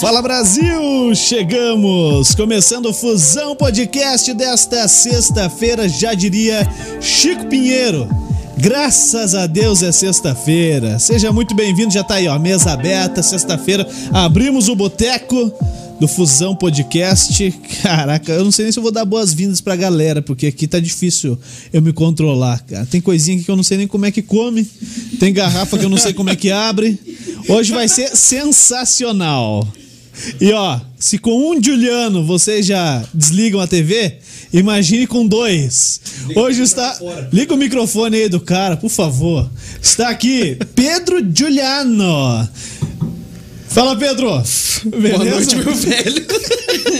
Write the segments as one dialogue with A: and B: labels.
A: Fala Brasil! Chegamos! Começando o Fusão Podcast desta sexta-feira, já diria Chico Pinheiro. Graças a Deus é sexta-feira. Seja muito bem-vindo, já tá aí, ó, mesa aberta, sexta-feira. Abrimos o boteco do Fusão Podcast. Caraca, eu não sei nem se eu vou dar boas-vindas pra galera, porque aqui tá difícil eu me controlar, cara. Tem coisinha aqui que eu não sei nem como é que come, tem garrafa que eu não sei como é que abre. Hoje vai ser sensacional. E ó, se com um Juliano vocês já desligam a TV, imagine com dois. Hoje está. Liga o microfone aí do cara, por favor. Está aqui Pedro Giuliano. Fala, Pedro!
B: Boa
A: Beleza?
B: noite, meu velho.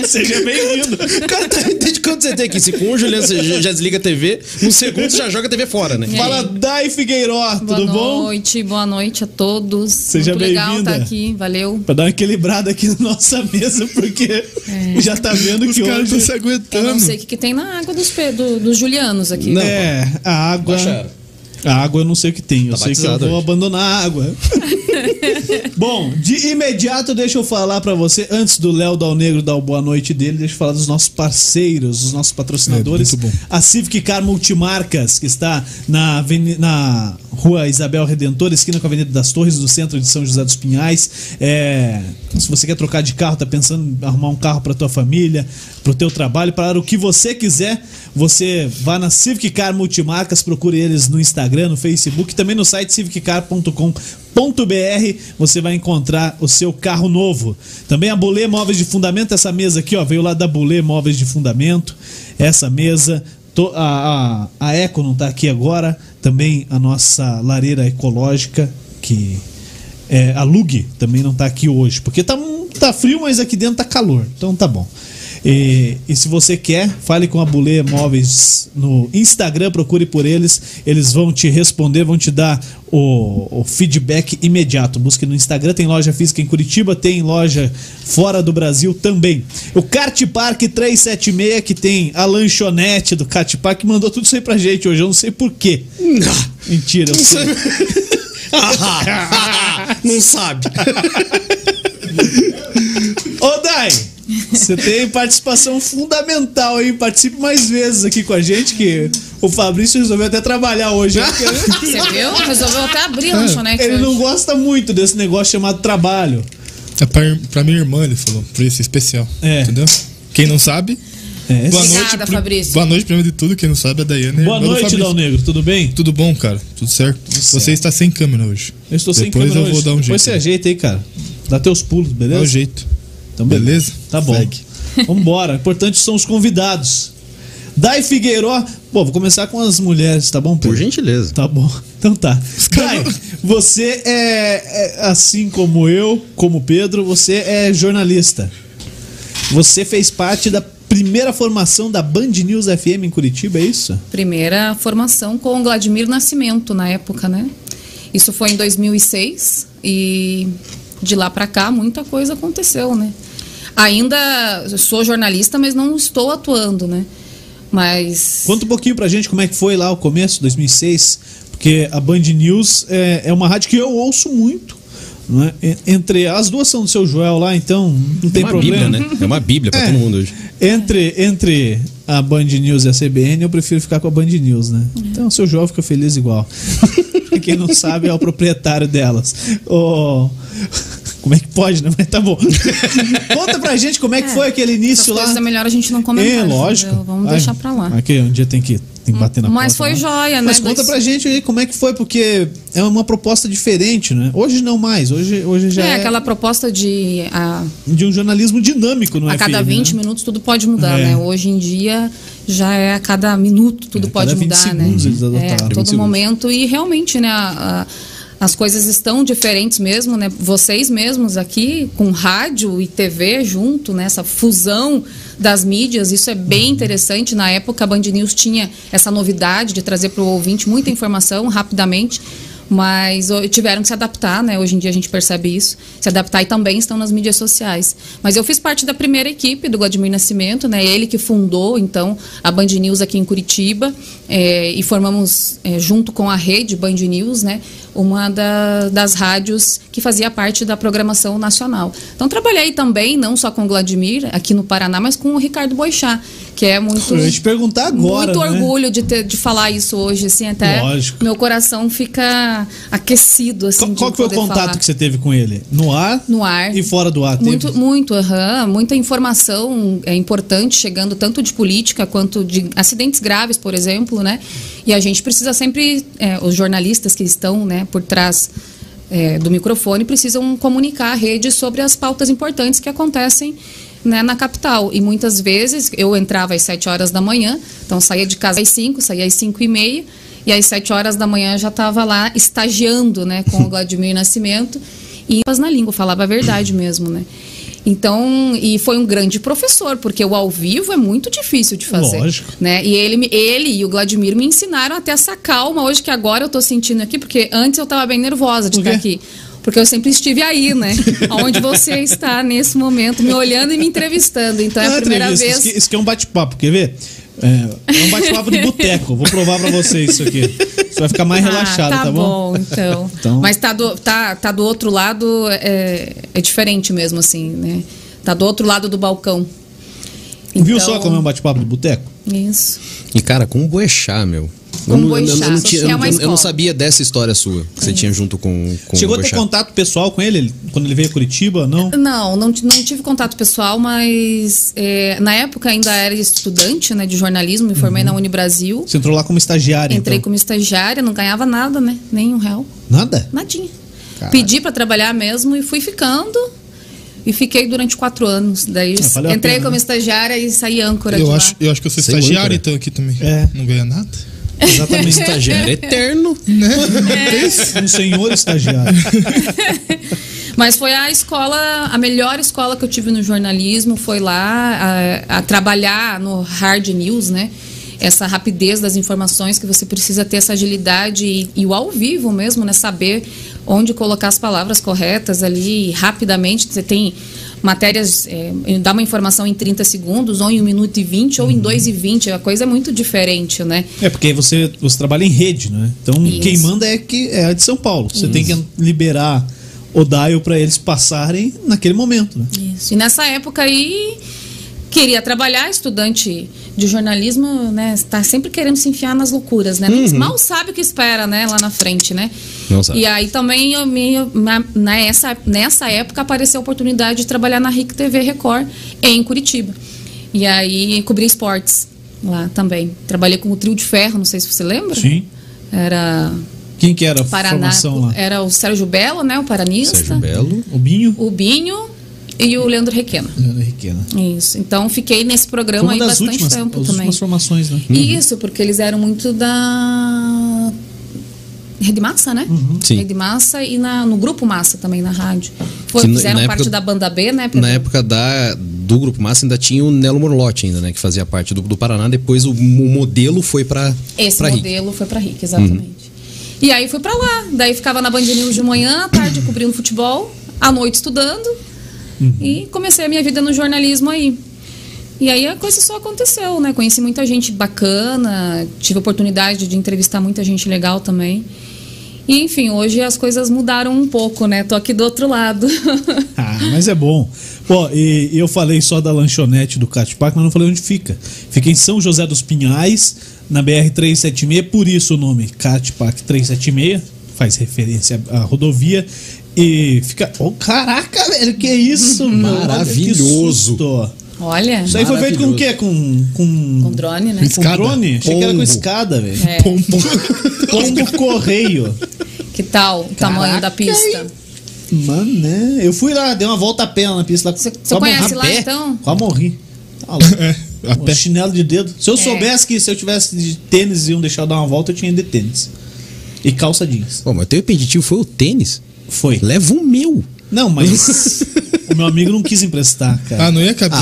A: Seja bem-vindo.
B: O cara tá desde quando você tem aqui? Se com o Juliano você já já desliga a TV, no segundo você já joga a TV fora, né?
A: Fala, Dai Figueiró,
C: Boa
A: tudo bom?
C: noite, boa noite a todos.
A: Seja
C: Muito legal
A: bem-vinda.
C: estar aqui, valeu.
A: Pra dar uma equilibrada aqui na nossa mesa, porque
C: É.
A: já tá vendo que hoje...
C: Eu não
B: aguentando.
C: sei o que, que tem na água dos, pe- do- dos Julianos aqui.
B: Não.
A: É, a água...
B: Baixaram.
A: A água eu não sei o que tem, eu
B: Tá
A: sei que eu
B: batizado
A: vou
B: hoje.
A: abandonar a água. Bom, de imediato deixa eu falar pra você, antes do Léo Dal Negro dar o boa noite dele, deixa eu falar dos nossos parceiros, dos nossos patrocinadores.
B: É, muito bom.
A: a Civic Car Multimarcas, que está na, aveni- na rua Isabel Redentor, esquina com a Avenida das Torres, no centro de São José dos Pinhais. É, se você quer trocar de carro, tá pensando em arrumar um carro para tua família, para o teu trabalho, para o que você quiser, você vá na Civic Car Multimarcas, procure eles no Instagram, no Facebook, e também no site civiccar.com.br você vai encontrar o seu carro novo. Também a Bolê Móveis de Fundamento, essa mesa aqui, ó, veio lá da Bolê Móveis de Fundamento, essa mesa. To- a, a, a Eco não tá aqui agora, também a nossa lareira ecológica, que é, a Lug também não tá aqui hoje, porque tá, um- tá frio, mas aqui dentro tá calor, então tá bom. E, e se você quer, fale com a Bulê Móveis no Instagram, procure por eles, eles vão te responder, vão te dar o, o feedback imediato. Busque no Instagram, tem loja física em Curitiba, tem loja fora do Brasil também. O Kart Park 376, que tem a lanchonete do Kart Park, mandou tudo isso aí pra gente hoje, eu não sei porquê. Mentira, eu sei. Ah,
B: Não sabe.
A: Ô, Dai, você tem participação fundamental, hein? Participe mais vezes aqui com a gente, que o Fabrício resolveu até trabalhar hoje. né? Porque
C: Você viu? Resolveu até abrir a lanchonete
A: Ele não
C: hoje.
A: gosta muito desse negócio chamado trabalho.
D: É pra, pra minha irmã, ele falou, por isso, especial.
A: É.
D: Entendeu? Quem não sabe.
A: É,
D: Boa
C: Obrigada,
D: noite,
C: Fabrício.
D: Boa noite, primeiro de tudo. Quem não sabe é a Daiane.
A: Boa
D: irmã do
A: noite,
D: Fabrício.
A: Dal Negro, tudo bem?
D: Tudo bom, cara? Tudo certo?
A: certo.
D: Você está sem câmera hoje.
A: Eu estou sem
D: Depois
A: câmera
D: eu vou
A: hoje.
D: dar um
A: Depois você
D: jeito.
A: ajeita aí, cara. Dá teus pulos, beleza?
D: Dá o jeito.
A: Então,
D: Beleza?
A: Tá bom.
D: Segue.
A: Vambora. O importante são os convidados. Dai Figueiró. Pô, vou começar com as mulheres, tá bom,
B: Por
A: Pedro?
B: gentileza.
A: Tá bom, então tá. Dai, você é, é, assim como eu, como o Pedro, você é jornalista. Você fez parte da primeira formação da Band News FM em Curitiba, é isso?
C: Primeira formação com o Vladimir Nascimento na época, né? Isso foi em 2006 e de lá pra cá muita coisa aconteceu, né? Ainda sou jornalista, mas não estou atuando, né? Mas
A: Conta um pouquinho pra gente como é que foi lá o começo, 2006, porque a Band News é, é uma rádio que eu ouço muito. né? E- Entre as duas são do seu Joel lá, então não tem
B: é uma
A: problema.
B: bíblia, né? É uma bíblia pra
A: É.
B: todo mundo hoje.
A: Entre, entre a Band News e a CBN, eu prefiro ficar com a Band News, né?
C: Uhum.
A: Então, o seu João fica feliz igual. pra quem não sabe, é o proprietário delas. Ô, Como é que pode, né? Mas tá bom. Conta pra gente como é que foi aquele início
C: Essas
A: lá.
C: coisas é melhor a gente não comentar.
A: é,
C: entendeu?
A: lógico.
C: né? Vamos
A: Vai.
C: deixar pra lá.
A: Aqui, um dia tem que, tem que bater na
C: Mas
A: porta,
C: foi
A: né?
C: joia, né?
A: Mas conta
C: Dois-
A: pra gente aí como é que foi, porque é uma proposta diferente, né? Hoje não mais, hoje, hoje já
C: é,
A: é,
C: aquela proposta de a,
A: de um jornalismo dinâmico, não é?
C: a cada 20 minutos tudo pode mudar,
A: É.
C: né? Hoje em dia já é a cada minuto tudo
A: É, a
C: pode
A: cada 20
C: mudar,
A: segundos
C: né?
A: eles
C: é, a
A: adotaram. 20
C: todo
A: segundos.
C: momento e realmente, né? a- a- as coisas estão diferentes mesmo, né? Vocês mesmos aqui com rádio e TV junto, né? Essa fusão das mídias, isso é bem
A: Uhum.
C: interessante. Na época a Band News tinha essa novidade de trazer para o ouvinte muita informação rapidamente. Mas ó, tiveram que se adaptar, né? Hoje em dia a gente percebe isso. Se adaptar e também estão nas mídias sociais. Mas eu fiz parte da primeira equipe do Vladimir Nascimento, né? Ele que fundou, então, a Band News aqui em Curitiba. eh, e formamos, eh, junto com a rede Band News, né? Uma da- das rádios que fazia parte da programação nacional. Então, trabalhei também, não só com o Vladimir, aqui no Paraná, mas com o Ricardo Boixá, que é muito...
A: Eu ia te perguntar agora,
C: Muito
A: né?
C: orgulho de, ter, de falar isso hoje, assim, até
A: Lógico.
C: meu coração fica aquecido, assim,
A: Qual,
C: de
A: qual que foi o
C: poder
A: contato
C: falar.
A: que você teve com ele? No ar?
C: No ar.
A: E fora do ar? teve?
C: Muito, muito, aham. Muita informação é importante chegando tanto de política quanto de acidentes graves, por exemplo, né? E a gente precisa sempre, é, os jornalistas que estão né, por trás é, do microfone precisam comunicar à rede sobre as pautas importantes que acontecem né, na capital. E muitas vezes eu entrava às 7 horas da manhã, então saía de casa às 5, saía às 5 e meia, e às 7 horas da manhã já estava lá estagiando né, com o Vladimir Nascimento e impas na língua, falava a verdade mesmo, né? Então, e foi um grande professor, porque o ao vivo é muito difícil de fazer.
A: Lógico.
C: Né? E ele, me- ele e o Vladimir me ensinaram até essa calma hoje que agora eu tô sentindo aqui, porque antes eu tava bem nervosa de
A: Por quê?
C: estar aqui. Porque eu sempre estive aí, né? Onde você está nesse momento, me olhando e me entrevistando. Então é
A: Não
C: a
A: é
C: primeira
A: entrevista,
C: vez.
A: Isso, aqui- isso aqui é um bate-papo, quer ver? É, é um bate-papo de boteco. Vou provar pra vocês isso aqui. Você vai ficar mais
C: Ah,
A: relaxado, tá, bom?
C: então.
A: Então-
C: Mas tá do, tá, tá do outro lado, é, é diferente mesmo, assim, né? Tá do outro lado do balcão.
A: Viu
C: Então,
A: só como é um bate-papo de boteco?
C: Isso.
B: E, cara, com o Boechat, meu.
C: Com
B: eu, não, eu,
C: Boechat,
B: não- eu não tinha-
C: é uma
B: eu não- eu não
C: escola.
B: sabia dessa história sua que você tinha junto com, com
A: Chegou
B: o
A: a ter
B: Boechat.
A: contato pessoal com ele ele- quando ele veio a Curitiba? Não?
C: Não, não, ti- não tive contato pessoal, mas é, na época ainda era estudante né, de jornalismo, me formei na Unibrasil.
A: Você entrou lá como estagiário,
C: Entrei
A: Uhum. então.
C: como estagiária, não ganhava nada, né? Nem um real.
A: Nada?
C: Nadinha.
A: Cara.
C: Pedi pra trabalhar mesmo e fui ficando. E fiquei durante quatro anos. Daí
A: Ah, valeu a
C: entrei
A: pena,
C: como
A: né?
C: estagiária e saí âncora de
D: Eu
C: lá.
D: acho, eu acho que eu sou
B: Sem
D: estagiário
B: âncora.
D: então aqui também.
A: É.
D: Não ganha nada.
A: Exatamente.
B: Estagiário eterno.
C: É.
A: Um senhor estagiário.
C: Mas foi a escola, a melhor escola que eu tive no jornalismo, foi lá a, a trabalhar no hard news, né? Essa rapidez das informações que você precisa ter, essa agilidade e, e o ao vivo mesmo, né? Saber onde colocar as palavras corretas ali rapidamente. Você tem matérias, é, dá uma informação em 30 segundos, ou em 1 minuto e 20, ou em 2 e 20. A coisa é muito diferente, né?
A: É porque você, você trabalha em rede, né? Então
C: Isso.
A: quem manda é que é a de São Paulo. Você tem que liberar o dial pra eles passarem naquele momento, né?
C: Isso. E nessa época aí queria trabalhar, estudante de jornalismo, né? Tá sempre querendo se enfiar nas loucuras, né? Mas Mal sabe o que espera, né? Lá na frente, né?
B: Uhum. Não sabe.
C: E aí também eu me, na, nessa, nessa época apareceu a oportunidade de trabalhar na RIC TV Record em Curitiba. E aí cobri esportes lá também. Trabalhei com o Trio de Ferro, não sei se você lembra.
A: Sim.
C: Era
A: Quem que era a
C: Paraná. é.
A: formação lá?
C: Era o Sérgio Belo, né? O paranista.
B: Sérgio Belo.
A: O Binho?
C: O Binho e o Leandro Requena.
A: Leandro Riquena.
C: Isso. Então fiquei nesse
A: Foi
C: programa
A: uma
C: aí
A: das
C: bastante
A: últimas,
C: tempo
A: as
C: também.
A: últimas formações, né?
C: Isso, porque eles eram muito da Rede Massa, né?
A: Uhum.
B: Sim.
C: Rede Massa e na, no grupo Massa também na rádio. Foi-
B: Que na-
C: fizeram
B: na
C: parte
B: época-
C: da banda B, né?
B: Na época da, do Grupo Massa ainda tinha o Nelo Morlotti ainda, né? Que fazia parte do, do Paraná. Depois o, mo- modelo foi pra,
C: Esse
B: pra Rick.
C: modelo foi pra Rick, exatamente.
A: Uhum.
C: E aí fui pra lá. Daí ficava na Band News de manhã, à tarde cobrindo futebol, à noite estudando.
A: Uhum.
C: E comecei a minha vida no jornalismo aí. E aí a coisa só aconteceu, né? Conheci muita gente bacana, tive oportunidade de entrevistar muita gente legal também. E enfim, hoje as coisas mudaram um pouco, né? Tô aqui do outro lado.
A: Ah, mas é bom. Pô, e, e eu falei só da lanchonete do Cat Park, mas não falei onde fica. Fica em São José dos Pinhais, na BR-376, por isso o nome Cat Park 376, faz referência à rodovia. E fica. Ô, caraca, velho, que isso, mano. Olha que
B: Uhum. Maravilhoso.
A: susto.
C: Olha,
A: Isso aí foi feito com o quê? Com. Com,
C: com drone, né?
A: com drone? Achei que era com
B: Pombo.
A: escada, velho.
C: É.
A: Pombo correio.
C: Que tal o tamanho da pista?
A: Mano, né? Eu fui lá, dei uma volta a pé lá na pista lá. Você
C: conhece lá, então?
A: Quase morri. Tá louco.
D: É, a
A: Pô,
D: pé.
A: Chinelo de dedo. Se eu
C: É.
A: soubesse que se eu tivesse de tênis iam deixar eu dar uma volta, eu tinha ido de tênis. E calça jeans.
B: Pô, mas o teu impeditivo foi o tênis.
A: Foi.
B: Leva o meu.
A: Não, mas o meu amigo não quis emprestar, cara.
D: Ah, não ia caber?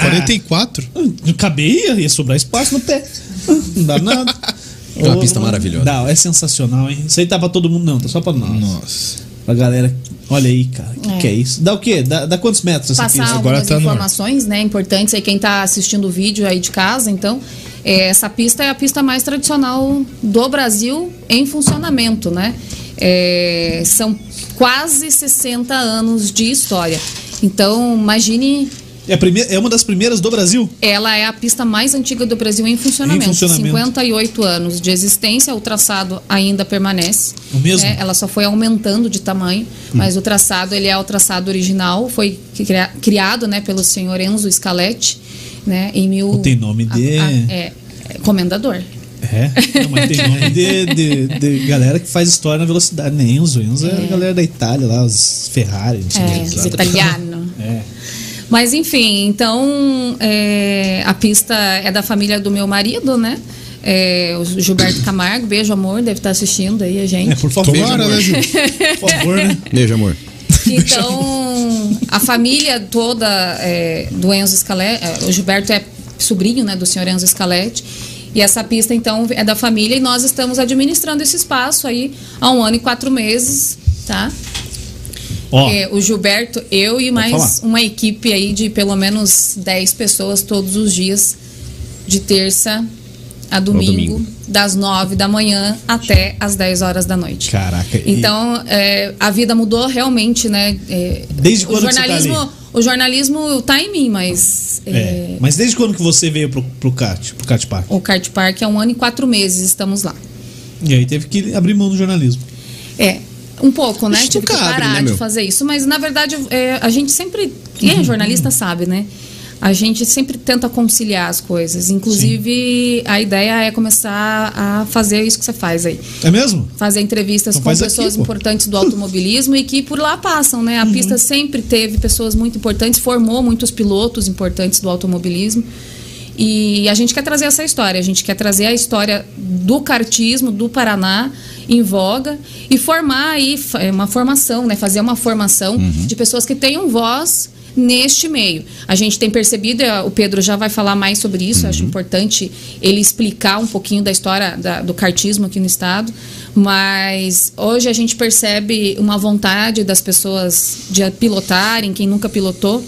D: 44?
A: Ah. Não cabia, ia sobrar espaço no pé. Não Ah, dá nada.
B: É uma pista maravilhosa.
A: Não, é sensacional, hein? Isso aí tá pra todo mundo, não, tá só pra nós.
D: Nossa.
A: Pra galera. Olha aí, cara, o que,
C: É.
A: que é isso? Dá o quê? Dá, dá quantos metros essa
C: passar
A: pista?
D: agora
C: algumas
D: tá no ar.
C: informações né, importantes aí, quem está assistindo o vídeo aí de casa, então. é, essa pista é a pista mais tradicional do Brasil em funcionamento, né? É, são quase 60 anos de história. Então, imagine,
A: É, a primeira, é uma das primeiras do Brasil?
C: ela é a pista mais antiga do Brasil em funcionamento.
A: Em funcionamento.
C: 58 anos de existência, o traçado ainda permanece.
A: O mesmo? Hum.
C: né? Ela só foi aumentando de tamanho, mas o traçado ele é o traçado original, foi cria- criado, né, pelo senhor Enzo Scaletti, né, em mil
A: Não tem nome de-
C: é, é, comendador.
A: É. Não, mas tem nome de, de, de galera que faz história na velocidade, né? Enzo, Enzo é, a galera da Itália lá, os Ferrari, não sei o que,
C: É, os
A: exato.
C: italiano.
A: É.
C: Mas enfim, então é, a pista é da família do meu marido, né? É, o Gilberto Camargo, beijo amor, deve estar assistindo aí a gente.
A: É, por favor.
D: Tomara, né, Ju?
A: Por favor, né?
B: Beijo, amor.
C: Então, a família toda é, do Enzo Scaletti, é, o Gilberto é sobrinho né, do senhor Enzo Scaletti, e essa pista, então, é da família, e nós estamos administrando esse espaço aí há um ano e quatro meses, tá?
A: Ó,
C: É, o Gilberto, eu e mais uma equipe aí de pelo menos 10 pessoas todos os dias, de terça a domingo,
B: domingo.
C: das 9 da manhã até as 10 horas da noite.
A: Caraca, e-
C: Então, é, a vida mudou realmente, né? É,
A: Desde quando
C: o
A: que você tá
C: jornalismo,
A: ali?
C: O jornalismo tá em mim, mas... é,
A: é. Mas desde quando que você veio pro, pro Cat, pro Cat Park?
C: O Kart Park é um ano e quatro meses, estamos lá.
A: E aí teve que abrir mão do jornalismo.
C: É, um pouco, né?
B: Isso
C: Tive que
B: nunca abre,
C: parar
B: né,
C: de
B: meu? Uhum.
C: fazer isso, mas na verdade é, a gente sempre. Quem é jornalista sabe, né? A gente sempre tenta conciliar as coisas. Inclusive, a ideia é começar a fazer isso que você faz aí.
A: É mesmo?
C: Fazer entrevistas
A: Então
C: com
A: faz aqui,
C: pessoas
A: pô. Uhum.
C: importantes do automobilismo e que por lá passam, né? A pista sempre teve pessoas muito importantes, formou muitos pilotos importantes do automobilismo. E a gente quer trazer essa história, a gente quer trazer a história do cartismo do Paraná em voga e formar aí fa- é, uma formação, né? Fazer uma formação
A: Uhum.
C: de pessoas que tenham voz neste meio. A gente tem percebido, eh, o Pedro já vai falar mais sobre isso, eu acho importante ele explicar um pouquinho da história da- do cartismo aqui no estado, mas hoje a gente percebe uma vontade das pessoas de pilotarem, quem nunca pilotou,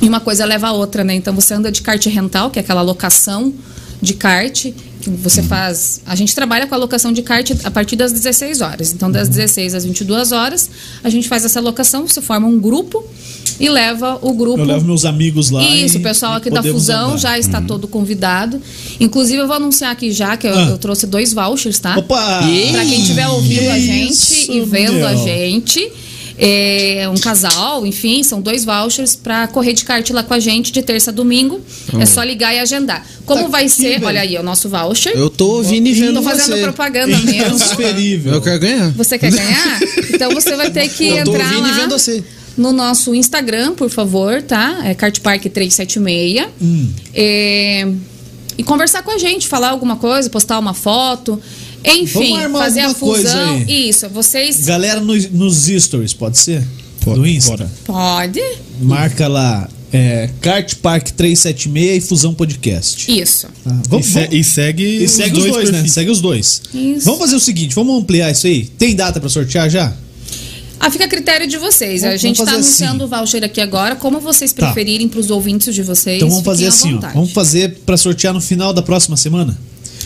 C: e uma coisa leva a outra, né? Então você anda de kart rental, que é aquela locação de kart, que você faz. A gente trabalha com a locação de kart a partir das 16 horas. Então, das 16 às 22 horas, a gente faz essa locação, você forma um grupo e leva o grupo.
A: Eu levo meus amigos lá.
C: Isso,
A: e-
C: o pessoal
A: e
C: aqui da
A: podemos
C: Fusão
A: andar.
C: já está
B: Uhum.
C: todo convidado. Inclusive, eu vou anunciar aqui já que eu,
A: Ah.
C: eu trouxe dois vouchers, tá?
A: Opa!
C: Pra quem estiver ouvindo a
A: Que
C: gente
A: isso,
C: e vendo a
A: meu.
C: gente, é, um casal, enfim, são dois vouchers pra correr de kart lá com a gente de terça a domingo.
B: Hum.
C: É só ligar e agendar. Como
A: Tá
C: vai
A: aqui,
C: ser,
A: velho.
C: olha aí, é o nosso voucher.
B: Eu tô ouvindo e
C: Tô
B: vendo
C: fazendo
B: você.
C: propaganda mesmo.
A: Intransferível.
B: Eu quero ganhar.
C: Você quer ganhar? Então você vai ter que
B: Eu tô
C: entrar
B: ouvindo e
C: lá
B: vendo você.
C: no nosso Instagram, por favor, tá? É kartpark376.
A: Hum.
C: É, E conversar com a gente, falar alguma coisa, postar uma foto. Enfim,
A: Vamos armar
C: fazer a
A: alguma coisa
C: fusão.
A: aí.
C: Isso, vocês...
A: Galera nos, nos stories, pode ser?
D: Pode,
A: Do Insta.
D: pode.
C: Pode?
A: Marca lá é, Kart Park 376 e Fusão Podcast.
C: Isso.
A: Tá? Vamos-
D: e, se-
A: vamos-
D: e segue
A: e segue os dois, né?
D: perfis.
A: Segue os dois.
C: Isso.
A: Vamos fazer o seguinte, vamos ampliar isso aí. Tem data pra sortear já?
C: Ah, fica a critério de vocês. a
A: Vamos-
C: gente
A: vamos fazer
C: está
A: assim. Tá.
C: anunciando o voucher aqui agora, como vocês preferirem para os ouvintes de vocês.
A: Então vamos fazer
C: fiquem à
A: assim, ó.
C: vontade.
A: Vamos fazer pra sortear no final da próxima semana.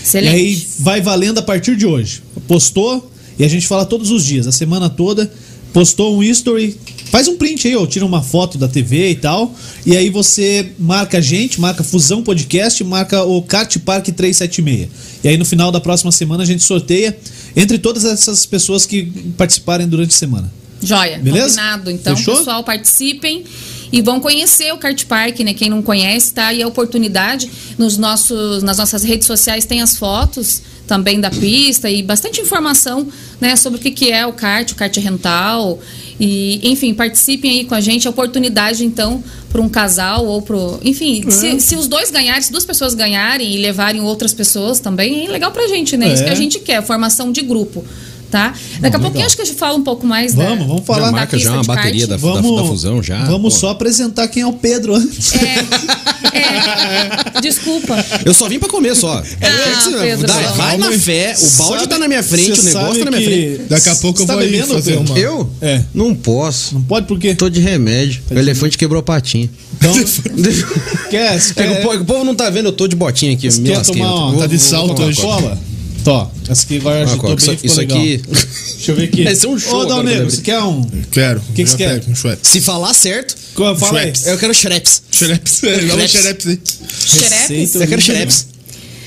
C: Excelente.
A: E aí vai valendo a partir de hoje. Postou e a gente fala todos os dias, a semana toda. Postou um history, faz um print aí, ou tira uma foto da TV e tal. E aí você marca a gente, marca Fusão Podcast, marca o Kart Park 376. E aí no final da próxima semana a gente sorteia entre todas essas pessoas que participarem durante a semana.
C: Joia,
A: Beleza?
C: combinado. Então,
A: Fechou?
C: pessoal, participem e vão conhecer o Kart Park, né? Quem não conhece, tá? E a oportunidade nos nossos, nas nossas redes sociais tem as fotos também da pista e bastante informação, né, sobre o que, que é o kart, o kart rental e, enfim, participem aí com a gente. A oportunidade, então, para um casal ou pro, enfim,
A: É.
C: se, se os dois ganharem, se duas pessoas ganharem e levarem outras pessoas também, é legal pra gente, né? Isso que
A: É.
C: a gente quer, formação de grupo. tá? Daqui a
A: legal.
C: pouquinho acho que a gente fala um pouco mais
A: Vamos, vamos
B: Já
A: falar.
C: da
B: marca já é
C: pista
B: uma
C: de kart.
B: bateria da, da-
A: Vamos,
B: da fusão já.
A: Vamos
B: pô.
A: só apresentar quem é o Pedro antes.
C: É, desculpa.
B: Eu só vim pra comer só.
C: Ah,
B: É
C: Pedro.
B: Dá- vai na
D: Calma aí.
B: fé, o balde
A: Sabe-
B: tá na minha frente,
A: Cê
B: o negócio
A: sabe
B: tá na minha
A: que-
B: frente.
D: Daqui a
A: Cê
D: pouco eu
A: tá
D: vou aí
A: bebendo,
D: fazer
A: Pedro?
D: uma-
B: Eu?
A: É.
B: Não posso.
A: Não Tá pode por quê?
B: Tô de remédio. O elefante quebrou a patinha.
A: Então, quer, se
B: É que
A: quer,
B: o po- o povo não tá vendo, eu tô de botinha aqui.
A: se
B: me
A: quer
B: lasquei,
A: tomar
B: eu tô-
A: uma,
B: vou-
A: tá de
B: vou
A: salto
B: tomar uma
A: hoje.
B: coca.
A: Cola. Tó, essa aqui agora
B: Uma
A: agitou
B: coca.
A: bem,
B: Isso-
A: ficou
B: isso
A: legal.
B: aqui-
A: Deixa eu ver aqui.
B: Vai ser um show
A: Ô,
B: agora,
A: Dalnego,
B: né?
A: você quer um...
D: Quero.
A: que
D: Já
A: você quer?
D: pego Um Schweppes.
B: Se falar certo,
A: Qual- é Fala aí.
D: Schweppes.
B: eu quero Shreps.
D: Schweppes. Dá um
B: Schweppes.
D: Schweppes aí.
C: Xerepes.
A: Receita
B: Eu quero
A: original.
B: Shreps.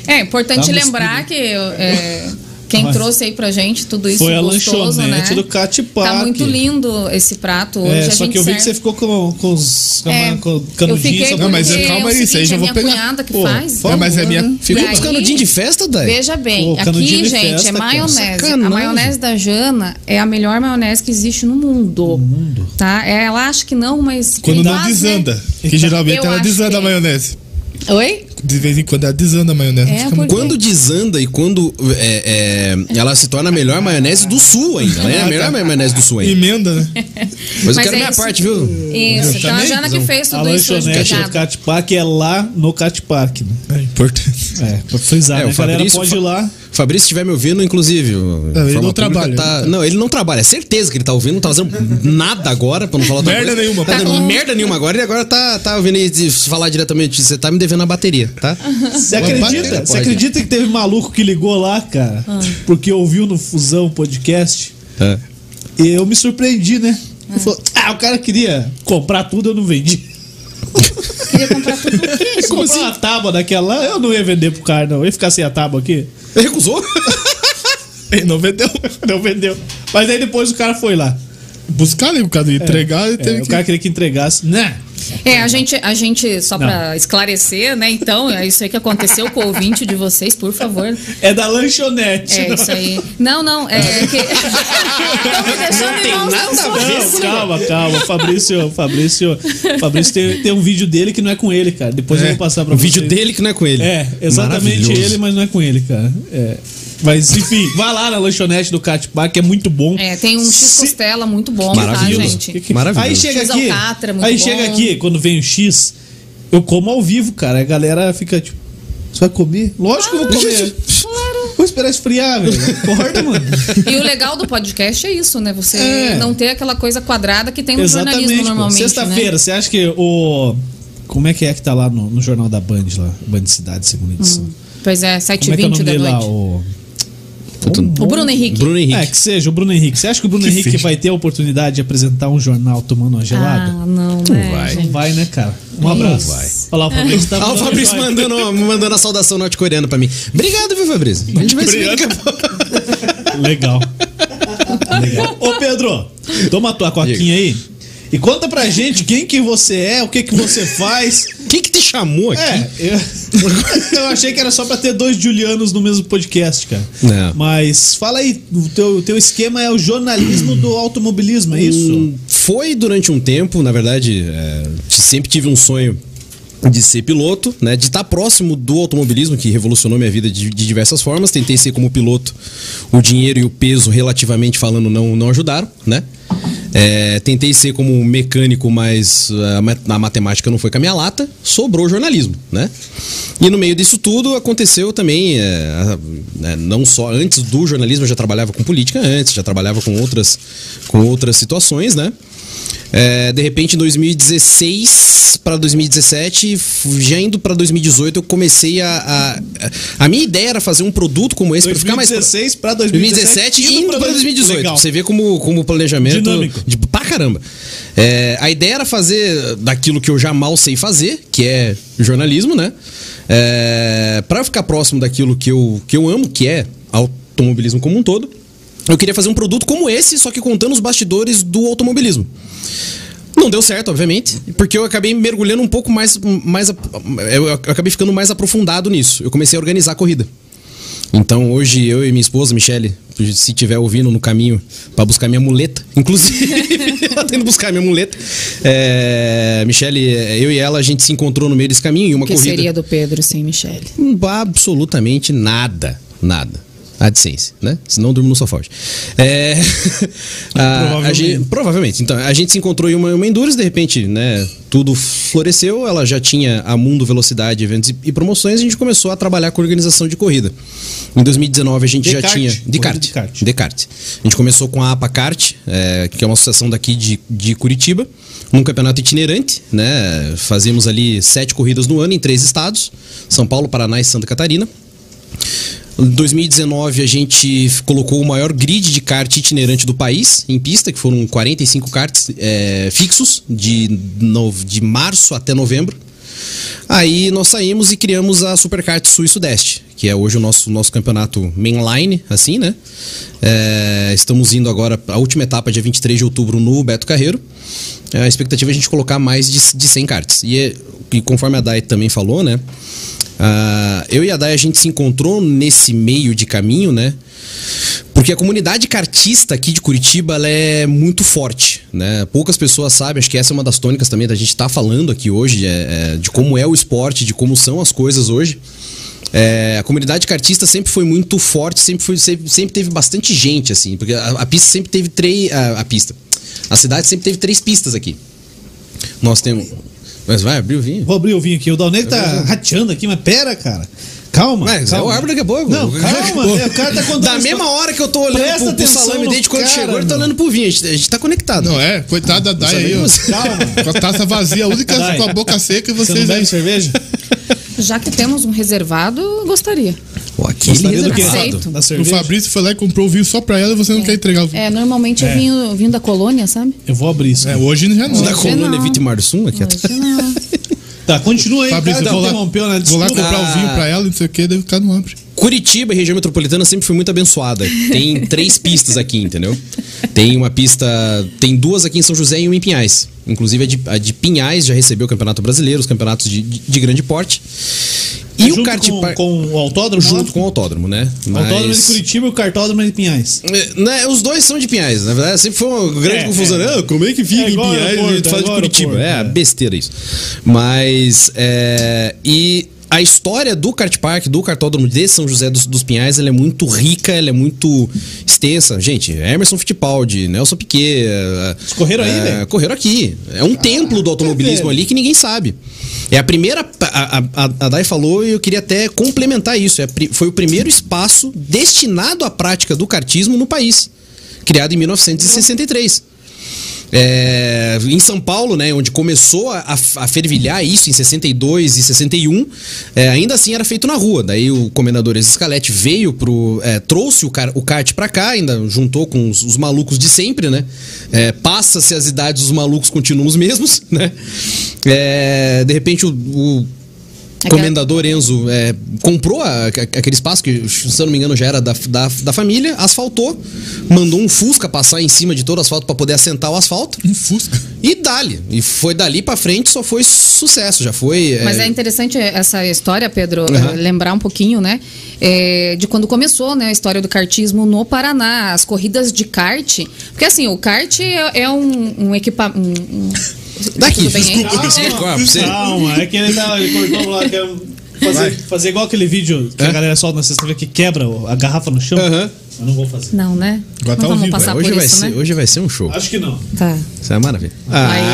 C: É importante
A: Dá uma
C: lembrar que é, quem
A: Mas-
C: trouxe aí pra gente tudo isso
A: Foi a
C: gostoso,
A: lanchonete
C: né?
A: do Cate
C: Tá
A: Pac.
C: muito lindo esse prato hoje.
A: É,
C: a
A: só
C: gente
A: que eu vi
C: serve-
A: que você ficou com, com os com a-
C: É,
A: com o
C: eu
A: canudinho.
C: fiquei
A: só-
D: Não, mas é-
C: porque é
D: calma
C: o
D: aí, isso aí
C: seguinte,
D: já
C: é
D: vou
C: minha
D: pegar.
C: cunhada que
A: Pô,
C: faz.
D: Não, mas é minha-
C: Uhum.
B: Ficou
C: E aí-
B: buscando canudinho de festa, Dai?
C: Veja bem,
A: Pô, canudinho
C: aqui,
A: de
C: gente,
A: festa,
C: é
A: cara.
C: maionese.
B: Sacanagem.
C: A maionese da Jana é a melhor maionese que existe no mundo. Tá? Ela acha que não, mas. né?
D: Quando não
A: né?
C: quase-
D: desanda.
A: Então,
D: Que geralmente
C: Eu
D: ela
C: acho
D: desanda
C: que-
D: a maionese.
C: Oi?
D: De vez em quando ela desanda a maionese.
C: É,
D: Fica muito-
C: porque-
B: Quando desanda e quando é, é, ela se torna a melhor maionese do sul ainda, né? A melhor maionese do sul ainda.
D: Emenda, né?
B: Mas eu
C: Mas
B: quero
C: é
B: minha
C: isso.
B: parte, viu?
C: Isso. Então a
D: Lanchonete,
C: Jana que fez
A: A
C: tudo isso hoje.
A: lanchonete do
C: obrigada.
A: Cat Pac é lá no Cat Pac, né?
D: É importante.
A: É, pra frisar,
B: É,
A: né? A
B: o
A: galera
B: Fabrício
A: pode
B: fa-
A: ir lá.
B: Fabrício, se estiver me ouvindo, inclusive. Não,
D: ele não trabalha,
B: Tá... Não, ele não trabalha. É certeza que ele tá ouvindo, não tá fazendo nada agora, pra não falar outra
D: Merda
B: coisa.
D: nenhuma,
B: Tá
D: pô.
B: fazendo merda nenhuma agora. Ele agora tá, tá ouvindo ele de- falar diretamente. Você tá me devendo a bateria, tá?
A: Você
B: Uma
A: acredita?
B: bateria,
A: Você
B: pode.
A: acredita que teve maluco que ligou lá, cara?
C: Ah.
A: Porque ouviu no Fusão Podcast?
B: É.
A: E eu me surpreendi, né?
C: É.
A: Ele falou, ah, o cara queria comprar tudo, eu não vendi.
C: Queria comprar tudo o quê? assim?"
A: Ele comprou uma tábua daquela lá, eu não ia vender pro cara, não. Eu ia ficar sem a tábua aqui.
B: Ele recusou?
D: Ele não vendeu.
A: Não vendeu. Mas aí depois o cara foi lá.
D: Buscar, né? O cara entregar e
A: É,
D: teve
A: O
D: que...
A: cara queria que entregasse, né?
C: É, a gente, a gente só pra esclarecer, né? Então, é isso aí que aconteceu com o ouvinte de vocês, por favor.
A: É da lanchonete.
C: É
A: não
C: isso aí. Não, não, é que. Estão me deixando em mãos
B: nada a ver.
A: Não, calma, calma. Fabrício, Fabrício, Fabrício tem, tem um vídeo dele que não é com ele, cara. Depois eu
D: É,
A: vou passar pra
B: O
A: vocês.
B: vídeo dele que não é com ele.
A: É, exatamente
B: Maravilhoso.
A: ele, mas não é com ele, cara. É. Mas enfim, vai lá na lanchonete do Cat Park, que é muito bom.
C: É, tem um X
A: Se-
C: Costela muito bom,
B: Maravilhoso.
C: tá,
A: Que-
C: gente?
A: que-
B: Maravilhoso.
A: Aí chega
C: X
A: aqui,
C: alcatra, muito
A: aí
C: bom.
A: chega aqui, quando vem o X, eu como ao vivo, cara. A galera fica tipo, você vai comer? Lógico que eu vou comer.
C: Ah, Claro. É um
A: Vou esperar esfriar, velho. Acorda, mano.
C: E o legal do podcast é isso, né? Você
A: É.
C: não ter aquela coisa quadrada que tem no
A: Exatamente.
C: jornalismo
A: pô.
C: normalmente. né?
A: Sexta-feira, você acha que o. Como é que é que tá lá no, no jornal da Band lá? Band Cidade, segunda edição.
C: Né? Pois é,
A: Como é que é o
C: 7h20
A: nome
C: da
A: dele lá?
C: noite.
A: O... Tá
B: Puta,
C: O Bruno Henrique.
B: Bruno Henrique.
A: É, que seja, o Bruno Henrique. Você acha que o Bruno
D: Que
A: Henrique
D: feio.
A: vai ter a oportunidade de apresentar um jornal tomando uma gelada?
C: Ah, não, né,
B: vai.
A: Não
C: gente?
A: vai, né, cara? Um abraço.
B: vai.
A: Olha lá, o Fabrício tá
B: Ah, o
A: mandando
B: Fabrício
A: joia.
B: mandando, mandando a saudação norte-coreana pra mim. Obrigado, viu, Fabrício? A gente vai se ver daqui a pouco.
A: Legal. Legal. Ô, Pedro, toma tua coquinha aí. E conta pra gente quem que você é, o que que você faz.
B: Quem que te chamou aqui?
A: É, eu, eu achei que era só pra ter dois Julianos no mesmo podcast, cara.
B: Não.
A: Mas fala aí, o teu, o teu esquema é o jornalismo do automobilismo, é isso?
B: Hum, Foi durante um tempo, na verdade, é, sempre tive um sonho de ser piloto, né? De estar próximo do automobilismo, que revolucionou minha vida de, de diversas formas. Tentei ser como piloto, o dinheiro e o peso, relativamente falando, não, não ajudaram, né? É, tentei ser como mecânico, mas a ma- a matemática não foi com a minha lata, sobrou jornalismo, né? E no meio disso tudo aconteceu também, é, a- né, não só antes do jornalismo, eu já trabalhava com política antes, já trabalhava com outras, com outras situações, né? É, de repente, em 2016 para 2017, f- já indo para 2018, eu comecei a, a. A minha ideia era fazer um produto como esse para ficar mais. pro-
A: 2016 pra 2017
B: 2017 e indo para 2018. Pra Você vê como, como o planejamento.
A: Dinâmico.
B: De, pra caramba. É, a ideia era fazer daquilo que eu já mal sei fazer, que é jornalismo, né? É, para ficar próximo daquilo que eu, que eu amo, que é automobilismo como um todo. Eu queria fazer um produto como esse, só que contando os bastidores do automobilismo. Não deu certo, obviamente, porque eu acabei mergulhando um pouco mais. mais ap- eu eu acabei ficando mais aprofundado nisso. Eu comecei a organizar a corrida. Então hoje eu e minha esposa, Michele, se tiver ouvindo no caminho pra buscar minha muleta, inclusive, ela tá indo buscar minha muleta. É, Michele, eu e ela, a gente se encontrou no meio desse caminho em uma
C: O que
B: corrida.
C: seria do Pedro sem Michele?
B: Hum, Absolutamente Hum, nada. Nada. AdSense, né? Se não, durmo no sofá hoje. É, a- a
D: Provavelmente.
B: gente- provavelmente. Então, a gente se encontrou em uma, uma Endurance, de repente, né? Tudo floresceu, ela já tinha a Mundo Velocidade, eventos e, e promoções, a gente começou a trabalhar com organização de corrida. Em 2019, a gente
A: De
B: já
A: kart,
B: tinha.
A: corrida
B: De kart,
A: de kart.
B: de kart. A gente começou com a APA Kart, é, que é uma associação daqui de, de Curitiba, num campeonato itinerante, né? Fazíamos ali sete corridas no ano em três estados: São Paulo, Paraná e Santa Catarina. Em 2019 a gente colocou o maior grid de kart itinerante do país em pista, que foram 45 karts é, fixos de, no- de março até novembro. Aí nós saímos e criamos a Superkart Sul e Sudeste, que é hoje o nosso, nosso campeonato mainline, assim, né? É, estamos indo agora a última etapa, dia 23 de outubro, no Beto Carreiro. É, a expectativa é a gente colocar mais de, de 100 karts. E, é- e conforme a Dai também falou, né? Ah, eu e a Dai a gente se encontrou nesse meio de caminho, né? Porque a comunidade cartista aqui de Curitiba ela é muito forte, né? Poucas pessoas sabem, acho que essa é uma das tônicas também da gente estar falando aqui hoje, é, é, de como é o esporte, de como são as coisas hoje. É, a comunidade cartista sempre foi muito forte, sempre, foi, sempre, sempre teve bastante gente, assim, porque a, a pista sempre teve três. A, a pista. A cidade sempre teve três pistas aqui. Nós temos. Mas vai abrir o vinho?
A: Vou abrir o vinho aqui. O Dalnei que tá rateando aqui, mas pera, cara. Calma.
B: É Mas é
A: calma.
B: o árbitro daqui a pouco.
A: Não, calma, né? O cara tá contando
B: Da
A: isso.
B: mesma hora que eu tô olhando
A: Presta
B: pro, pro
A: atenção
B: salame
A: no
B: dente quando
A: cara,
B: chegou, ele tá
A: mano.
B: olhando pro vinho. A gente, a gente tá conectado.
D: Não é, coitada da Dai aí, ó.
B: Sabemos?
A: Calma.
D: Com a taça vazia, a única
A: Dai.
D: com a boca seca e
A: Você não
D: vocês
A: bebe
D: aí.
A: cerveja?
C: Já que temos um reservado, gostaria.
B: Pô, aquele
A: do quê?
C: Aceito.
A: Da
D: O
A: cerveja?
D: Fabrício foi lá e comprou o vinho só pra ela e você não quer entregar o vinho.
C: É, normalmente eu vim, vim da colônia, sabe?
A: Eu vou abrir isso.
D: É, hoje já não.
B: Da
C: Não.
B: coluna Levite Marsum aqui.
C: Hoje não.
B: É.
A: Tá, continua aí.
D: Fabrício,
A: cara,
D: eu vou lá,
A: interrompeu, né?
D: vou lá
A: Desculpa.
D: comprar o vinho pra ela, não sei o que, daí o cara não abre.
B: Curitiba e região metropolitana sempre foi muito abençoada. Tem três pistas aqui, entendeu? Tem uma pista. Tem duas aqui em São José e uma em Pinhais. Inclusive a de, a de Pinhais já recebeu o Campeonato Brasileiro, os campeonatos de, de- de grande porte. E
A: É Junto
B: o kart
A: com,
B: par-
A: com o autódromo?
B: junto
A: lá?
B: com o autódromo, né?
A: O autódromo é de
B: Mas-
A: Curitiba e o cartódromo é de Pinhais.
B: É, né, os dois são de Pinhais, na verdade sempre foi uma
A: É,
B: grande confusão.
A: é.
B: Ah, como é que fica
A: É
B: em
A: igual
B: Pinhais e a
A: aeroporto,
B: gente
A: é
B: fala de
A: igual
B: Curitiba?
A: aeroporto,
B: é,
A: é.
B: besteira isso. Mas, é, e a história do kart park, do cartódromo de São José dos, dos Pinhais, ela é muito rica, ela é muito extensa. Gente, é Emerson Fittipaldi, Nelson Piquet... é,
A: correram aí,
B: é,
A: velho? Ah,
B: Correram aqui. É um templo do automobilismo
A: velho.
B: ali que ninguém sabe. É a primeira. A, a, a- a Dai falou e eu queria até complementar isso. É, a pri- foi o primeiro espaço destinado à prática do cartismo no país, criado em 1963. É, em São Paulo, né, onde começou a, a- a fervilhar isso em 62 e 61, é, ainda assim era feito na rua. Daí o comendador Escalete veio pro. é, trouxe o, car, o kart pra cá, ainda juntou com os, os malucos de sempre, né? É, Passa-se as idades, os malucos continuam os mesmos, né? É, de repente o. o
C: Aquela-
B: Comendador Enzo é, comprou a- a- aquele espaço que, se eu não me engano, já era da, da, da família, asfaltou, mandou um Fusca passar em cima de todo o asfalto pra poder assentar o asfalto.
D: Um fusca.
B: E dali. E foi dali pra frente, só foi sucesso. Já foi.
C: Mas
B: é,
C: é interessante essa história, Pedro,
B: Aham.
C: eh, lembrar um pouquinho, né? eh, de quando começou né, a história do kartismo no Paraná, as corridas de kart. Porque assim, o kart é, é um, um equipamento.
B: Daqui.
C: Tudo bem é. aí?
B: Desculpa, desculpa.
A: Calma,
B: pra você.
A: calma, é que ele, tá, ele cortou lá, que é um- fazer, fazer igual aquele vídeo que a
B: É?
A: galera solta na sexta-feira que quebra o- a garrafa no chão.
B: Aham.
A: Eu não vou fazer.
C: Não, né?
D: Agora tá
C: não
D: ao
C: vamos
D: vivo,
C: passar
B: hoje,
C: por
B: vai
C: isso,
B: ser,
C: né?
B: hoje vai ser um show.
A: Acho que não.
C: Tá.
B: Isso é maravilha.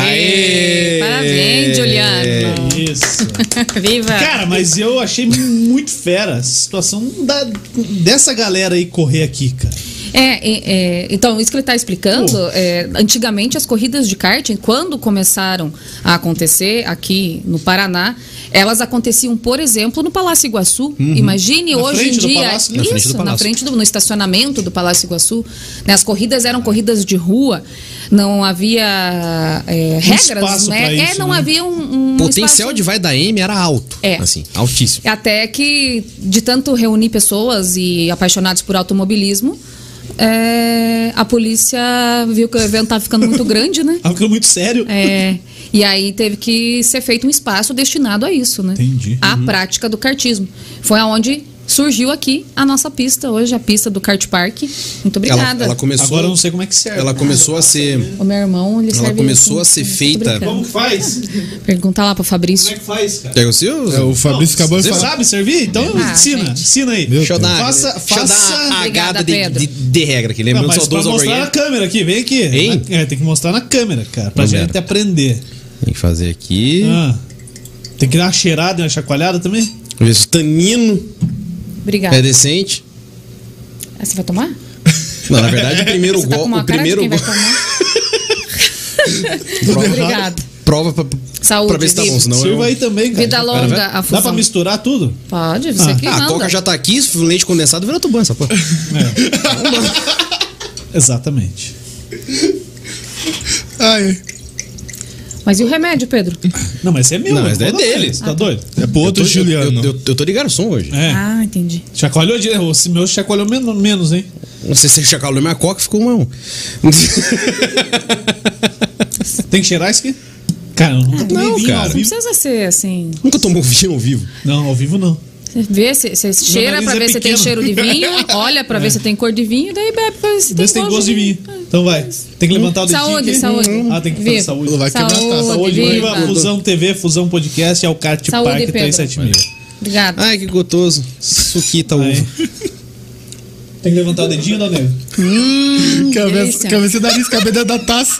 C: Aê! Parabéns,
B: É.
C: Juliano.
A: Isso.
C: Viva!
A: Cara, mas eu achei muito fera a situação da, dessa galera aí correr aqui, cara.
C: É, é, é, então, isso que ele está explicando,
A: Pô.
C: é, antigamente as corridas de karting, quando começaram a acontecer aqui no Paraná, elas aconteciam, por exemplo, no Palácio Iguaçu. Imagine
A: Uhum. Na
C: hoje em
A: frente do
C: dia.
A: palácio, né?
B: Na
C: isso,
B: frente do
C: na
B: palácio.
C: frente do no estacionamento do Palácio Iguaçu. né, as corridas eram corridas de rua, não havia é, regras,
A: Um espaço pra
C: né? é,
A: isso,
C: não
A: né?
C: havia um, um
B: O potencial
C: espaço-
B: de vai da M era alto.
C: É.
B: Assim, altíssimo.
C: até que, de tanto reunir pessoas e apaixonados por automobilismo, é, a polícia viu que o evento estava ficando muito grande, né?
A: Algo que é muito sério.
C: É, e aí teve que ser feito um espaço destinado a isso, né?
A: Entendi.
C: A prática do cartismo. Foi aonde surgiu aqui a nossa pista hoje, a pista do kart park. Muito obrigada.
B: Ela, ela começou,
A: Agora eu não sei como é que serve.
B: ela começou a ser.
C: O meu irmão, ele
B: Ela
C: serve
B: começou
C: com-
B: a ser
C: com-
B: feita-
C: brincando.
A: Como que faz?
C: Perguntar lá pro Fabrício.
A: Como é que faz, cara?
B: Pega o seu?
D: É, o Fabrício acabou de
A: Você
D: falar.
A: sabe servir? Então
C: Ah,
A: ensina,
C: gente.
A: ensina aí.
D: Meu
B: Deixa eu dar,
A: Faça-
B: deixa eu
A: faça-
B: dar a
C: Obrigada,
B: agada de,
C: Pedro.
B: de, de regra aqui.
A: Não,
B: Lembrando
A: mas
B: só
A: pra
B: duas
A: mostrar na
B: hamburguerias.
A: câmera aqui, vem aqui.
B: Hein?
A: Na- é, tem que mostrar na câmera, cara, pra
B: Câmera.
A: gente aprender.
B: Tem que fazer aqui.
A: Ah, tem que dar uma cheirada, uma chacoalhada também?
B: Vamos ver se o tanino
C: Obrigada.
B: é decente.
C: Ah, você vai tomar?
B: Não, na verdade, o primeiro
C: Você tá com
B: gol.
C: uma
B: o
C: cara de
B: primeiro
C: quem
B: gol.
C: vai tomar?
B: Prova,
C: Obrigada.
B: prova pra,
C: Saúde,
B: pra ver se tá bom,
C: vida.
B: senão.
A: Silva aí
B: Eu...
A: também, cara.
C: Vida longa, a
A: Dá pra
C: fusão.
A: misturar tudo?
C: Pode, você
A: Ah.
C: que
B: Ah, a
C: manda.
B: coca já tá aqui, leite condensado vira tuban, essa porra.
D: É
A: É. Exatamente.
D: Ai,
C: Mas e o remédio, Pedro?
A: Não, mas esse é meu.
B: Não,
A: eu
B: mas
A: vou
B: é
A: dar pra
B: dele.
A: ele, Tá doido?
D: é pro outro
B: Eu tô-
D: Juliano.
B: Eu, eu, eu tô de garçom hoje.
A: É.
C: Ah, entendi.
A: Chacoalhou direto. O meu chacoalhou menos, menos hein?
B: Não sei se ele chacalou minha coca, ficou um a um.
A: Tem que cheirar isso aqui? Cara, eu
C: Ah,
A: nunca
C: tá.
A: tomei
B: não,
A: vinho
B: cara.
A: ao
C: Não
A: vivo.
C: precisa ser assim.
B: Nunca tomou vinho ao vivo.
A: Não, ao vivo não.
C: Você vê se você cheira
A: nariz
C: pra
A: é
C: ver se tem
A: pequeno. É.
C: cheiro de vinho, olha pra ver se tem cor de vinho, daí bebe pra ver se
A: Vê
C: tem,
A: se tem gosto de vinho. Então vai. Tem que levantar o dedinho
C: Saúde,
A: aqui.
C: saúde.
A: Ah, tem que fazer
C: Viva.
A: saúde.
D: Vai quebrar a taça.
C: saúde,
A: Saúde, viva.
C: viva. Ah,
A: Fusão TV, Fusão Podcast é e Alcarte
C: Saúde,
A: Parque
C: Pedro.
A: 376.
C: Obrigada.
A: Ah,
B: Ai, que gostoso. Suquita uva.
A: Aí. Tem que levantar o dedinho, dona Neve?
D: Quer ver
C: Hum, delícia.
D: quer ver se dá nariz, cabelo da taça.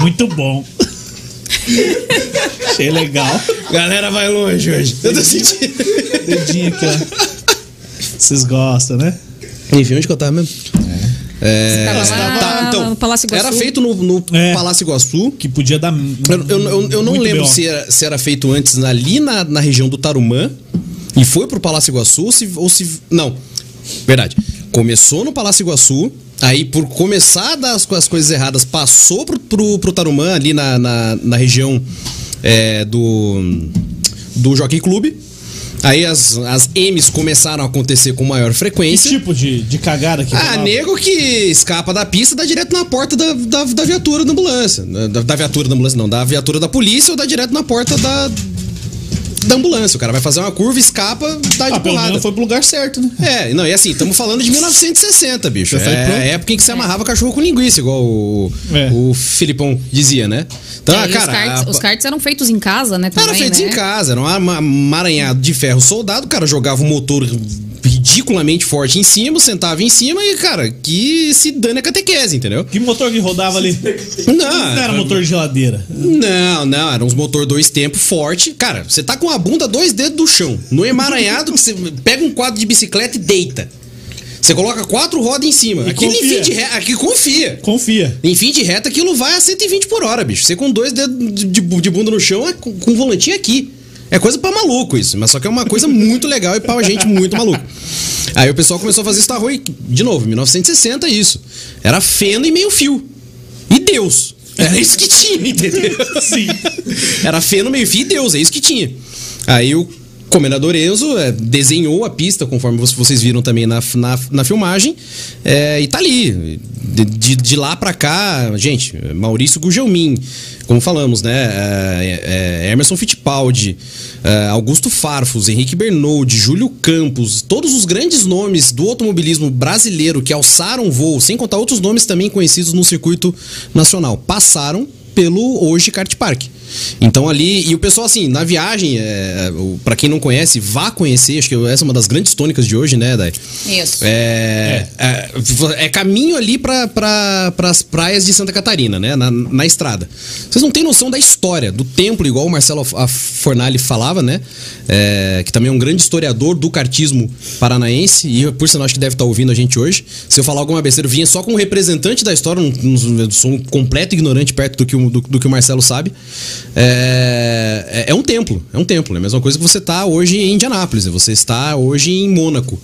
A: Muito bom. Achei legal.
B: Galera vai longe hoje. Eu tô sentindo.
A: Dedinho aqui, ó. Vocês gostam, né?
B: Enfim, onde que eu tava mesmo? É.
C: Tava lá
B: tá, então,
C: no Palácio Iguaçu.
B: Era feito no, no
A: É.
B: Palácio Iguaçu.
A: Que podia dar.
B: Eu, eu- eu- eu não
A: muito
B: lembro
A: B.O..
B: se era, se era feito antes ali na, na região do Tarumã e foi pro Palácio Iguaçu ou se, ou se. Não. Verdade. Começou no Palácio Iguaçu, aí por começar das, as coisas erradas, passou pro, pro, pro Tarumã ali na, na, na região é, do. do Jockey Clube. Aí as, as M's começaram a acontecer com maior
A: Que
B: frequência.
A: tipo de, de cagada que
B: Ah,
A: rolava?
B: nego que escapa da pista dá direto na porta da, da, da viatura da ambulância. Da, da viatura da ambulância, não, da viatura da polícia ou dá direto na porta da. Da ambulância. O cara vai fazer uma curva, escapa, dá de
A: Ah, pelo
B: porrada.
A: menos foi pro lugar certo, né?
B: É, não, e assim, estamos falando de 1960, bicho.
D: Já sai
B: É
D: pronto.
B: a época em que se amarrava cachorro com linguiça, igual o,
A: É.
B: o Filipão dizia, né? Então,
C: É, e os,
B: cara.
C: cards,
B: a-
C: os cards eram feitos em casa, né? Também,
B: era feito
C: né?
B: em casa, era um ama- amaranhado de ferro soldado, o cara jogava um motor ridiculamente forte em cima, sentava em cima e, cara, que se dane a catequese, entendeu?
A: Que motor que rodava ali?
B: Não,
A: Não era
B: era-
A: motor de geladeira.
B: Não, não, era uns motor dois tempos forte. Cara, você tá com a bunda dois dedos do chão, no emaranhado, que você pega um quadro de bicicleta e deita. Você coloca quatro rodas em cima. Aquele
A: confia.
B: enfim de reta, aqui confia.
A: Confia.
B: Em fim de reta, aquilo vai a 120 por hora, bicho. Você com dois dedos de, de- de bunda no chão, é com, com o volantinho aqui. É coisa pra maluco isso, mas só que é uma coisa muito legal e pra gente muito maluco. Aí o pessoal começou a fazer Star Roy, de novo, 1960 isso. Era feno e meio fio. E Deus. Era isso que tinha, entendeu?
A: Sim.
B: Era feno, meio fio e Deus, é isso que tinha. Aí o Comendador Enzo é, desenhou a pista, conforme vo- vocês viram também na, f- na, f- na filmagem, é, e tá ali. De, de, de lá pra cá, gente, Maurício Gugelmin, como falamos, né? é, é, Emerson Fittipaldi, é, Augusto Farfus, Henrique Bernoldi, Júlio Campos, todos os grandes nomes do automobilismo brasileiro que alçaram voo, sem contar outros nomes também conhecidos no circuito nacional, passaram pelo hoje kart park. Então ali e o pessoal assim na viagem, é, para quem não conhece, vá conhecer. Acho que essa é uma das grandes tônicas de hoje, né, Dai?
C: Isso.
B: É, é. é caminho ali pra, pra, pras praias de Santa Catarina, né? Na, na estrada. Vocês não têm noção da história, do templo, igual o Marcelo Af- Fornali falava, né? É, que também é um grande historiador do cartismo paranaense. E por sinal, acho que deve estar ouvindo a gente hoje. Se eu falar alguma besteira, eu vinha só com um representante da história. não- não- eu sou um completo ignorante perto do que o, do, do que o Marcelo sabe. É, é, é um templo, é um templo. É a mesma coisa que você está hoje em Indianápolis, né? você está hoje em Mônaco.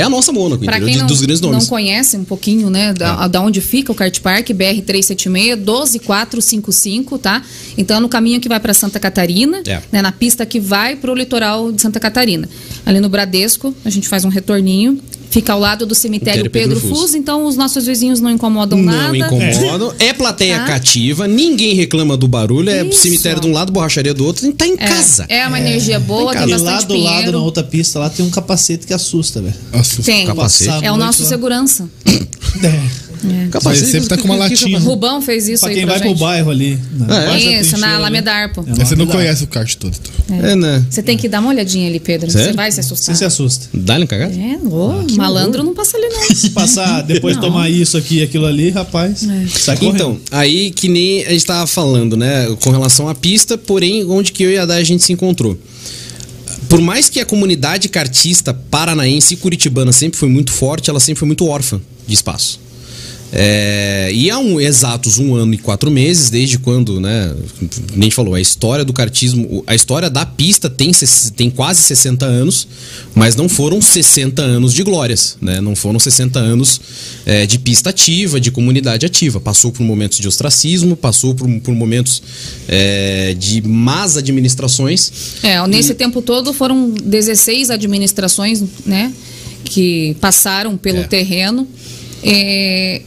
B: é a nossa Mônaco,
C: Pra
B: entendeu?
C: quem
B: De-
C: não,
B: dos grandes nomes. É.
C: não conhece um pouquinho, né, da, da onde fica o kart park, BR-376, 12455, tá? Então, é no caminho que vai para Santa Catarina,
B: É.
C: né, na pista que vai para o litoral de Santa Catarina. Ali no Bradesco, a gente faz um retorninho, fica ao lado do cemitério
B: Cemitério
C: Pedro,
B: Pedro
C: Fus.
B: Fus,
C: então os nossos vizinhos não incomodam
B: Não
C: nada.
B: incomodam. É plateia
C: Tá?
B: cativa, ninguém reclama do barulho, é
C: Isso.
B: cemitério de um lado, borracharia do outro, a gente tá em
C: É,
B: casa.
C: é uma energia boa, tem
A: E lá
C: bastante
A: do lado, na
C: dinheiro.
A: outra pista, lá tem um capacete que assusta, velho.
D: Nossa,
C: Tem.
B: capacete.
A: Passar a
C: É o
A: noite né?
C: nosso
A: lá.
C: segurança.
A: É.
B: Capacete,
D: Mas sempre tá com uma
B: que- que- que-
D: latinha.
B: que-
C: Rubão fez isso
A: Pra
C: aí
A: quem
C: pra
A: vai
C: gente.
A: pro bairro ali. né? Baixo
B: É.
A: da
C: Isso, na
A: trincheira ali.
C: Alameda Arpo.
A: É.
D: Você não
A: Lá.
D: conhece o kart todo. então.
B: É, né?
C: Você tem que dar uma olhadinha ali, Pedro. Você
B: Sério?
C: vai se
A: Você
C: assustar.
A: se assusta.
B: Dá-lhe um cagado?
C: É, ô, malandro não passa ali não.
A: Se passar, depois
C: Não. É.
A: tomar isso aqui e aquilo ali, rapaz. Sai correndo.
B: Então, aí que nem a gente tava falando, né, com relação à pista, porém, onde que eu e a Dai a gente se encontrou. Por mais que a comunidade cartista paranaense e curitibana sempre foi muito forte, ela sempre foi muito órfã de espaço. É, e há um, exatos um ano e quatro meses, desde quando, né? Nem falou, a história do cartismo, a história da pista tem, ses- tem quase 60 anos, mas não foram 60 anos de glórias, né? Não foram 60 anos é, de pista ativa, de comunidade ativa. Passou por momentos de ostracismo, passou por, por momentos é, de más administrações.
C: É, nesse tempo todo foram 16 administrações, né? Que passaram pelo
B: É.
C: terreno. É,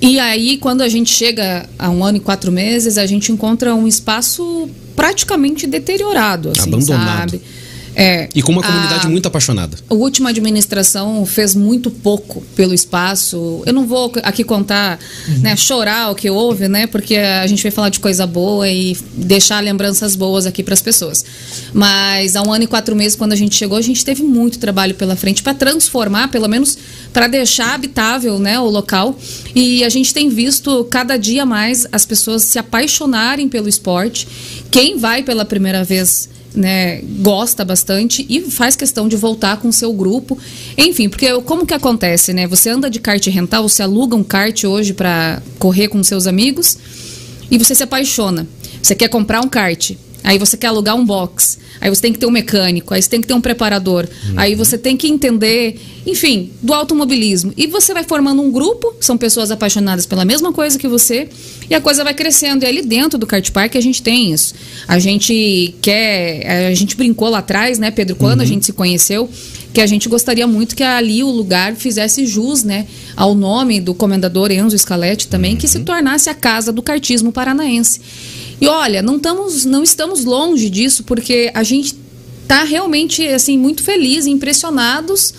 C: e aí, quando a gente chega a um ano e quatro meses, a gente encontra um espaço praticamente deteriorado, assim,
B: Abandonado.
C: sabe? É,
B: E com uma
C: a-
B: comunidade muito apaixonada.
C: A última administração fez muito pouco pelo espaço. Eu não vou aqui contar, né, chorar o que houve, né, porque a gente vai falar de coisa boa e deixar lembranças boas aqui para as pessoas. Mas há um ano e quatro meses, quando a gente chegou, a gente teve muito trabalho pela frente para transformar, pelo menos para deixar habitável, né, o local. E a gente tem visto cada dia mais as pessoas se apaixonarem pelo esporte. Quem vai pela primeira vez né, gosta bastante e faz questão de voltar com o seu grupo. Enfim, porque eu- como que acontece, né? Você anda de kart rental, você aluga um kart hoje para correr com seus amigos e você se apaixona. Você quer comprar um kart, aí você quer alugar um box, aí você tem que ter um mecânico, aí você tem que ter um preparador, aí você tem que entender, enfim, do automobilismo. E você vai formando um grupo, são pessoas apaixonadas pela mesma coisa que você, e a coisa vai crescendo. E ali dentro do kart park a gente tem isso. A gente quer, a gente brincou lá atrás, né, Pedro, quando a gente se conheceu, que a gente gostaria muito que ali o lugar fizesse jus, né, ao nome do comendador Enzo Scaletti também, que se tornasse a casa do cartismo paranaense. E olha, não estamos, não estamos longe disso, porque a gente está realmente assim muito feliz, e impressionados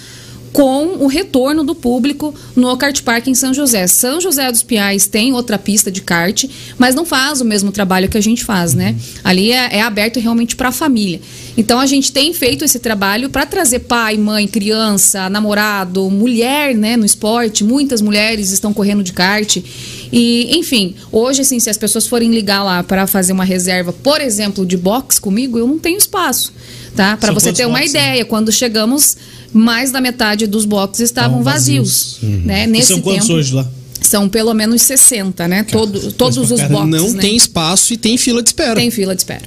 C: com o retorno do público no kart park em São José. São José dos Piais tem outra pista de kart, mas não faz o mesmo trabalho que a gente faz, né? Ali é, é aberto realmente para a família. Então a gente tem feito esse trabalho para trazer pai, mãe, criança, namorado, mulher, né, no esporte. Muitas mulheres estão correndo de kart e, enfim, hoje assim, se as pessoas forem ligar lá para fazer uma reserva, por exemplo, de box comigo, eu não tenho espaço, tá? Para
A: São
C: você
A: quantos
C: ter uma
A: boxes,
C: ideia ideia, quando chegamos, mais da metade dos boxes estavam
A: Estavam Uhum.
C: vazios. Né?
A: E
C: Nesse
A: são quantos
C: tempo,
A: hoje lá?
C: são pelo menos 60, né? Todo,
A: pra
C: todos os
A: caramba.
C: boxes.
B: não
C: né?
B: tem espaço e tem fila de espera.
C: Tem fila de espera.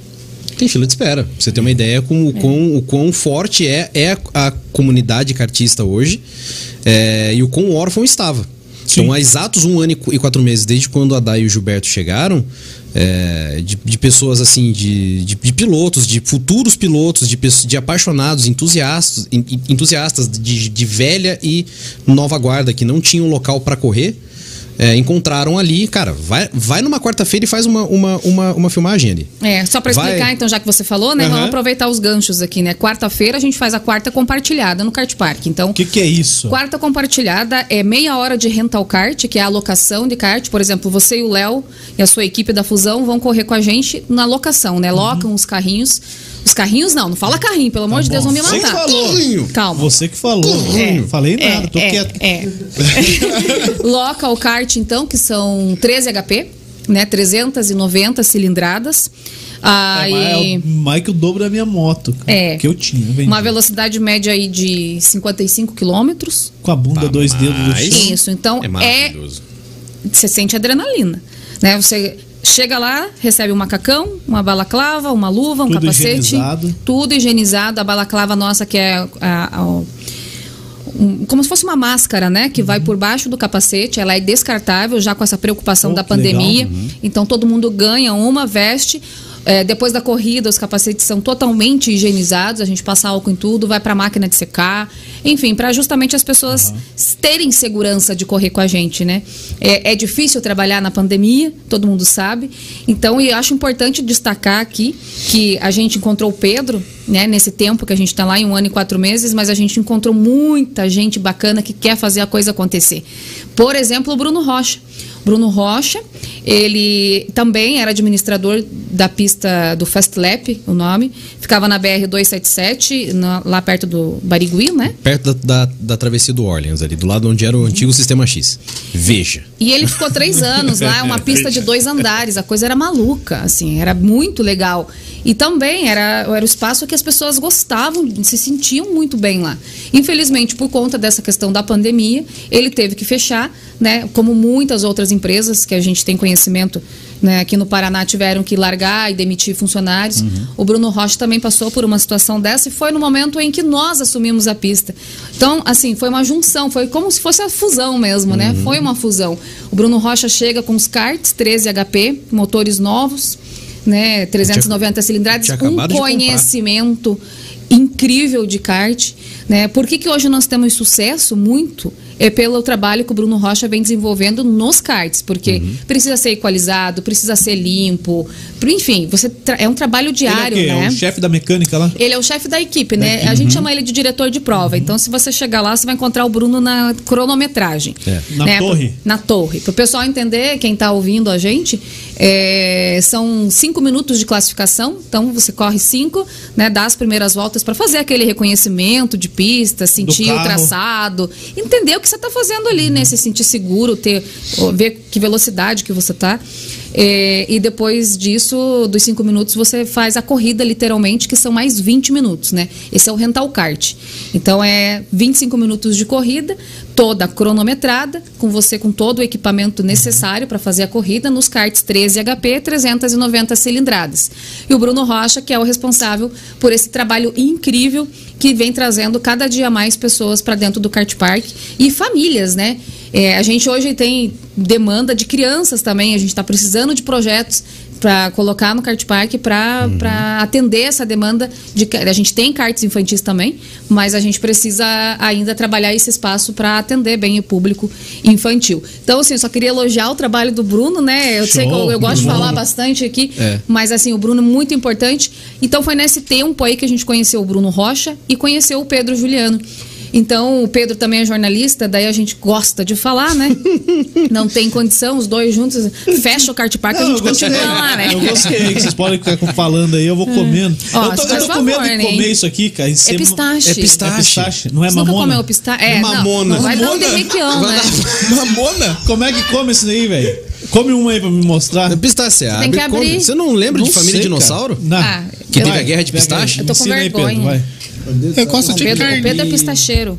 B: Tem fila de espera. Pra você ter uma ideia como o quão, o quão forte é, é a, a comunidade cartista hoje é, e o quão órfão estava. Então, há exatos um ano e qu- e quatro meses, desde quando a Day e o Gilberto chegaram, é, de, de pessoas assim, de, de, de pilotos, de futuros pilotos, de, pesso- de apaixonados, entusiastas, en- en- entusiastas de, de velha e nova guarda que não tinham local para correr. É, encontraram ali, cara, vai, vai numa quarta-feira e faz uma, uma, uma, uma filmagem ali.
C: É, só para
B: Vai.
C: explicar, então, já que você falou, né?
B: Aham.
C: Vamos aproveitar os ganchos aqui, né? Quarta-feira a gente faz a quarta compartilhada no Kart Park. Então,
A: O que, que é isso?
C: Quarta compartilhada é meia hora de rental kart, que é a locação de kart. Por exemplo, você e o Léo e a sua equipe da Fusão vão correr com a gente na locação, né? Locam os carrinhos. Os carrinhos não, não fala carrinho, pelo amor de Deus,
A: bom,
C: não me
A: você que
C: matar.
A: falou.
C: Calma.
A: Você que falou. Não Hum, Falei nada, tô
C: é,
A: quieto.
C: é. Loca o kart, então, que são 13 HP, né? 390 cilindradas.
A: É,
C: Aí...
A: mas é o- mais que o dobro da minha moto. cara,
C: É.
A: Que eu tinha. vendi.
C: Uma velocidade média aí de 55 quilômetros.
A: Com a
B: Tá
A: bunda, dois dedos do
B: Mas-
A: chão.
C: Isso, então
B: É
C: é
B: maravilhoso.
C: você sente adrenalina, né? Você chega lá, recebe um macacão, uma balaclava, uma luva, um
A: Tudo
C: capacete,
A: higienizado.
C: tudo higienizado. A balaclava nossa que é a- a- o- um- como se fosse uma máscara, né?
A: Uhum.
C: Que vai por baixo do capacete, ela é descartável já com essa preocupação
A: Oh,
C: da
A: que legal.
C: pandemia. Então todo mundo ganha uma, veste. É, depois da corrida, os capacetes são totalmente higienizados, a gente passa álcool em tudo, vai para a máquina de secar. Enfim, para justamente as pessoas terem segurança de correr com a gente, né? É, é difícil trabalhar na pandemia, todo mundo sabe. Então, e eu acho importante destacar aqui que a gente encontrou o Pedro, né? Nesse tempo que a gente está lá, em um ano e quatro meses, mas a gente encontrou muita gente bacana que quer fazer a coisa acontecer. Por exemplo, o Bruno Rocha. Bruno Rocha, ele também era administrador da pista do Fast Lap, o nome. Ficava na BR 277, na- lá perto do Barigui, né?
B: Perto da, da, da travessia do Orleans, ali, do lado onde era o antigo sistema X. Veja.
C: E ele ficou três anos lá, é uma pista de dois andares, a coisa era maluca, assim, era muito legal. E também era, era o espaço que as pessoas gostavam, se sentiam muito bem lá. Infelizmente, por conta dessa questão da pandemia, ele teve que fechar, né? Como muitas outras empresas que a gente tem conhecimento né, aqui no Paraná tiveram que largar e demitir funcionários.
B: Uhum.
C: O Bruno Rocha também passou por uma situação dessa e foi no momento em que nós assumimos a pista. Então, assim, foi uma junção, foi como se fosse a fusão mesmo, né?
B: Uhum.
C: Foi uma fusão. O Bruno Rocha chega com os karts 13 HP, motores novos, né, 390 cilindradas,
B: tinha
C: um
B: acabado de comprar.
C: conhecimento incrível de kart, né? Por que, que hoje nós temos sucesso muito? É pelo trabalho que o Bruno Rocha vem desenvolvendo nos karts, porque
A: Uhum.
C: precisa ser equalizado, precisa ser limpo, enfim, você tra- é um trabalho diário,
A: Ele é o quê?
C: né?
A: É o chefe da mecânica lá?
C: Ele é o chefe da equipe, né? A gente chama ele de diretor de prova. Então, se você chegar lá, você vai encontrar o Bruno na cronometragem.
B: É.
A: Na
C: né?
A: torre.
C: Pro- Na torre. Para o pessoal entender, quem está ouvindo a gente, é, são cinco minutos de classificação. Então, você corre cinco, né? Dá as primeiras voltas para fazer aquele reconhecimento de pista, assim, sentir o
A: carro.
C: traçado, entender o que você está fazendo ali, né? Se sentir seguro, ter, ver que velocidade que você está. É, e depois disso, dos cinco minutos, você faz a corrida, literalmente, que são mais 20 minutos, né? Esse é o rental kart. Então é 25 minutos de corrida, toda cronometrada, com você com todo o equipamento necessário para fazer a corrida nos karts 13 HP, 390 cilindradas. E o Bruno Rocha, que é o responsável por esse trabalho incrível que vem trazendo cada dia mais pessoas para dentro do kart park e famílias, né? É, a gente hoje tem demanda de crianças também, a gente está precisando de projetos para colocar no kart park para
A: Uhum.
C: atender essa demanda de ca- a gente tem karts infantis também, mas a gente precisa ainda trabalhar esse espaço para atender bem o público infantil. Então assim, eu só queria elogiar o trabalho do Bruno, né? Eu sei que eu, eu
A: Show,
C: gosto de
A: Bruno.
C: falar bastante aqui,
B: É.
C: mas assim, o Bruno é muito importante. Então foi nesse tempo aí que a gente conheceu o Bruno Rocha e conheceu o Pedro Juliano. Então, o Pedro também é jornalista, daí a gente gosta de falar, né? Não tem condição, os dois juntos. Fecha o kart park, a gente continua lá, né? Hum.
A: Eu gostei que vocês podem ficar falando aí, eu vou comendo.
C: Ó,
A: eu tô,
C: se
A: eu
C: faz
A: tô com medo
C: favor,
A: de
C: né,
A: comer
C: hein?
A: isso aqui, cara. Em cima-
C: pistache.
A: É pistache.
B: É pistache.
A: Não é
C: Você nunca
A: mamona?
C: comeu pistache? É,
B: Mamona. um-
C: Não, vai dar um
D: Mamona?
C: derrequião, né?
D: Mamona?
A: Como é que come isso daí, velho? Come uma aí pra me mostrar.
B: É Pistache, você
C: tem
B: abre
C: que
B: e come.
C: abrir.
B: Você não lembra
A: Não
B: de família
A: sei,
B: dinossauro?
A: cara. Não.
C: Ah,
B: Que
C: eu-
B: teve a guerra de
A: Pega aí.
B: pistache?
C: Eu tô com
A: Ensina aí,
C: vergonha.
A: Pedro, vai.
D: Eu gosto
C: o
D: de
C: Pedro, o
D: carne.
C: Pedro é pistacheiro.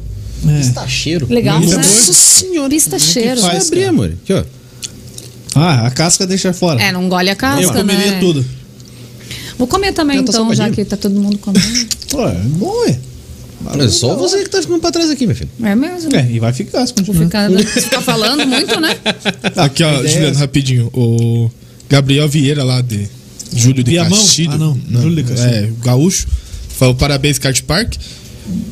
B: Pistacheiro.
C: Legal,
A: Isso
C: né?
A: é
B: Nossa senhora.
C: Pistacheiro.
A: Como é que
B: Vai
A: faz?
B: abrir, amor. Aqui, ó.
A: Ah, a casca deixa fora.
C: É, não engole a casca,
A: eu comeria
C: né?
A: tudo.
C: Vou comer também,
B: Eu tô
C: então,
B: só
C: já
B: pedindo.
C: que tá todo mundo comendo.
A: Pô, é bom, é.
B: É só você que tá ficando pra trás aqui, meu filho.
C: É mesmo.
A: É, e vai ficar se continuar.
B: Hum.
C: Fica, você tá falando muito, né?
D: Aqui, ó,
A: Ideias.
D: Juliano, rapidinho. O Gabriel Vieira lá de Júlio de
A: Viamão?
D: Castilho.
A: Ah, não. Júlio de Castilho.
D: É, o gaúcho. Falou parabéns, Kart Park,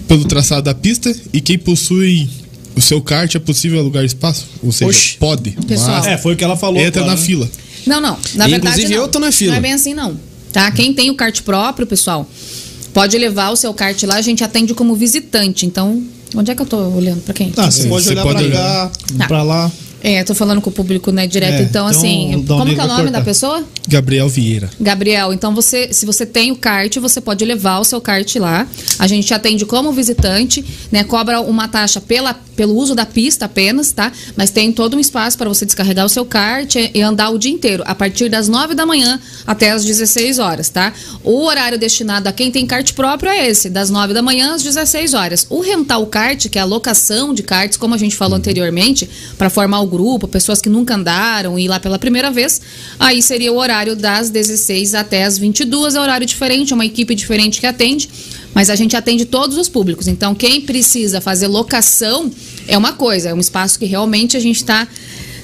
D: pelo traçado da pista. E quem possui o seu kart é possível alugar espaço? Ou seja,
B: Oxe.
D: pode.
C: Pessoal.
D: mas
A: É, foi o que ela falou.
D: Entra
A: agora,
D: na
A: né?
D: fila.
C: Não, não. Na verdade,
B: Inclusive,
C: não.
B: eu tô na fila.
C: Não é bem assim, não. Tá? Quem tem o kart próprio, pessoal, pode levar o seu kart lá. A gente atende como visitante. Então, onde é que eu tô olhando? Pra quem?
A: Ah, você
D: Sim,
A: pode
D: você
A: olhar
D: pode
A: pra cá,
D: olhar.
C: Tá.
A: pra lá.
C: É, eu tô falando com o público, né, direto.
A: É, então,
C: então, assim,
A: o
B: um
C: como
A: Dalmir
C: que é o
A: vai
C: nome da
A: cortar.
C: pessoa?
D: Gabriel Vieira.
C: Gabriel, então você, se você tem o kart, você pode levar o seu kart lá. A gente atende como visitante, né? Cobra uma taxa pela, pelo uso da pista apenas, tá? Mas tem todo um espaço para você descarregar o seu kart e- e andar o dia inteiro, a partir das 9 da manhã até as 16 horas, tá? O horário destinado a quem tem kart próprio é esse, das 9 da manhã às 16 horas. O rental kart, que é a locação de karts, como a gente
A: Uhum.
C: falou anteriormente, para formar o grupo, pessoas que nunca andaram e ir lá pela primeira vez, aí seria o horário das 16 até as 22, é horário diferente, é uma equipe diferente que atende, mas a gente atende todos os públicos. Então, quem precisa fazer locação é uma coisa, é um espaço que realmente a gente está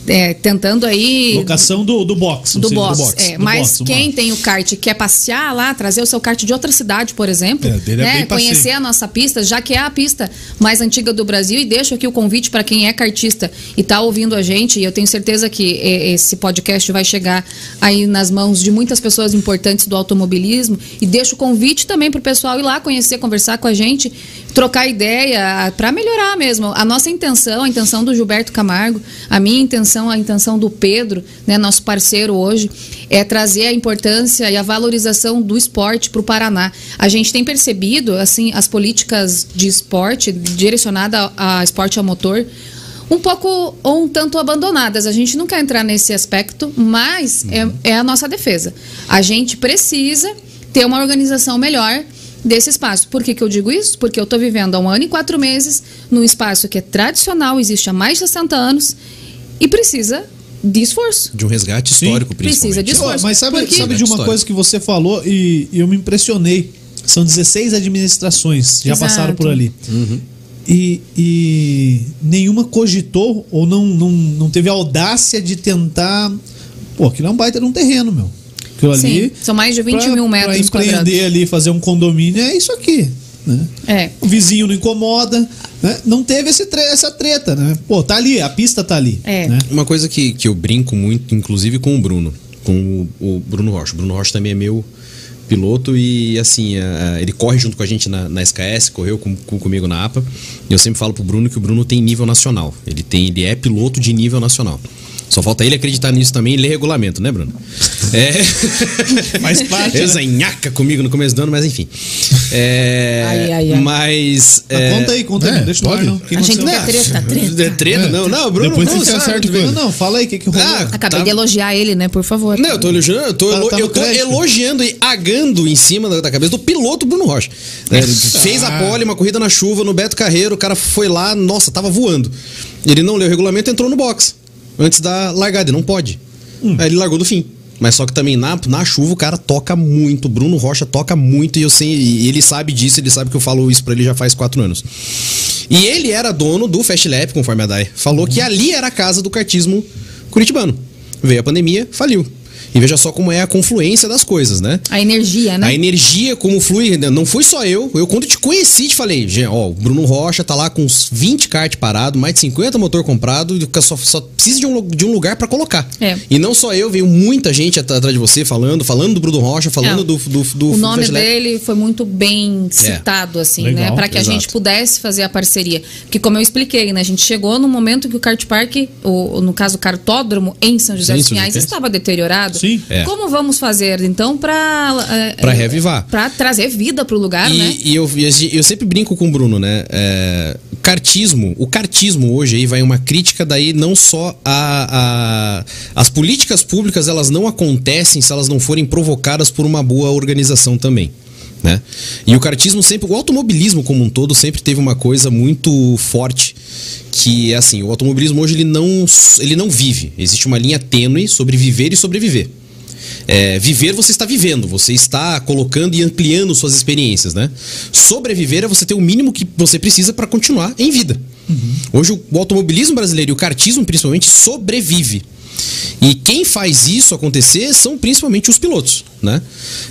C: é, tentando aí.
A: Locação do, do box. ou
C: do
A: seja,
C: box. é,
A: do
C: mas
A: box, do
C: quem
A: box.
C: tem o kart e quer passear lá, trazer o seu kart de outra cidade, por exemplo,
D: É, dele é
C: né,
D: bem passeio.
C: conhecer a nossa pista, já que é a pista mais antiga do Brasil, e deixo aqui o convite para quem é kartista e está ouvindo a gente, e eu tenho certeza que é, esse podcast vai chegar aí nas mãos de muitas pessoas importantes do automobilismo, e deixo o convite também para o pessoal ir lá conhecer, conversar com a gente, trocar ideia, para melhorar mesmo. A nossa intenção, a intenção do Gilberto Camargo, a minha intenção, a intenção do Pedro, né, nosso parceiro hoje, é trazer a importância e a valorização do esporte para o Paraná. A gente tem percebido, assim, as políticas de esporte direcionada a a esporte ao motor um pouco ou um tanto abandonadas. A gente não quer entrar nesse aspecto, mas é, é a nossa defesa. A gente precisa ter uma organização melhor desse espaço. Por que, que eu digo isso? Porque eu estou vivendo há um ano e quatro meses num espaço que é tradicional, existe há mais de 60 anos e precisa de esforço.
B: De um resgate histórico,
C: Precisa
B: principalmente.
C: de esforço.
A: Mas sabe,
C: Porque-
A: sabe de uma
B: História.
A: coisa que você falou e, e eu me impressionei? São 16 administrações, já
C: Exato.
A: passaram por ali. E, e nenhuma cogitou ou não, não, não teve a audácia de tentar. Pô, aquilo é um baita de um terreno, meu. Aquilo ali.
C: Sim, são mais de 20
A: pra-
C: mil
A: pra
C: metros
A: empreender
C: quadrados.
A: ali, fazer um condomínio, é isso aqui. Né?
C: É.
B: Tá?
A: O vizinho não incomoda, né? não teve esse tre- essa treta, né? Pô, tá ali, a pista tá ali.
C: É.
A: né?
B: Uma coisa que, que eu brinco muito, inclusive com o Bruno, com o, o Bruno Rocha. O Bruno Rocha também é meu piloto e assim, a- a- ele corre junto com a gente na, na SKS, correu com- com- comigo na APA. E eu sempre falo pro Bruno que o Bruno tem nível nacional. Ele tem, ele é piloto de nível nacional. Só falta ele acreditar nisso também e ler regulamento, né, Bruno? É.
A: Faz parte, né?
B: Fez a nhaca comigo no começo do ano, mas enfim. É,
C: Ai, ai, ai.
B: Mas.
A: Ah,
B: é,
A: Conta aí, conta aí,
D: É,
A: não deixa no ar,
D: pode?
A: não. Quem
C: A gente
A: aconteceu? Ah,
C: não é treta, treta.
B: é Treta, não, não, Bruno.
D: Depois
B: não,
D: você
B: sabe,
D: acerta,
A: Não,
D: Bruno.
A: não, fala aí o que, que rolou.
B: Ah,
C: Acabei
B: tá-
C: de elogiar ele, né? Por favor.
B: Não, eu tô elogiando, eu tô,
A: Tá-
B: elo-
A: tá no
B: eu tô
A: crédito.
B: elogiando e agando em cima da, da cabeça do piloto Bruno Rocha. É, fez a pole, uma corrida na chuva no Beto Carreiro, o cara foi lá, nossa, tava voando. Ele não leu o regulamento, entrou no box antes da largada, ele não pode. Aí ele largou do fim. Mas só que também na, na chuva o cara toca muito, o Bruno Rocha toca muito e eu sei, e ele sabe disso, ele sabe que eu falo isso pra ele já faz quatro anos. E ele era dono do Fast Lab, conforme a Dai falou, que ali era a casa do cartismo curitibano. Veio a pandemia, faliu. E veja só como é a confluência das coisas, né?
C: A energia, né?
B: A energia, como flui, né? não foi só eu. Eu, quando te conheci, te falei, "Gê, ó, o Bruno Rocha tá lá com uns 20 kart parado, mais de 50 motor comprado, e só, só precisa de um, lu- de um lugar pra colocar.
C: É.
B: E não só eu, veio muita gente at- atrás de você falando, falando do Bruno Rocha, falando
C: É.
B: do, do, do
C: o nome
B: Fast Lab.
C: dele foi muito bem citado, assim,
A: Legal.
C: né? Para que a gente
B: É. Exato.
C: pudesse fazer a parceria. Que como eu expliquei, né? A gente chegou no momento que o kart park, ou no caso o cartódromo em São José
B: Sim,
C: dos
B: São José dos
C: Pinhais,
B: Pinhais.
C: estava deteriorado.
A: Sim.
B: É.
C: Como vamos fazer então para
B: Pra revivar.
C: Para trazer vida pro lugar,
B: e, tipo,
C: né?
B: e eu, e a gente- eu sempre brinco com o Bruno, né? É, cartismo, o cartismo hoje aí vai uma crítica daí não só a, a- as políticas públicas elas não acontecem se elas não forem provocadas por uma boa organização também. Né? E o cartismo sempre, o automobilismo como um todo sempre teve uma coisa muito forte que é assim, o automobilismo hoje ele não, ele não vive. Existe uma linha tênue sobre viver e sobreviver. É, viver você está vivendo, você está colocando e ampliando suas experiências, né? Sobreviver é você ter o mínimo que você precisa para continuar em vida.
A: Uhum.
B: Hoje o- o automobilismo brasileiro e o kartismo principalmente sobrevive. E quem faz isso acontecer são principalmente os pilotos, né?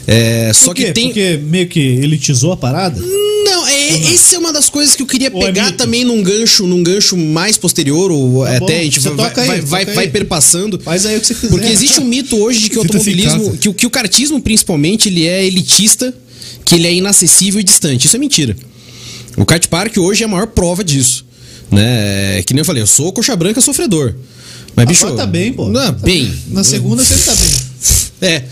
B: É, só
A: Por quê?
B: que tem
A: Porque meio que elitizou a parada?
B: não, é, essa é uma das coisas que eu queria
A: Ou é
B: pegar
A: mito?
B: também num gancho, num gancho mais posterior, ou é, até
A: Tá bom.
B: a gente
A: Você
B: vai,
A: toca aí,
B: vai,
A: toca
B: vai,
A: aí.
B: vai perpassando.
A: Faz aí o que você quiser. tá
B: Porque existe um mito hoje de que o
D: Sinta-se em
B: automobilismo,
D: casa.
B: que, o- que o cartismo principalmente, ele é elitista, que ele é inacessível e distante. Isso é mentira. O kart park hoje é a maior prova disso. Né? É, Que nem eu falei, eu sou coxa branca sofredor. Mas, bicho.
A: tá bem, pô.
B: Não, bem.
A: Na segunda você tá bem.
B: É.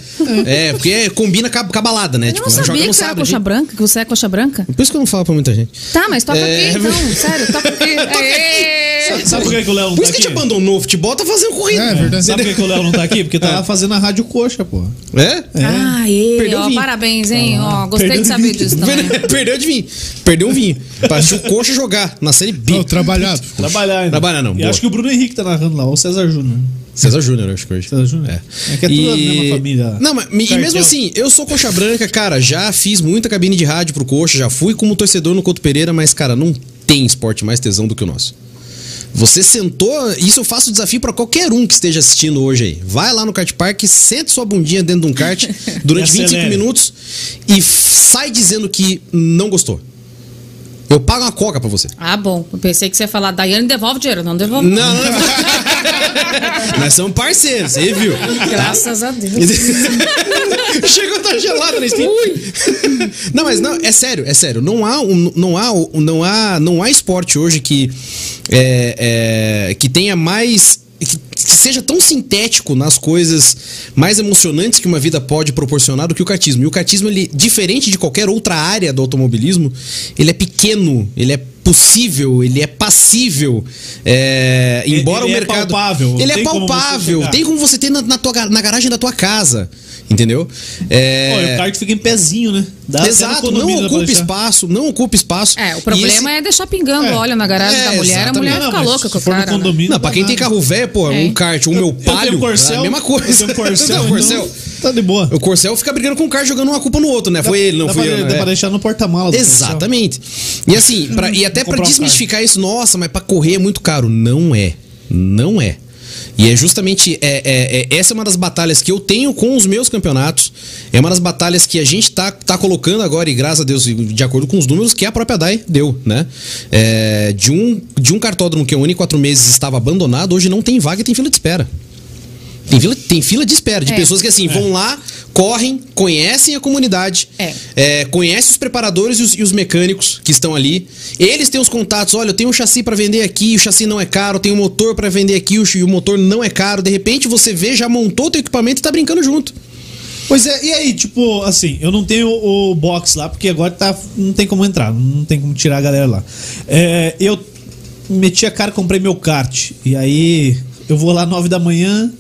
B: É, porque combina com a, com a balada, né?
C: Eu não sabia que você era coxa branca, que você é coxa branca.
B: Por isso que eu não falo pra muita gente.
C: Tá, mas toca
B: É,
C: aqui então, sério, toca aqui. Aê!
A: Sabe por que, que o Léo não
B: Por
A: tá
B: isso que te
A: aqui?
B: abandonou o futebol, tá fazendo corrida.
D: É, é verdade.
A: Sabe por que, que o Léo não tá aqui? Porque tá fazendo a rádio coxa, pô.
B: É?
C: Aê,
B: Perdeu o
C: Ah, ó,
B: vinho.
C: parabéns, hein? Ó, gostei
A: Ah. Perdeu
C: de
A: o
C: saber
A: vinho.
C: disso também.
B: É? Perdeu de vinho. Perdeu um vinho. Partiu o coxa jogar na série B.
D: Não, trabalhado.
A: Trabalhar ainda.
B: Trabalhar não,
A: E
B: boa.
A: acho que o Bruno Henrique tá narrando lá, ou o César Júnior.
B: César Júnior, eu acho que hoje.
A: César Júnior?
B: É.
A: É que é tudo da mesma família.
B: Não, mas, e
A: Cartel.
B: mesmo assim, eu sou coxa branca, cara, já fiz muita cabine de rádio pro coxa, já fui como torcedor no Couto Pereira, mas, cara, não tem esporte mais tesão do que o nosso. Você sentou, isso eu faço desafio para qualquer um que esteja assistindo hoje aí. Vai lá no kart park, sente sua bundinha dentro de um kart durante
A: E acelera.
B: 25 minutos e sai dizendo que não gostou. Eu pago uma coca para você.
C: Ah, bom. Eu pensei que você ia falar, Daiane, devolve o dinheiro. Não devolve.
B: Não, não, não. Nós somos parceiros, aí viu?
C: Graças a Deus.
B: Chegou tá gelado na espinha. Não, mas não, é sério, é sério. Não há um, não há, um- não há, não há esporte hoje que é, é, que tenha mais que, que seja tão sintético nas coisas mais emocionantes que uma vida pode proporcionar do que o cartismo. E o cartismo ele diferente de qualquer outra área do automobilismo, ele é pequeno, ele é possível, ele é passível, é,
A: Ele-
B: embora
A: ele
B: o
A: é
B: mercado
A: palpável,
B: ele é
A: tem como você
B: palpável,
A: chegar.
B: tem como você ter na, na tua ga- na garagem da tua casa, entendeu? É,
A: Olha, o kart fica em pezinho, né? Dá até no
B: Exato, não
A: condomínio, dá pra
B: ocupa
A: deixar.
B: espaço, não ocupa espaço.
C: É, o problema é deixar pingando
A: É.
C: óleo na garagem
B: É,
C: da mulher, a
B: exatamente.
A: Não,
C: mulher fica
A: mas
C: louca com
A: se
C: o
A: for no
C: cara. né?
A: condomínio,
B: Não, pra quem
A: dá
B: tem
A: nada.
B: carro velho, pô,
C: É.
B: um kart, o meu palio,
A: tenho
B: é
A: Corsel,
B: a mesma coisa.
A: Eu tenho Corsel,
B: Não, um o Corsel.
A: então tá de boa.
B: O Corsel fica brigando com o cara jogando uma culpa no outro, né? Foi ele, não
A: dá
B: foi
A: pra,
B: eu.
A: Dá
B: né?
A: pra deixar no porta-malas. do
B: Exatamente. E assim, pra- e até pra
A: comprar um
B: desmistificar isso, nossa, mas pra correr é muito caro. Não é. Não é. E é justamente é, é- é- essa é uma das batalhas que eu tenho com os meus campeonatos. É uma das batalhas que a gente tá, tá colocando agora, e graças a Deus, de acordo com os números que a própria DAI deu, né? É, de, um, de um cartódromo que há um ano e quatro meses estava abandonado, hoje não tem vaga e tem fila de espera. Tem fila, tem fila de espera, de
C: É.
B: pessoas que assim, vão lá, correm, conhecem a comunidade,
C: É.
B: conhecem os preparadores e os, e os mecânicos que estão ali. Eles têm os contatos, olha, eu tenho um chassi pra vender aqui, o chassi não é caro, eu tenho um motor pra vender aqui, o, ch- o motor não é caro. De repente você vê, já montou o teu equipamento e tá brincando junto.
A: Pois é, e aí, tipo, assim, eu não tenho o box lá, porque agora tá, não tem como entrar, não tem como tirar a galera lá. É, eu meti a cara, comprei meu kart, e aí eu vou lá nove da manhã,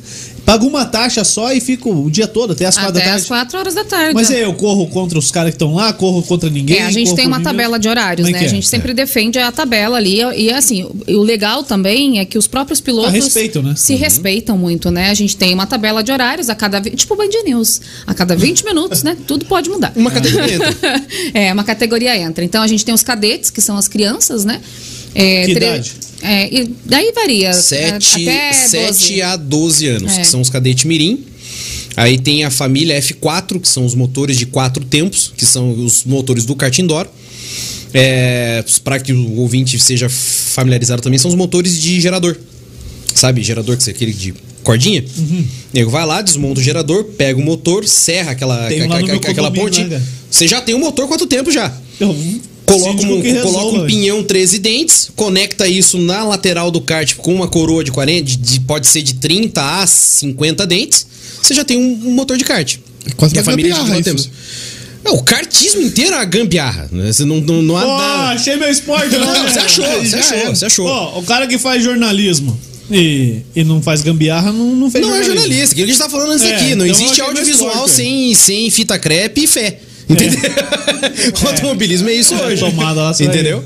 A: pago uma taxa só e fico o dia todo, até as quatro da
C: Até
A: tarde.
C: às 4 horas da tarde.
A: Mas é, aí eu corro contra os caras que estão lá, corro contra ninguém.
C: É, a gente
A: corro
C: tem
A: por
C: uma
A: mim
C: tabela
A: mesmo.
C: de horários,
A: Como é
C: né?
A: que
C: A
A: é?
C: gente sempre defende a tabela ali. E assim, o- o legal também é que os próprios pilotos.
A: respeitam, né?
C: Se respeitam muito, né? A gente tem uma tabela de horários a cada. vi- Tipo o Band News. A cada 20 minutos, né? Tudo pode mudar.
B: Uma categoria entra.
C: é, uma categoria entra. Então a gente tem os cadetes, que são as crianças, né? É,
A: Que
C: tre-
A: idade?
C: É, e daí varia. é,
B: sete
C: até 12.
B: sete a 12 anos,
C: É.
B: que são os cadete mirim. Aí tem a família F4, que são os motores de quatro tempos, que são os motores do kart indoor. É, para que o ouvinte seja familiarizado também, são os motores de gerador. Sabe, gerador que é aquele de cordinha?
A: Uhum.
B: Nego vai lá, desmonta o gerador, pega o motor, serra aquela,
A: Tem um lá no meu
B: aquela
A: condomínio,
B: ponte.
A: né, cara?
B: Você já tem o motor quanto tempo já?
A: Eu
B: Coloca
A: síndico
B: um,
A: que resolva,
B: coloca um
A: velho.
B: pinhão 13 dentes, conecta isso na lateral do kart com uma coroa de 40, de- de- pode ser de 30 a 50 dentes, você já tem um, um motor de kart.
D: É quase
B: E a
D: uma gambiarra
B: quanto
D: isso.
B: tempo? Não, o kartismo inteiro é a gambiarra. né? Você não, não, não há
A: Ó,
B: nada.
A: achei meu esporte.
B: Não,
A: né?
B: você achou,
A: Já
B: você achou,
A: era.
B: você achou.
A: Ó, o cara que faz jornalismo e, e não faz gambiarra não, não fez
B: Não é jornalista, aquilo que a gente tá falando antes
A: É,
B: aqui. Não
A: então
B: existe
A: eu achei mais
B: audiovisual
A: forte,
B: sem, sem fita crepe e fé. Entendeu? O automobilismo é isso
A: É,
B: hoje.
A: tomada lá, sai.
B: entendeu?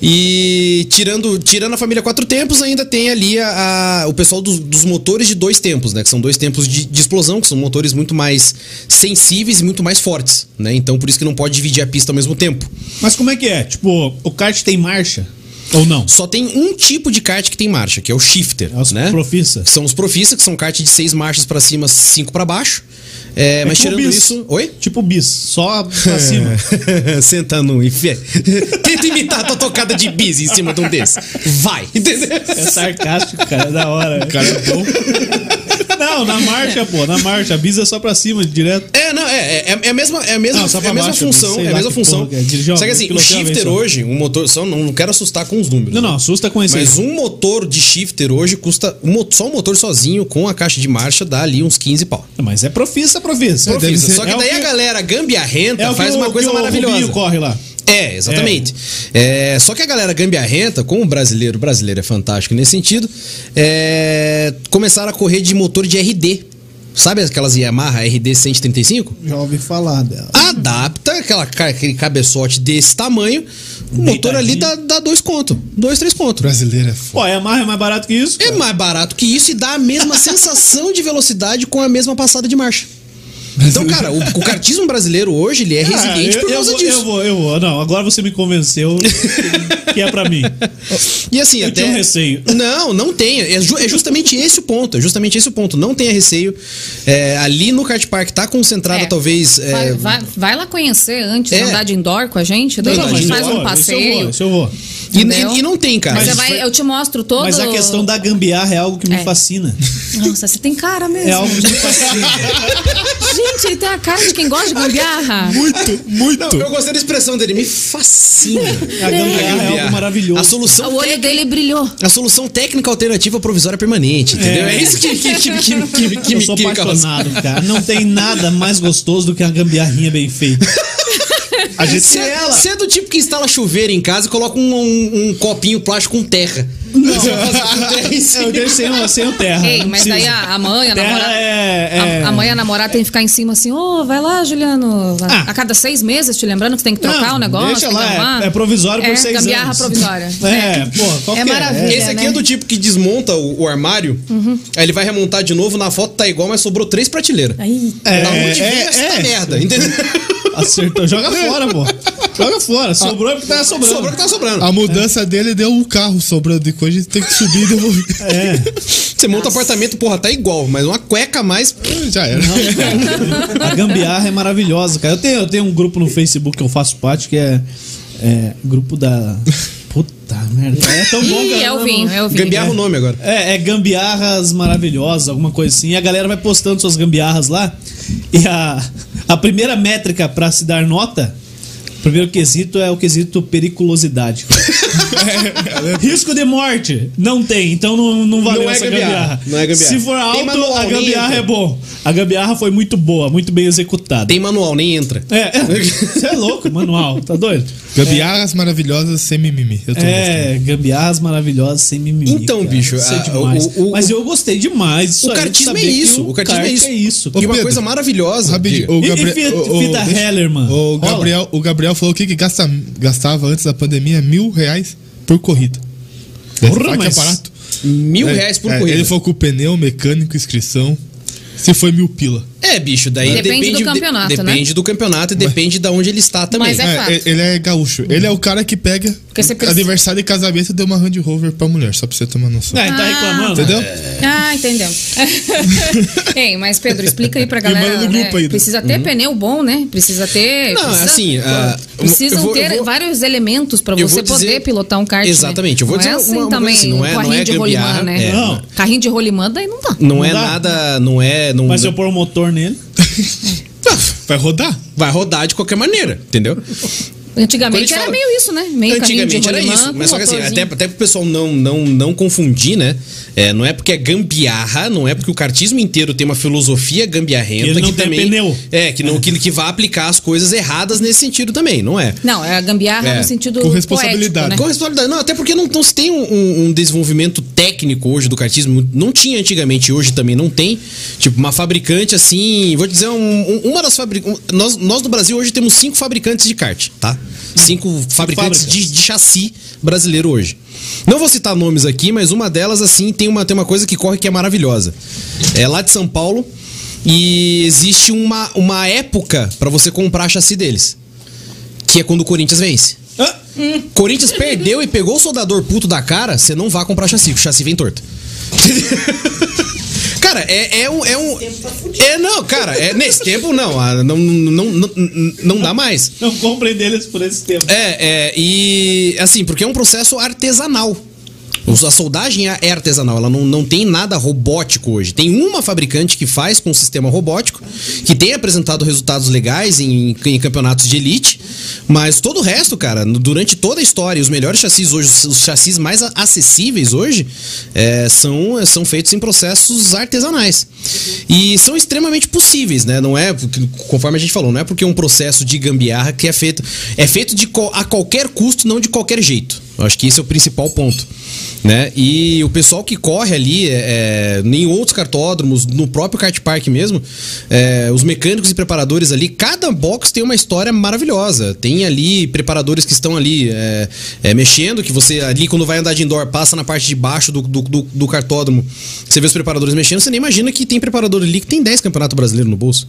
B: E tirando, tirando a família quatro tempos, ainda tem ali a, a- o pessoal dos, dos motores de dois tempos, né? Que são dois tempos de, de explosão, que são motores muito mais sensíveis e muito mais fortes, né? Então por isso que não pode dividir a pista ao mesmo tempo.
A: Mas como é que é? Tipo, o kart tem marcha ou não?
B: Só tem um tipo de kart que tem marcha, que é o shifter,
A: É os
B: né?
A: profissa.
B: Que são os profissa, que são kart de seis marchas pra cima, cinco pra baixo. É, mas
A: tipo
B: tirando
A: bis.
B: isso, oi? É.
A: Tipo bis, só pra cima.
B: Senta no inferno. Tenta imitar a tua tocada de bis em cima de um desse. Vai, entendeu?
A: É sarcástico, cara, é da hora. Cara, Não, na marcha, pô, na marcha. A bis é só pra cima, direto.
B: É, não, é, é, é a mesma, é a mesma,
A: Não, Ah, só
B: é
A: pra
B: a mesma
A: baixo,
B: função,
A: sei
B: é a
A: lá
B: mesma
A: que
B: função.
A: porra que é, dirigir uma-
B: Só que assim, o
A: pilotar uma vez
B: shifter
A: só.
B: hoje, um motor, só não, não quero assustar com os números.
A: Não,
B: né?
A: não, assusta com esse
B: Mas
A: aí.
B: um motor de shifter hoje custa, um mo- só um motor sozinho com a caixa de marcha dá ali uns 15 pau.
A: Mas é profissa, profissa.
B: um- Profissa.
A: Profissa.
B: Só que
A: É o
B: daí a galera gambiarrenta
A: é o que
B: faz
A: o-
B: uma coisa
A: que o Rubinho
B: maravilhosa.
A: corre lá.
B: É, exatamente. É, só que a galera gambiarrenta, como o brasileiro, o brasileiro é fantástico nesse sentido, é, começaram a correr de motor de RD. Sabe aquelas Yamaha RD 135?
A: Já ouvi falar dela.
B: Adapta aquela, ca- aquele cabeçote desse tamanho, o motor ali dá, dá dois conto, dois, três conto.
D: Brasileira é foda.
A: Pô, é a marra é mais barato que isso?
B: É mais barato que isso e dá a mesma sensação de velocidade com a mesma passada de marcha. Então, cara, o, o kartismo brasileiro hoje, ele é resiliente
A: eu,
B: por
A: Ah, eu
B: causa
A: vou,
B: disso.
A: Eu vou, eu vou. Não, agora você me convenceu que é pra mim.
B: E assim,
A: Eu
B: até.
A: tinha um receio.
B: Não, não tenha. É, ju- é justamente esse o ponto. É justamente esse o ponto. Não tenha receio. É, ali no kart park tá concentrada,
C: É.
B: talvez. é,
C: Vai, vai- vai lá conhecer antes,
B: É.
C: andar de indoor com a gente, daí
B: Não,
C: a
B: mas
C: gente faz
A: isso eu
C: um
A: vou,
C: passeio.
A: Isso eu vou. isso
B: e,
C: entendeu?
B: e- e não tem, cara.
A: é
C: Mas
A: Mas
C: você
A: isso
C: vai-
A: foi-
C: eu te mostro
A: eu vou.
C: todo.
A: Mas a questão da gambiarra é algo que me
C: É.
A: fascina.
C: Nossa, você tem cara mesmo.
A: É algo que me fascina.
C: Gente, ele tem a cara de quem gosta de gambiarra.
D: Muito, muito.
B: Eu gostei da expressão dele. Me fascina.
A: A gambiarra é algo
B: A
A: maravilhoso.
B: solução
C: O olho dele brilhou.
B: A solução técnica alternativa provisória permanente, entendeu? É, isso que, que, que, que, que, que
A: Eu
B: me
A: sou
B: que me causa.
A: apaixonado, cara. Não tem nada mais gostoso do que uma gambiarrinha bem feita.
D: A gente
B: Você é, você é do tipo que instala chuveiro em casa e coloca um, um- um copinho plástico com terra. Você vai fazer a terra em cima.
A: Eu deixo sem, o- um, sem o terra.
C: Ei,
A: não
C: mas
A: preciso.
C: daí a, a mãe, a
A: Terra
C: namorada.
A: é- é-
C: A, a mãe e a namorada tem que ficar em cima assim, ô, vai lá, Juliano. A-
A: Ah.
C: A, cada seis meses, te lembrando que tem que trocar
A: Não,
C: o negócio.
A: deixa
C: tem que
A: lá, é-
C: arrumar.
A: é provisório por
C: É,
A: seis
C: gambiarra
A: anos.
C: provisória.
A: É, pô, qual
E: É
A: que
E: maravilha.
B: Esse aqui
E: né?
B: é do tipo que desmonta o, o armário, aí ele vai remontar de novo, na foto tá igual, mas sobrou três prateleiras.
E: Aí.
A: É,
B: da onde veio
A: é,
B: essa
A: é.
B: tá merda, entendeu?
A: Acertou. Joga fora, pô. Joga fora. Sobrou porque tá sobrando.
B: Sobrou o que tá sobrando.
D: A mudança dele deu um carro sobrando de coisa, a gente tem que subir e devolver.
B: Você monta o apartamento, porra, tá igual, mas uma cueca a mais...
D: Já era.
A: A gambiarra é maravilhosa, cara. Eu tenho, eu tenho um grupo no Facebook que eu faço parte que é. é, grupo da. Puta merda. É tão bom,
C: Ih,
A: cara.
C: é o vinho, é o vinho.
B: Gambiarra o nome agora.
A: É, é gambiarras maravilhosas, alguma coisa assim. E a galera vai postando suas gambiarras lá. E a, a primeira métrica pra se dar nota, o primeiro quesito é o quesito periculosidade. Risco de morte, não tem, então não, não valeu
B: Não é
A: essa
B: gambiarra,
A: gambiarra.
B: não é gambiarra.
A: Se for
B: Tem
A: alto,
B: manual,
A: a gambiarra
B: nem
A: é
B: entra.
A: bom. A gambiarra foi muito boa, muito bem executada.
B: Tem manual, nem entra.
A: É, é, você é louco, manual, tá doido?
D: Gambiarras maravilhosas sem mimimi. Eu tô
A: É, gambiarras maravilhosas sem mimimi.
B: Então,
A: cara.
B: bicho,
A: Isso é
B: a-
A: demais.
B: o- o-
A: Mas eu gostei demais. disso
B: O
A: aí, de
B: cartismo é
A: saber que um
B: isso. O cartismo é
A: kart
B: isso.
A: isso.
B: E uma
D: Pedro,
B: coisa maravilhosa.
D: Rapidinho.
B: diga.
A: E- e Fiat- Fita
D: deixa-
A: Heller, mano?
D: O
A: Rola?
D: Gabriel, o Gabriel falou aqui que gasta, gastava antes da pandemia mil reais por corrida.
A: Porra,
D: Olha que
A: mas-
D: aparato.
B: Mil reais por
D: É,
B: corrida.
D: Ele falou com o pneu, mecânico, inscrição. Se foi mil pila.
B: É, bicho, daí
C: Depende
B: depende,
C: do
B: de-
C: campeonato, né?
B: Depende do campeonato e depende de onde ele está também.
C: Mas é fato.
D: e- ele é gaúcho. Ele é o cara que pega
C: você precisa-
D: aniversário e casamento e deu uma Range Rover pra mulher, só pra você tomar noção.
A: Ah, ele tá
C: Ah,
A: reclamando.
D: Entendeu?
C: Ah, entendeu. Ei, mas Pedro, explica aí pra
D: E manda
C: galera.
D: no
C: né?
D: grupo ainda.
C: Precisa
A: Uhum.
C: ter pneu bom, né? Precisa ter.
B: Não,
C: precisa-
B: assim, ah, eu vou-
C: precisam
B: eu vou-
C: ter
B: eu vou-
C: vários elementos pra
B: eu
C: você
B: vou dizer-
C: poder pilotar um kart. né?
B: Exatamente, eu vou
C: não
B: dizer
C: é
B: uma-
C: assim
B: uma coisa
C: também,
B: assim, não é-
C: um
B: não é
C: carrinho de rolimã,
B: gambiarra,
C: né?
B: é.
A: Não.
C: Carrinho de rolimã, daí não dá.
B: Não, é
A: dá.
B: nada. Não é. Não, Ah,
A: Mas eu pôr o motor nele.
D: Vai rodar.
B: Vai rodar de qualquer maneira, entendeu? Quando a
C: Antigamente
B: gente
C: era
B: fala-
C: meio isso, né? Meio carrinho de
B: Antigamente era
C: rolimã
B: isso.
C: com
B: Mas só que assim,
C: motorzinho.
B: até, até pro pessoal não, não, não confundir, né? É, não é porque é gambiarra, não é porque o cartismo inteiro tem uma filosofia gambiarrenta
A: Ele não
B: que
A: tem
B: também.
A: pneu.
B: É, que, não, que, que vai aplicar as coisas erradas nesse sentido também, não é?
C: Não, é a gambiarra
B: É,
C: no sentido.
D: com responsabilidade.
C: poético,
B: Com
C: né?
B: responsabilidade. Não, até porque não, não se tem um, um- um desenvolvimento técnico hoje do cartismo. Não tinha antigamente, hoje também não tem. Tipo, uma fabricante assim. Vou te dizer, um- um- uma das fabricantes. Nós, nós no Brasil hoje temos cinco fabricantes de kart, tá? Cinco fabricantes
A: fábricas.
B: de, de chassi brasileiro hoje. Não vou citar nomes aqui, mas uma delas, assim, tem uma, tem uma coisa que corre que é maravilhosa. É lá de São Paulo. E existe uma, uma época pra você comprar chassi deles. Que é quando o Corinthians vence.
A: Ah,
B: Corinthians perdeu e pegou o soldador puto da cara, você não vá comprar chassi, que o chassi vem torto. Cara, é, é um. É, um é não, cara, é, nesse tempo não, ah, não, não, não, não dá mais.
A: não comprem deles por esse tempo.
B: É, é, e assim, porque é um processo artesanal. Os- A soldagem é é artesanal, ela não, não tem nada robótico hoje. Tem uma fabricante que faz com um sistema robótico, que tem apresentado resultados legais em, em campeonatos de elite, mas todo o resto, cara, no- durante toda a história, os melhores chassis hoje, os- os chassis mais a- acessíveis hoje, é, são, são feitos em processos artesanais. E são extremamente possíveis, né? Não é, porque, conforme a gente falou, não é porque é um processo de gambiarra que é feito. É feito de, co- a qualquer custo, não de qualquer jeito. Eu acho que esse é o principal ponto. Né? E o pessoal que corre ali, é, é, em outros cartódromos, no próprio kart park mesmo, é, os mecânicos e preparadores ali, cada box tem uma história maravilhosa. Tem ali preparadores que estão ali é, é, mexendo, que você ali quando vai andar de indoor, passa na parte de baixo do, do, do- do cartódromo, você vê os preparadores mexendo, você nem imagina que tem preparador ali que tem 10 campeonato brasileiro no bolso.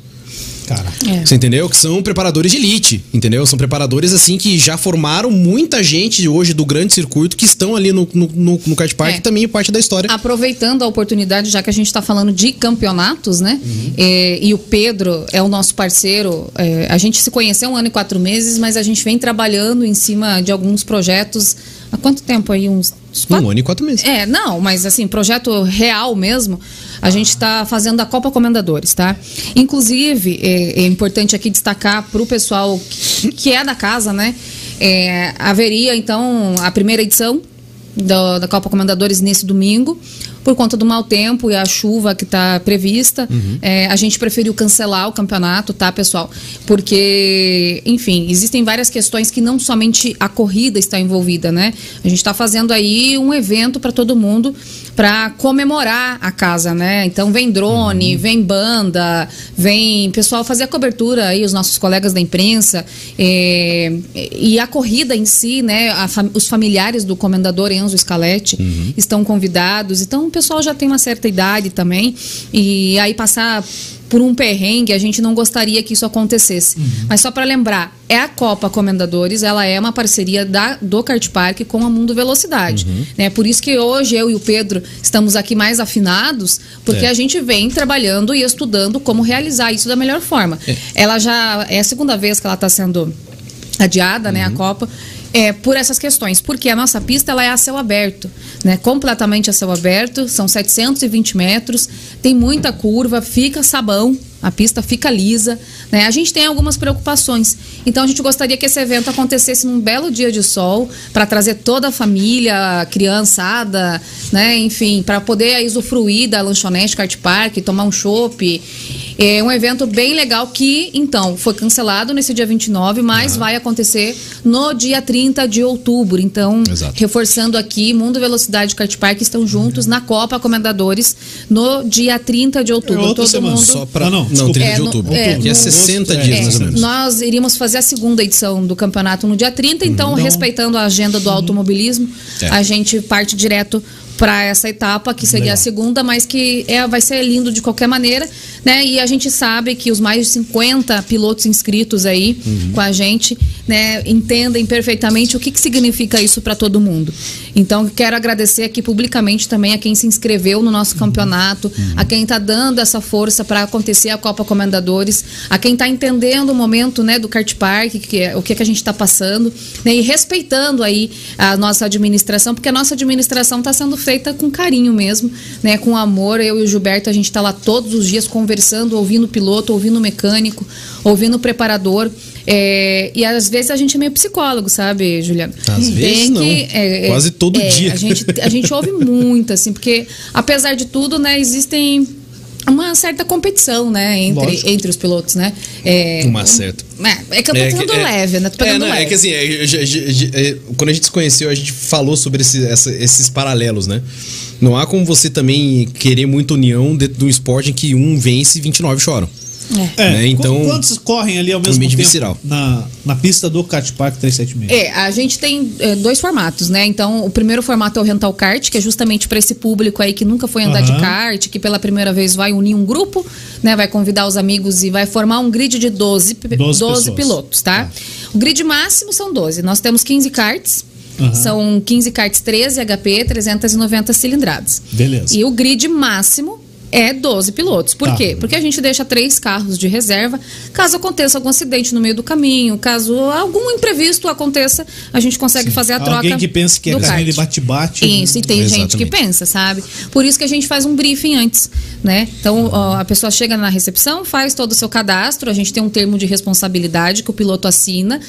A: Cara.
C: É.
B: Você entendeu? Que são preparadores de elite, entendeu? São preparadores assim que já formaram muita gente hoje do grande circuito que estão ali no, no, no, no kart park
C: É.
B: e também parte da história.
C: Aproveitando a oportunidade, já que a gente está falando de campeonatos, né?
B: Uhum.
C: É, e o Pedro é o nosso parceiro. é, a gente se conheceu um ano e quatro meses, mas a gente vem trabalhando em cima de alguns projetos. Há quanto tempo aí? Uns uns quatro,
B: Um ano e quatro meses.
C: É, não, mas assim, projeto real mesmo, a gente está fazendo a Copa Comendadores, tá? Inclusive, é, é importante aqui destacar para o pessoal que, que é da casa, né? É, haveria, então, a primeira edição do- da Copa Comendadores nesse domingo. Por conta do mau tempo e a chuva que está prevista, é, a gente preferiu cancelar o campeonato, tá, pessoal? Porque, enfim, existem várias questões que não somente a corrida está envolvida, né? A gente está fazendo aí um evento para todo mundo para comemorar a casa, né? Então vem drone, vem banda, vem pessoal fazer a cobertura aí, os nossos colegas da imprensa. é, e a corrida em si, né? a fam- os familiares do comendador Enzo Scaletti estão convidados. Então o pessoal já tem uma certa idade também. E aí passar por um perrengue, a gente não gostaria que isso acontecesse. Mas só para lembrar, é a Copa Comendadores, ela é uma parceria da, do Kart Park com a Mundo Velocidade. Né? Por isso que hoje eu e o Pedro estamos aqui mais afinados, porque
B: É.
C: a gente vem trabalhando e estudando como realizar isso da melhor forma. Ela já é a segunda vez que ela está sendo adiada, né, a Copa, é, por essas questões, porque a nossa pista ela é a céu aberto, né, completamente a céu aberto, são 720 metros, tem muita curva, fica sabão, a pista fica lisa, né, a gente tem algumas preocupações, então a gente gostaria que esse evento acontecesse num belo dia de sol, para trazer toda a família, a criançada, né, enfim, para poder aí usufruir da lanchonete, kart park, tomar um chopp, é um evento bem legal que, então, foi cancelado nesse dia 29, mas vai acontecer no dia 30 de outubro. Então,
B: Exato.
C: reforçando aqui, Mundo Velocidade e Kart Park estão juntos na Copa Comendadores no dia 30 de outubro.
A: É outra
C: Todo
A: semana,
C: mundo...
A: só
B: Pra,
A: Não,
B: não,
A: não,
B: não,
A: desculpa.
B: 30
C: É,
B: de
C: no-
B: outubro.
C: é,
B: que é
A: no-
B: 60
A: é,
B: dias, mais ou menos.
C: Nós iríamos fazer a segunda edição do campeonato no dia 30, então, respeitando a agenda do automobilismo,
B: Uhum. É.
C: a gente parte direto para essa etapa, que seria a segunda, mas que é, vai ser lindo de qualquer maneira, né? E a gente sabe que os mais de 50 pilotos inscritos aí
B: Uhum.
C: com a gente, né, entendem perfeitamente o que, que significa isso para todo mundo. Então, quero agradecer aqui publicamente também a quem se inscreveu no
B: Uhum.
C: nosso campeonato, a quem está dando essa força para acontecer a Copa Comendadores, a quem está entendendo o momento né, do kart park, que é, o que, que a gente está passando, né, e respeitando aí a nossa administração, porque a nossa administração está sendo feita com carinho mesmo, né, com amor. Eu e o Gilberto, a gente está lá todos os dias conversando, ouvindo o piloto, ouvindo o mecânico, ouvindo o preparador. É, e às vezes a gente é meio psicólogo, sabe, Juliano?
B: Às
C: Tem é,
B: vezes não. Quase todo dia.
C: A gente, a gente ouve muito, assim, porque apesar de tudo, né, existem uma certa competição, né, entre,
A: Lógico.
C: entre os pilotos, né? É,
B: Uma certa.
C: É, é que eu tô pegando leve, né? Tô
B: é,
C: pegando
B: não,
C: leve.
B: é que assim, é, eu já- já- já- é, quando a gente se conheceu, a gente falou sobre esse- essa- esses paralelos, né? Não há como você também querer muita união dentro de um esporte em que um vence e 29 choram.
C: É.
A: É,
B: Né, então-
A: qu- Quantos correm ali ao mesmo
B: Limite
A: tempo
B: visceral.
A: Na, na pista do Cat Park 376?
C: É, a gente tem é, dois formatos, né? Então, o primeiro formato é o rental kart, que é justamente para esse público aí que nunca foi andar
A: Aham.
C: de kart, que pela primeira vez vai unir um grupo, né? Vai convidar os amigos e vai formar um grid de 12, pi-
A: 12
C: 12,
A: pessoas. É.
C: pilotos, tá? O grid máximo são 12. Nós temos 15 karts.
A: Aham.
C: São 15 karts 13 HP, 390 cilindradas.
A: Beleza.
C: E o grid máximo é 12 pilotos. Por
A: Tá.
C: quê? Porque a gente deixa três carros de reserva, caso aconteça algum acidente no meio do caminho, caso algum imprevisto aconteça, a gente consegue fazer a troca.
A: Alguém que pensa que é
C: do
A: assim,
C: kart.
A: ele bate-bate.
C: Isso, e tem gente
B: né?
C: que
B: Exatamente.
C: pensa, sabe? Por isso que a gente faz um briefing antes, né? Então, ó, a pessoa chega na recepção, faz todo o seu cadastro, a gente tem um termo de responsabilidade que o piloto assina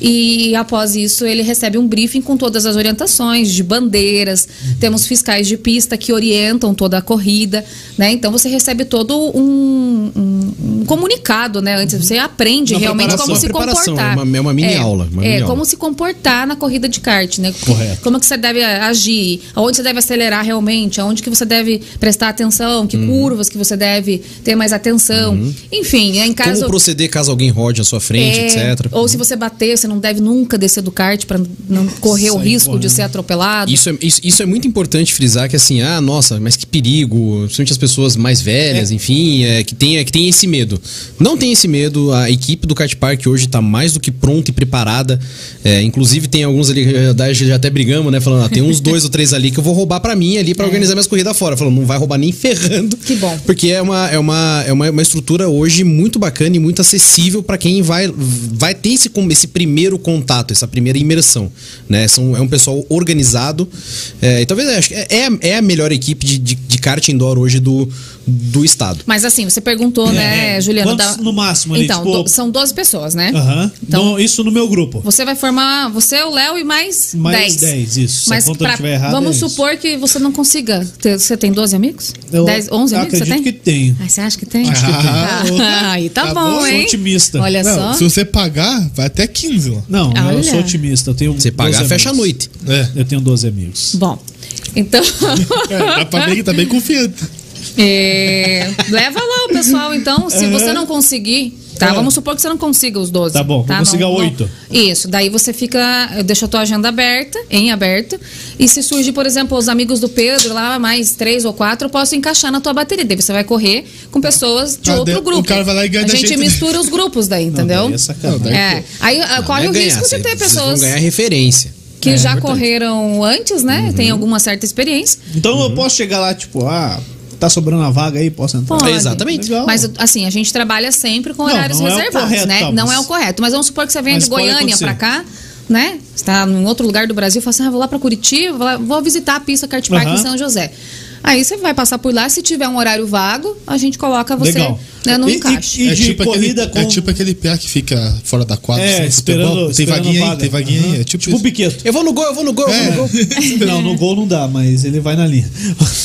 C: e após isso ele recebe um briefing com todas as orientações de bandeiras, temos fiscais de pista que orientam toda a corrida, né? Então você recebe todo um, um- um comunicado, né? Antes você aprende
A: Uma
C: realmente como
A: preparação,
C: se
B: uma preparação,
C: comportar.
B: é uma- é uma mini aula, uma
C: é,
B: mini
C: como
B: aula.
C: se comportar na corrida de kart, né?
A: Correto.
C: Como que você deve agir, aonde você deve acelerar realmente, aonde que você deve prestar atenção,
A: Uhum.
C: que curvas que você deve ter mais atenção. Enfim, é em caso
B: Como proceder caso alguém rode à sua frente,
C: é,
B: etc.
C: ou se você bater, você não deve nunca descer do kart para não correr o
A: Sair
C: risco
A: correndo.
C: de ser atropelado.
B: Isso é, isso, isso é muito importante frisar que assim, ah, nossa, mas que perigo, principalmente as pessoas mais velhas, enfim, é, que tem, é, que tem esse medo. Não tem esse medo. A equipe do kart park hoje está mais do que pronta e preparada. É, inclusive tem alguns ali eh, que já, já até brigamos, né? Falando, ah, tem uns dois ou três ali que eu vou roubar para mim ali para organizar minhas corridas fora. Falando, não vai roubar nem ferrando.
C: Que bom.
B: Porque é uma, é uma, é uma, uma estrutura hoje muito bacana e muito acessível para quem vai, vai ter esse, com- esse primeiro contato, essa primeira imersão. Né? São, é um pessoal organizado. É, e talvez é, acho que é, é a- é a melhor equipe de, de, de kart indoor hoje do, do estado.
C: Mas assim, você perguntou, né, Juliana?
A: É, Quantos no máximo ali,
C: Então,
A: tipo-
C: do- são 12 pessoas, né?
A: Aham.
C: Então-
A: No- isso no meu grupo.
C: Você vai formar, você, é o Léo e mais,
A: Mais
C: 10.
A: 10, isso. Se a
C: Mas
A: conta não
C: pra-
A: estiver errada,
C: vamos
A: é isso.
C: supor que você não consiga. ter- você tem 12 amigos?
A: Eu
C: 10, 11
A: eu
C: amigos você tem?
A: acredito que tenho.
C: Ah, você acha que tem?
A: Acho que tem.
C: Ah, aí tá,
A: Tá bom,
C: bom,
A: sou
C: hein?
A: otimista.
C: Olha
D: Não,
C: É só.
D: se você pagar, vai até 15 lá.
A: Não, não, eu
C: Olha.
A: sou otimista. Eu tenho 12
B: Você pagar, fecha a
A: amigos.
B: noite.
D: É.
A: Eu tenho 12 amigos.
C: Bom, então.
D: É, dá pra ver que tá bem confiante.
C: é, leva lá o pessoal, então. Se
A: Aham.
C: você não conseguir. Tá,
A: É.
C: vamos supor que você não consiga os 12.
A: Tá bom, vou
C: não-
A: consigar
C: não-
A: oito.
C: Isso, daí você fica. Deixa a tua agenda aberta, em aberto. E se surge, por exemplo, os amigos do Pedro lá, mais três ou quatro, eu posso encaixar na tua bateria. Daí você vai correr com pessoas de
D: Ah, daí
C: outro
D: o
C: grupo.
D: cara vai lá e ganha
C: A
D: da
C: gente,
D: gente.
C: mistura os grupos daí, entendeu?
A: daí é sacanagem.
D: Não, daí-
C: é. Aí ah, corre
B: Não é
C: o
B: ganhar,
C: risco de
B: vocês-
C: ter
B: vocês vão
C: pessoas
B: ganhar referência.
C: que já correram antes, né? Tem alguma certa experiência.
A: Então eu posso chegar lá, tipo, ah, tá sobrando a vaga aí, posso entrar?
C: Pode.
B: Exatamente.
A: Legal.
C: Mas assim, a gente trabalha sempre com
A: Não,
C: horários
A: não é o
C: reservados,
A: correto,
C: né?
A: Thomas.
C: Não é o correto. Mas vamos supor que você venha
A: Mas
C: de
A: pode
C: Goiânia
A: acontecer.
C: pra cá, né? Você tá em outro lugar do Brasil, fala assim: ah, vou lá pra Curitiba, vou, lá- vou visitar a pista Kart Park
A: Aham.
C: em São José. Aí você vai passar por lá, se tiver um horário vago, a gente coloca você
A: Legal.
C: né, no
A: E- e-
C: encaixe.
A: E de corrida
D: aquele,
A: com-
D: É tipo aquele PA que fica fora da quadra.
A: É,
D: assim, de
A: esperando,
D: futebol. Tem
A: esperando
D: vaguinha aí,
A: vaga.
D: tem vaguinha aí. É tipo,
A: Tipo o
D: isso.
A: Piqueto.
B: Eu vou no gol, eu vou no gol, eu
A: É.
B: vou no gol.
A: Não, no gol não dá, mas ele vai na linha.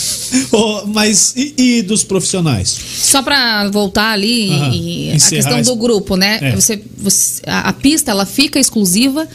A: Ô, mas e, e dos profissionais?
C: Só pra voltar ali
A: Aham.
C: e a
A: Encerrar
C: questão
A: esse-
C: do grupo, né?
A: É.
C: Você, você- a, a pista ela fica exclusiva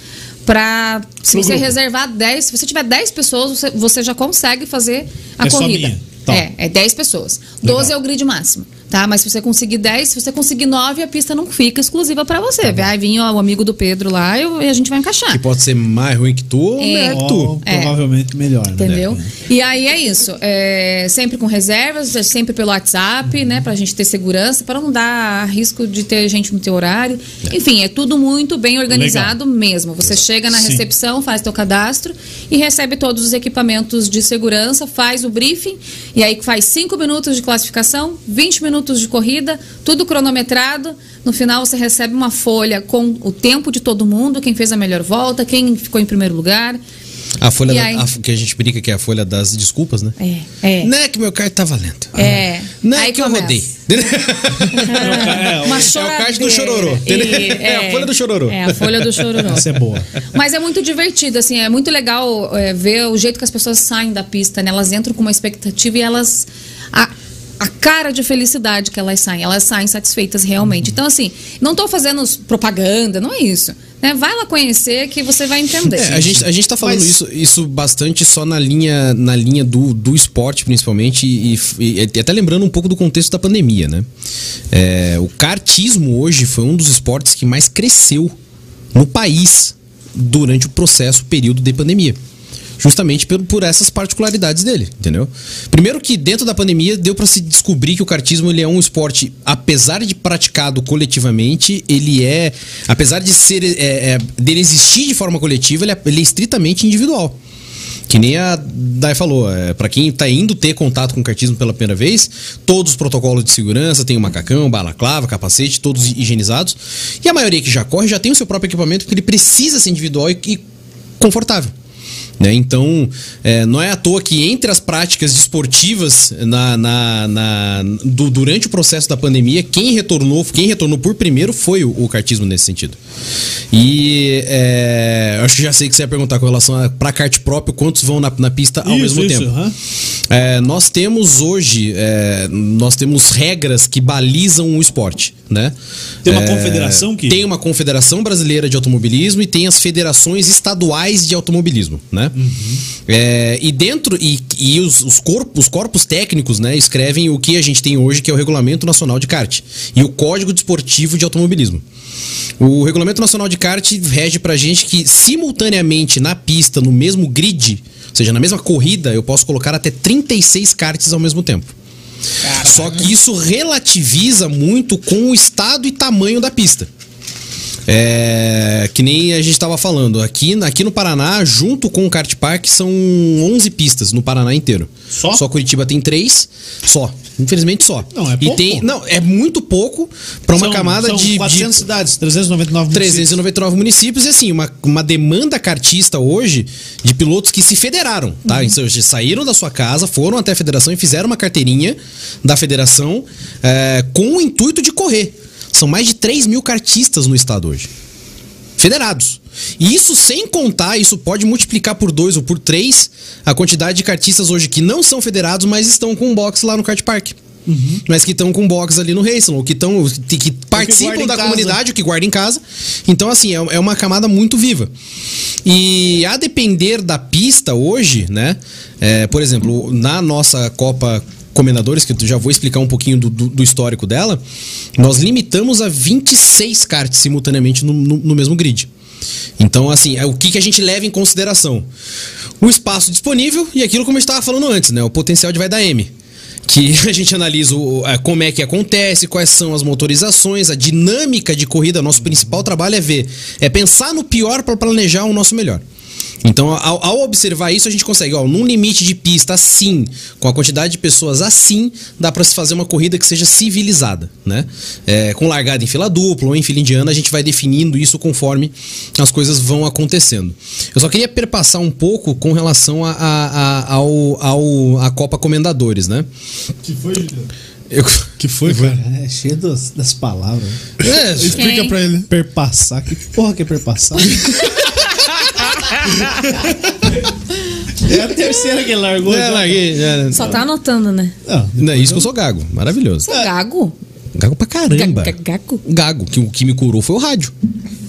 C: para se
A: Pro
C: você
A: grupo.
C: reservar 10, se você tiver 10 pessoas, você, você já consegue fazer a
A: É só
C: corrida.
A: minha. Tá.
C: É, é 10 pessoas. 12 é o grid máximo, tá? Mas se você conseguir 10, se você conseguir 9, a pista não fica exclusiva pra
A: Tá
C: você. Vai vir ó, o amigo do Pedro lá eu- e a gente vai encaixar.
B: Que pode ser mais ruim que tu ou
C: É.
B: melhor que
A: Ó,
B: tu.
C: É.
A: Provavelmente melhor, né?
C: Entendeu? E aí é isso. É, sempre com reservas, é, sempre pelo WhatsApp,
A: Uhum.
C: né? Pra gente ter segurança, pra não dar risco de ter gente no teu horário. Enfim, é tudo muito bem organizado mesmo. Você chega na
A: Sim.
C: recepção, faz teu cadastro e recebe todos os equipamentos de segurança, faz o briefing, e aí faz 5 minutos de classificação, 20 minutos de corrida, tudo cronometrado. No final você recebe uma folha com o tempo de todo mundo, quem fez a melhor volta, quem ficou em primeiro lugar.
B: A folha
C: E
B: da-
C: aí?
B: a- que a gente brinca que é a folha das desculpas, né?
C: É, é.
B: Não é que meu kart tá valendo.
C: É.
B: Não é
C: Aí
B: que
C: começa.
B: eu rodei.
A: É,
C: Uma
B: é o caixa do
C: choradeira.
B: chororô, entendeu?
C: E-
B: É a folha do chororô.
C: É a folha do chororô.
A: Essa é boa.
C: Mas é muito divertido, assim, é muito legal é, ver o jeito que as pessoas saem da pista, né? Elas entram com uma expectativa e elas. A, a cara de felicidade que elas saem, elas saem satisfeitas realmente. Então, assim, não tô fazendo propaganda, não é isso. Né? Vai lá conhecer que você vai entender.
B: É, a, gente, a gente tá falando
A: Mas-
B: isso, isso bastante só na linha, na linha do, do esporte, principalmente, e, e- e até lembrando um pouco do contexto da pandemia, né? É, o kartismo hoje foi um dos esportes que mais cresceu no país durante o processo, o período de pandemia. Justamente por, por essas particularidades dele, entendeu? Primeiro que dentro da pandemia deu pra se descobrir que o kartismo ele é um esporte, apesar de praticado coletivamente, ele é, apesar de ser é, é, dele existir de forma coletiva, ele é- ele é estritamente individual. Que nem a Dai falou, é, para quem tá indo ter contato com o cartismo pela primeira vez, todos os protocolos de segurança, tem o macacão, balaclava, capacete, todos higienizados. E a maioria que já corre já tem o seu próprio equipamento, porque ele precisa ser individual e, e confortável. Né? Então, é, não é à toa que entre as práticas desportivas na, na- na- du- durante o processo da pandemia, quem retornou, quem retornou por primeiro foi o, o cartismo nesse sentido. E é, acho que já sei o que você ia perguntar com relação a pra kart próprio, quantos vão na, na pista ao
A: Isso,
B: mesmo
A: isso,
B: tempo.
A: aham.
B: É, nós temos hoje, é, nós temos regras que balizam o esporte, né?
A: Tem uma
B: É,
A: confederação que-
B: Tem uma confederação brasileira de automobilismo e tem as federações estaduais de automobilismo, né?
A: Uhum.
B: É, e dentro, e, e os, os corpos, os corpos técnicos, né, escrevem o que a gente tem hoje, que é o Regulamento Nacional de Kart e o Código Desportivo de Automobilismo. O Regulamento Nacional de Kart rege pra gente que, simultaneamente na pista, no mesmo grid, ou seja, na mesma corrida, eu posso colocar até 36 karts ao mesmo tempo. Só que isso relativiza muito com o estado e tamanho da pista. É, que nem a gente estava falando, aqui, aqui no Paraná, junto com o kart park, são 11 pistas no Paraná inteiro.
A: Só?
B: Só Curitiba tem três, só. Infelizmente só.
A: Não, é
B: E
A: pouco.
B: tem, não, é muito pouco para uma
A: São-
B: camada
A: são
B: de,
A: 400
B: de
A: cidades, 399 municípios.
B: 399 municípios e assim, uma, uma demanda cartista hoje de pilotos que se federaram, tá?
A: Uhum.
B: Então, eles saíram da sua casa, foram até a federação e fizeram uma carteirinha da federação é, com o intuito de correr. São mais de 3 mil cartistas no estado hoje. Federados. E isso sem contar, isso pode multiplicar por dois ou por três a quantidade de cartistas hoje que não são federados, mas estão com um box lá no kart park.
A: Uhum.
B: Mas que estão com um box ali no racing, ou que estão que, que participam
A: guarda em
B: da
A: casa.
B: comunidade, o que guarda em casa. Então, assim, é, é uma camada muito viva. E a depender da pista hoje, né? é, por exemplo, na nossa Copa Comendadores, que eu já vou explicar um pouquinho do, do- do histórico dela, nós limitamos a 26 karts simultaneamente no, no- no mesmo grid. Então, assim, é o que, que a gente leva em consideração? O espaço disponível e aquilo como eu estava falando antes, né? O potencial de vai dar M que a gente analisa o- a- como é que acontece, quais são as motorizações, a dinâmica de corrida. Nosso principal trabalho é ver, é pensar no pior para planejar o nosso melhor. Então, ao, ao observar isso, a gente consegue, ó, num limite de pista assim, com a quantidade de pessoas assim, dá para se fazer uma corrida que seja civilizada, né? É, com largada em fila dupla ou em fila indiana, a gente vai definindo isso conforme as coisas vão acontecendo. Eu só queria perpassar um pouco com relação a, a, a- ao, ao, a Copa Comendadores, né?
D: Que foi,
B: Eu...
D: Que foi, cara?
A: É, cheio dos- das palavras.
B: É,
D: Explica
C: Quem?
D: pra ele.
A: Perpassar. Que porra que é perpassar? é a terceira que ele largou. Ah,
B: é,
A: já.
B: larguei, já.
E: Só tá anotando, né?
A: Não,
B: Não, é isso que eu sou gago. Maravilhoso.
C: Sou é gago?
B: Gago pra caramba.
E: Ga- ga- Gago?
B: Gago, que o que me curou foi o rádio.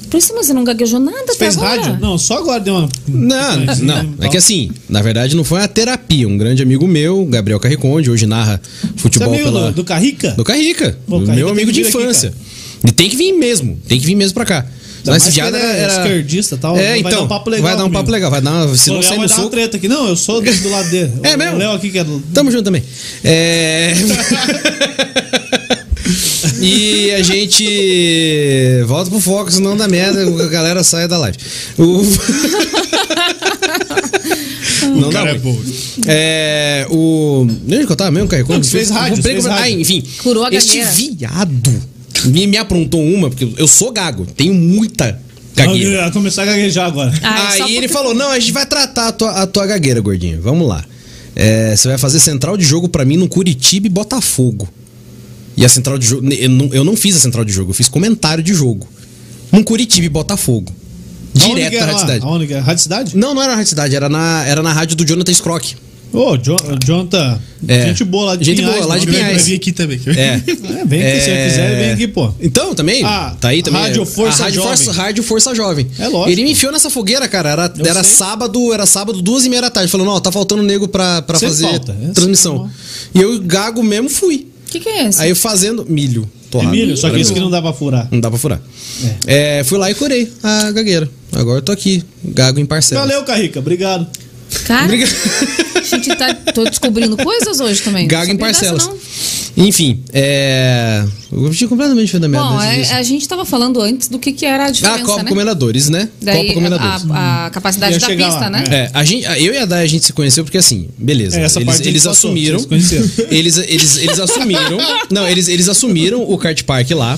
E: Por isso, mas você não gaguejou nada até
A: fez
E: agora.
A: rádio? Não, só agora deu uma.
B: Não, não. É que assim, na verdade não foi uma terapia. Um grande amigo meu, Gabriel Carriconde, hoje narra
A: Você é
B: futebol
A: meio
B: pela...
A: do Carrica?
B: Do Carrica.
A: Pô, o
B: do
A: Carrica
B: meu
A: tem
B: amigo
A: que
B: de
A: vir aqui,
B: infância. e tem que vir mesmo. Tem que vir mesmo pra cá.
A: mais
B: Mas
A: que
B: esse diada
A: ele é
B: era...
A: esquerdista e tal,
B: É,
A: vai
B: então.
A: dar um papo legal
B: Vai dar um papo
A: comigo.
B: legal. Vai dar uma... Se
A: Pô,
B: não
A: Léo
B: sair
A: vai
B: no
A: dar uma
B: soco...
A: treta aqui. Não, eu sou do, do lado dele.
B: É
A: O
B: mesmo?
A: Léo aqui que é do.
B: Tamo junto também. É... e a gente volta pro foco, senão dá merda, a galera sai da live. O... Não dá
D: cara é
B: ruim.
D: bom.
B: É, o. Onde que eu tava mesmo, Caio? Quando
A: fez rádio,
B: Comprei-
A: fez
B: Ah,
A: rádio.
B: enfim.
C: Curou a
B: Este
C: gagueira.
B: viado me, me aprontou uma, porque eu sou gago, tenho muita gagueira.
A: Vai começar a gaguejar agora.
E: Ah,
B: Aí
E: só
B: ele
E: porque-
B: falou: não, a gente vai tratar a tua, a tua gagueira, gordinho. Vamos lá. É, você vai fazer central de jogo pra mim no Curitiba e Botafogo. E a central de jogo. Eu não, eu não fiz a central de jogo, eu fiz comentário de jogo. No Curitiba e Botafogo.
A: Aonde
B: Direto
A: que
B: da
A: era
B: Rádio
A: lá?
B: Cidade.
A: Aonde que era? Rádio Cidade?
B: Não, não era na Rádio Cidade, era na, era na rádio do Jonathan Scrock.
A: Ô, Jon- Jonathan.
B: É.
A: tá Gente boa lá de
B: Gente
A: Pinhais,
B: boa, lá de
A: mano.
D: Ele vai-
B: Pinhais.
D: vai vir aqui também.
B: É.
A: É, vem aqui, se você quiser, ele vem aqui, pô.
B: Então, também.
A: Ah,
B: tá aí também.
A: Rádio Força
B: A Rádio
A: Jovem.
B: Força, Rádio Força Jovem.
A: É lógico.
B: Ele me enfiou nessa fogueira, cara. Era,
A: Eu
B: era
A: sei.
B: sábado, era sábado, duas e meia da tarde. Falou, não, tá faltando nego pra, pra
A: Sempre
B: fazer
A: falta, é,
B: transmissão. E eu, gago mesmo, fui.
C: O que, que é esse?
B: Aí eu fazendo milho.
A: É
B: torrado.
A: milho, só que
B: Era
A: isso que
B: milho.
A: não dá pra furar.
B: Não dá pra furar. É, fui lá e curei a gagueira. Agora eu tô aqui, gago em parcela.
A: Valeu, Então, Carrica. Obrigado.
C: Cara,
B: Obrigado.
C: a gente tá tô descobrindo coisas hoje também.
B: Gago
C: Não
B: em
C: sabia dessa,
B: parcelas.
C: não.
B: Enfim, é. Eu tinha completamente feito da merda.
C: Bom,
B: antes
C: é-
B: disso.
C: a gente tava falando antes do que, que era a
B: Ah,
C: diferença,
B: Copa
C: né?
B: Comendadores, né?
C: Daí ah,
B: Copa Comendadores.
C: a, a capacidade
A: Ia
C: da
A: chegar
C: pista,
A: lá,
C: né?
B: É, a gente, eu e a Dai a gente se conheceu porque assim, beleza.
A: É, essa
B: eles
A: parte a gente
B: eles
A: passou,
B: assumiram.
A: vocês conheceram.
B: Eles, eles, eles assumiram. não, eles, eles assumiram o kart park lá.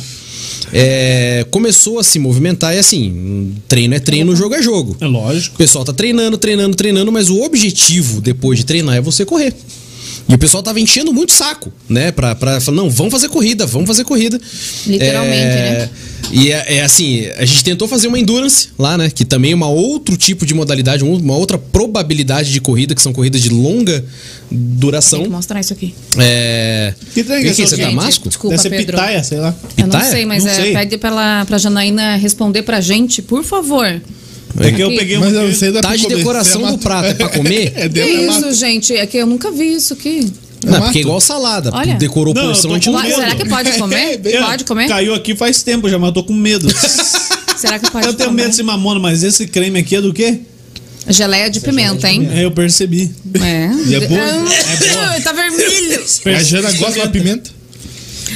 B: É, começou a se movimentar e assim, treino é treino, jogo é jogo.
A: É lógico.
B: O pessoal tá treinando, treinando, treinando, mas o objetivo depois de treinar é você correr. E o pessoal tava enchendo muito o saco, né? Pra, pra falar, não, vamos fazer corrida, vamos fazer corrida.
C: Literalmente, né?
B: E é, é assim, a gente tentou fazer uma endurance lá, né? Que também é uma outro tipo de modalidade, um- uma outra probabilidade de corrida, que são corridas de longa
C: Tem que
B: duração.
C: mostrar isso aqui.
B: É...
A: Que trem que
B: E
A: é essa
B: Você é
A: aqui?
B: damasco?
C: Desculpa,
A: Deve ser
C: Pedro.
A: pitaia, sei lá.
C: Eu não
B: Pitaia?
C: sei, mas
A: Não
C: é,
A: sei.
C: pede pra, pra Janaína responder pra gente, por favor.
A: É que eu
C: Aqui.
A: peguei um.
D: Mas eu sei da
B: Tá de decoração do prato, é pra comer?
D: É
C: Que
D: dela, é
C: isso,
D: mato.
C: gente? É que eu nunca vi isso aqui.
B: Não,
D: mato.
B: porque é igual salada.
C: Olha.
B: Decorou
A: Não, eu tô
B: porção, a gente não
A: com
C: Pode-
B: come.
A: medo.
C: será que pode comer?
A: Eu-
C: pode comer?
A: Caiu aqui faz tempo já, mas eu tô com medo.
C: Será que pode
A: eu tenho
C: comer?
A: medo desse mamona, mas esse creme aqui é do quê?
C: Geleia de pimenta, hein?
A: É, eu percebi.
C: É.
D: E é boa?
C: Ah, Tá vermelho.
D: É A Jana gosta de uma pimenta?
A: Hum.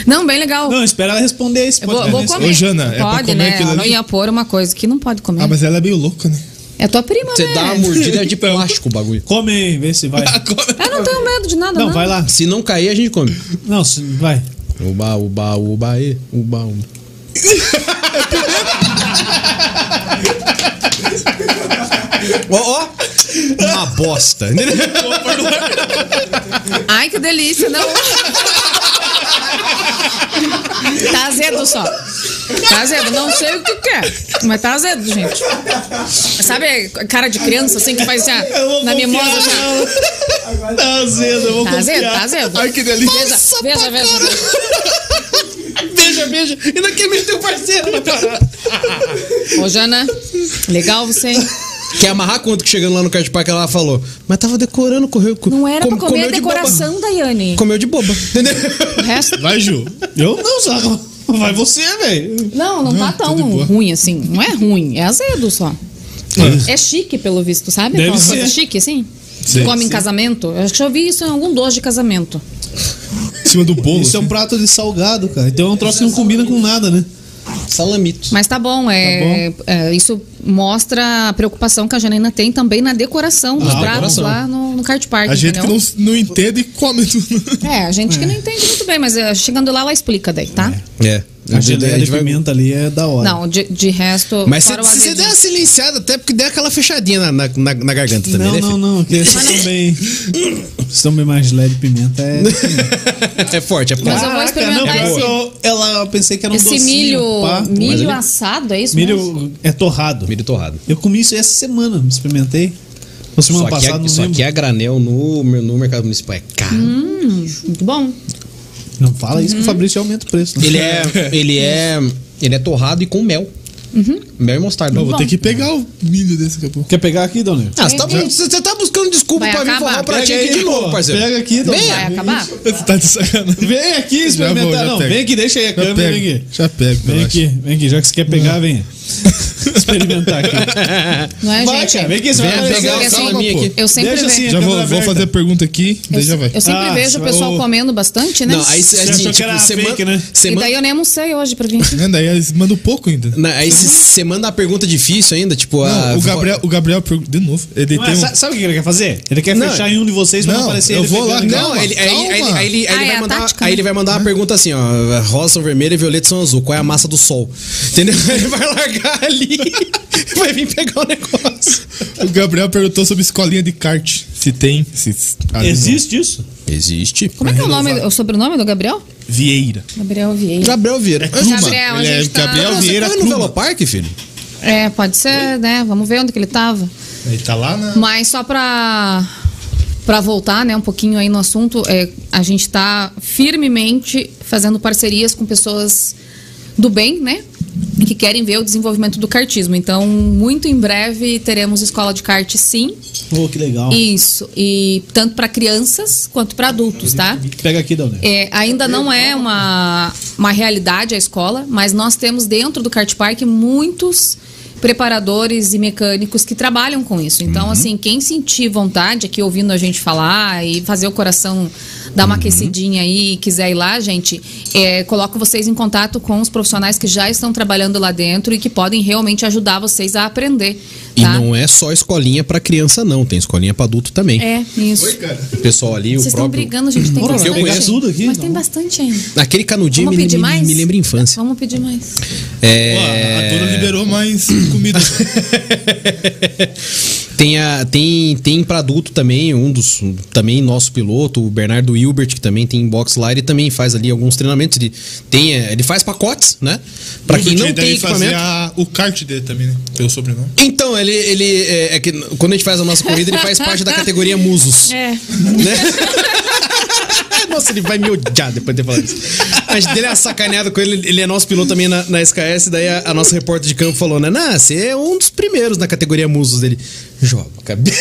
C: Não, bem legal.
A: Não, espera ela responder esse
C: Eu vou,
A: podcast.
C: vou comer.
D: Ô, Jana, é pra
C: pode,
D: comer
C: né?
D: aquilo
C: Ela não
D: ali?
C: ia pôr uma coisa que não pode comer.
D: Ah, mas ela é meio louca, né?
C: É tua prima,
B: Você
C: né?
B: dá uma mordida de
D: Então.
B: plástico o bagulho.
A: Come aí, vê se vai.
C: Eu não tenho medo de nada,
A: Não, vai lá.
B: Se não cair, a gente come.
A: Não, se- vai.
B: Uba, uba, uba, e, um. uba, uba. Ó, ó, uma bosta.
C: Ai, que delícia, não. tá azedo só. Tá azedo, não sei o que que é, mas tá azedo, gente. Sabe a cara de criança, assim, que faz assim,
A: Eu vou
C: ah, na
A: confiar,
C: mimosa já.
A: não. Tá azedo, eu vou
C: Tá azedo,
A: confiar.
C: tá azedo.
D: Ai, que delícia.
C: Veja, veja, veja.
B: Beija, beija. Ainda quer mexer teu parceiro.
C: Ô, Jana, legal você, hein?
B: Quer amarrar quanto que chegando lá no Card Park ela falou? Mas tava decorando, correu. co-
E: Não era
B: com-
E: pra comer
B: comeu
E: a
B: de
E: decoração, Daiane.
B: boba. Comeu de boba. Entendeu?
C: O resto...
D: Vai, Ju.
A: Eu não, Zago. Vai você, velho.
C: Não, não, tá tão
D: tudo boa.
C: ruim assim. Não é ruim, é azedo só. É chique, pelo visto, sabe?
A: Deve
C: Aquela coisa
A: ser.
C: chique, assim.
D: Deve
C: Come em
D: ser.
C: casamento. Eu acho que já ouvi isso em algum doce de casamento.
D: Em cima do bolo.
A: Isso é um prato de salgado, cara. Então é um troço que não combina com nada, né?
B: Salamito.
C: Mas tá bom, é, é, isso mostra a preocupação que a Janaína tem também na decoração dos
B: Ah,
C: pratos
B: decoração.
C: lá no, no kart park,
D: A gente que
C: entendeu?
D: não, não entende e come tudo.
C: É, a gente que não entende muito bem, mas é, chegando lá, ela explica daí, tá?
B: É.
A: A geleia de pimenta ali é da hora.
C: Não, de, de resto,
B: Mas
C: fora o
B: você
C: azedinho.
B: deu uma silenciada até porque deu aquela fechadinha na, na, na- na garganta também,
A: Não,
B: né?
A: não, não, que Vocês estão bem. Vocês estão bem mais leve de pimenta. É.
B: não. é forte, é
C: Mas
B: forte.
C: eu vou
A: não,
C: experimentar esse-
A: eu- ela eu pensei que era um
C: Esse
A: docinho,
C: milho,
A: pá.
C: milho
B: ele-
C: assado, é isso mesmo?
A: Milho é torrado.
B: Milho torrado.
A: Eu comi isso essa semana, experimentei. Ou semana
B: Só que,
A: passada,
B: é,
A: não
B: só
A: lembro.
B: que é granel no, no mercado municipal. É caro.
C: Hum. Muito bom. Então
A: Não fala
C: Uhum.
A: isso que o Fabrício aumenta o preço. né?
B: Ele é. Ele é. Ele é torrado e com mel.
C: Uhum.
B: Mel e mostarda.
D: Eu vou ter que pegar o milho desse daqui a pouco.
A: Quer pegar aqui, Dona? Neu?
B: Ah, você tá, você tá buscando desculpa
C: Vai
B: pra vir
C: acabar.
B: forrar pra
C: Pega
B: ti aqui de novo, parceiro.
A: Pega aqui, Dona.
B: Vem,
A: Neu.
C: Vai acabar?
D: Você tá de sacanagem.
A: Vem aqui
D: Já vou,
A: experimentar.
D: já
A: Não,
D: pego.
A: vem aqui, deixa aí a
D: Já
A: câmera,
D: pego,
A: vem aqui.
D: Já pego,
A: Vem
D: relaxa.
A: aqui, vem aqui. Já que você quer pegar, vem. Experimentar aqui.
C: Não é,
A: Vai,
C: gente?
A: cara, vem aqui, você
B: Vem
A: vai
B: pegar
A: aparecer.
B: a
C: Porque, assim,
B: salaminha aqui.
C: Eu sempre
A: Deixa
C: vejo.
A: assim,
D: Já
A: Câmera
D: vou, vou
A: aberta.
D: fazer a pergunta aqui, daí já vai.
C: Eu sempre
A: Ah,
C: vejo o
A: você
C: pessoal
A: vai-
C: comendo bastante, né?
B: Não, aí cê-
A: Você
B: assim,
A: achou que era
B: você
A: fake,
B: manda-
A: né?
B: você
C: E
B: manda-
C: daí eu nem almocei hoje pra vir aqui.
D: Né, Daí eles mandam pouco ainda.
B: na- aí
A: Uhum.
B: você manda a pergunta difícil ainda, tipo a.
D: Não, o Gabriel, o Gabriel, pergun- de novo, ele
A: Mas
D: tem um...
A: sa- Sabe o que ele quer fazer? Ele quer
B: Não.
A: fechar em um de vocês pra não,
D: Não,
A: aparecer
D: eu
A: ele
D: vou lá,
A: pegando.
D: não.
B: Não, ele, aí,
D: calma.
B: aí, aí ele- aí
C: Ah,
B: ele
C: é
B: vai
C: a
B: mandar,
C: tática,
B: aí
C: né?
B: ele vai mandar uma pergunta assim, ó, rosa são vermelha e violeta são azul, qual é a massa do sol? Entendeu? Ele vai largar ali, vai vir pegar o negócio.
D: um, O Gabriel perguntou sobre escolinha de kart. Se tem, se... ah,
A: Existe isso?
B: Existe.
C: Como é que é o nome, o sobrenome do Gabriel?
D: não. Vieira.
C: Gabriel Vieira.
B: Gabriel Vieira.
C: Gabriel, a
D: Ele é
C: gente tá-
D: Gabriel
C: Nossa,
D: Vieira
B: Você foi no
D: Pluma.
B: Velopark, filho?
C: É, pode ser, né? Vamos ver onde que ele tava.
D: Ele tá lá na...
C: Mas só pra, pra voltar, né, um pouquinho aí no assunto, é, a gente tá firmemente fazendo parcerias com pessoas do bem, né? Que querem ver o desenvolvimento do kartismo. Então, muito em breve teremos escola de kart, sim.
A: Pô, que legal.
C: Isso. E tanto para crianças quanto para adultos, tá?
A: Pega aqui, Dona. Neu.
C: É, ainda não é uma, uma realidade a escola, mas nós temos dentro do Kart Park muitos preparadores e mecânicos que trabalham com isso. Então,
B: Uhum.
C: assim, quem sentir vontade aqui ouvindo a gente falar e fazer o coração dar
B: Uhum.
C: uma aquecidinha aí e quiser ir lá, gente, é, coloco vocês em contato com os profissionais que já estão trabalhando lá dentro e que podem realmente ajudar vocês a aprender.
B: E
C: Tá?
B: não é só escolinha pra criança não, tem escolinha pra adulto também.
C: É, isso.
B: O pessoal ali,
C: Vocês
B: o
C: estão
B: próprio...
C: brigando, gente. Tem
A: Bora,
C: bastante.
B: eu conheço
A: tudo aqui, então.
C: mas
A: não.
C: tem bastante ainda.
B: Aquele canudinho
C: Vamos
B: me,
C: pedir
B: me-
C: mais?
B: me lembra infância.
C: Vamos pedir mais.
B: É...
D: Ó, a- A dona liberou mais comida.
B: Tem, a, tem, tem pra adulto também, um dos. um- Também nosso piloto, o Bernardo Hilbert, que também tem box lá, ele também faz ali alguns treinamentos. Ele, tem, é, ele faz pacotes, né? Pra quem não tem equipamento.
D: fazer a- o kart dele também, né? Pelo sobrenome.
B: Então, ele, ele é, é que quando a gente faz a nossa corrida, ele faz parte da categoria Musos.
E: É.
B: né? Nossa, ele vai me odiar depois de ter falado isso. A gente dele é sacaneado com ele, ele é nosso piloto também na, na SKS, daí a, a nossa repórter de campo falou, né? Nah, você é um dos primeiros na categoria Musos dele. Joga, cabelo.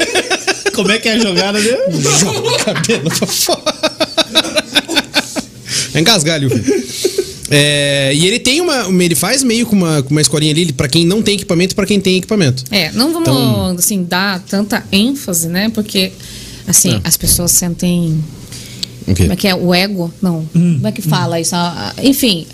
A: Como é que é a jogada dele?
B: Joga o cabelo pra fora. Vai engasgar ali, o filho. É, e ele tem uma. Ele faz meio com uma, com uma escolinha ali pra quem não tem equipamento e pra quem tem equipamento.
C: É, não vamos
B: Então-
C: assim dar tanta ênfase, né? Porque assim,
B: É.
C: as pessoas sentem
B: O quê?
C: como é que é o ego? Não.
A: Hum.
C: Como é que fala isso? Ah, ah, Enfim,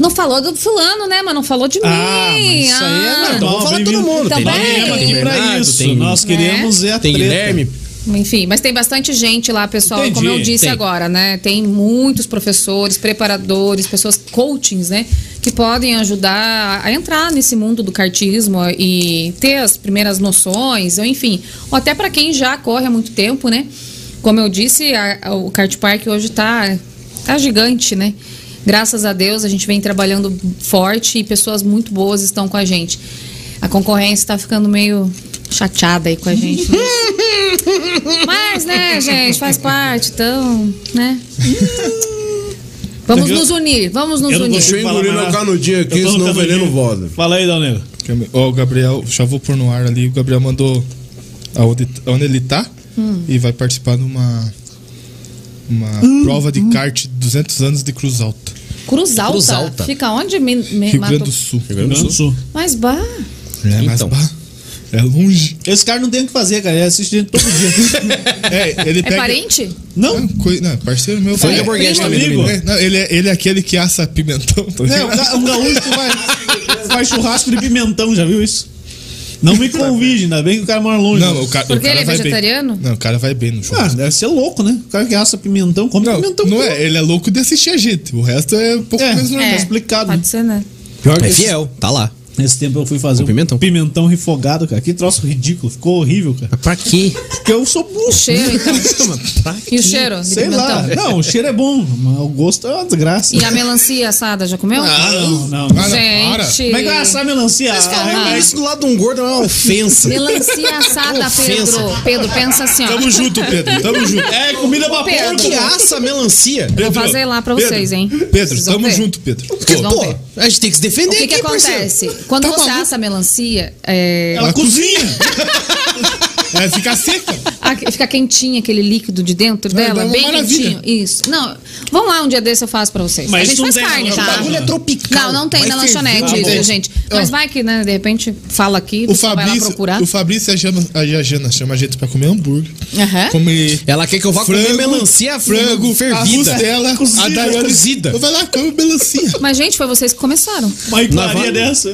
C: não falou do fulano, né? Mas não falou de
A: Ah,
C: mim.
A: mas isso aí é
C: Ah,
A: normal.
B: Vamos falar de todo mundo.
C: Tá
B: tem
C: bem.
A: Nós viemos aqui né? pra
B: Bernardo,
A: isso.
B: tem-
A: Nós queremos é a
B: Tem
A: treta.
B: Guilherme.
C: Enfim, mas tem bastante gente lá, pessoal,
A: Entendi,
C: como eu disse
B: tem.
C: agora, né? Tem muitos professores, preparadores, pessoas coachings, né? Que podem ajudar a entrar nesse mundo do cartismo e ter as primeiras noções, ou enfim, ou até para quem já corre há muito tempo, né? Como eu disse, a- a- o kart park hoje tá, tá gigante, né? Graças a Deus a gente vem trabalhando forte e pessoas muito boas estão com a gente. A concorrência está ficando meio chateada aí com a gente, né? Mas, né, gente, faz parte, então, né? Vamos
A: Eu-
C: nos unir, vamos nos
A: Eu não
C: unir.
A: consigo
B: eu
A: falar
B: engolir
A: mais
B: meu
A: nada.
B: canudinho aqui,
A: Eu tô no
B: senão o
A: canudinho.
B: veneno volta.
A: Fala aí, Dal Negro.
D: Ó, o Gabriel, já vou pôr no ar ali. O Gabriel mandou aonde, aonde ele tá e vai participar de uma, uma prova de kart 200 anos de Cruz Alta,
C: Cruz Alta.
B: Cruz Alta.
C: Fica onde? Me, me-
D: Rio
C: Mato-
D: Grande do Sul.
A: Rio Grande do Sul.
C: Mas, bah.
D: É, mas,
B: Então.
D: bah, é longe.
A: Esse cara não tem o que fazer, cara. Ele assiste gente todo dia.
D: É, ele
C: É
D: pega.
C: parente?
A: não,
D: Não, coi- não, parceiro meu.
B: Foi
D: É,
B: a Borghetti
A: primo
B: também.
A: amigo.
B: domingo.
D: é, não, ele, é, ele é aquele que assa pimentão. Tá
A: é,
D: ligado?
A: o ga- um gaúcho que vai, faz churrasco de pimentão, já viu isso? Não me convide, ainda bem que o cara mora longe.
D: Não, o cara,
C: Porque
D: o cara
C: ele é
D: vai
C: vegetariano?
D: Bem. Não, o cara vai bem no
A: Ah,
D: churrasco.
A: deve ser louco, né? O cara que assa pimentão, come
D: não,
A: pimentão.
D: não
A: pô.
D: é, ele é louco de assistir a gente. O resto é um pouco
A: É,
D: mais normal.
A: tá explicado.
C: Pode ser, né?
A: Pior que
B: É
A: esse-
B: fiel, tá lá.
A: Nesse tempo eu fui fazer
B: O pimentão.
A: um pimentão refogado, cara. Que troço ridículo. Ficou horrível, cara.
B: Pra quê?
A: Porque eu sou
C: O
A: bruxo.
C: cheiro, então.
B: pra
C: E o cheiro? de
A: Sei lá.
C: pimentão?
A: Não, o cheiro é bom, mas o gosto é uma desgraça.
C: E a melancia assada, já comeu?
A: Não, não.
D: Ah, não, para.
C: gente.
A: Como é que vai assar melancia? Ah,
C: falar-
B: Isso do lado de um gordo é uma ofensa.
C: Melancia assada,
B: Ofensa.
C: Pedro. Pedro, pensa assim, ó.
D: Tamo junto, Pedro. Tamo junto.
A: É comida pra
C: Pedro.
A: porco.
B: que assa melancia?
D: Pedro,
C: fazer lá pra vocês, hein?
D: Pedro,
C: Vocês vão
D: tamo
C: ver.
D: junto, Pedro.
C: Vocês vão ver.
B: Pô, a gente tem que se defender
C: O que, que
B: aqui, parceiro.
C: acontece? Quando
B: Tá
C: você
B: maluco?
C: assa melancia, é,
A: Ela cozinha.
D: É, fica seca.
C: Ah, que- fica quentinho aquele líquido de dentro
D: Vai
C: dela,
D: dar Ah, uma
C: bem
D: maravilha.
C: quentinho. Isso. Não, vamos lá um dia desse eu faço pra vocês.
A: Mas
C: a gente
A: não
C: faz
A: tem
C: carne,
A: na
C: tá?
A: lanchonete. O bagulho é
B: tropical.
C: Não, não tem
B: Vai
C: na
B: ferver,
C: lanchonete,
B: tá
C: isso,
B: bom.
C: gente. Mas vai que, né, de repente fala aqui,
D: O
C: você vai lá
D: Fabrício,
C: procurar.
D: o Fabrício e a Jana, a e a Jana chama a gente pra comer hambúrguer.
C: Aham.
D: Comer
B: Ela quer que eu vá comer melancia
D: frango, a
B: fervida.
D: costela,
A: Cozida,
D: a Daiane
B: cozida.
D: Eu Vai lá, come melancia.
C: Mas, gente, foi vocês que começaram.
A: Uma
B: Nós
A: iguaria
B: vamos-
A: dessa.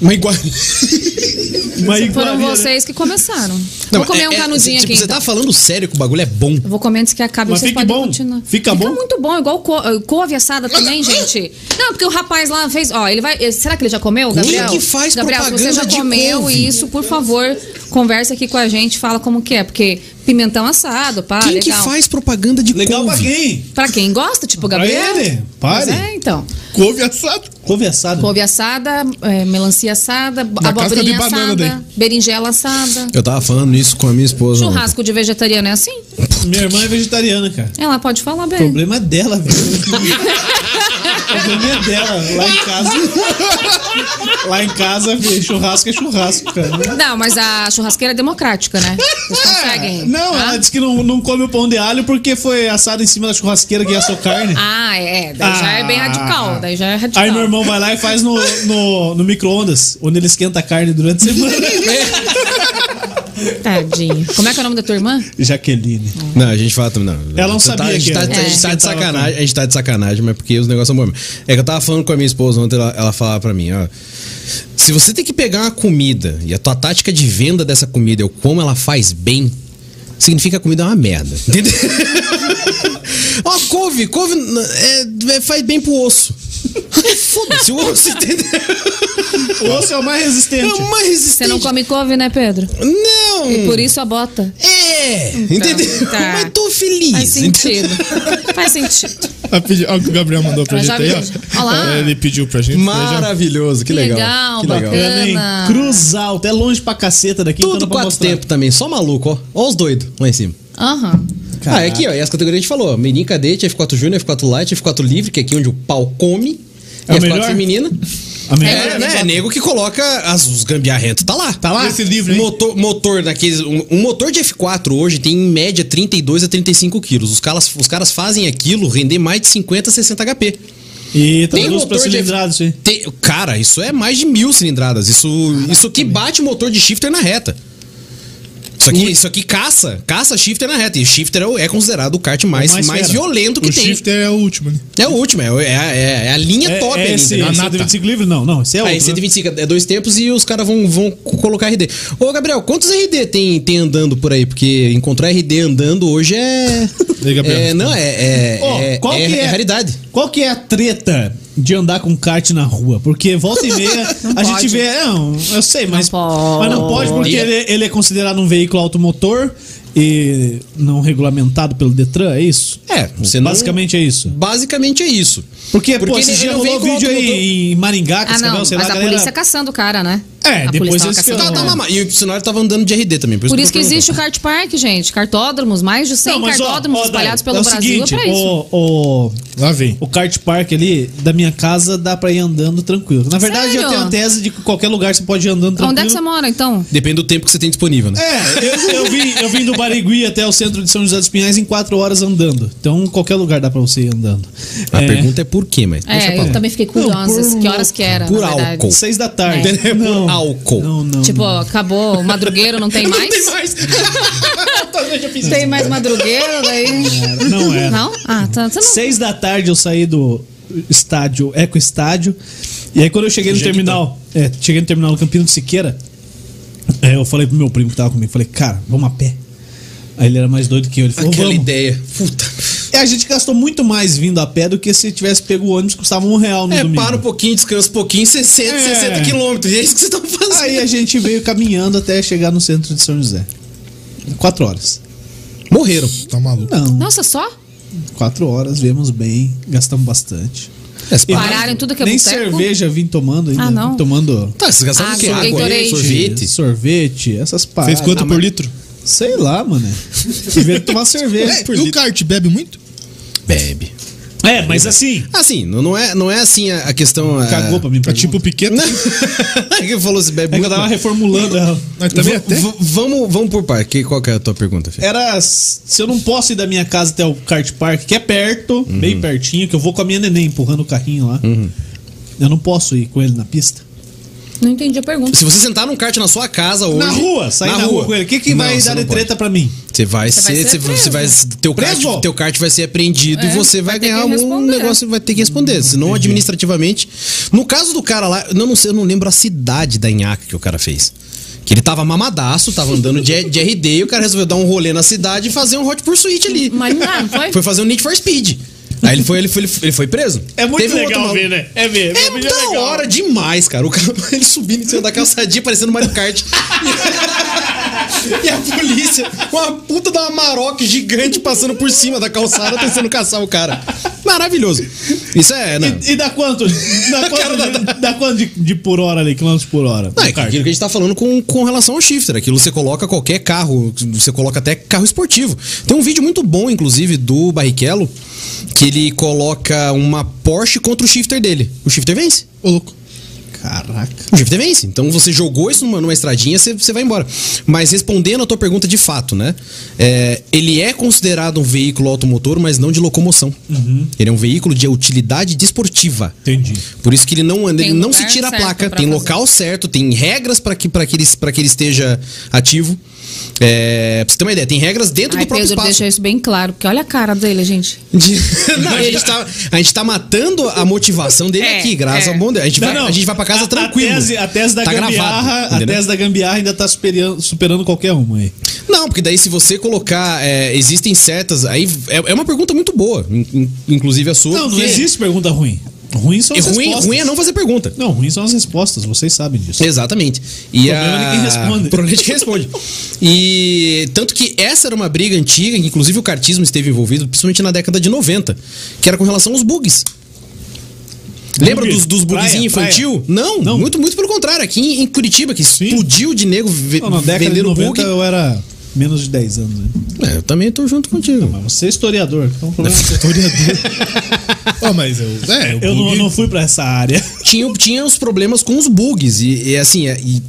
B: Uma igual...
A: Uma iguaria.
C: Foram
A: dessa.
C: vocês que começaram.
B: Não,
C: Vou comer
B: é-
C: um
B: é-
C: canudinho
B: tipo,
C: aqui.
B: Você
C: então.
B: tá falando sério que o bagulho é bom.
C: Eu vou comer antes que acabe,
A: Mas
C: vocês
A: fica
C: podem
A: bom?
C: continuar.
A: Fica bom?
C: muito bom, igual co- eh, couve assada também, gente. Não, porque o rapaz lá fez, ó, ele vai, ele- será que ele já comeu, Gabriel?
B: que faz
C: Gabriel, se você
B: propaganda
C: já
B: de
C: comeu
B: couve?
C: isso, por favor, conversa aqui com a gente, fala como que é, porque pimentão assado, pá,
B: Quem
C: Ah, legal.
B: que faz propaganda de
A: Legal pra
B: couve?
A: quem?
C: Pra quem gosta, tipo o
A: Pra
C: Gabriel.
A: ele.
C: Pois
A: Pare.
C: é, então.
D: Couve assado.
A: Conversado.
C: Couve assada, é, melancia assada,
D: casca de
C: abobrinha
D: banana
C: assada,
D: daí.
C: berinjela assada.
B: Eu tava falando isso com a minha esposa. ontem.
C: Churrasco de vegetariano é assim?
A: Minha irmã é vegetariana, cara.
C: Ela pode falar
A: O
C: bem.
A: problema é dela, velho. O problema é dela. Lá em casa. Lá em casa, filho, churrasco é churrasco, cara.
C: Não, mas a churrasqueira é democrática, né? Vocês conseguem.
A: Não, ela disse que não, não come o pão de alho porque foi assado em cima da churrasqueira que ia sua carne.
C: Ah, é. Daí já é bem
A: Ah.
C: radical. Daí já é
B: tá.
C: radical.
A: Aí meu irmão vai lá e faz no, no, no micro-ondas, onde ele esquenta a carne durante a semana.
C: Tadinho. Como é que é o nome da tua irmã?
A: Jaqueline.
B: Não, a gente fala também. Não.
A: Ela não
B: Você
A: sabia
B: tá, a gente
A: que
B: tá,
A: era.
B: a gente
A: É.
B: tá de
A: Tava
B: sacanagem, a gente tá de sacanagem, mas porque os negócios são bons. mesmo. É que eu tava falando com a minha esposa ontem, ela, ela falava pra mim, ó. Se você tem que pegar uma comida e a tua tática de venda dessa comida é o como ela faz bem, significa que a comida é uma merda. Entendeu? Ó, couve, couve é- é- faz bem pro osso. Foda-se o osso, entendeu?
A: O osso é o mais
B: É
A: resistente.
B: uma
C: Você
B: resistência.
C: não come couve, né, Pedro?
B: Não!
C: E por isso a bota.
B: É! entendeu?
C: tá.
B: Mas tô feliz.
C: Faz
B: entendeu?
C: sentido. Faz sentido.
D: Ó, pedi- ó, o que o Gabriel mandou pra
C: Eu já
D: gente aí,
C: vi.
D: ó.
C: Ó lá.
D: Ele pediu pra gente. né, já.
B: Maravilhoso, que legal.
C: Legal,
B: que
C: bacana. tá
A: Também,
C: Ana.
A: Cruz alta, é longe pra caceta daqui. então
B: Tudo
A: dá pra
B: quatro
A: mostrar.
B: tempos também, só maluco, ó. Ó os doidos lá em cima.
C: Aham.
B: Ah, é aqui, ó. E as categorias a gente falou: ó, Menin, cadete, F4 Júnior, F4 Light, F4 Livre, que é aqui onde o pau come.
A: É o
B: F4
A: melhor?
B: feminina.
A: A
B: É,
A: minha-
B: né? É nego que coloca as, os gambiarrentos. Tá lá. Tá
D: lá? Esse livro, hein?
B: motor, motor naqueles. Um, um motor de F4 hoje tem em média 32 a 35 quilos. Os caras, os caras fazem aquilo render mais de 50, 60 HP.
A: E tá
B: Tem
A: duas
B: motor
A: pra
B: de-
A: cilindradas, sim.
B: Tem- cara, isso é mais de mil cilindradas. Isso, isso que bate o motor de shifter na reta. Isso aqui, isso aqui caça, caça shifter na reta. E shifter é o- é considerado o kart mais,
A: O
B: mais,
A: mais fera.
B: violento que
D: O
B: tem.
D: shifter é o último, né?
B: É o último, é, o- é a- é a linha top né?
A: é,
B: ali,
A: esse,
B: entendeu? A nata.
A: 125 livre? Não, não, esse é outro.
B: Aí,
A: né?
B: 125 tá. é dois tempos e os caras vão, vão colocar RD. Ô, Gabriel, quantos RD tem, tem andando por aí? Porque encontrar RD andando hoje é.
D: aí, Gabriel?
B: é não, é. É,
A: Ó,
B: é,
A: qual
B: é-
A: que é,
B: é raridade.
A: Qual que é a treta de andar com kart na rua? Porque volta e meia a
C: pode.
A: gente vê. é, Não, eu sei, mas
E: pode.
A: mas não pode porque
B: E é-
A: ele, ele é considerado um veículo automotor e não regulamentado pelo Detran, é isso?
B: É, você não-
A: Basicamente é isso.
B: Basicamente é isso.
A: Porque, pô,
B: Porque
A: esse
B: ele-
A: dia
B: ele é um
A: rolou
B: veículo
A: vídeo
B: automotor.
A: aí em Maringá,
C: Ah, não,
A: Cascavel,
C: mas
A: sei
C: a
A: lá, galera.
C: polícia caçando o cara, né?
A: É,
C: a
A: depois
C: polícia
A: eles
C: tava caçando.
B: Tá,
A: ferram,
B: tá,
A: É.
B: mas- mas- E o cenário tava andando de RD também. Por isso,
C: Por isso que
B: eu pergunto.
C: existe o kart park, gente. Cartódromos, mais de 100
A: Não, mas ó,
C: cartódromos
A: ó,
C: espalhados
A: Dai,
C: pelo
A: é o
C: Brasil
A: seguinte,
C: é pra isso.
A: O, o,
D: Lá vem.
A: o kart park ali da minha casa dá pra ir andando tranquilo. Na verdade, eu
C: Sério?
A: tenho a tese de que qualquer lugar você pode ir andando tranquilo.
C: Onde é que você mora, então?
B: Depende do tempo que você tem disponível, né?
A: É, eu, eu vim, eu vim do Barigui até o centro de São José dos Pinhais em quatro horas andando. Então, qualquer lugar dá pra você ir andando.
B: A pergunta é por quê, mas.
C: É, eu também fiquei curiosa.
A: Não, por-
C: que horas que era,
B: por
C: na verdade.
B: álcool.
A: Seis da tarde. né?
B: É.
A: Não,
B: Álcool.
A: Não, não.
C: Tipo, acabou, o madrugueiro não tem mais?
B: mais.
C: Tem mais madrugueiro,
A: É.
C: daí...
A: não era.
C: Não? Ah, tá, você não...
A: Seis da tarde eu saí do estádio, Eco Estádio. E aí quando eu cheguei no terminal,
B: então.
A: é, cheguei no terminal do Campino de Siqueira, é, eu falei pro meu primo que tava comigo, falei, cara, vamos a pé. Aí ele era mais doido que eu. Ele falou,
B: Aquela
A: vamos.
B: ideia. Puta.
A: É, a gente gastou muito mais vindo a pé do que se tivesse pego o ônibus, custava um real no
B: É,
A: domingo.
B: para um pouquinho, descansa um pouquinho, 60,
A: É.
B: 60 quilômetros. E é isso que você tá fazendo.
A: Aí a gente veio caminhando até chegar no centro de São José. Quatro horas.
B: Morreram.
D: Tá maluco.
A: Não,
C: Nossa, só?
A: quatro horas, viemos bem, gastamos bastante. E
C: Pararam
A: nem-
C: em tudo que é
A: Nem
C: boteco?
A: cerveja vim tomando ainda.
C: Ah, não?
A: vim tomando
B: Tá, vocês gastaram
C: Ah,
B: o quê?
C: sim,
B: Água,
C: Gatorade.
B: sorvete.
A: sorvete, essas paradas.
B: ah,
D: Fez quanto por litro?
A: Sei lá, mano. Tive que tomar cerveja.
D: É, e o kart bebe muito?
B: Bebe.
A: É, mas assim.
B: Assim, não não é, não é assim a a questão. a-
A: Cagou pra mim.
D: Tá tipo o piqueta?
B: Ele falou se
A: É
B: bebe
A: que
B: muito.
A: eu tava
B: não.
A: reformulando ela.
D: Mas também é
B: Va-
D: até.
B: va- Vamos, vamos por par. Que, qual que é a tua pergunta, filho?
A: Era. s- Se eu não posso ir da minha casa até o kart park, que é perto,
B: Uhum.
A: bem pertinho, que eu vou com a minha neném empurrando o carrinho lá. Eu não posso ir com ele na pista.
C: Não entendi a pergunta.
B: Se você sentar num kart na sua casa hoje.
A: Na rua, sair
B: na
A: na, rua. com ele. O que, que
B: Não,
A: vai
B: você
A: dar
B: não
A: de
B: pode.
A: treta pra mim?
B: Você vai
C: Você vai
B: ser. Você
C: ser
B: vai, você vai
C: preso.
B: teu, kart,
A: Preso?
B: teu kart vai ser apreendido e
C: É,
B: você vai,
C: vai ter
B: ganhar
C: que
B: um
C: responder.
B: negócio e vai ter que responder. Senão, administrativamente. No caso do cara lá, eu não, não sei, eu não lembro a cidade da Inhaca que o cara fez. Que ele tava mamadaço, tava andando de, de RD e o cara resolveu dar um rolê na cidade e fazer um hot pursuit ali.
C: Mas ah, não, foi?
B: Foi fazer um Need for Speed. Aí ele foi, ele foi, ele foi- ele foi preso.
A: É
B: Teve um outro maluco-
A: né? É ver.
B: é da hora demais, cara. O cara ele subindo em cima da calçadinha, parecendo Mario Kart. E a polícia, com a puta da Maroc gigante passando por cima da calçada, tentando caçar o cara. Maravilhoso. Isso é, né?
A: E, e dá quanto? Dá quanto, de, dá quanto de, de por hora ali, quilômetros por hora?
B: Não, é
A: No kart?
B: aquilo que a gente tá falando com, com relação ao shifter. Aquilo você coloca qualquer carro, você coloca até carro esportivo. Tem um vídeo muito bom, inclusive, do Barrichello, que ele coloca uma Porsche contra o shifter dele. O shifter vence.
D: Ô, louco.
A: Caraca.
B: O GFT vence. Então você jogou isso numa, numa estradinha, você, você vai embora. Mas respondendo a tua pergunta de fato, né? É, ele é considerado um veículo automotor, mas não de locomoção.
A: Uhum.
B: Ele é um veículo de utilidade desportiva.
A: Entendi.
B: Por isso que ele não anda,
C: Tem
B: ele não se
C: lugar
B: tira a
C: certo
B: placa,
C: pra
B: tem
C: fazer.
B: local certo, tem regras para que, pra que, ele, pra que ele esteja ativo. É, pra você ter uma ideia, tem regras dentro
C: Ai,
B: do próprio
C: Pedro,
B: espaço.
C: deixa isso bem claro, porque olha a cara dele, gente.
B: De- Não, a, gente tá, a gente tá matando a motivação dele
C: É,
B: aqui, graças
C: é.
B: ao bom Deus. A gente, vai,
A: Não, não.
B: a gente vai pra casa
A: A-
B: tranquilo.
A: A tese, a tese da
B: Tá gravado,
A: gambiarra, a
B: entendeu?
A: tese da gambiarra ainda tá superando, superando qualquer uma aí.
B: Não, porque daí se você colocar, é, existem certas. Aí é, é uma pergunta muito boa, in- in- inclusive a sua.
A: Não, não
B: porque-
A: existe pergunta ruim. Ruim são
B: É
A: as
B: ruim,
A: respostas.
B: ruim é não fazer pergunta.
A: Não, ruim são as respostas, vocês sabem disso.
B: Exatamente. E
A: problema
B: a...
A: é de quem responde.
B: O problema é de quem responde. E tanto que essa era uma briga antiga, em que inclusive o cartismo esteve envolvido, principalmente na década de 90, que era com relação aos bugs. Lembra
A: Bug?
B: dos, dos bugzinhos
A: Praia,
B: infantil? Não,
A: Não.
B: muito, muito pelo contrário. Aqui em, em Curitiba, que explodiu de nego ve-
A: Não, na década de
B: vendendo
A: 90
B: bug.
A: eu era menos de 10 anos. Né?
B: É, eu também tô junto contigo.
A: Mas você é historiador, então o problema é seu.
D: Ó, mas eu. É, eu
A: Eu não, não fui pra essa área.
B: tinha, tinha os problemas com os bugs. E, e assim, é- e,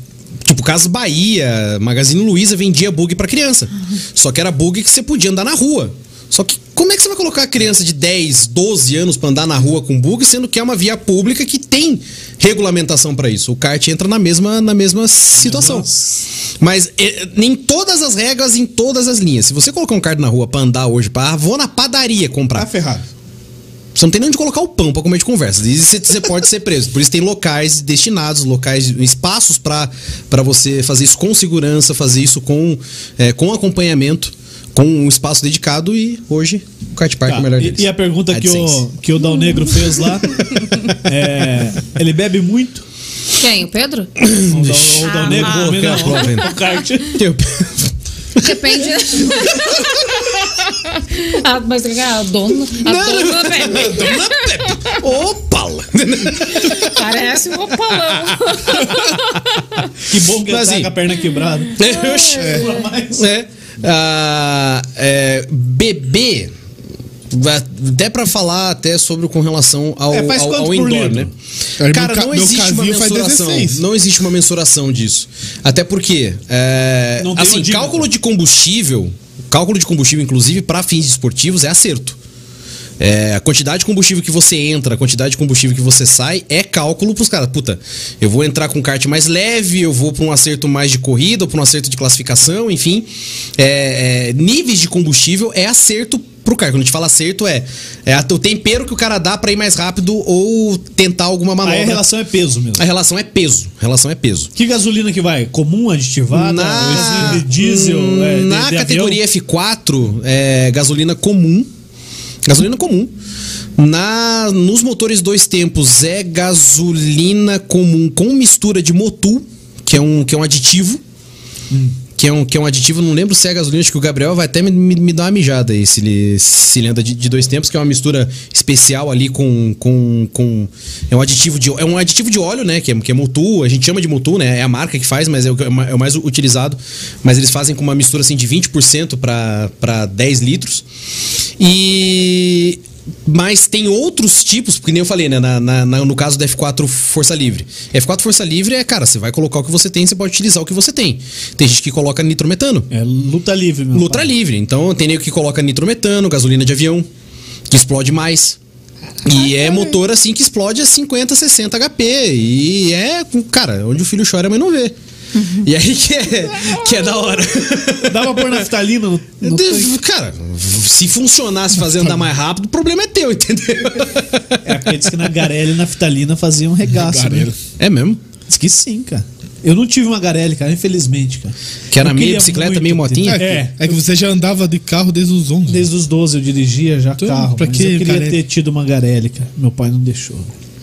B: tipo, Casas Bahia, Magazine Luiza vendia bug pra criança. Só que era bug que você podia andar na rua. Só que como é que você vai colocar a criança de 10, 12 anos pra andar na rua com bug, sendo que é uma via pública que tem regulamentação pra isso? O kart entra na mesma, na mesma situação. Mas é, nem todas as regras, em todas as linhas. Se você colocar um kart na rua pra andar hoje, pra, ah, vou na padaria comprar.
D: Tá ferrado.
B: Você não tem nem onde colocar o pão pra comer de conversa. E você, você pode ser preso. Por isso tem locais destinados, locais, espaços pra pra você fazer isso com segurança, fazer isso com, é, com acompanhamento, com um espaço dedicado. E hoje o kart park é o melhor
A: Tá. e,
B: deles.
A: e a pergunta que o,
B: AdSense.
A: que o Dal Negro fez lá é, ele bebe muito?
C: Quem? O Pedro?
A: O Dal, o Dal
C: Ah,
A: Negro
C: lá.
A: comendo
B: Cara, provavelmente.
A: o kart.
C: Depende. ah, mas a dona. A dona bebe.
B: Opa! lá.
C: Parece um opalão.
A: Que bom que ele
B: Mas,
A: tá
B: assim, é.
A: com a perna quebrada. É.
B: Oxi. né? Ah, é, bebê. Até pra falar até sobre com relação ao,
D: É, faz
B: ao,
D: quanto
B: ao
D: por
B: indoor,
D: litro?
B: né?
D: Aí
B: Cara,
D: É, meu ca-
B: não
D: meu
B: existe uma
D: casinho faz
B: mensuração.
D: 16.
B: Não existe uma mensuração disso. Até porque, é,
A: Não tem
B: assim,
A: odímetro.
B: cálculo de combustível, cálculo de combustível, inclusive, pra fins esportivos, é acerto. É, a quantidade de combustível que você entra, a quantidade de combustível que você sai, é cálculo pros caras. Puta, eu vou entrar com um kart mais leve, eu vou pra um acerto mais de corrida, ou pra um acerto de classificação, enfim. É, é, níveis de combustível é acerto pro cara. Quando a gente fala acerto, é, é a- o tempero que o cara dá pra ir mais rápido ou tentar alguma manobra.
A: Aí a relação é peso mesmo.
B: A relação é peso. A relação é peso.
A: Que gasolina que vai? Comum, aditivada,
B: na hum,
A: de diesel, é, de-
B: na
A: de avião?
B: categoria F4, é gasolina comum. Gasolina comum. Na, nos motores dois tempos é gasolina comum com mistura de motul, que é um, que é um aditivo. Que é, um, que é um aditivo, não lembro se é gasolina, acho que o Gabriel vai até me, me, me dar uma mijada aí, se ele se ele anda de, de dois tempos, que é uma mistura especial ali com. com, com é, um aditivo de, é um aditivo de óleo, né? Que é, que é Motul, a gente chama de Motul, né? É a marca que faz, mas é o, que- é o ma- é o mais utilizado. Mas eles fazem com uma mistura assim de 20% para 10 litros. E. Mas tem outros tipos, porque nem eu falei, né? Na, na- na- no caso da F4 Força Livre. F4 Força Livre é, cara, você vai colocar o que você tem, você pode utilizar o que você tem. Tem gente que coloca nitrometano.
A: É luta livre, meu
B: Luta
A: pai.
B: livre. Então tem nego que coloca nitrometano, gasolina de avião, que explode mais. E é motor assim que explode a 50, 60 HP. E é, cara, onde o filho chora, a mãe não vê. E aí que é, que é da hora.
A: Dá pra pôr naftalina no, no tanque. Tá.
B: Cara, se funcionasse fazer andar mais rápido, o problema é teu, entendeu?
A: É porque diz que na Garelli e naftalina faziam um regaço. Né?
D: Garelli.
B: É mesmo.
A: Diz que sim, cara. Eu não tive uma Garelli, cara, infelizmente, cara.
B: Que era
A: Eu
B: meio
A: queria
B: bicicleta,
A: muito,
B: meio motinha?
A: entendeu? É.
D: É que você já andava de carro desde os 11.
A: Desde os 12 eu dirigia já
D: Então,
A: carro.
D: pra
A: mas
D: que
A: eu queria
D: Garelli?
A: ter tido uma Garelli, cara. Meu pai não deixou.
D: Ele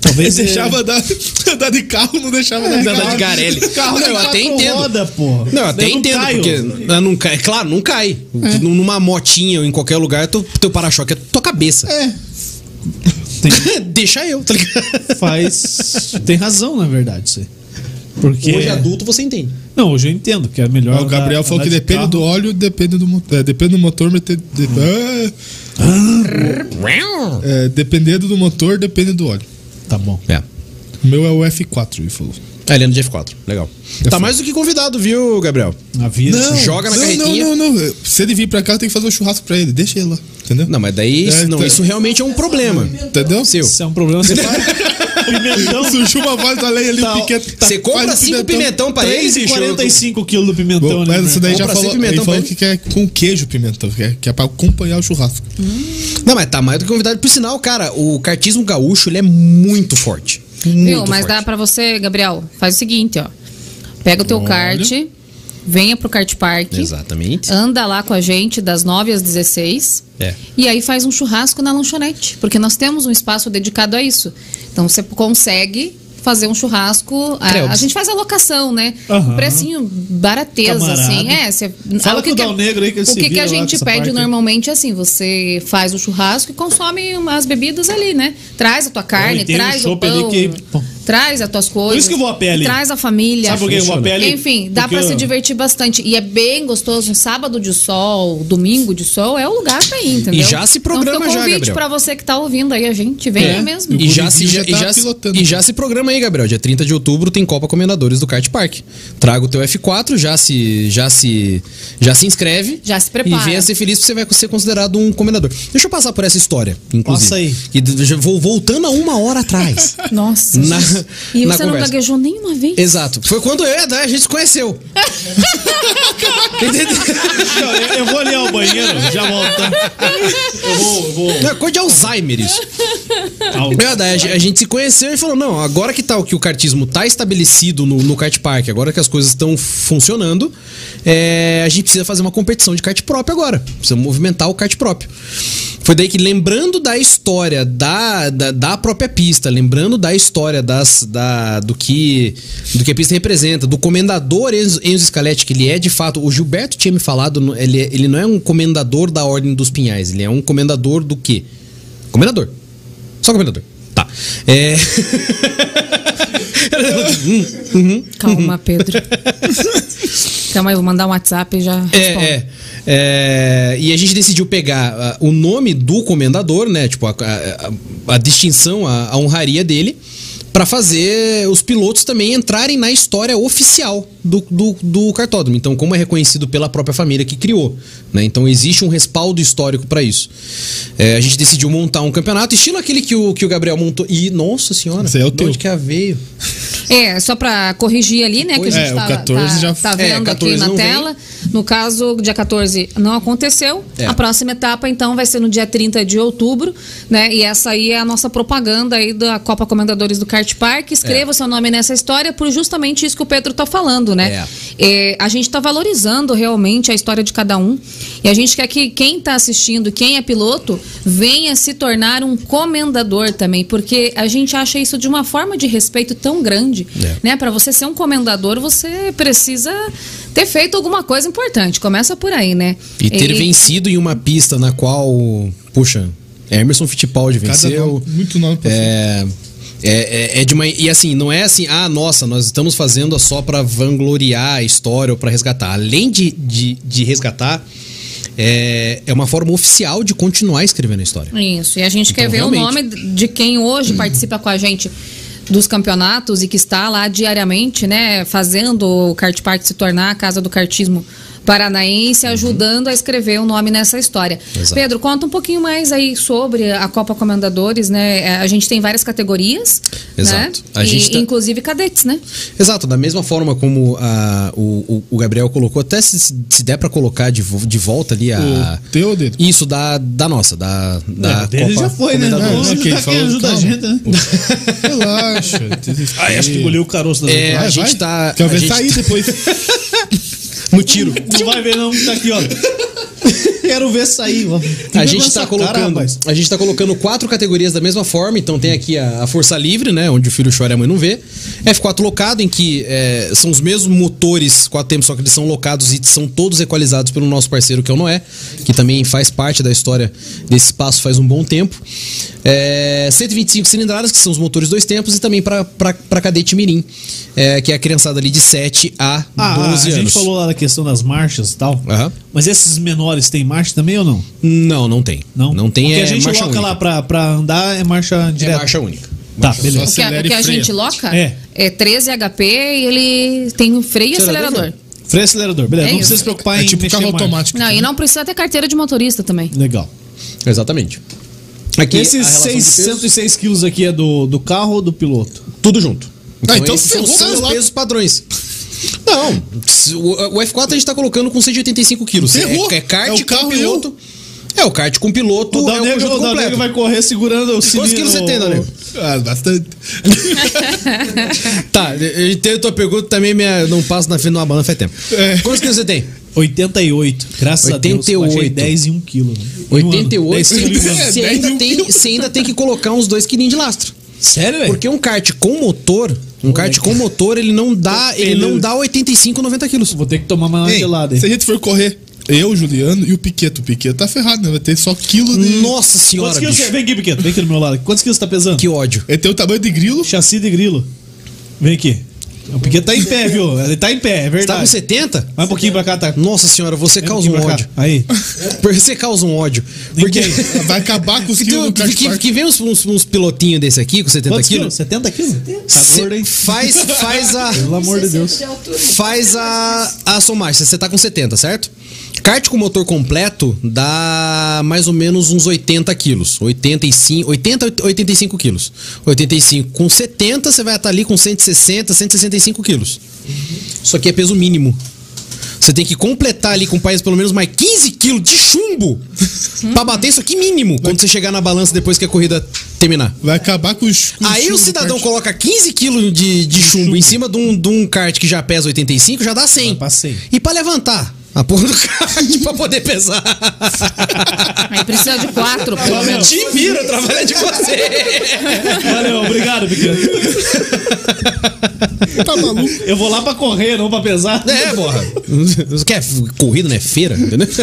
A: Talvez é, ele-
D: deixava andar, andar de carro, não deixava andar de
B: andar de
D: carro.
B: Garelli.
A: Carro
B: Não,
A: tem
B: eu
A: quatro
B: até entendo.
A: rodas, porra.
B: Não, eu até
A: Eu
B: entendo,
A: caio.
B: porque eu não cai. Claro, não cai.
C: É.
B: Num- Numa motinha ou em qualquer lugar, teu, teu para-choque é tua cabeça.
D: É.
B: Deixa eu, tá ligado?
A: Faz. Tem razão, na verdade, isso aí. Porque.
B: Hoje adulto você entende.
A: Não, hoje eu entendo que é melhor.
D: é o Gabriel
A: andar-
D: falou que
A: andar de
D: depende
A: carro.
D: do óleo, depende do motor. é, depende do motor, mas tem- de- ah, é, dependendo do motor, depende do óleo.
A: Tá bom.
B: É.
D: O meu é o F4, ele falou.
B: Ah, ele é no de F4. Legal. Tá mais do que convidado, viu, Gabriel?
A: Avisa.
B: Não. joga na
D: não,
B: carretinha.
D: Não, não, não. Se ele vir pra cá, tem que fazer um churrasco pra ele. Deixa ele lá. Entendeu?
B: Não, mas daí.
D: É,
B: não,
D: tá.
B: isso realmente é um problema.
D: Entendeu? Então,
B: Seu.
A: Isso é um problema. Você faz. Pimentão.
D: Surgiu uma voz da lei ali,
A: Tá,
D: o piquete.
B: você compra
D: faz o
B: cinco pimentão Então, pra ele, bicho?
A: 45 quilos do pimentão.
D: Bom,
A: né,
D: mas isso daí
B: Compra
D: já falou,
B: cinco pimentão
D: ele falou
B: pra
D: que quer com queijo pimentão, que é, que é pra acompanhar o churrasco.
B: Não, mas tá mais do que convidado. Por sinal, cara, o cartismo gaúcho ele é muito forte. Muito
C: Viu? Mas
B: forte.
C: dá pra você, Gabriel, faz o seguinte, ó. Pega o teu
D: Olha.
C: kart, venha pro kart park.
B: Exatamente.
C: Anda lá com a gente das 9 às 16.
B: É.
C: E aí faz um churrasco na lanchonete, porque nós temos um espaço dedicado a isso. Então você consegue fazer um churrasco.
B: É,
C: A,
B: eu-
C: a gente faz a locação, né?
A: Aham.
C: Um precinho barateza,
A: Camarada.
C: assim. É, você,
A: Fala
C: ah,
A: com o Dal Negro aí que
C: O
A: ele se
C: que, que
A: vira
C: a
A: lá com
C: gente
A: essa
C: pede
A: parte.
C: normalmente é assim: você faz o churrasco e consome umas bebidas ali, né? Traz a tua carne,
A: tem um
C: traz o
A: chopp ali
C: pão.
A: que- pô,
C: Traz as tuas coisas.
A: isso que eu vou a pé ali.
C: Traz a família.
A: Sabe por que eu vou a pé ali?
C: Enfim, dá
A: Porque
C: pra
A: eu-
C: se divertir bastante. E é bem gostoso. Um sábado de sol, domingo de sol, é o lugar pra ir, entendeu?
B: E já se programa
C: então, fica o
B: já,
C: convite
B: Gabriel.
C: pra você que tá ouvindo aí a gente. Vem
B: É.
C: mesmo.
B: E já,
D: Guri
B: se,
D: já
B: já, e
D: tá
B: já se-
D: pilotando.
B: e já se programa aí, Gabriel. Dia 30 de outubro tem Copa Comendadores do Kart Park. Traga o teu F4, já se, já se, já se inscreve.
C: Já se prepara.
B: E venha ser feliz, porque você vai ser considerado um comendador. Deixa eu passar por essa história, inclusive.
A: Passa aí.
B: E d- já vou voltando a uma hora atrás.
E: Nossa.
B: Na-
E: Jesus. e
B: na
E: você não
B: conversa. É.
E: gaguejou nenhuma vez?
B: Exato. Foi quando eu e a Dai, a gente se conheceu. Entendeu?
A: Não, eu, eu vou ali ao banheiro, já volto. tá? Eu vou, eu vou.
B: Não, é coisa de Alzheimer isso.
A: Al-
B: É, daí a gen- a gente se conheceu e falou: não, agora que tal que o cartismo tá estabelecido no, no kart park, agora que as coisas estão funcionando, é, a gente precisa fazer uma competição de kart próprio agora. Precisa movimentar o kart próprio. Foi daí que, lembrando da história da, da, da própria pista, lembrando da história das, da, do, que, do que a pista representa, do comendador Enzo, Enzo Scaletti, que ele é de fato. O Gilberto tinha me falado, no- ele, é- ele não é um comendador da Ordem dos Pinhais, ele é um comendador do quê? Comendador. Só comendador. Tá. É.
C: Calma, Pedro. Calma aí, eu vou mandar um WhatsApp e já. respondo.
B: É, é, É, E a gente decidiu pegar ah, o nome do comendador, né? Tipo, a, a- a- a distinção, a, a honraria dele, pra fazer os pilotos também entrarem na história oficial do, do, do cartódromo. Então, como é reconhecido pela própria família que criou, né? Então, existe um respaldo histórico pra isso. É, a gente decidiu montar um campeonato, estilo aquele que o, que o Gabriel montou. E, nossa senhora,
D: Esse é o
B: de
D: teu.
B: onde que a veio?
C: É, só pra corrigir ali, né? Que a
B: Pois
C: gente
D: é, o
C: tá,
D: 14
C: tá-
D: já-
C: tá
B: É,
C: vendo
B: 14
C: aqui na
B: não vem.
C: tela. No caso, dia 14 não aconteceu.
B: É.
C: A próxima etapa, então, vai ser no dia 30 de outubro, né? E essa aí é a nossa propaganda aí da Copa Comendadores do Kart Park.
B: É.
C: Escreva o seu nome nessa história por justamente isso que o Pedro tá falando, né? É, a gente tá valorizando realmente a história de cada um. E a gente quer que quem tá assistindo, quem é piloto, venha se tornar um comendador também, porque a gente acha isso de uma forma de respeito tão grande,
B: É.
C: né? Para você ser um comendador, você precisa ter feito alguma coisa importante. Começa por aí, né?
B: E ter
C: E-
B: vencido em uma pista na qual, puxa, Emerson Fittipaldi
D: Cada
B: venceu.
D: nome- muito nome pra
B: é, é, é- é de uma, e assim, não é assim, ah, nossa, nós estamos fazendo só pra vangloriar a história ou pra resgatar. Além de, de, de resgatar, é, é uma forma oficial de continuar escrevendo a história.
C: Isso, e a gente quer ver
B: Então, realmente. Uhum.
C: o nome de quem hoje participa com a gente dos campeonatos e que está lá diariamente, né, fazendo o Kart Park se tornar a casa do kartismo paranaense, ajudando a escrever o nome nessa história.
B: Uhum. Exato.
C: Pedro, conta um pouquinho mais aí sobre a Copa Comendadores, né? É, A gente tem várias categorias,
B: Exato.
C: né?
B: A gente
C: e,
B: tá-
C: inclusive cadetes, né?
B: Exato, da mesma forma como a- o, o- o Gabriel colocou, até se, se der pra colocar de, vo- de volta ali a.
D: O teu dedo.
B: Isso, da, da nossa, da, da
A: É, dele
B: Copa
A: já foi, né?
B: Comendador.
A: Não,
D: Não,
A: não
D: que ele
A: tá
D: falou,
A: querendo ajudar a
D: calma.
A: gente, né?
D: Relaxa.
A: Ai, acho que engoliu o caroço da
B: É,
A: é.
B: a gente tá-
D: Quer
B: a
D: ver
B: gente
D: sair
B: tá-
D: depois.
B: No tiro.
A: Não vai ver não, tá aqui, ó. Quero ver sair, ó.
B: A gente, tá
A: Essa cara,
B: colocando,
A: rapaz.
B: a gente tá colocando quatro categorias da mesma forma, então tem aqui a, a Força Livre, né? Onde o filho chora e a mãe não vê. F4 locado, em que é, são os mesmos motores quatro tempos, só que eles são locados e são todos equalizados pelo nosso parceiro, que é o Noé, que também faz parte da história desse espaço faz um bom tempo. É, 125 cilindradas, que são os motores dois tempos, e também pra- pra pra cadete Mirim, é, que é a criançada ali de 7 a 12
A: Ah,
B: anos.
A: a gente falou lá da questão das marchas e tal.
B: Aham.
A: Mas esses menores têm marcha também ou não?
B: Não, não tem.
A: Não,
B: não tem.
A: Porque
B: é
A: a gente
B: marcha
A: coloca
B: única.
A: lá pra, pra andar é marcha
B: É
A: direta.
B: marcha única.
A: Tá, beleza.
C: O que, a- o
D: Acelera
C: que
D: e
C: a
D: freia.
C: gente loca
A: É.
C: é. 13 HP e ele tem um freio e
B: Acelerador.
C: acelerador.
A: Freio e acelerador, beleza.
C: É
A: não precisa
C: isso.
A: se preocupar
D: É
A: em
D: tipo
A: mexer
D: carro
A: em marcha.
D: automático.
C: Não, e não precisa ter carteira de motorista também.
A: Legal.
B: Exatamente. Aqui
A: Esses
B: a relação de peso,
A: 606 quilos aqui é do, do carro ou do piloto?
B: tudo junto.
D: Ah, então
B: esses são,
D: ferrou,
B: são os
D: lá.
B: pesos padrões. Não, se- o, o F4 a gente tá colocando com 185 quilos. É,
D: Ferrou.
B: é kart
D: É o
B: com
D: carro e
B: piloto. É o kart com piloto, é o
A: Dalnego-
B: conjunto
A: Dalnego
B: completo.
A: vai correr segurando o cilindro.
B: Quantos quilos você tem, Dalego?
D: Ah, bastante.
B: Tá, eu entendo a tua pergunta, também minha, não passo na frente de uma banda faz tempo.
D: É.
B: Quantos quilos você tem?
A: 88. Graças a Deus,
B: 88.
A: baixei 10 e 1 quilo. Em um ano.
B: 88.
A: 10 quilos em um ano.
B: Você
D: É,
B: ainda,
D: 10
B: tem, você ainda tem que colocar uns 2 quilinhos de lastro.
A: Sério, velho?
B: Porque um kart com motor, um kart com motor, ele não dá, ele não dá 85, 90 quilos.
A: Vou ter que tomar mais uma
D: Ei,
A: gelada.
B: é
A: hein?
D: se a gente for correr, eu, Juliano e o Piqueto. O Piqueto tá ferrado, né? Vai ter só quilo de.
B: Nossa senhora,
A: Quantos quilos
B: bicho.
A: você... Vem aqui, Piqueto. Vem aqui do meu lado. Quantos quilos você tá pesando?
B: Que ódio.
D: Ele tem o tamanho de grilo.
A: Chassi de grilo. Vem aqui. O Piquet tá em pé, viu? Ele tá em pé, é
B: Você tá com
A: verdade.
B: 70?
A: Vai um pouquinho pra cá, tá?
B: Nossa senhora, você
A: Vem um
B: causa
A: pouquinho
B: um
A: pra cá.
B: ódio.
A: Aí.
B: Você causa um ódio. Porque.
D: Vai acabar com os
B: Que,
D: quilos
B: tem-
D: do kart
B: que,
D: park.
B: que vem uns, uns, uns pilotinhos desse aqui com 70
A: Quantos
B: quilos.
A: quilos? 70 quilos? Tá
B: Cê
A: gordo, hein?
B: Faz, faz a.
A: Pelo amor de Deus.
B: Faz a, a somagem. Você tá com 70, certo? Kart com motor completo dá mais ou menos uns 80 quilos. 85, 80, 85 quilos. 85 com 70, você vai estar ali com 160, 165 quilos. Isso aqui é peso mínimo. Você tem que completar ali com país pelo menos mais 15 quilos de chumbo pra bater isso aqui mínimo quando você chegar na balança depois que a corrida terminar.
D: Vai acabar com os. com os
B: Aí o
D: quilos do
B: cidadão
D: kart.
B: coloca 15 quilos de, de chumbo, em cima de um, de um kart que já pesa 85, já dá 100.
A: Mas passei.
B: E pra levantar a porra do kart pra poder pesar.
C: Aí É, precisa de quatro, pelo
A: Valeu.
C: menos.
B: Te vira, trabalha de você.
A: Valeu, obrigado, Piquet.
D: Tá maluco?
A: Eu vou lá pra correr, não pra pesar.
B: É, porra. Você quer corrida, não é feira? Entendeu?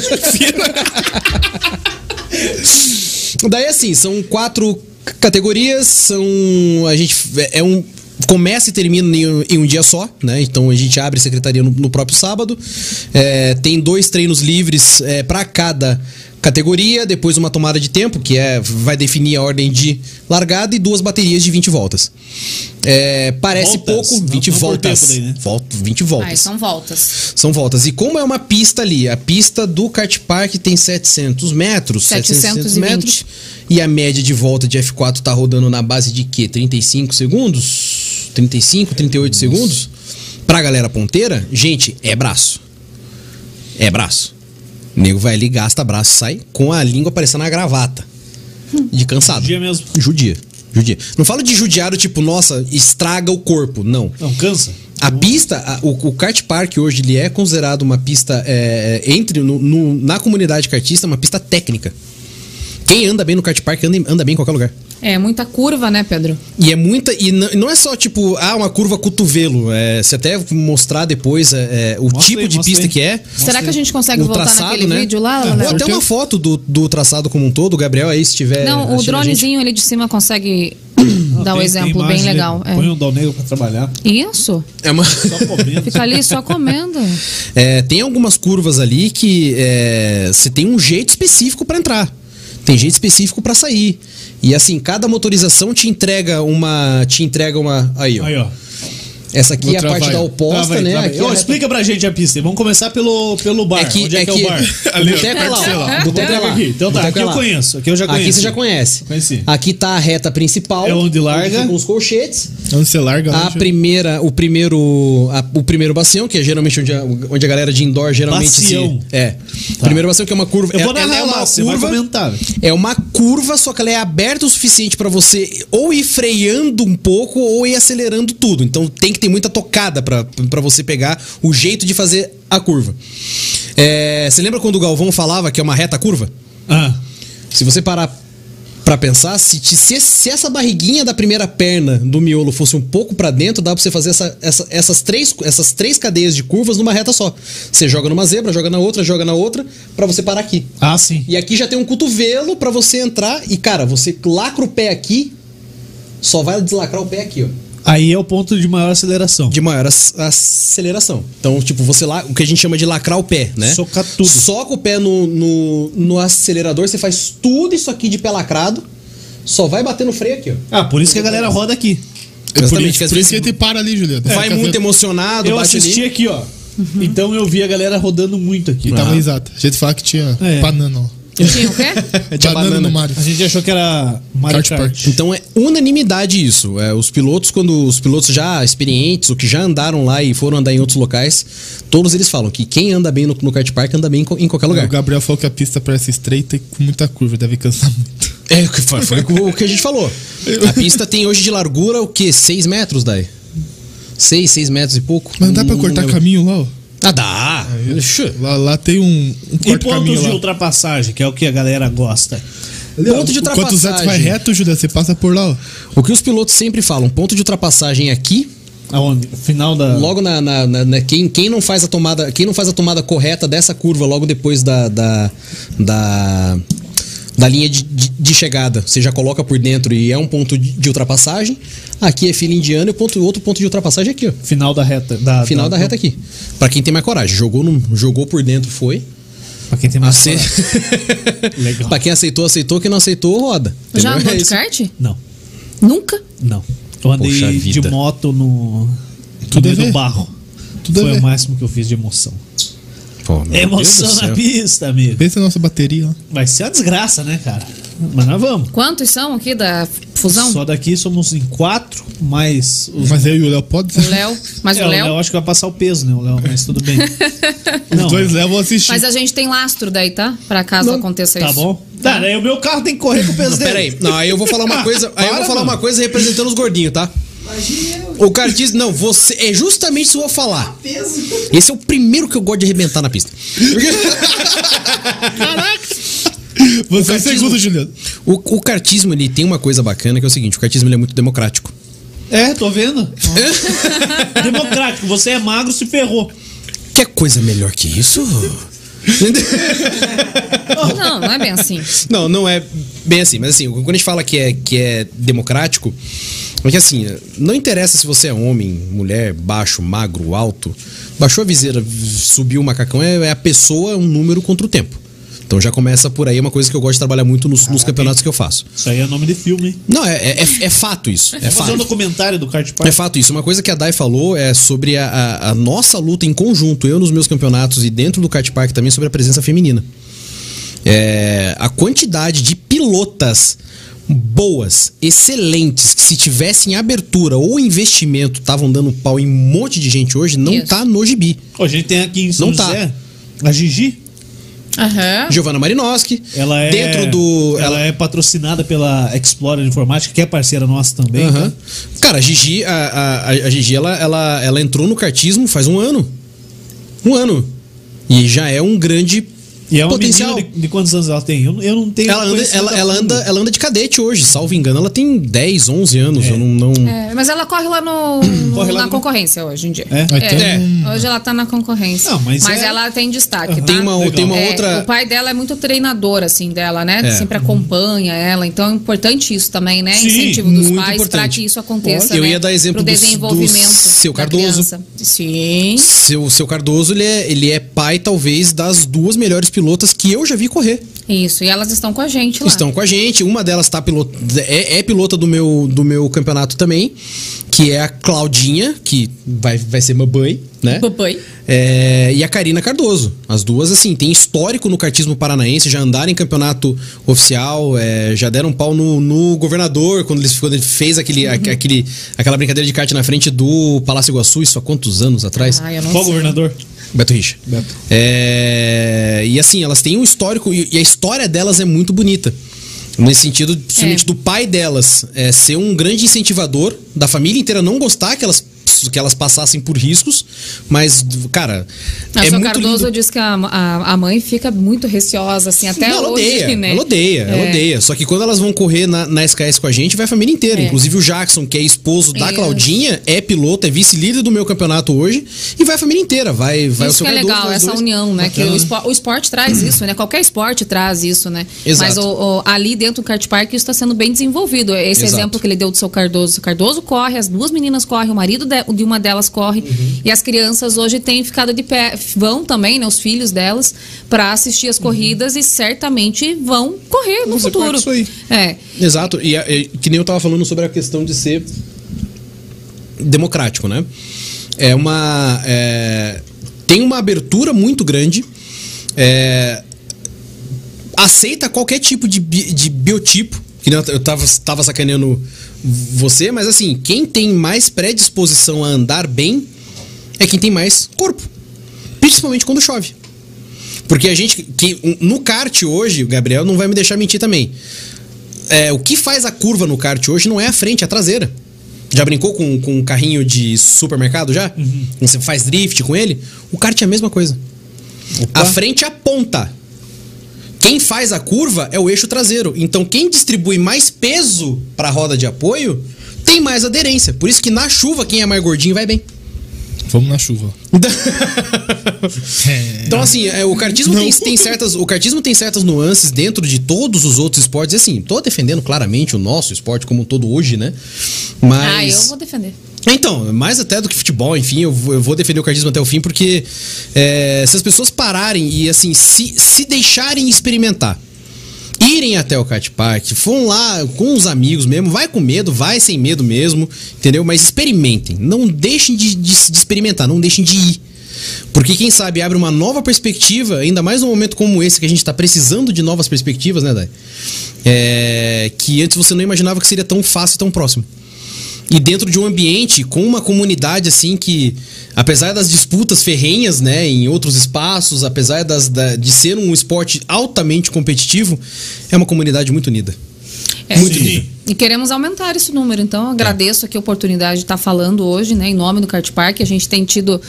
B: Daí assim, são quatro c- categorias, são. A gente. f- É um. Começa e termina em um, em um dia só, né? Então a gente abre a secretaria no, no próprio sábado. É, tem dois treinos livres é, para cada categoria, depois uma tomada de tempo, que é vai definir a ordem de largada, e duas baterias de 20 voltas. É, parece
A: Voltas?
B: pouco,
A: Não-
B: 20
A: não por
B: voltas.
A: tempo daí, né?
B: Volta- 20 voltas.
C: Aí Ah, são voltas.
B: São voltas. E como é uma pista ali, a pista do kart park tem 700 metros, 700
C: 720.
B: metros, e a média de volta de F4 tá rodando na base de quê? 35 segundos? 35, 38 segundos? Pra galera ponteira, gente, é braço. É braço. O nego vai ali, gasta braço, sai com a língua aparecendo na gravata. De cansado.
A: Dia mesmo.
B: Judia. Judia. Não falo de judiado tipo, nossa, estraga o corpo. Não.
A: Não, cansa.
B: A pista, a- o, o kart park hoje ele é considerado uma pista é, entre no- no- na comunidade kartista uma pista técnica. Quem anda bem no kart park anda, em- anda bem em qualquer lugar.
C: É muita curva, né, Pedro?
B: E é muita e n- não é só tipo ah uma curva cotovelo. É, se até mostrar depois é, é, o tipo
A: aí,
B: de
A: mostra
B: pista
A: aí. Uhum.
B: que é.
C: Será que a gente consegue
B: o
C: voltar
B: traçado,
C: naquele
B: né?
C: vídeo lá,
B: Ou
C: Léo?
B: até uma foto do, do traçado como um todo, o Gabriel aí se
A: É,
B: tiver.
C: Não, o
B: assistindo a gente.
C: dronezinho ele de cima consegue dar um
A: Tem- tem
C: exemplo
A: imagem,
C: bem
A: né?
C: legal. é.
A: Põe um dom negro pra trabalhar.
C: Isso.
B: É uma...
A: Só comendo.
C: Fica ali só comendo.
B: É, tem algumas curvas ali que é, você tem um jeito específico pra entrar. Tem jeito específico pra sair. E assim, cada motorização te entrega uma. Te entrega uma. Aí, ó.
A: Aí, ó.
B: Essa aqui
D: Vou
B: é a
D: travar
B: parte
D: aí.
B: da oposta,
A: Trava aí,
B: né?
A: trava aí.
B: Aqui
A: Ô,
B: é a reta-
A: explica pra gente a pista. Vamos começar pelo, pelo bar.
B: é que,
A: Onde é,
B: é
A: que é o bar?
D: Ali, ó,
B: Boteco é lá,
D: Marcelo,
B: ó.
D: ó.
B: Boteco é lá.
A: aqui. Então tá,
B: Boteco
A: aqui
B: é
A: eu
B: lá.
A: conheço, aqui eu já
B: Aqui
A: conheço.
B: você já conhece.
A: Conheci.
B: Aqui tá a reta principal.
A: É onde larga.
B: ficam os colchetes.
D: Onde você larga?
B: A
D: onde-
B: primeira, o primeiro, a- o primeiro bacião, que é geralmente onde a, onde a galera de indoor geralmente
A: Bacião. Tá.
B: se é. Primeiro bacião que é uma curva,
A: Eu
B: é,
A: vou
B: ela
A: narrar
B: é
A: lá,
B: uma
A: você vai
B: curva,
A: comentar. velho.
B: é uma curva, só que ela é aberta o suficiente pra você ou ir freando um pouco ou ir acelerando tudo. Então tem que ter muita tocada pra pra você pegar o jeito de fazer a curva. É, você lembra quando o Galvão falava que é uma reta curva?
A: Ah,
B: Se você parar pra pensar, se, te- se- se essa barriguinha da primeira perna do miolo fosse um pouco pra dentro, dá pra você fazer essa- essa- essas, três, essas três cadeias de curvas numa reta só. Você joga numa zebra, joga na outra, joga na outra, pra você parar aqui.
A: ah, sim.
B: E aqui já tem um cotovelo pra você entrar e, cara, você lacra o pé aqui, só vai deslacrar o pé aqui, ó
A: Aí é o ponto de maior aceleração.
B: de maior ac- aceleração. Então, tipo, você lá, o que a gente chama de lacrar o pé, né?
A: Socar tudo.
B: Soca o pé no, no, no acelerador, você faz tudo isso aqui de pé lacrado, só vai bater no freio aqui, ó.
A: Ah, por isso que a galera roda aqui.
D: Por
B: Exatamente,
D: isso,
B: que às
D: por isso que
B: vezes
D: ele para ali, Julieta.
B: vai
D: Fica
B: muito
D: vendo.
B: emocionado,
A: É, Eu
B: bate
A: assisti
B: ali.
A: aqui, ó.
D: Uhum.
A: Então eu vi a galera rodando muito aqui.
D: E tava exato. A gente falava que tinha
A: É.
D: banana, ó.
C: Tinha o quê?
B: Tinha
D: banana,
B: banana.
D: no Mario.
A: A gente achou que era Mario
D: Kart
A: Kart.
D: Park.
B: Então é unanimidade isso. É, os pilotos, quando os pilotos já experientes ou que já andaram lá e foram andar em outros locais, todos eles falam que quem anda bem no, no kart park anda bem em co- em qualquer lugar.
D: O Gabriel falou que a pista parece estreita e com muita curva, deve cansar muito.
B: É, o que foi, foi o que a gente falou. A pista tem hoje de largura o quê? 6 metros, daí? 6, 6 metros e pouco.
D: Mas dá pra
B: Não
D: cortar
B: lembro.
D: caminho lá, ó.
B: Ah, dá. Xô.
D: Uh. Lá, lá tem um, um
A: E
D: corta
A: pontos
D: caminho
A: de
D: lá.
A: ultrapassagem, que é o que a galera gosta.
B: Ponto de
D: Enquanto o Zé vai
B: ultrapassagem.
D: reto, Julieta, você passa por lá, ó.
B: O que os pilotos sempre falam, ponto de ultrapassagem aqui,
A: Aonde? O final da.
B: logo na, na- na- na- quem, quem não faz a tomada, quem não faz a tomada correta dessa curva logo depois da da, da da linha de, de- de chegada. Você já coloca por dentro e é um ponto de, de ultrapassagem. Aqui é fila indiana e o ponto, outro ponto de ultrapassagem é aqui, ó.
A: Final da reta. Da,
B: Final da reta aqui. Pra quem tem mais coragem. Jogou, no, jogou por dentro, foi.
A: Pra quem tem mais
B: Ace...
A: coragem. Legal.
B: pra quem aceitou, aceitou. Quem não aceitou, roda.
C: Já
B: Entendeu?
C: andou
B: É
C: de
B: isso.
C: kart?
A: Não,
C: Nunca.
A: não. Eu andei
B: Poxa
A: de
B: vida.
A: moto no.
D: Tudo
A: Tudo
D: a
A: no
D: ver.
A: barro.
D: Tudo a
A: Foi
D: ver.
A: o máximo que eu fiz de emoção.
B: Pô, meu
A: emoção né?
B: Deus do
A: na
B: céu.
A: pista, amigo.
D: Pensa na nossa bateria lá.
A: Vai ser uma desgraça, né, cara? Mas nós vamos.
C: Quantos são aqui da fusão?
A: Só daqui somos em quatro, mais
B: Uhum.
A: os.
D: Mas eu e o Léo pode.
C: O Léo, mais
A: É,
C: o Léo.
A: acho que vai passar o peso, né, o Léo? Mas tudo bem. Não,
D: Os dois Léo vão assistir.
C: Mas a gente tem lastro daí, tá? Pra caso aconteça
A: tá
C: isso.
A: bom. Tá, daí o meu carro tem que correr com o peso dele.
B: Peraí, não, aí eu vou falar uma coisa. Aí
A: Ah,
B: eu
A: para,
B: vou falar
A: mano.
B: uma coisa representando os gordinhos, tá? O cara diz, não, você. É justamente isso que eu vou
A: Tá
B: falar. Esse é o primeiro que eu gosto de arrebentar na pista.
D: Você é o
B: cartismo.
D: segundo, Juliano.
B: O, o cartismo, ele tem uma coisa bacana que é o seguinte: o cartismo ele é muito democrático.
A: É, tô vendo. Democrático, você é magro, se ferrou.
B: Quer coisa melhor que isso?
C: Não, não é bem assim.
B: Não, não é bem assim, mas assim, quando a gente fala que é, que é democrático, é que assim, não interessa se você é homem, mulher, baixo, magro, alto, baixou a viseira, subiu o macacão, é, é a pessoa, um número contra o tempo. Então já começa por aí, é uma coisa que eu gosto de trabalhar muito nos, nos campeonatos que eu faço.
A: Isso aí é nome de filme, hein?
B: Não, é, é, é- é fato isso. É
A: Vamos fazer um
B: fato.
A: documentário do Kart
B: É
A: Park.
B: fato isso. Uma coisa que a Dai falou é sobre a, a- a nossa luta em conjunto, eu nos meus campeonatos e dentro do kart park também, sobre a presença feminina. É, a quantidade de pilotas boas, excelentes, que se tivessem abertura ou investimento, estavam dando pau em um monte de gente hoje, não
C: Isso.
B: tá no gibi.
A: Ó, a gente tem aqui em São
B: Não tá.
A: José a Gigi.
C: Aham.
B: Giovanna Marinoski,
A: Ah. Ela é,
B: dentro do.
A: ela, é patrocinada pela Explorer Informática, que é parceira nossa também.
B: Aham. Então, Cara, a Gigi, a, a, a Gigi ela, ela, ela entrou no cartismo faz um ano. Um ano. E já é um grande
A: E é uma
B: potencial.
A: menina de, de quantos anos ela tem? Eu, eu não tenho.
B: Ela anda,
A: conhecimento
B: ela, ela
A: a fundo.
B: anda, ela anda de cadete hoje, salvo engano. Ela tem 10, 11 anos. Eu não. não-
C: É, mas ela corre lá no, no-
A: Corre lá
C: na
A: no-
C: concorrência hoje em dia.
A: É?
B: Então-
C: Hoje ela tá na concorrência.
A: Não, mas é-
C: ela tem destaque, tá?
B: Tem uma,
A: legal.
B: tem uma
C: É,
B: outra.
C: O pai dela é muito treinador, assim, dela, né?
B: É.
C: Sempre acompanha ela. Então é importante isso também, né?
A: Sim,
C: Incentivo dos
B: muito
C: pais para
B: importante.
C: que isso aconteça.
B: Eu
C: né?
B: ia dar exemplo
C: Pro
B: do- do
C: desenvolvimento
B: seu
C: da
B: Cardoso.
C: criança. Sim.
B: Seu, seu Cardoso, ele é, ele é pai, talvez, das duas melhores pilotas que eu já vi correr.
C: Isso. E elas estão com a gente lá.
B: Estão com a gente. Uma delas tá pilot... é, é pilota do meu, do meu campeonato também, que é a Claudinha, que vai, vai ser mamãe, né?
C: Papai.
B: É, e a Karina Cardoso. As duas, assim, têm histórico no cartismo paranaense, já andaram em campeonato oficial, é, já deram pau no, no governador quando ele, quando ele fez aquele, aque- aquele, aquela brincadeira de kart na frente do Palácio Iguaçu, isso há quantos anos atrás?
C: Ah, eu não
A: Qual
C: sei.
A: governador?
B: Beto Richa. É, e assim, elas têm um histórico e, e a história delas é muito bonita. Nesse sentido, principalmente
C: É.
B: do pai delas é, ser um grande incentivador, da família inteira não gostar que elas, que elas passassem por riscos, mas, cara,
C: A
B: é
C: Sô
B: muito
C: Cardoso
B: lindo.
C: diz que a, a, a mãe fica muito receosa, assim, até
B: Não, ela
C: hoje,
B: odeia,
C: né?
B: ela odeia, ela
C: É.
B: odeia. Só que quando elas vão correr na, na SKS com a gente, vai a família inteira.
C: É.
B: Inclusive o Jackson, que é esposo da
C: Isso.
B: Claudinha, é piloto, é vice-líder do meu campeonato hoje, e vai a família inteira. Vai, vai
C: isso
B: o seu
C: que é
B: Cardoso,
C: legal,
B: vai os
C: essa
B: dois.
C: união, né? Que
A: Bacana.
C: o, espo- o esporte traz isso, né? Qualquer esporte traz isso, né?
B: Exato.
C: Mas o- o- ali dentro do kart park isso está sendo bem desenvolvido. É Esse
B: Exato.
C: exemplo que ele deu do seu Cardoso. O Cardoso corre, as duas meninas correm, o marido de, de uma delas corre.
B: Uhum.
C: E as crianças hoje têm ficado de pé, vão também, né? Os filhos delas, para assistir
B: Uhum.
C: as corridas e certamente vão correr no
B: Fazer parte
C: futuro.
B: disso aí.
C: É.
B: Exato, e, a- e que nem eu tava falando sobre a questão de ser democrático, né? É uma. é, tem uma abertura muito grande. é, aceita qualquer tipo de, bi- de biotipo. Que nem eu t- eu tava, tava sacaneando você, mas assim, quem tem mais predisposição a andar bem é quem tem mais corpo. Principalmente quando chove. Porque a gente. Que, um, no kart hoje, o Gabriel não vai me deixar mentir também. É, o que faz a curva no kart hoje não é a frente, é a traseira. Já brincou com, com um carrinho de supermercado já? Você faz drift com ele? O kart é a mesma coisa. A frente é a ponta. Quem faz a curva é o eixo traseiro. Então quem distribui mais peso para a roda de apoio tem mais aderência. Por isso que na chuva quem é mais gordinho vai bem.
D: Vamos na chuva.
B: Então, assim, é, o cartismo tem, tem certas, o cartismo tem certas nuances dentro de todos os outros esportes. E, assim, tô defendendo claramente o nosso esporte como um todo hoje, né? Mas.
C: Ah, eu vou defender.
B: Então, mais até do que futebol, enfim, eu vou, eu vou defender o cardismo até o fim, porque é, se as pessoas pararem e, assim, se, se deixarem experimentar, irem até o Cat Park, vão lá com os amigos mesmo, vai com medo, vai sem medo mesmo, entendeu? Mas experimentem, não deixem de, de, de experimentar, não deixem de ir. Porque quem sabe abre uma nova perspectiva, ainda mais num momento como esse que a gente está precisando de novas perspectivas, né, Dai? É, que antes você não imaginava que seria tão fácil e tão próximo e dentro de um ambiente com uma comunidade assim que apesar das disputas ferrenhas né em outros espaços apesar das, da- de ser um esporte altamente competitivo é uma comunidade muito unida
C: É.
B: muito unida
C: E queremos aumentar esse número, então eu agradeço aqui a oportunidade de estar falando hoje, né, em nome do Kart Park. A gente tem tido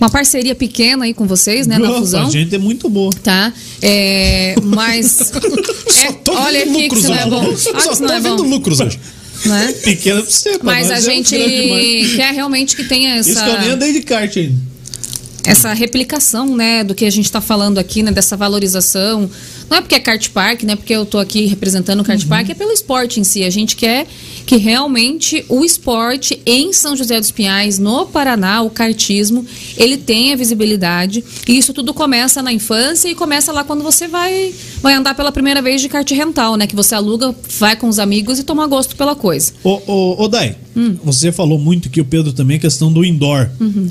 C: uma parceria pequena aí com vocês, né, na
A: Opa,
C: fusão.
A: A gente é muito boa.
C: Tá? É, mas.
B: só
C: é,
B: tô
C: olha
B: vendo
C: aqui que
B: lucros
C: isso não é bom.
B: hoje
C: Olha que
B: só
C: isso não
B: tô
C: é
B: vendo
C: bom.
B: lucros hoje
C: Né?
A: Pequena pra você, pra
C: Mas a
A: nós é um
C: gente
A: grande demais.
C: quer realmente que tenha essa.
A: Isso que eu nem andei de kart ainda.
C: essa replicação, né, do que a gente está falando aqui, né, dessa valorização. Não é porque é kart park, né, porque eu tô aqui representando o kart park, é pelo esporte em si. A gente quer que realmente o esporte em São José dos Pinhais, no Paraná, o kartismo, ele tenha visibilidade. E isso tudo começa na infância e começa lá quando você vai vai andar pela primeira vez de kart rental, né, que você aluga, vai com os amigos e toma gosto pela coisa.
A: Ô, ô, ô Dai,
C: Hum.
A: você falou muito que o Pedro também, a questão do indoor.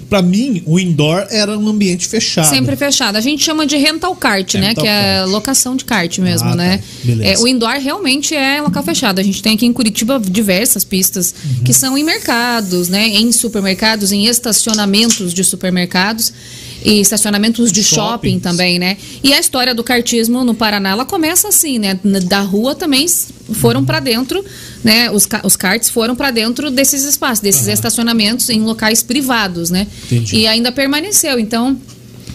A: Pra mim, o indoor era um ambiente fechado.
C: Uhum. Sempre fechado. A gente chama de rental kart, né?
A: Rental
C: que é
A: kart.
C: locação de kart mesmo,
A: Ah,
C: né?
A: tá. Beleza.
C: É, o indoor realmente é local fechado. A gente tem aqui em Curitiba diversas pistas
A: Uhum.
C: que são em mercados, né? Em supermercados, em estacionamentos de supermercados e estacionamentos de shopping,
A: Shoppings.
C: também, né? E a história do kartismo no Paraná, ela começa assim, né? N- Da rua também s- foram para dentro, né? Os, ca- os karts foram para dentro desses espaços, desses estacionamentos em locais privados, né?
A: Entendi.
C: E ainda permaneceu. Então,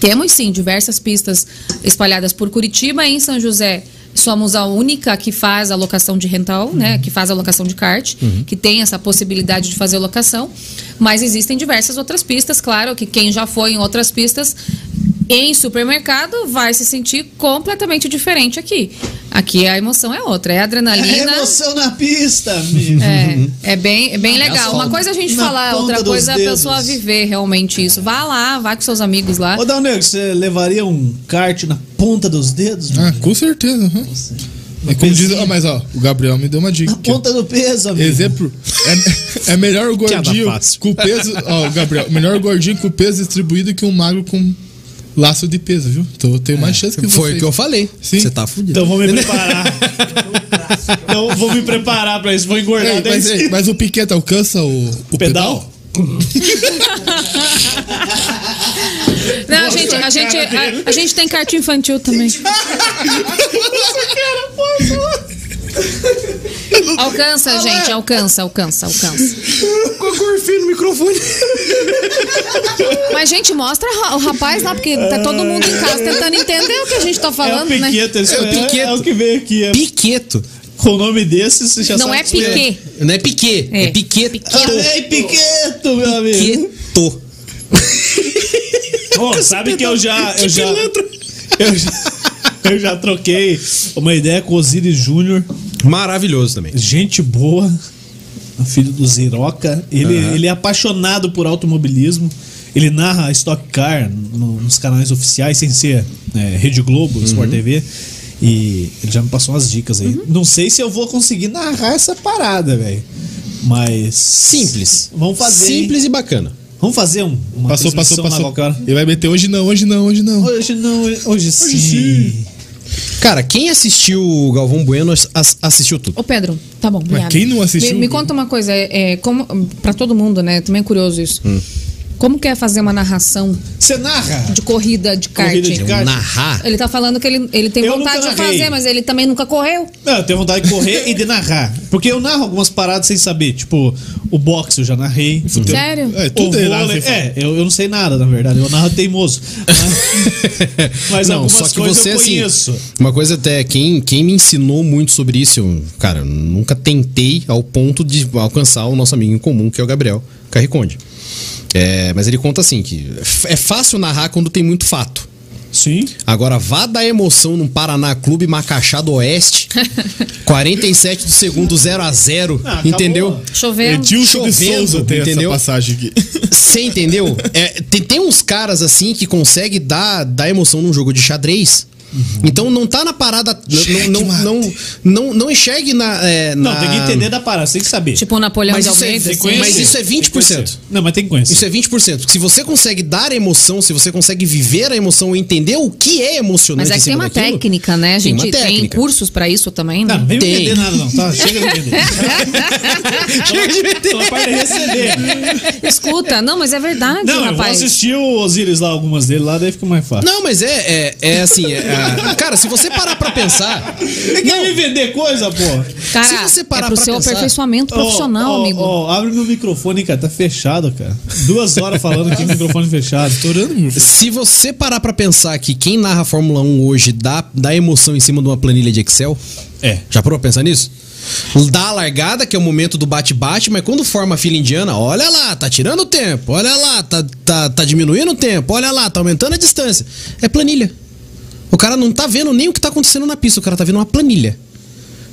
C: temos sim diversas pistas espalhadas por Curitiba e em São José. Somos a única que faz a locação de rental, né? Que faz a locação de kart, que tem essa possibilidade de fazer locação. Mas existem diversas outras pistas, claro, que quem já foi em outras pistas em supermercado vai se sentir completamente diferente aqui. Aqui a emoção é outra, é
A: É
C: adrenalina.
A: emoção na pista, amigo.
C: É, é bem, é bem legal. Uma
B: asfalto.
C: coisa é a gente
A: Na
C: falar,
A: ponta
C: outra
A: dos
C: coisa é a
A: dedos.
C: pessoa viver realmente isso. Vá lá, vá com seus amigos lá.
A: Ô, Dal Negro, você levaria um kart na ponta dos dedos?
D: Ah,
A: mano?
D: com certeza. aham. É como diz, ó, mas ó, o Gabriel me deu uma dica.
A: Na
D: aqui, ó.
A: ponta do peso, amigo.
D: Exemplo, é, é melhor o
A: Piada
D: gordinho
A: fácil.
D: com o peso. Ó, Gabriel, melhor o gordinho com o peso distribuído que um magro com laço de peso, viu? Então eu tenho mais
A: É,
D: chance que você.
B: foi o que eu falei
D: Sim.
B: você tá fudido
A: Então vou me preparar. então vou me preparar pra isso, vou engordar.
D: Ei, mas,
A: dez
D: ei, mas o piquete alcança o, o pedal?
A: pedal?
C: Não, a gente, a, gente, a, a gente tem carta infantil também. Alcança, gente, alcança, alcança, alcança.
B: no
A: É
B: microfone
C: Mas, gente, mostra ra- o rapaz lá, porque tá todo mundo em casa tentando entender o que a gente tá
A: É o
C: falando, né?
A: Piqueto, esse
B: É o
A: é,
B: Piqueto.
A: é o que veio aqui. é-
B: piqueto
A: Com o nome desse, você já
C: Não
A: sabe
C: é
A: que você-
C: Piquet.
B: não é piquet é,
C: É.
B: piqueto
A: Ei, Piqueto, meu amigo.
B: piqueto
A: Ô, sabe que eu já. Eu já, eu já. eu já troquei uma ideia com o Osiris Júnior.
B: maravilhoso também
A: Gente boa. Filho do Ziroca. Ele, ele é apaixonado por automobilismo. Ele narra Stock Car no- nos canais oficiais, sem ser é, Rede Globo, Sport TV. E ele já me passou umas dicas aí. Não sei se eu vou conseguir narrar essa parada, velho. Mas.
B: simples
A: Vamos fazer. hein?
B: simples e bacana
A: Vamos fazer um, uma
D: Passou, passou,
A: transmissão na
D: passou.
A: Valcara.
D: Ele vai meter hoje não, hoje não, hoje não.
A: Hoje não, hoje sim.
B: Cara, quem assistiu o Galvão Bueno as- assistiu tudo.
C: Ô Pedro, tá bom. obrigada.
D: quem não assistiu-
C: Me, me conta uma coisa, é, é, como para todo mundo, né? Também é curioso isso.
D: Hum.
C: Como que é fazer uma narração
A: Você narra?
C: de corrida de kart?
A: Corrida de kart.
B: Narrar.
C: Ele tá falando que ele, ele tem
A: Eu
C: vontade
A: nunca
C: de
A: narrei.
C: fazer, mas ele também nunca correu.
A: Não, eu tenho vontade de correr e de narrar. Porque eu narro algumas paradas sem saber. Tipo, o boxe eu já narrei. Futebol.
C: Sério?
D: É, tudo
A: o
D: ele narra
A: vôlei-
D: sem
A: É, eu, eu não sei nada, na verdade. Eu narro teimoso. Mas, mas
B: não,
A: algumas
B: só que
A: coisas
B: você
A: eu
B: assim.
A: conheço.
B: Uma coisa até, quem, quem me ensinou muito sobre isso, eu, cara, eu nunca tentei ao ponto de alcançar o nosso amigo em comum, que é o Gabriel Carriconde. É, mas ele conta assim: que é fácil narrar quando tem muito fato.
A: Sim.
B: Agora vá dar emoção num Paraná Clube Macaxá do Oeste. 47 do segundo 0 a 0
A: Ah, acabou.
B: Entendeu?
C: Chovendo.
D: Edilson É de
B: Chovendo,
D: Souza tem
B: entendeu?
D: essa passagem aqui.
B: Você entendeu? É, tem, tem uns caras assim que conseguem dar, dar emoção num jogo de xadrez.
A: Uhum.
B: Então não tá na parada. Não, não, não, não, não enxergue na. é,
A: Não,
B: na-
A: tem que entender da parada, você tem que saber.
E: Tipo o Napoleão
B: Mas
E: de
B: isso é
E: Almeida. assim.
B: frequência? mas isso é
A: Tem que
B: 20%.
A: conhecer. Não, mas tem que conhecer.
B: Isso é 20%. Se você consegue dar emoção, se você consegue viver a emoção, entender o que é emocionante.
C: Mas é
B: em
C: que tem
B: cima
C: uma
B: daquilo,
C: técnica, né? A
B: tem
C: gente
B: uma
C: tem,
B: técnica.
C: cursos pra isso também, né?
A: Não, não vem me
B: Tem.
A: vender nada, não, tá? Chega de vender.
B: Chega de meter.
A: Tô na parte de receber.
E: Escuta, não, mas é verdade,
A: Não, eu vou
E: rapaz.
A: assistir o Osiris lá, algumas dele lá, daí fica mais fácil.
B: Não, mas é, é, é assim. é, a- cara, se você parar pra pensar.
A: Não, quer me vender coisa, pô?
C: Cara,
B: Se você parar
C: é pro
B: pra
C: seu
B: pensar- Oh,
C: aperfeiçoamento profissional,
A: Ó, ó,
C: amigo.
A: ó, abre meu microfone, cara, tá fechado, cara. Duas horas falando aqui, microfone fechado. Estourando meu
B: Se você parar pra pensar que quem narra a Fórmula 1 hoje dá, dá emoção em cima de uma planilha de Excel.
A: É.
B: Já parou pra pensar nisso? Dá a largada, que é o momento do bate-bate, mas quando forma a fila indiana, olha lá, tá tirando o tempo, olha lá, tá, tá, tá diminuindo o tempo, olha lá, tá aumentando a distância. É planilha. O cara não tá vendo nem o que tá acontecendo na pista, o cara tá vendo uma planilha.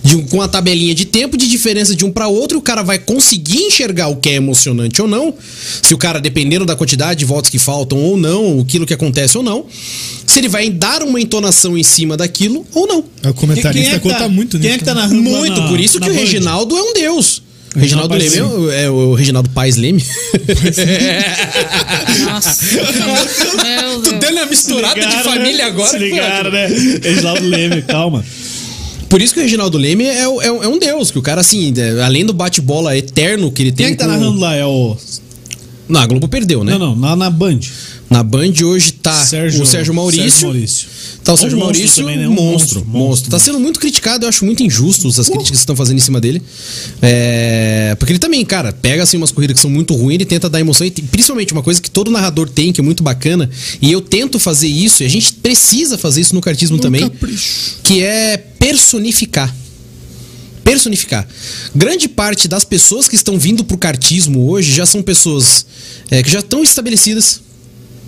B: De um- com a tabelinha de tempo, de diferença de um pra outro, e o cara vai conseguir enxergar o que é emocionante ou não. Se o cara, dependendo da quantidade de votos que faltam ou não, aquilo que acontece ou não. Se ele vai dar uma entonação em cima daquilo ou não.
D: O comentarista
A: Quem é que
D: conta
A: tá-
D: muito
A: quem
D: nisso.
A: é que tá
D: né?
A: narrando lá
B: Muito,
A: na-
B: por isso
A: na
B: que o
A: Band?
B: Reginaldo é um deus. O Reginaldo
A: Paz
B: Leme é o- é, o Reginaldo Paz Leme.
E: Nossa. Meu
B: tu
E: Deus.
B: dando uma misturada
A: Ligaram,
B: de família
A: né?
B: agora.
A: Se
B: pô.
A: ligaram, né? Reginaldo Leme, calma.
B: Por isso que o Reginaldo Leme é, o- é um- é um deus, que o cara, assim, é- além do bate-bola eterno que ele tem.
A: Quem é que tá
B: com-
A: narrando lá? É
B: Né?
A: o.
B: Não, a Globo perdeu, né?
A: Não, não, lá na Band.
B: Na Band hoje tá o Sérgio Maurício.
A: Maurício.
B: Tá o Sérgio
A: Um monstro
B: Maurício,
A: também, né?
B: um
A: Um monstro,
B: monstro, monstro,
A: monstro. Uh!
B: Tá sendo muito criticado, eu acho muito injusto as críticas que estão fazendo em cima dele. É, Porque ele também, cara, pega assim umas corridas que são muito ruins, ele tenta dar emoção. E tem- principalmente uma coisa que todo narrador tem, que é muito bacana, e eu tento fazer isso, e a gente precisa fazer isso no cartismo também, que é personificar personificar. Grande parte das pessoas que estão vindo pro cartismo hoje já são pessoas é, que já estão estabelecidas,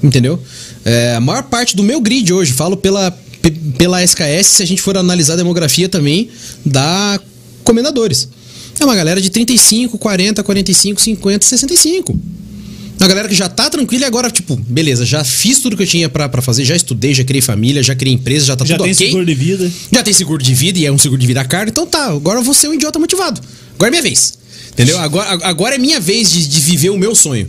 B: entendeu? É, a maior parte do meu grid hoje, falo pela, pe- pela SKS, se a gente for analisar a demografia também, dá comendadores. É uma galera de 35, 40, 45, 50, 65. A galera que já tá tranquila e agora, tipo, beleza, já fiz tudo que eu tinha pra pra fazer, já estudei, já criei família, já criei empresa, já tá
A: Já
B: tudo
A: tem
B: ok.
A: seguro de vida.
B: Já tem seguro de vida e é um seguro de vida caro, então tá, agora eu vou ser um idiota motivado. Agora é minha vez. Entendeu? Agora, agora é minha vez de, de viver o meu sonho.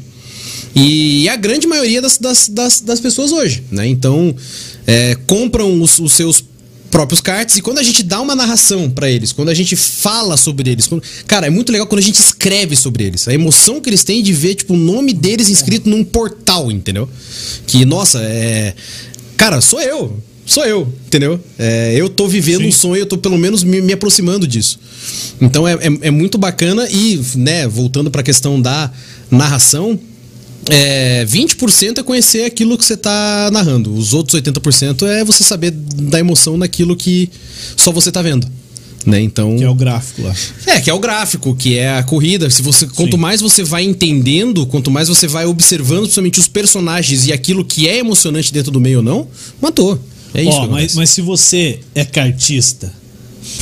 B: E a grande maioria das, das, das, das pessoas hoje, né? Então, é, compram os, os seus próprios cards e quando a gente dá uma narração pra eles, quando a gente fala sobre eles, quando- cara, é muito legal quando a gente escreve sobre eles. A emoção que eles têm de ver, tipo, o nome deles inscrito num portal, entendeu? Que, nossa, é. Cara, sou eu. Sou eu, entendeu? É, eu tô vivendo um sonho, eu tô pelo menos me, me aproximando disso. Então é, é, é muito bacana e, né, voltando pra questão da narração, é, 20% é conhecer aquilo que você tá narrando. Os outros 80% é você saber da emoção naquilo que só você tá vendo. Né? Então.
A: Que é o gráfico lá.
B: É, que é o gráfico, que é a corrida. Se você, quanto
A: Sim.
B: mais você vai entendendo, quanto mais você vai observando, principalmente os personagens e aquilo que é emocionante dentro do meio ou não, matou. É isso.
A: Ó, mas,
B: que acontece.
A: mas se você é cartista,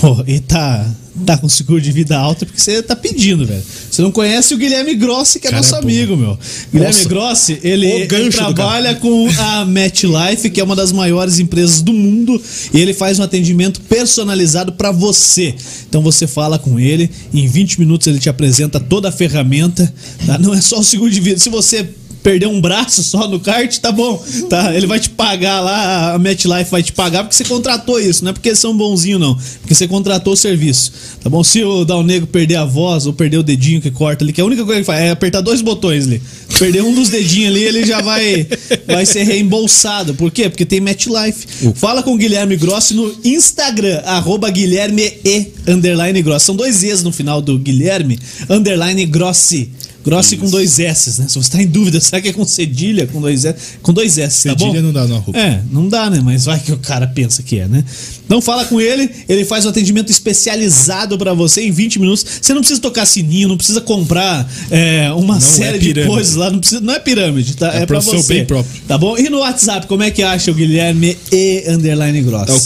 A: pô, e tá, tá com seguro de vida alto, é porque você tá pedindo, velho. Você não conhece o Guilherme Grossi, que é
D: Cara,
A: nosso
D: é bom.
A: amigo, meu. Guilherme
B: Nossa.
A: Grossi, ele,
B: O
A: ele
B: gancho do
A: trabalha com a MetLife, que é uma das maiores empresas do mundo, e ele faz um atendimento personalizado pra você. Então você fala com ele, em 20 minutos ele te apresenta toda a ferramenta, tá? Não é só o seguro de vida. Se você perder um braço só no kart, tá bom. Tá, ele vai te pagar lá, a MetLife vai te pagar porque você contratou isso, não é porque eles são bonzinhos, não. Porque você contratou o serviço. Tá bom? Se o Dal Negro perder a voz ou perder o dedinho que corta ali, que a única coisa que ele faz é apertar dois botões ali. Perder um dos dedinhos ali, ele já vai, vai ser reembolsado. Por quê? Porque tem MetLife. Fala com o Guilherme Grossi no Instagram, arroba Guilherme e underline Grossi. São dois E's no final do Guilherme, underline Grossi. Grossi com dois S, né? Se você tá em dúvida, será que é com cedilha? Com dois S? Com dois S, tá bom?
D: Cedilha não dá, não, Rupo.
A: É, não dá, né? Mas vai que o cara pensa que é, né? Então fala com ele, ele faz um atendimento especializado pra você em 20 minutos. Você não precisa tocar sininho, não precisa comprar é, uma
D: é
A: série de
D: pirâmide.
A: coisas lá, não, precisa, não é pirâmide, tá? É,
D: É
A: pra
D: profissão
A: você.
D: bem própria.
A: Tá bom? E no WhatsApp, como é que acha o Guilherme e underline Gross?
D: É o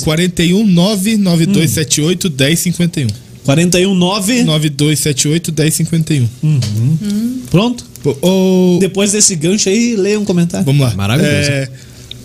D: 41992781051.
A: 419.
D: 92781051.
A: Pronto?
D: Pô, ô,
A: Depois desse gancho aí, leia um comentário.
D: Vamos lá.
B: Maravilhoso.
D: É,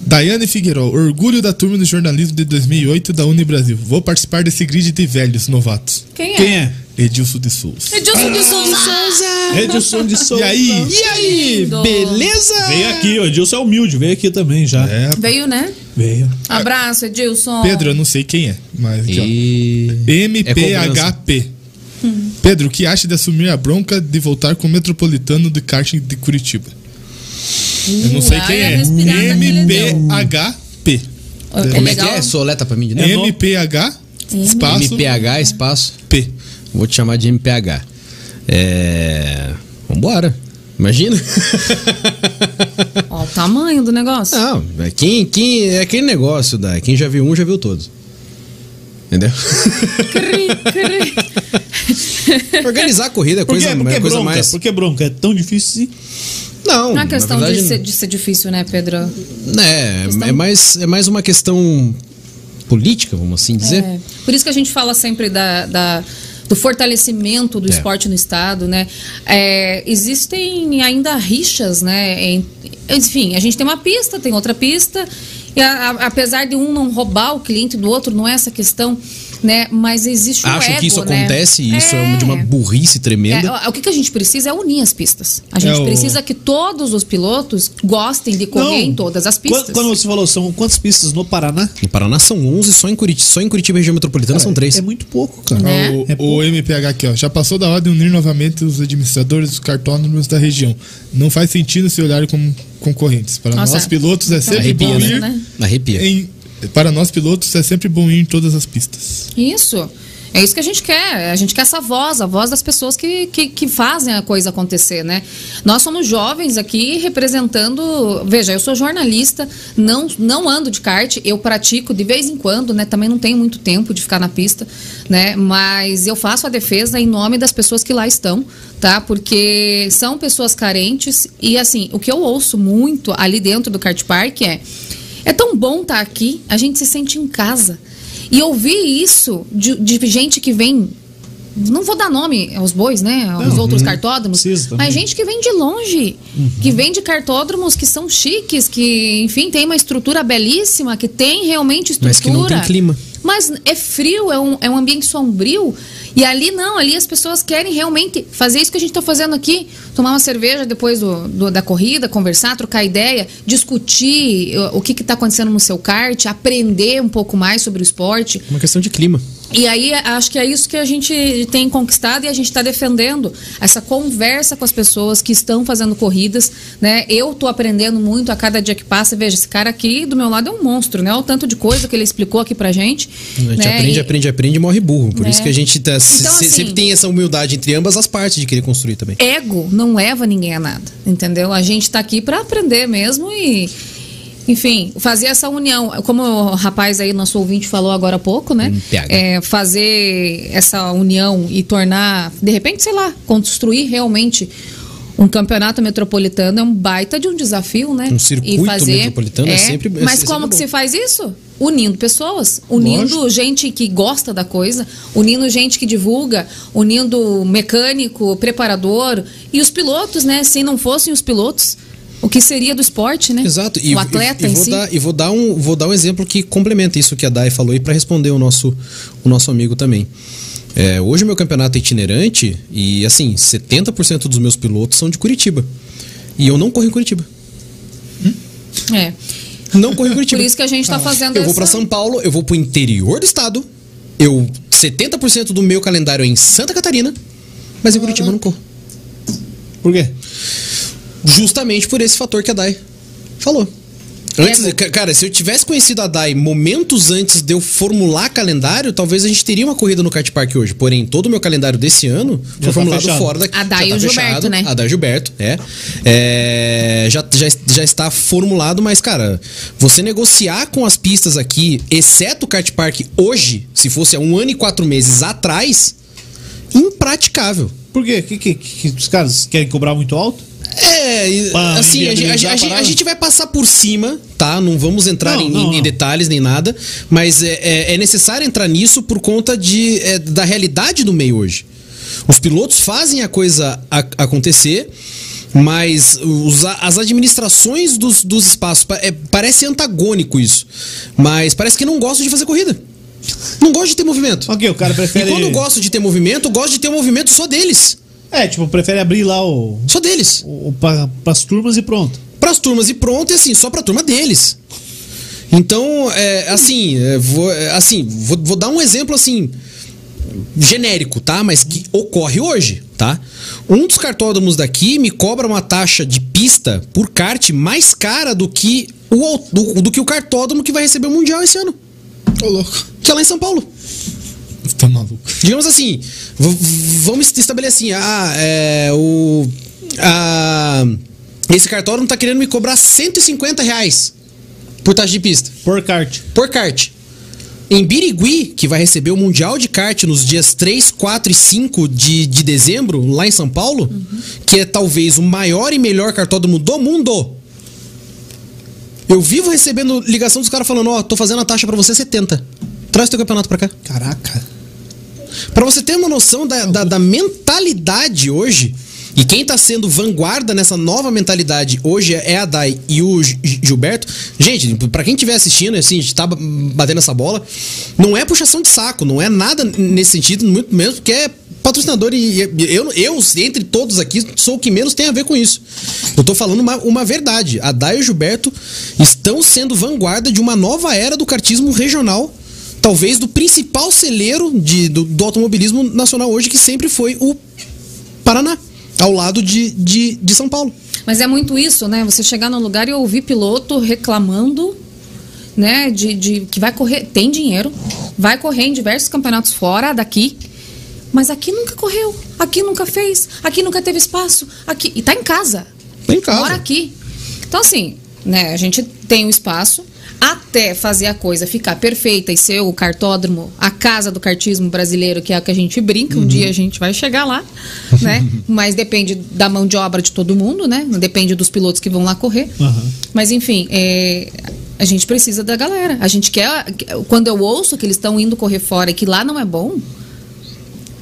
D: Daiane Figueiró, orgulho da turma do jornalismo de 2008 da Unibrasil. Vou participar desse grid de velhos novatos.
C: Quem é?
A: Quem é?
D: Edilson de Souza.
C: Edilson de Souza.
A: Edilson de Souza.
D: E aí?
A: E aí?
C: Lindo.
A: Beleza? Veio aqui, o Edilson é humilde, veio aqui também já.
D: É,
C: Veio, né?
A: Veio.
C: Abraço, Edilson.
D: Pedro, eu não sei quem é, mas aqui, ó.
B: E... cobrança.
D: MPHP. Pedro, o que acha de assumir a bronca de voltar com o metropolitano de karting de Curitiba? Eu não sei
C: ai,
D: quem
C: a
D: é.
C: respirada que ele
D: MPHP.
C: É
B: Como é que
C: legal.
B: é? Soleta pra mim de novo.
A: novo.
D: MPH espaço
B: MPH, espaço.
D: P.
B: Vou te chamar de MPH. É. Vambora. Imagina.
C: Ó, o tamanho do negócio.
B: Não, é quem, quem, é aquele negócio, da Quem já viu um, já viu todos. Entendeu?
C: Cri, cri.
B: Organizar a corrida é
A: Por
B: coisa,
A: quê? Por que
B: é coisa
A: bronca?
B: mais.
A: Por que bronca? É tão difícil assim?
B: Não,
C: Não é
B: na
C: questão
B: verdade,
C: de, ser, de ser difícil, né, Pedro?
B: É,
C: Questão-
B: é, mais, é mais uma questão política, vamos assim dizer.
C: É. Por isso que a gente fala sempre da, da- do fortalecimento do
B: É.
C: esporte no estado, né? É, existem ainda rixas, né? em- enfim, a gente tem uma pista, tem outra pista. E a- a- apesar de um não roubar o cliente do outro, não é essa questão, né? Mas existe um
B: Acho
C: ego,
B: que isso
C: né?
B: acontece e isso é. uma- de uma burrice tremenda.
C: É, o que que a gente precisa é unir as pistas. A gente
D: É, o-
C: precisa que todos os pilotos gostem de correr em todas as pistas.
A: Quando, quando você falou, são quantas pistas no Paraná?
B: No Paraná são 11, só em Curitiba, só em Curitiba e região metropolitana são 3.
A: É muito pouco, cara.
C: Né?
D: O-
A: É
D: O, MPH aqui, ó. Já passou da hora de unir novamente os administradores dos cartônomos da região. Não faz sentido se olharem como concorrentes. Para
C: Nossa.
D: nós pilotos é sempre
B: Arrepia,
D: bom
B: né?
D: ir
C: né?
B: Arrepia.
A: É
D: em- Para nós pilotos é sempre bom ir em todas as pistas.
C: Isso. É isso que a gente quer. A gente quer essa voz, a voz das pessoas que, que, que fazem a coisa acontecer, né? Nós somos jovens aqui representando. Veja, eu sou jornalista, não, não ando de kart, eu pratico de vez em quando, né? Também não tenho muito tempo de ficar na pista, né? Mas eu faço a defesa em nome das pessoas que lá estão, tá? Porque são pessoas carentes e, assim, o que eu ouço muito ali dentro do kart park é. É tão bom estar aqui, a gente se sente em casa. E eu vi isso de, de gente que vem. Não vou dar nome aos bois, né? Aos outros cartódromos.
A: precisa também. Uhum.
C: Mas gente que vem de longe, que vem de cartódromos que são chiques, que, enfim, tem uma estrutura belíssima, que tem realmente estrutura.
B: Mas que não tem clima.
C: Mas é frio, é um, é um ambiente sombrio. E ali não, ali as pessoas querem realmente fazer isso que a gente está fazendo aqui: tomar uma cerveja depois do, do- da corrida, conversar, trocar ideia, discutir uh, o que está acontecendo no seu kart, aprender um pouco mais sobre o esporte.
B: Uma questão de clima.
C: E aí, acho que é isso que a gente tem conquistado e a gente está defendendo. Essa conversa com as pessoas que estão fazendo corridas, né? Eu tô aprendendo muito a cada dia que passa. Veja, esse cara aqui do meu lado é um monstro, né? Olha O tanto de coisa que ele explicou aqui pra gente.
B: A gente
C: né?
B: aprende,
C: E-
B: aprende, aprende e morre burro. Por
C: Né?
B: isso que a gente tá, se-
C: Então,
B: se-
C: assim-
B: sempre tem essa humildade entre ambas as partes de querer construir também.
C: ego não leva ninguém a nada, entendeu? A gente tá aqui para aprender mesmo e enfim, fazer essa união, como o rapaz aí, nosso ouvinte falou agora há pouco, né?
B: MPH.
C: É, fazer essa união e tornar, de repente, sei lá, construir realmente um campeonato metropolitano é um baita de um desafio, né?
B: Um circuito metropolitano é sempre- é
C: Mas
B: sempre
C: como
B: bom.
C: que se faz isso? Unindo pessoas, unindo
B: Lógico.
C: gente que gosta da coisa, unindo gente que divulga, unindo mecânico, preparador e os pilotos, né? Se não fossem os pilotos, o que seria do esporte, né?
B: Exato.
C: o
B: e,
C: atleta
B: e
C: em
B: vou
C: si.
B: dar, e vou dar um vou dar um exemplo que complementa isso que a Dai falou e para responder o nosso o nosso amigo também. É, hoje o meu campeonato é itinerante e assim 70% dos meus pilotos são de Curitiba e eu não corro em Curitiba.
C: É.
B: Não corro em Curitiba.
C: Por isso que a gente tá fazendo
B: Ah, Eu vou
C: essa-
B: pra São Paulo, eu vou pro interior do estado. Eu 70% do meu calendário é em Santa Catarina, mas em Curitiba eu não corro.
A: Por quê?
B: Justamente por esse fator que a Dai falou. Antes,
C: É,
B: ca- cara, se eu tivesse conhecido a Dai momentos antes de eu formular calendário, talvez a gente teria uma corrida no kart park hoje. Porém, todo o meu calendário desse ano foi
A: tá
B: formulado
A: fechado.
B: fora daqui.
C: A
B: já
C: Dai
B: tá
C: e o Gilberto,
B: fechado.
C: né?
B: A Dai e o Gilberto, é. É, já, já, já está formulado, mas, cara, você negociar com as pistas aqui, exceto o kart park hoje, se fosse há um ano e quatro meses atrás, impraticável.
A: Por quê? Que, que, que- que os caras querem cobrar muito alto?
B: É, e,
A: Pra
B: assim, a, gente- a gente- a
A: inviabilizar a
B: gente- a
A: parada?
B: gente vai passar por cima, tá? Não vamos entrar
A: Não,
B: em,
A: não,
B: em
A: não.
B: detalhes nem nada, mas é, é- é necessário entrar nisso por conta de, é, da realidade do meio hoje. Os pilotos fazem a coisa a- acontecer, mas os a- as administrações dos, dos espaços. pa- é, parece antagônico isso, mas parece que não gostam de fazer corrida. Não gostam de ter movimento.
A: Ok, o cara prefere.
B: E quando gosto de ter movimento, eu gosto de ter um movimento só deles.
A: É, tipo, prefere abrir lá o.
B: Só deles.
A: o, o pra, pras turmas e pronto.
B: pras turmas e pronto, e assim, só pra turma deles. Então, é, assim, é, vou, é, assim vou, vou dar um exemplo assim genérico, tá? Mas que ocorre hoje, tá? Um dos cartódromos daqui me cobra uma taxa de pista por kart mais cara do que o, au- do, do que o cartódromo que vai receber o Mundial esse ano,
D: Ô, louco.
B: que é lá em São Paulo.
D: Tá maluco.
B: Digamos assim, v- v- vamos estabelecer assim, ah, é, o, a, esse cartório tá querendo me cobrar 150 reais por taxa de pista,
A: Por kart.
B: por kart. Em Birigui, que vai receber o Mundial de Kart nos dias 3, 4 e 5 de, de dezembro, lá em São Paulo, que é talvez o maior e melhor cartódromo do mundo, eu vivo recebendo ligação dos caras falando, ó, tô fazendo a taxa pra você 70. Traz teu campeonato pra cá.
D: Caraca.
B: Pra você ter uma noção da, da, da mentalidade hoje, e quem tá sendo vanguarda nessa nova mentalidade hoje é a Dai e o Gi- Gilberto. Gente, pra quem estiver assistindo, assim, a gente tá batendo essa bola, não é puxação de saco, não é nada nesse sentido, muito menos porque é patrocinador e e eu, eu, entre todos aqui, sou o que menos tem a ver com isso. Eu tô falando uma, uma verdade. A Dai e o Gilberto estão sendo vanguarda de uma nova era do cartismo regional talvez do principal celeiro de, do, do automobilismo nacional hoje, que sempre foi o Paraná, ao lado de, de, de São Paulo.
C: Mas é muito isso, né? Você chegar num lugar e ouvir piloto reclamando, né? De, de que vai correr, tem dinheiro, vai correr em diversos campeonatos fora daqui. Mas aqui nunca correu, aqui nunca fez, aqui nunca teve espaço, aqui. E tá em casa.
B: Tá em casa.
C: Mora aqui. Então, assim, né, a gente tem o espaço até fazer a coisa ficar perfeita e ser o cartódromo, a casa do cartismo brasileiro, que é a que a gente brinca,
B: Uhum.
C: um dia a gente vai chegar lá, né? Mas depende da mão de obra de todo mundo, né? Depende dos pilotos que vão lá correr.
A: Aham.
C: Mas, enfim, é, a gente precisa da galera. A gente quer. Quando eu ouço que eles estão indo correr fora e que lá não é bom.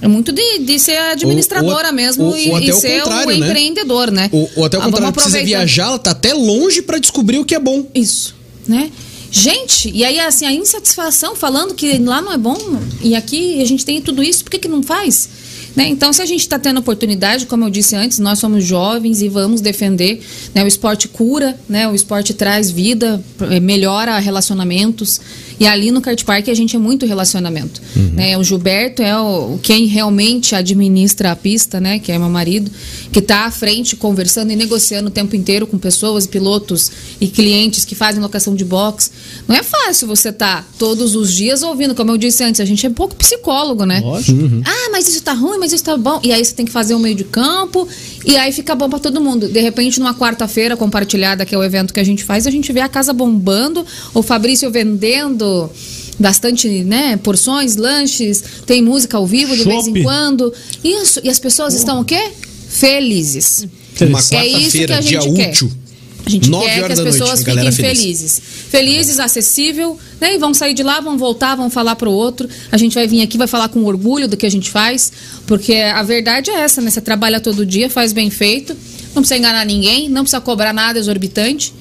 C: É muito de, de ser administradora
B: ou-
C: mesmo
B: ou-
C: e,
B: ou até
C: e
B: o
C: ser o
B: contrário, né?
C: empreendedor, né?
B: Ou, ou até o
C: Ah,
B: contrário,
C: vamos
B: precisa
C: aproveitar.
B: viajar, ela tá até longe pra descobrir o que é bom.
C: Isso, né? Gente, e aí assim, a insatisfação falando que lá não é bom e aqui a gente tem tudo isso, por que, que não faz? Né? Então, se a gente está tendo oportunidade, como eu disse antes, nós somos jovens e vamos defender. Né? O esporte cura, né? o esporte traz vida, eh, melhora relacionamentos. E ali no Kart Park a gente é muito relacionamento. Né? O Gilberto é o, quem realmente administra a pista, né? que é meu marido, que está à frente conversando e negociando o tempo inteiro com pessoas, pilotos e clientes que fazem locação de box. Não é fácil você estar todos os dias ouvindo, como eu disse antes, a gente é um pouco psicólogo, né?
A: Lógico.
C: Ah, mas isso tá ruim, mas isso tá bom. E aí você tem que fazer um meio de campo, e aí fica bom pra todo mundo. De repente, numa quarta-feira compartilhada, que é o evento que a gente faz, a gente vê a casa bombando, o Fabrício vendendo bastante, né, porções, lanches, tem música ao vivo de vez
A: Chopp.
C: em quando. Isso, e as pessoas estão o quê? Felizes.
B: Uma
A: Interessante.
C: É isso que
B: quarta-feira,
C: a gente
B: dia
C: quer.
B: útil.
C: A gente
B: Nove
C: quer
B: horas
C: que as
B: da noite,
C: pessoas
B: galera
C: fiquem
B: feliz.
C: felizes. Felizes, acessível, né? E vão sair de lá, vão voltar, vão falar pro outro. A gente vai vir aqui, vai falar com orgulho do que a gente faz, porque a verdade é essa, né? Você trabalha todo dia, faz bem feito, não precisa enganar ninguém, não precisa cobrar nada exorbitante.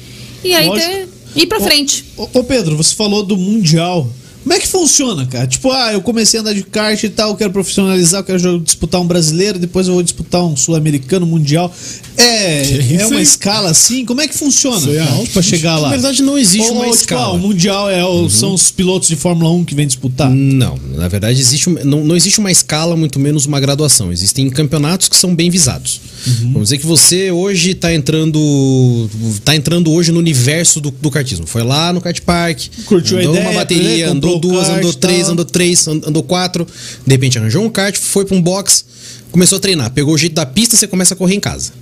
C: E aí
A: Lógico.
C: ter, ir pra frente.
A: Ô, ô, Pedro, você falou do Mundial. Como é que funciona, cara? Tipo, ah, eu comecei a andar de kart e tal, quero profissionalizar, quero jo- disputar um brasileiro, depois eu vou disputar um sul-americano mundial. É, é
D: isso
A: uma
D: aí?
A: escala assim? Como é que funciona
D: Isso aí é
A: cara, Tipo,
D: alto.
A: pra chegar lá?
B: Na verdade, não existe
A: Ou,
B: uma
A: tipo,
B: escala.
A: ah, o mundial é, o- são os pilotos de Fórmula 1 que vêm disputar?
B: Não, na verdade existe um- não, não existe uma escala, muito menos uma graduação. Existem campeonatos que são bem visados.
A: Uhum.
B: Vamos dizer que você hoje está entrando. tá entrando hoje no universo do, do kartismo. Foi lá no kart park,
A: Curtiu a
B: andou
A: ideia,
B: uma bateria,
A: né? Comprou
B: andou
A: o
B: duas,
A: kart,
B: andou três,
A: tal.
B: andou três, and- andou quatro. De repente arranjou um kart, foi para um box, começou a treinar, pegou o jeito da pista, você começa a correr em casa.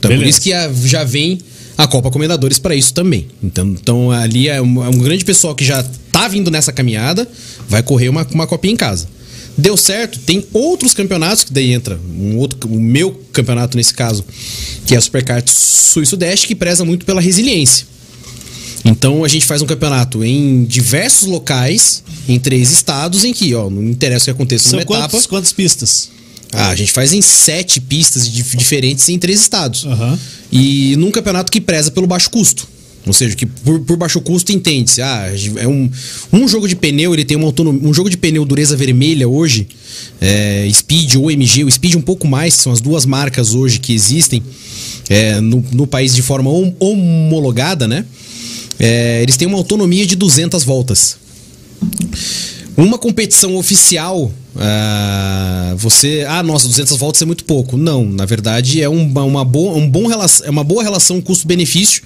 B: Então é por
A: Beleza.
B: isso que a- já vem a Copa Comendadores para isso também. Então, então ali é um, é um grande pessoal que já tá vindo nessa caminhada, vai correr uma, uma copinha em casa. Deu certo, tem outros campeonatos, que daí entra um outro, o meu campeonato nesse caso, que é a Supercart Sul e Sudeste, que preza muito pela resiliência. Então a gente faz um campeonato em diversos locais, em três estados, em que, ó, não interessa o que aconteça
A: São
B: numa etapa.
A: quantos, quantas pistas?
B: Ah, a gente faz em sete pistas dif- diferentes em três estados.
A: Aham.
B: E num campeonato que preza pelo baixo custo. Ou seja, que por, por baixo custo entende-se. Ah, a gente- é um, um jogo de pneu, ele tem uma autonomia. Um jogo de pneu dureza vermelha hoje, é, Speed ou MG, o Speed um pouco mais, são as duas marcas hoje que existem é, no, no país de forma hom- homologada, né? É, eles têm uma autonomia de 200 voltas. Uma competição oficial, ah, você. Ah, nossa, 200 voltas é muito pouco. Não, na verdade é uma, uma, boa, um bom rela- é uma boa relação custo-benefício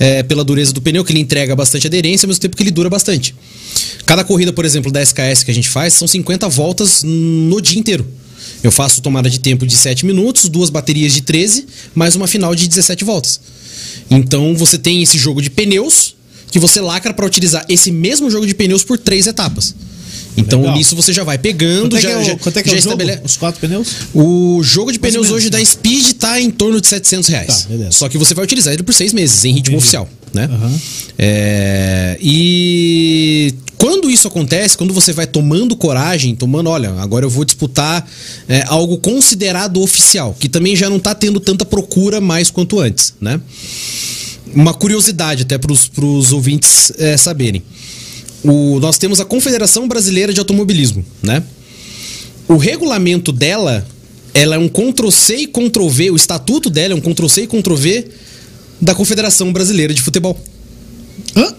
B: eh, pela dureza do pneu, que ele entrega bastante aderência, ao mesmo tempo que ele dura bastante. Cada corrida, por exemplo, da SKS que a gente faz, são 50 voltas no dia inteiro. Eu faço tomada de tempo de 7 minutos, duas baterias de 13, mais uma final de 17 voltas. Então você tem esse jogo de pneus que você lacra para utilizar esse mesmo jogo de pneus por três etapas. Então
A: Legal.
B: nisso você já vai
A: Quanto
B: pegando,
A: é que
B: já,
A: é
B: já,
A: o, quanto é, que é
B: já
A: o jogo?
B: estabelece.
A: Os quatro pneus?
B: O jogo de
A: Mais ou
B: pneus
A: menos. né?
B: hoje da Speed tá em torno de 700 reais.
A: Tá, beleza.
B: Só que você vai utilizar ele por seis meses, em ritmo oficial, né?
A: Aham.
B: É, e quando isso acontece, quando você vai tomando coragem, tomando, olha, agora eu vou disputar é, algo considerado oficial, que também já não tá tendo tanta procura mais quanto antes, né? Uma curiosidade até para os ouvintes é, saberem. O- nós temos a Confederação Brasileira de Automobilismo, né? O regulamento dela, ela é um Ctrl-C e Ctrl-V, o estatuto dela é um Ctrl-C e Ctrl-V da Confederação Brasileira de Futebol.
A: Hã?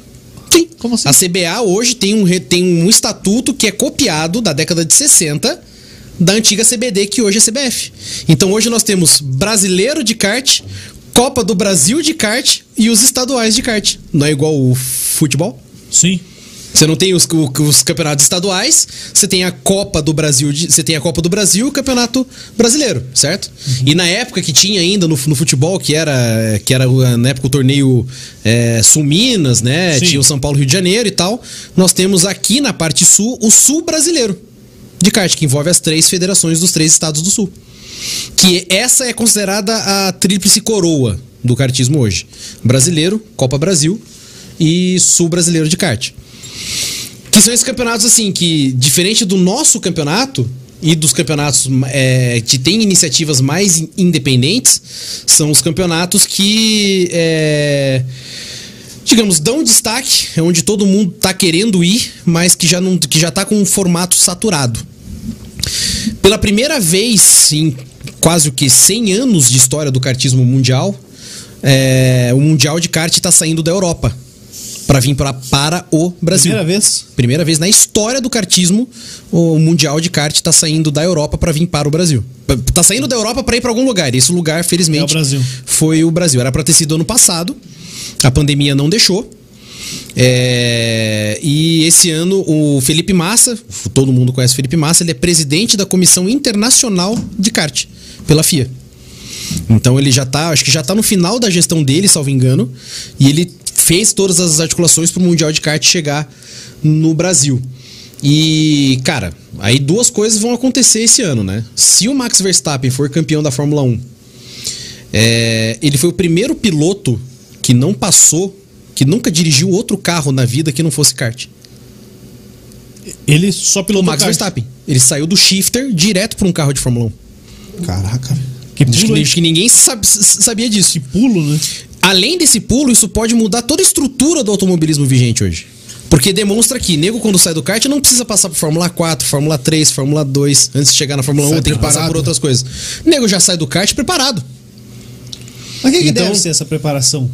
B: Sim.
A: Como assim?
B: A CBA hoje tem um, re- tem um estatuto que é copiado da década de 60 da antiga CBD, que hoje é CBF. Então hoje nós temos brasileiro de kart, Copa do Brasil de kart e os estaduais de kart. Não é igual o futebol?
A: Sim.
B: Você não tem os, o- os campeonatos estaduais, você tem a Copa do Brasil, de- você tem a Copa do Brasil e o Campeonato Brasileiro, certo? E na época que tinha ainda no, no futebol, que era, que era o- na época o torneio é, Sul-Minas, né?
A: Sim.
B: Tinha o São Paulo Rio de Janeiro e tal. Nós temos aqui na parte sul o Sul Brasileiro de kart, que envolve as três federações dos três estados do sul. Que essa é considerada a tríplice coroa do kartismo hoje: brasileiro, Copa Brasil e Sul Brasileiro de kart. Que são esses campeonatos, assim, que, diferente do nosso campeonato e dos campeonatos é, que têm iniciativas mais in- independentes, são os campeonatos que. é, digamos, dão destaque, é onde todo mundo tá querendo ir, mas que já, não, que já tá com um formato saturado. Pela primeira vez em quase o que 100 anos de história do kartismo mundial, é, o Mundial de Kart está saindo da Europa para vir pra, para o Brasil.
A: Primeira vez?
B: Primeira vez na história do kartismo, o Mundial de Kart tá saindo da Europa para vir para o Brasil. P- Tá saindo da Europa para ir para algum lugar. Esse lugar, felizmente,
A: É o Brasil.
B: foi o Brasil. Era para ter sido ano passado. A pandemia não deixou. É, e esse ano o Felipe Massa, todo mundo conhece o Felipe Massa, ele é presidente da Comissão Internacional de Kart pela FIA. Então ele já tá, acho que já tá no final da gestão dele, salvo engano, e ele fez todas as articulações pro Mundial de Kart chegar no Brasil. E, cara, aí duas coisas vão acontecer esse ano, né? Se o Max Verstappen for campeão da Fórmula 1, é, ele foi o primeiro piloto que não passou, que nunca dirigiu outro carro na vida que não fosse kart.
A: Ele só
B: O
A: pilotou
B: Max
A: kart.
B: Verstappen. Ele saiu do shifter direto pra um carro de Fórmula 1.
A: Caraca. Que
B: Acho
A: pulo,
B: que,
A: hein?
B: acho que ninguém sabe- s- sabia disso.
A: Que pulo, né?
B: Além desse pulo, isso pode mudar toda a estrutura do automobilismo vigente hoje. Porque demonstra que nego, quando sai do kart, não precisa passar por Fórmula 4, Fórmula 3, Fórmula 2, antes de chegar na Fórmula 1,
D: Sai
B: tem que passar
D: preparado.
B: por outras coisas. Nego já sai do kart preparado.
A: Mas o que, que
B: Então-
A: deve ser essa preparação?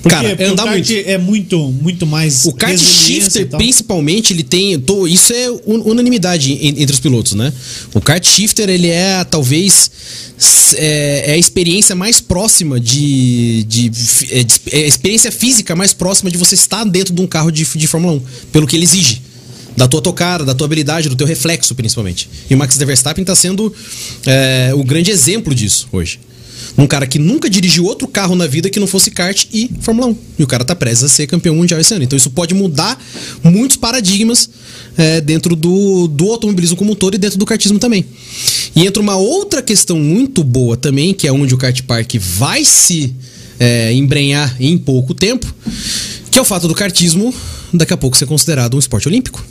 A: Porque,
B: Cara,
A: porque
B: andar
A: o kart
B: muito.
A: é muito, muito mais.
B: O kart
A: resiliência e
B: shifter,
A: tal.
B: principalmente, ele tem. tô- isso é un- unanimidade en- entre os pilotos, né? O kart shifter, ele é talvez. s- É, é a experiência mais próxima de. de fi- é, de exp- é a experiência física mais próxima de você estar dentro de um carro de, f- de Fórmula 1, pelo que ele exige. Da tua tocada, da tua habilidade, do teu reflexo, principalmente. E o Max Verstappen tá sendo é, o grande exemplo disso hoje. Um cara que nunca dirigiu outro carro na vida que não fosse kart e Fórmula 1. E o cara tá prestes a ser campeão mundial esse ano. Então isso pode mudar muitos paradigmas é, dentro do, do automobilismo como um todo e dentro do kartismo também. E entra uma outra questão muito boa também, que é onde o kart park vai se é, embrenhar em pouco tempo, que é o fato do kartismo daqui a pouco ser considerado um esporte olímpico.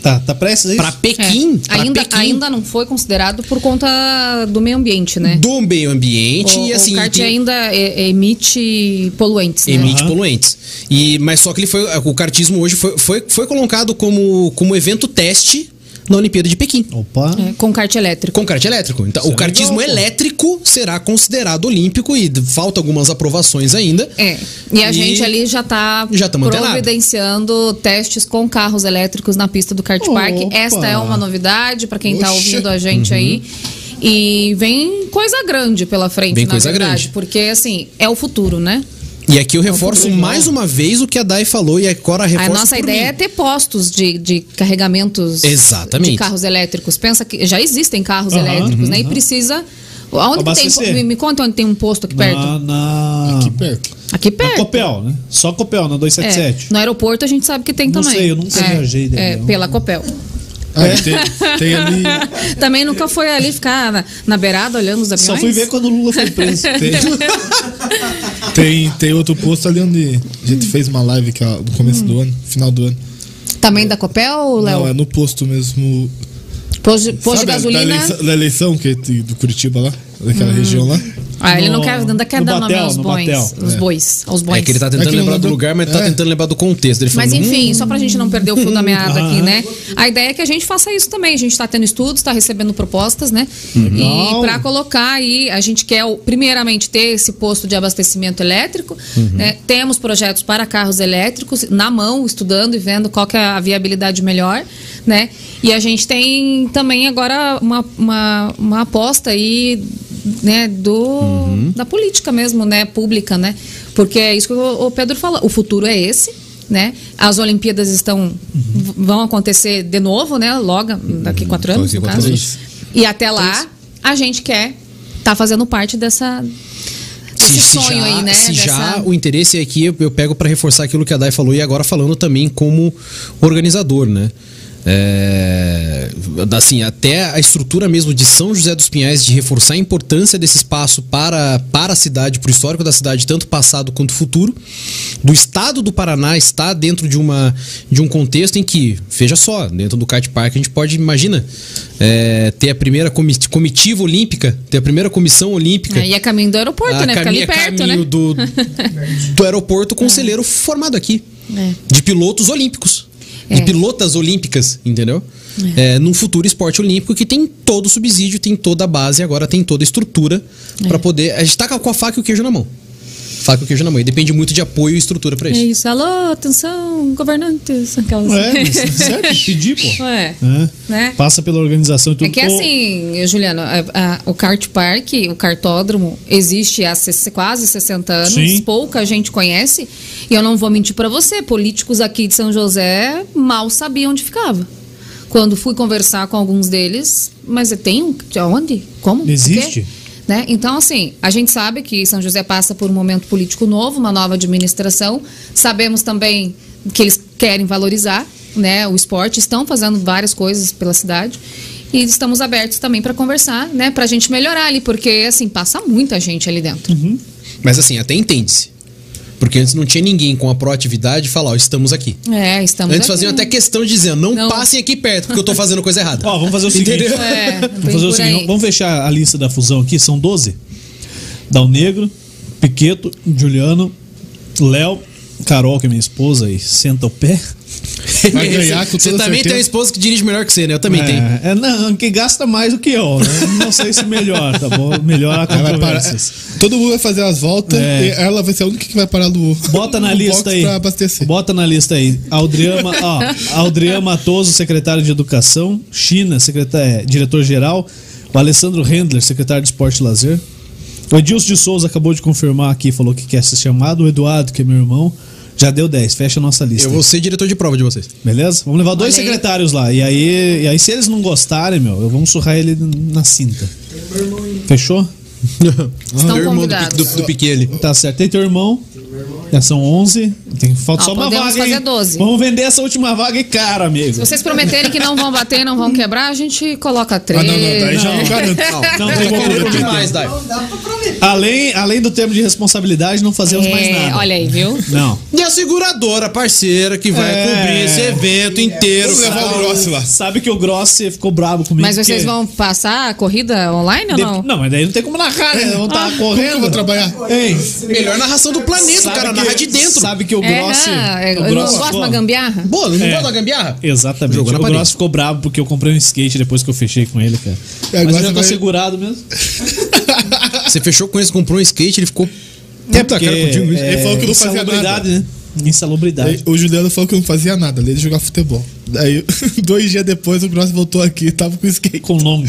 A: Tá, tá prestes a isso?
B: Pra Pequim,
C: É.
B: pra
C: ainda,
B: Pequim,
C: ainda não foi considerado por conta do meio ambiente, né?
B: do meio ambiente
C: o,
B: e assim
C: o kart
B: tem-
C: ainda é- é- emite poluentes, né?
B: emite
A: Aham.
B: poluentes. E, mas só que ele foi, o kartismo hoje foi, foi, foi colocado como, como evento teste na Olimpíada de Pequim.
A: Opa.
C: É, com kart elétrico.
B: Com kart elétrico. Então,
A: Isso
B: o
A: é
B: kartismo
A: legal, pô.
B: elétrico será considerado olímpico e falta algumas aprovações ainda.
C: É. E a gente ali já tá
B: Já tamo antenado.
C: providenciando testes com carros elétricos na pista do kart park.
A: Opa.
C: Esta é uma novidade para quem tá
B: Oxa.
C: ouvindo a gente
B: Uhum.
C: aí. E vem coisa grande pela frente,
B: Vem
C: na
B: coisa
C: verdade,
B: grande.
C: porque assim, é o futuro, né?
B: E aqui eu reforço mais uma vez o que a Dai falou e a Cora
C: A
B: reforça.
C: nossa
B: por
C: ideia
B: mim.
C: é ter postos de, de carregamentos
B: Exatamente. Uhum.
C: de carros elétricos. Pensa que já existem carros
A: Aham,
C: elétricos, né? E
A: aham.
C: precisa. Onde que
A: Abastecer.
C: tem, me, me conta onde tem um posto aqui
A: Na,
B: Ah,
C: perto.
A: na...
D: Aqui perto.
C: Aqui
A: na
C: perto.
A: Copel, né? Só Copel, na
C: É,
A: 277.
C: no aeroporto a gente sabe que tem
A: Não
C: também.
A: sei, eu nunca
C: é,
A: viajei,
C: É,
A: Daniel.
C: pela Copel.
D: Ah, tem, tem ali.
C: também nunca foi ali ficar na, na beirada olhando os aviões.
A: Só fui ver quando o Lula foi preso.
D: Tem, tem, tem outro posto ali onde a gente fez uma live que é no começo do ano, final do ano.
C: Também da Copel, Léo?
D: Não, é no posto mesmo.
C: Posto de- posto de
D: Sabe, Da
C: gasolina. Hum.
D: eleição, da eleição que, tem do Curitiba lá, daquela região lá.
C: Ah, ele não
A: No-
C: quer, não quer
A: no
C: dar nome
A: Batel,
C: aos
A: no
C: bons.
A: Batel.
C: Os bois. Aos bois.
B: É que ele tá
D: É
B: tentando
D: que não
B: lembrar do
D: lembra-
B: lugar, mas tá
D: é.
B: tentando lembrar do contexto. Ele
C: Mas
B: falou, "Hum,
C: enfim, só pra gente não perder o fio da meada aqui,
A: Hum. Aham.
C: né? A ideia é que a gente faça isso também. A gente tá tendo estudos, tá recebendo propostas, né?
A: Legal.
C: E pra colocar aí, a gente quer o- primeiramente ter esse posto de abastecimento elétrico. né? Temos projetos para carros elétricos na mão, estudando e vendo qual que é a viabilidade melhor, né? E a gente tem também agora uma, uma, uma aposta aí né, do, da política mesmo, né, pública, né? Porque é isso que o o Pedro fala, o futuro é esse, né? As Olimpíadas estão v- vão acontecer de novo, né? Logo daqui quatro anos,
B: Daqui
C: no
B: quatro
C: caso.
B: anos.
C: E até lá a gente quer estar fazendo parte dessa desse sonho
B: já,
C: aí, né?
B: se
C: Dessa-
B: já o interesse aqui eu, eu pego para reforçar aquilo que a Dai falou e agora falando também como organizador, né? É, assim, até a estrutura mesmo de São José dos Pinhais de reforçar a importância desse espaço para, para a cidade, para o histórico da cidade, tanto passado quanto futuro, do estado do Paraná está dentro de, uma, de um contexto em que, veja só, dentro do Kart Park a gente pode, imagina, é, ter a primeira comi- comitiva olímpica, ter a primeira comissão olímpica.
C: É, e é caminho do aeroporto,
B: Ah,
C: né? Fica
B: caminho-
C: ali perto,
B: caminho
C: né? Ah.
B: do, do aeroporto conselheiro formado aqui.
C: É.
B: De pilotos olímpicos. De
C: É.
B: pilotas olímpicas, entendeu? É, num futuro esporte olímpico que tem todo o subsídio, tem toda a base, agora tem toda a estrutura
C: É.
B: pra poder. A gente tá com a faca e o queijo na mão. Faca e o queijo na mão. E depende muito de apoio e estrutura pra
C: É
B: isso.
C: isso. Alô, atenção, governantes. Aquelas...
A: É, mas sério, pedir, pô.
C: É.
A: Né?
C: Né?
A: Passa pela organização e tudo.
C: É que
A: Ô,
C: assim, Juliana, a- a- o kart park, o cartódromo, existe há ses- quase 60 anos,
A: Sim.
C: pouca gente conhece, e eu não vou mentir pra você, políticos aqui de São José mal sabiam onde ficava. Quando fui conversar com alguns deles, mas tem um, de onde? Como? Por
A: Existe?
C: quê? Né? Então, assim, a gente sabe que São José passa por um momento político novo, uma nova administração. Sabemos também que eles querem valorizar né, o esporte, estão fazendo várias coisas pela cidade. E estamos abertos também para conversar, né? Pra gente melhorar ali, porque, assim, passa muita gente ali dentro. É.
B: Mas assim, até entende-se. Porque antes não tinha ninguém com a proatividade falar, ó, estamos aqui.
C: É, estamos.
B: Antes
C: aqui.
B: faziam até questão de dizer, não,
C: Não.
B: passem aqui perto, porque eu tô fazendo coisa errada.
A: Ó, vamos fazer o seguinte.
B: Entendeu?
C: É,
A: Vamos fazer o seguinte, vamos- vamos fechar a lista da fusão aqui, são 12. Dal Negro, Piqueto, Juliano, Léo, Carol, que é minha esposa, e senta o pé.
D: Vai ganhar com
B: Você
D: toda
B: também tem uma
D: certeza.
B: esposa que dirige melhor que você, né? Eu também tenho.
A: É, é, não, que gasta mais do que eu. né? Não sei se melhor, tá bom? Melhor a
D: Ela vai parar. É,
A: controvérsias.
D: Todo mundo vai fazer as voltas
A: É.
D: e ela vai ser a única que vai parar no,
A: Bota na
D: no
A: lista
D: Um box
A: aí.
D: pra abastecer.
A: Bota na lista aí. Aldrian, Ma- ó, Aldrian Matoso, secretário de Educação. China, secretar- é, diretor-geral. O Alessandro Rendler, secretário de Esporte e Lazer. O Edilson de Souza acabou de confirmar aqui, falou que quer ser chamado. O Eduardo, que é meu irmão, já deu 10. Fecha a nossa lista.
B: Eu vou ser diretor de prova de vocês.
A: Beleza? Vamos levar dois
C: Olha aí.
A: secretários lá. E aí, e aí, se eles não gostarem, meu, eu vou surrar ele na cinta. Fechou?
C: Estão
B: Meu irmão do
C: convidados.
B: pe- Do, do Piquet ali.
A: Tá certo. Tem teu irmão. Já são 11. Tem, falta
C: Ó,
A: só uma
C: Ah, podemos
A: vaga.
C: fazer
A: hein?
C: 12.
A: Vamos vender essa última vaga e cara, amigo.
C: Se vocês prometerem que não vão bater, não vão quebrar, a gente coloca três. né?
D: Ah, não, não, daí já não garanto.
A: Não, tem como prometer.
B: demais, Dai.
A: além, além do termo de responsabilidade, não fazemos mais
C: É,
A: nada.
C: olha aí, viu?
A: Não.
B: E a seguradora parceira que vai
A: É.
B: cobrir esse evento inteiro.
D: Vamos levar o Grossi lá.
A: Sabe que o Grossi ficou brabo comigo.
C: Mas vocês
A: porque-
C: vão passar a corrida online ou
A: De-
C: não? Ah.
A: mas daí não tem como narrar, né? Vão estar
D: Como que eu
A: correndo.
D: vou trabalhar?
A: Ei,
B: Melhor narração do planeta,
A: sabe
B: cara.
A: que-
B: Narra de dentro.
A: Sabe que o
C: É,
A: Grossi.
C: ah, é,
A: o
C: eu não
A: Grossi
C: gosto de
A: ficou-
C: uma gambiarra.
B: Boa, não
A: É.
B: vou dar gambiarra?
A: Exatamente.
B: Jogou na
A: O
B: parede.
A: Gross ficou bravo porque eu comprei um skate depois que eu fechei com ele, cara. Mas eu
D: É, agora
A: já tô
D: vai-
A: segurado mesmo.
B: Você fechou com ele, comprou um skate, ele ficou.
A: É
B: Puta, cara, contigo, isso.
D: Ele falou que não fazia
A: insalubridade, né? Insalubridade.
D: Aí, O Juliano falou que eu não fazia nada, além de jogar futebol. Daí, dois dias depois, o Grossi voltou aqui e tava com o skate.
A: Com long.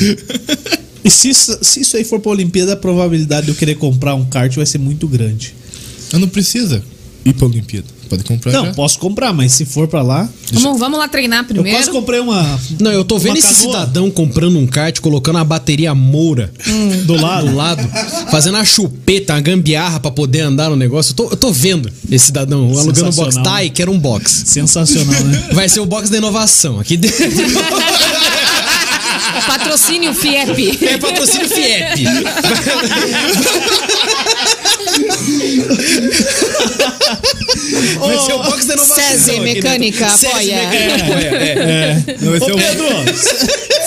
A: E se isso, se isso aí for pra Olimpíada, a probabilidade de eu querer comprar um kart vai ser muito grande.
D: Eu não precisa ir pra Olimpíada. Pode comprar
A: Não,
D: já.
A: posso comprar, mas se for pra lá.
C: Vamos, vamos lá treinar
A: Eu
C: primeiro.
A: quase comprei uma.
B: Não, eu tô vendo
A: Uma
B: esse
A: canoa.
B: cidadão comprando um kart, colocando a bateria Moura
A: Do lado.
B: do lado, fazendo a chupeta, a gambiarra pra poder andar no negócio. Eu tô, eu tô vendo esse cidadão alugando um box.
A: Sensacional.
B: Tá, e quero um box.
A: Sensacional, né?
B: Vai ser o box da inovação aqui dentro.
C: Patrocínio FIEP.
B: É patrocínio FIEP. Vai ser o box da inovação.
C: SESI
B: aqui
C: Mecânica
B: dentro. SESI
C: apoia.
B: Mecânica apoia, é.
D: Não, vai
A: Ô,
D: ser
A: Pedro,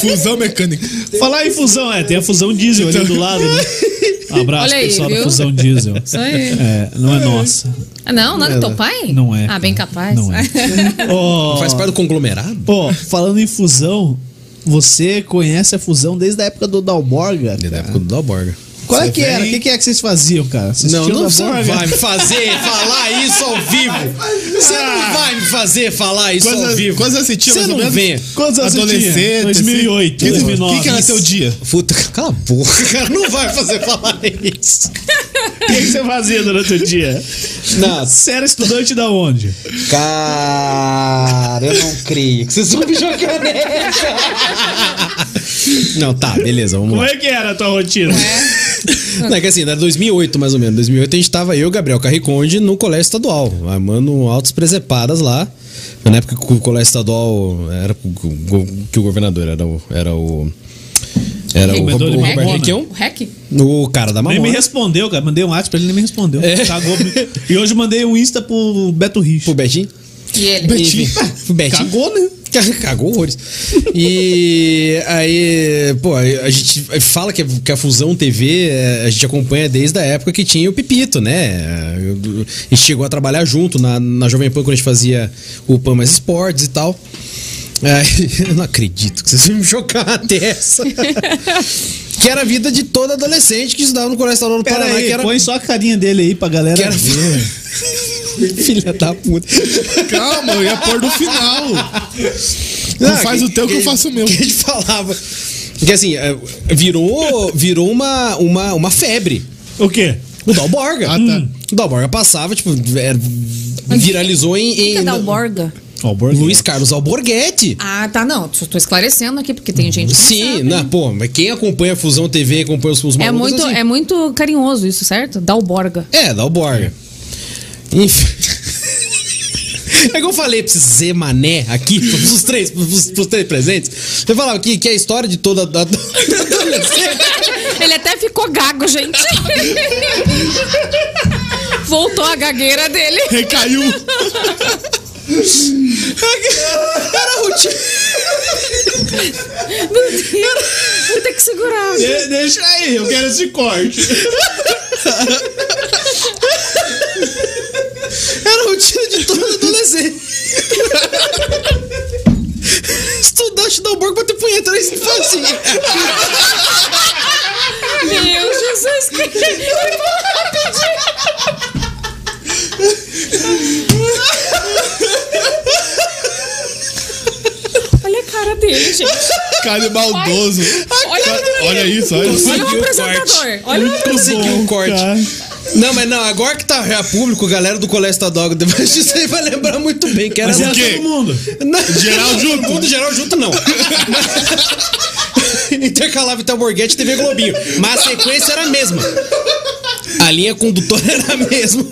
D: o fusão mecânica.
A: falar em fusão, é, tem a fusão diesel ali do lado, né? Um abraço,
C: Olha aí,
A: pessoal da
C: viu?
A: fusão diesel.
C: Isso aí.
A: É, não é nossa.
C: Ah, Não, não é do teu pai?
A: Não é.
C: Ah, bem
A: cara.
C: capaz.
A: Não é. Ó,
B: Faz parte do conglomerado?
A: ó, falando em fusão, você conhece a fusão desde a época do Dalborga?
B: Da
A: cara?
B: época do Dalborga.
A: Qual é que era? O que, que é que vocês faziam, cara? Vocês
B: Não,
A: tinham
B: não você não
A: Dalborga?
B: vai me fazer falar isso ao vivo. Você não vai me fazer falar isso ao
D: Quantos,
B: vivo.
D: quantos anos você tinha,
B: Você
D: mais ou
B: não
D: menos?
B: vê.
A: Quantos anos você tinha?
D: Adolescente.
A: 2008,
D: assim. Que- O
A: 2009.
D: que, que era teu dia?
B: Puta, cala a boca, cara. Não vai fazer falar isso.
A: O que, que você fazia durante o dia?
B: Não,
A: Você era estudante da onde?
B: Cara, eu não creio que vocês vão me jogar nessa. Não, tá, beleza, vamos
A: Como
B: lá.
A: é que era a tua rotina?
B: Não, é que assim, era 2008 mais ou menos. 2008 a gente tava, eu e o Gabriel Carriconde, no colégio estadual, armando altas presepadas lá. Na época que o colégio estadual era o go- que o governador era o. Era o, era o,
A: Governador de
B: Rob- o Roberto
A: Mamona.
B: Requião,
C: Uhum. O REC?
B: o cara da
A: Nem me
B: mamona.
A: respondeu, cara. Mandei um WhatsApp pra ele, ele nem me respondeu.
B: É.
A: Cagou. E hoje eu mandei um Insta pro Beto Rich.
B: Pro Betinho.
C: E ele?
B: Betinho. Pro Betinho.
A: Cagou, né?
B: Cagou horrores. E aí, pô, a gente fala que, que a Fusão TV eh, a gente acompanha desde a época que tinha o Pipito, né? E chegou a trabalhar junto na, na Jovem Pan quando a gente fazia o Pan Mais Esportes e tal. Aí, eu não acredito que vocês vão me chocar dessa. que era a vida de todo adolescente que estudava no Colégio Estadual do
A: Pera
B: Paraná,
A: aí,
B: que era.
A: põe só a carinha dele aí pra galera
B: Que era-
A: ver. né?
B: Filha da puta.
D: Calma, Ah, eu ia pôr no final.
C: Ah,
B: Não,
D: faz o teu que eu faço o meu.
B: Que a gente falava. Porque assim, é, virou, virou uma, uma, uma febre.
A: O quê?
B: O Dalborga.
D: Ah, tá.
B: O Dalborga passava, tipo, era- viralizou em.
C: Que é
B: em-
C: da Alborga?
A: Ó, o
B: Luiz Carlos Alborguete.
C: Ah, tá, não. Só tô esclarecendo aqui, porque tem gente que não
B: Sim,
C: sabe.
B: né? Pô, mas quem acompanha a Fusão TV, acompanha os, os
C: É
B: malucos,
C: muito,
B: assim.
C: é muito carinhoso isso, certo? Da Alborga.
B: É, Dalborga. Enfim. É que eu falei pra esse Zé Mané aqui, pros três, pros, pros três presentes. Eu falava que, que a história de toda. Da, da-
C: Ele até ficou gago, gente. Voltou a gagueira dele.
A: É
D: Recaiu.
B: Era a rotina.
C: Vou ter que segurar.
A: deixa aí, eu quero esse corte.
B: Era a rotina de todo adolescente. assim.
C: Meu Jesus Cristo. Olha a cara dele, gente. é
D: Cara maldoso.
C: Olha,
D: Olha isso, olha isso.
C: olha o
B: Conseguiu o
C: apresentador.
B: corte.
C: Olha o
B: Conseguiu
A: bom,
B: o corte.
A: cara.
B: Não, mas não, agora que tá já público, a galera do Colesta Dog, depois disso aí vai lembrar muito bem que era
A: Mas era
B: Não,
A: todo mundo.
B: não,
D: Geral junto.
B: Mundo geral junto, não. Intercalava então Borghetti e TV Globinho. Mas a sequência era a mesma. A linha condutora era a mesma.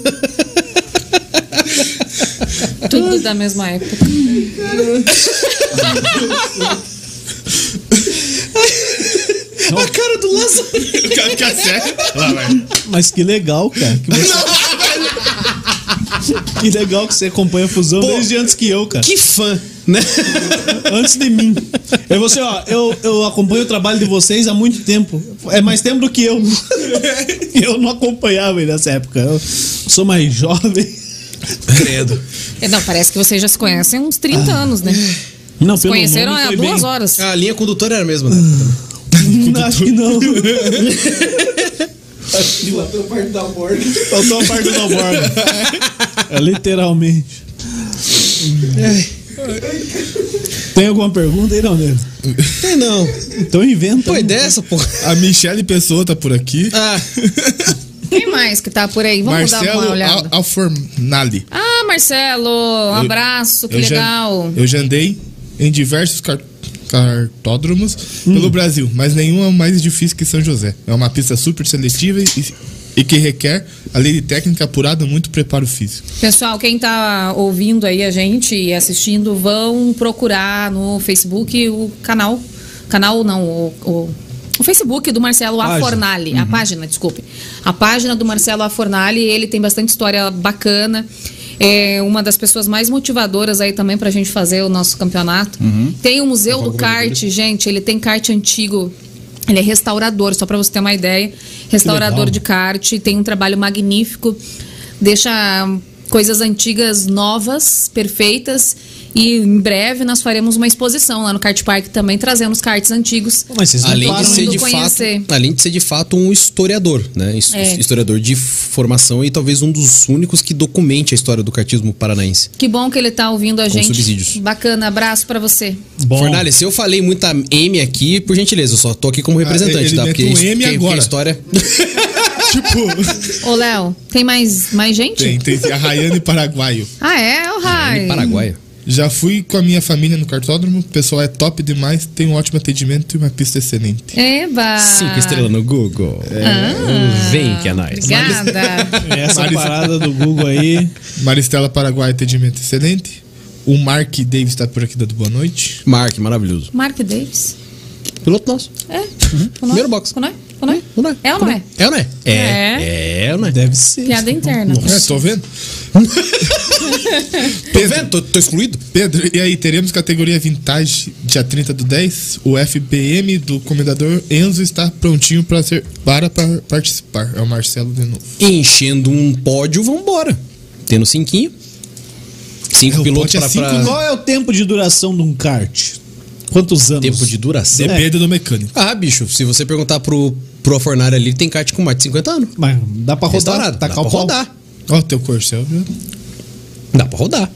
C: Tudo da mesma época.
B: A cara do Lança.
D: O cara fica sério. Lá vai.
A: Mas que legal, cara. Que, você- Que legal que você acompanha a fusão
B: Pô,
A: desde antes que eu, cara.
B: Que fã, né?
A: Antes de mim. É você, ó. Eu, eu acompanho o trabalho de vocês há muito tempo. É mais tempo do que eu. Eu não acompanhava ele nessa época. Eu sou mais jovem.
B: Credo.
C: É, Não, parece que vocês já se conhecem há uns 30
D: Ah,
C: anos, né?
A: Não,
C: Se conheceram
A: nome
C: há
A: foi
C: duas
A: bem.
C: horas.
B: A linha condutora era a mesma, né?
A: Hum, Acho que não. Faltou a parte da borda. Faltou a parte da borda. É, literalmente. Tem alguma pergunta aí, não, nego?
B: É, não.
A: Então inventa.
B: Foi dessa, porra.
D: A Michelle Pessoa tá por aqui.
B: Ah,
C: Quem mais que tá por aí? Vamos dar uma
D: Marcelo
C: olhada.
D: Al Alfornali.
C: Ah, Marcelo, um abraço, que
D: Eu já-
C: legal.
D: eu já andei em diversos car- cartódromos
C: Hum.
D: pelo Brasil, mas nenhum é mais difícil que São José. É uma pista super seletiva e, e que requer, além de técnica apurada, muito preparo físico.
C: Pessoal, quem tá ouvindo aí a gente e assistindo, vão procurar no Facebook o canal. Canal não, o. o o Facebook do Marcelo Afornali, a página, desculpe. A página do Marcelo Afornali, ele tem bastante história bacana. É uma das pessoas mais motivadoras aí também pra gente fazer o nosso campeonato. Tem o Museu do Kart, gente, ele tem kart antigo. Ele é restaurador, só pra você ter uma ideia. Restaurador
A: legal.
C: de kart, tem um trabalho magnífico deixa coisas antigas novas, perfeitas. E em breve nós faremos uma exposição lá no Kart Park também, trazendo os karts antigos.
A: Mas vocês não
B: além de
A: param,
B: ser
A: hein?
C: indo
B: de fato,
C: conhecer.
B: além de ser de fato um historiador, né? His-
C: É.
B: Historiador de formação e talvez um dos únicos que documente a história do cartismo paranaense.
C: Que bom que ele tá ouvindo a gente.
B: subsídios.
C: Bacana, abraço pra você.
A: Bom,
B: Fornales, se eu falei muita M aqui, por gentileza, eu só tô aqui como representante,
D: Ah, ele
B: tá?
D: meteu um M
B: porque a
D: agora.
B: história.
D: tipo,
C: Ô, Léo, tem mais, mais gente?
D: tem, tem a Rayane Paraguaio.
C: Ah, é? O Rai.
B: Paraguaia.
D: Já fui com a minha família no cartódromo, o pessoal é top demais, tem um ótimo atendimento e uma pista excelente.
C: Eba!
B: Cinco estrelas no Google. Vem que é nóis.
C: Obrigada.
A: essa
D: Marisa.
A: parada do Google aí.
D: Maristela Paraguai, atendimento excelente. O Mark Davis tá por aqui dando boa noite.
B: Mark, maravilhoso.
C: Mark Davis.
B: Piloto nosso.
C: É?
B: Uhum. Primeiro box.
C: Não é? Não é?
B: Não é?
C: É ou não é?
B: É ou não é?
C: É.
B: É, é ou não é?
A: Deve ser.
C: Piada interna.
D: É, tô vendo.
B: Tô vendo? Tô, tô excluído?
D: Pedro, e aí, teremos categoria vintage dia 30 do 10? O FBM do comendador Enzo está prontinho para ser para, par- participar. É o Marcelo de novo.
B: Enchendo um pódio, vambora. Tendo cinquinho. Cinco
D: É, o
B: pilotos
D: pódio é
B: pra,
D: cinco
B: pra-
A: Qual é o tempo de duração de um kart? Quantos anos?
B: tempo de duração.
D: Depende do mecânico.
B: Ah, bicho, se você perguntar pro, pro Fornari ali, tem kart com mais de 50 anos.
A: Mas dá pra rodar, Tá
B: Restaurado. Dá
A: tacar
B: pra
A: o pau.
B: rodar.
D: Ó, teu Corcel. viu?
B: Dá pra rodar.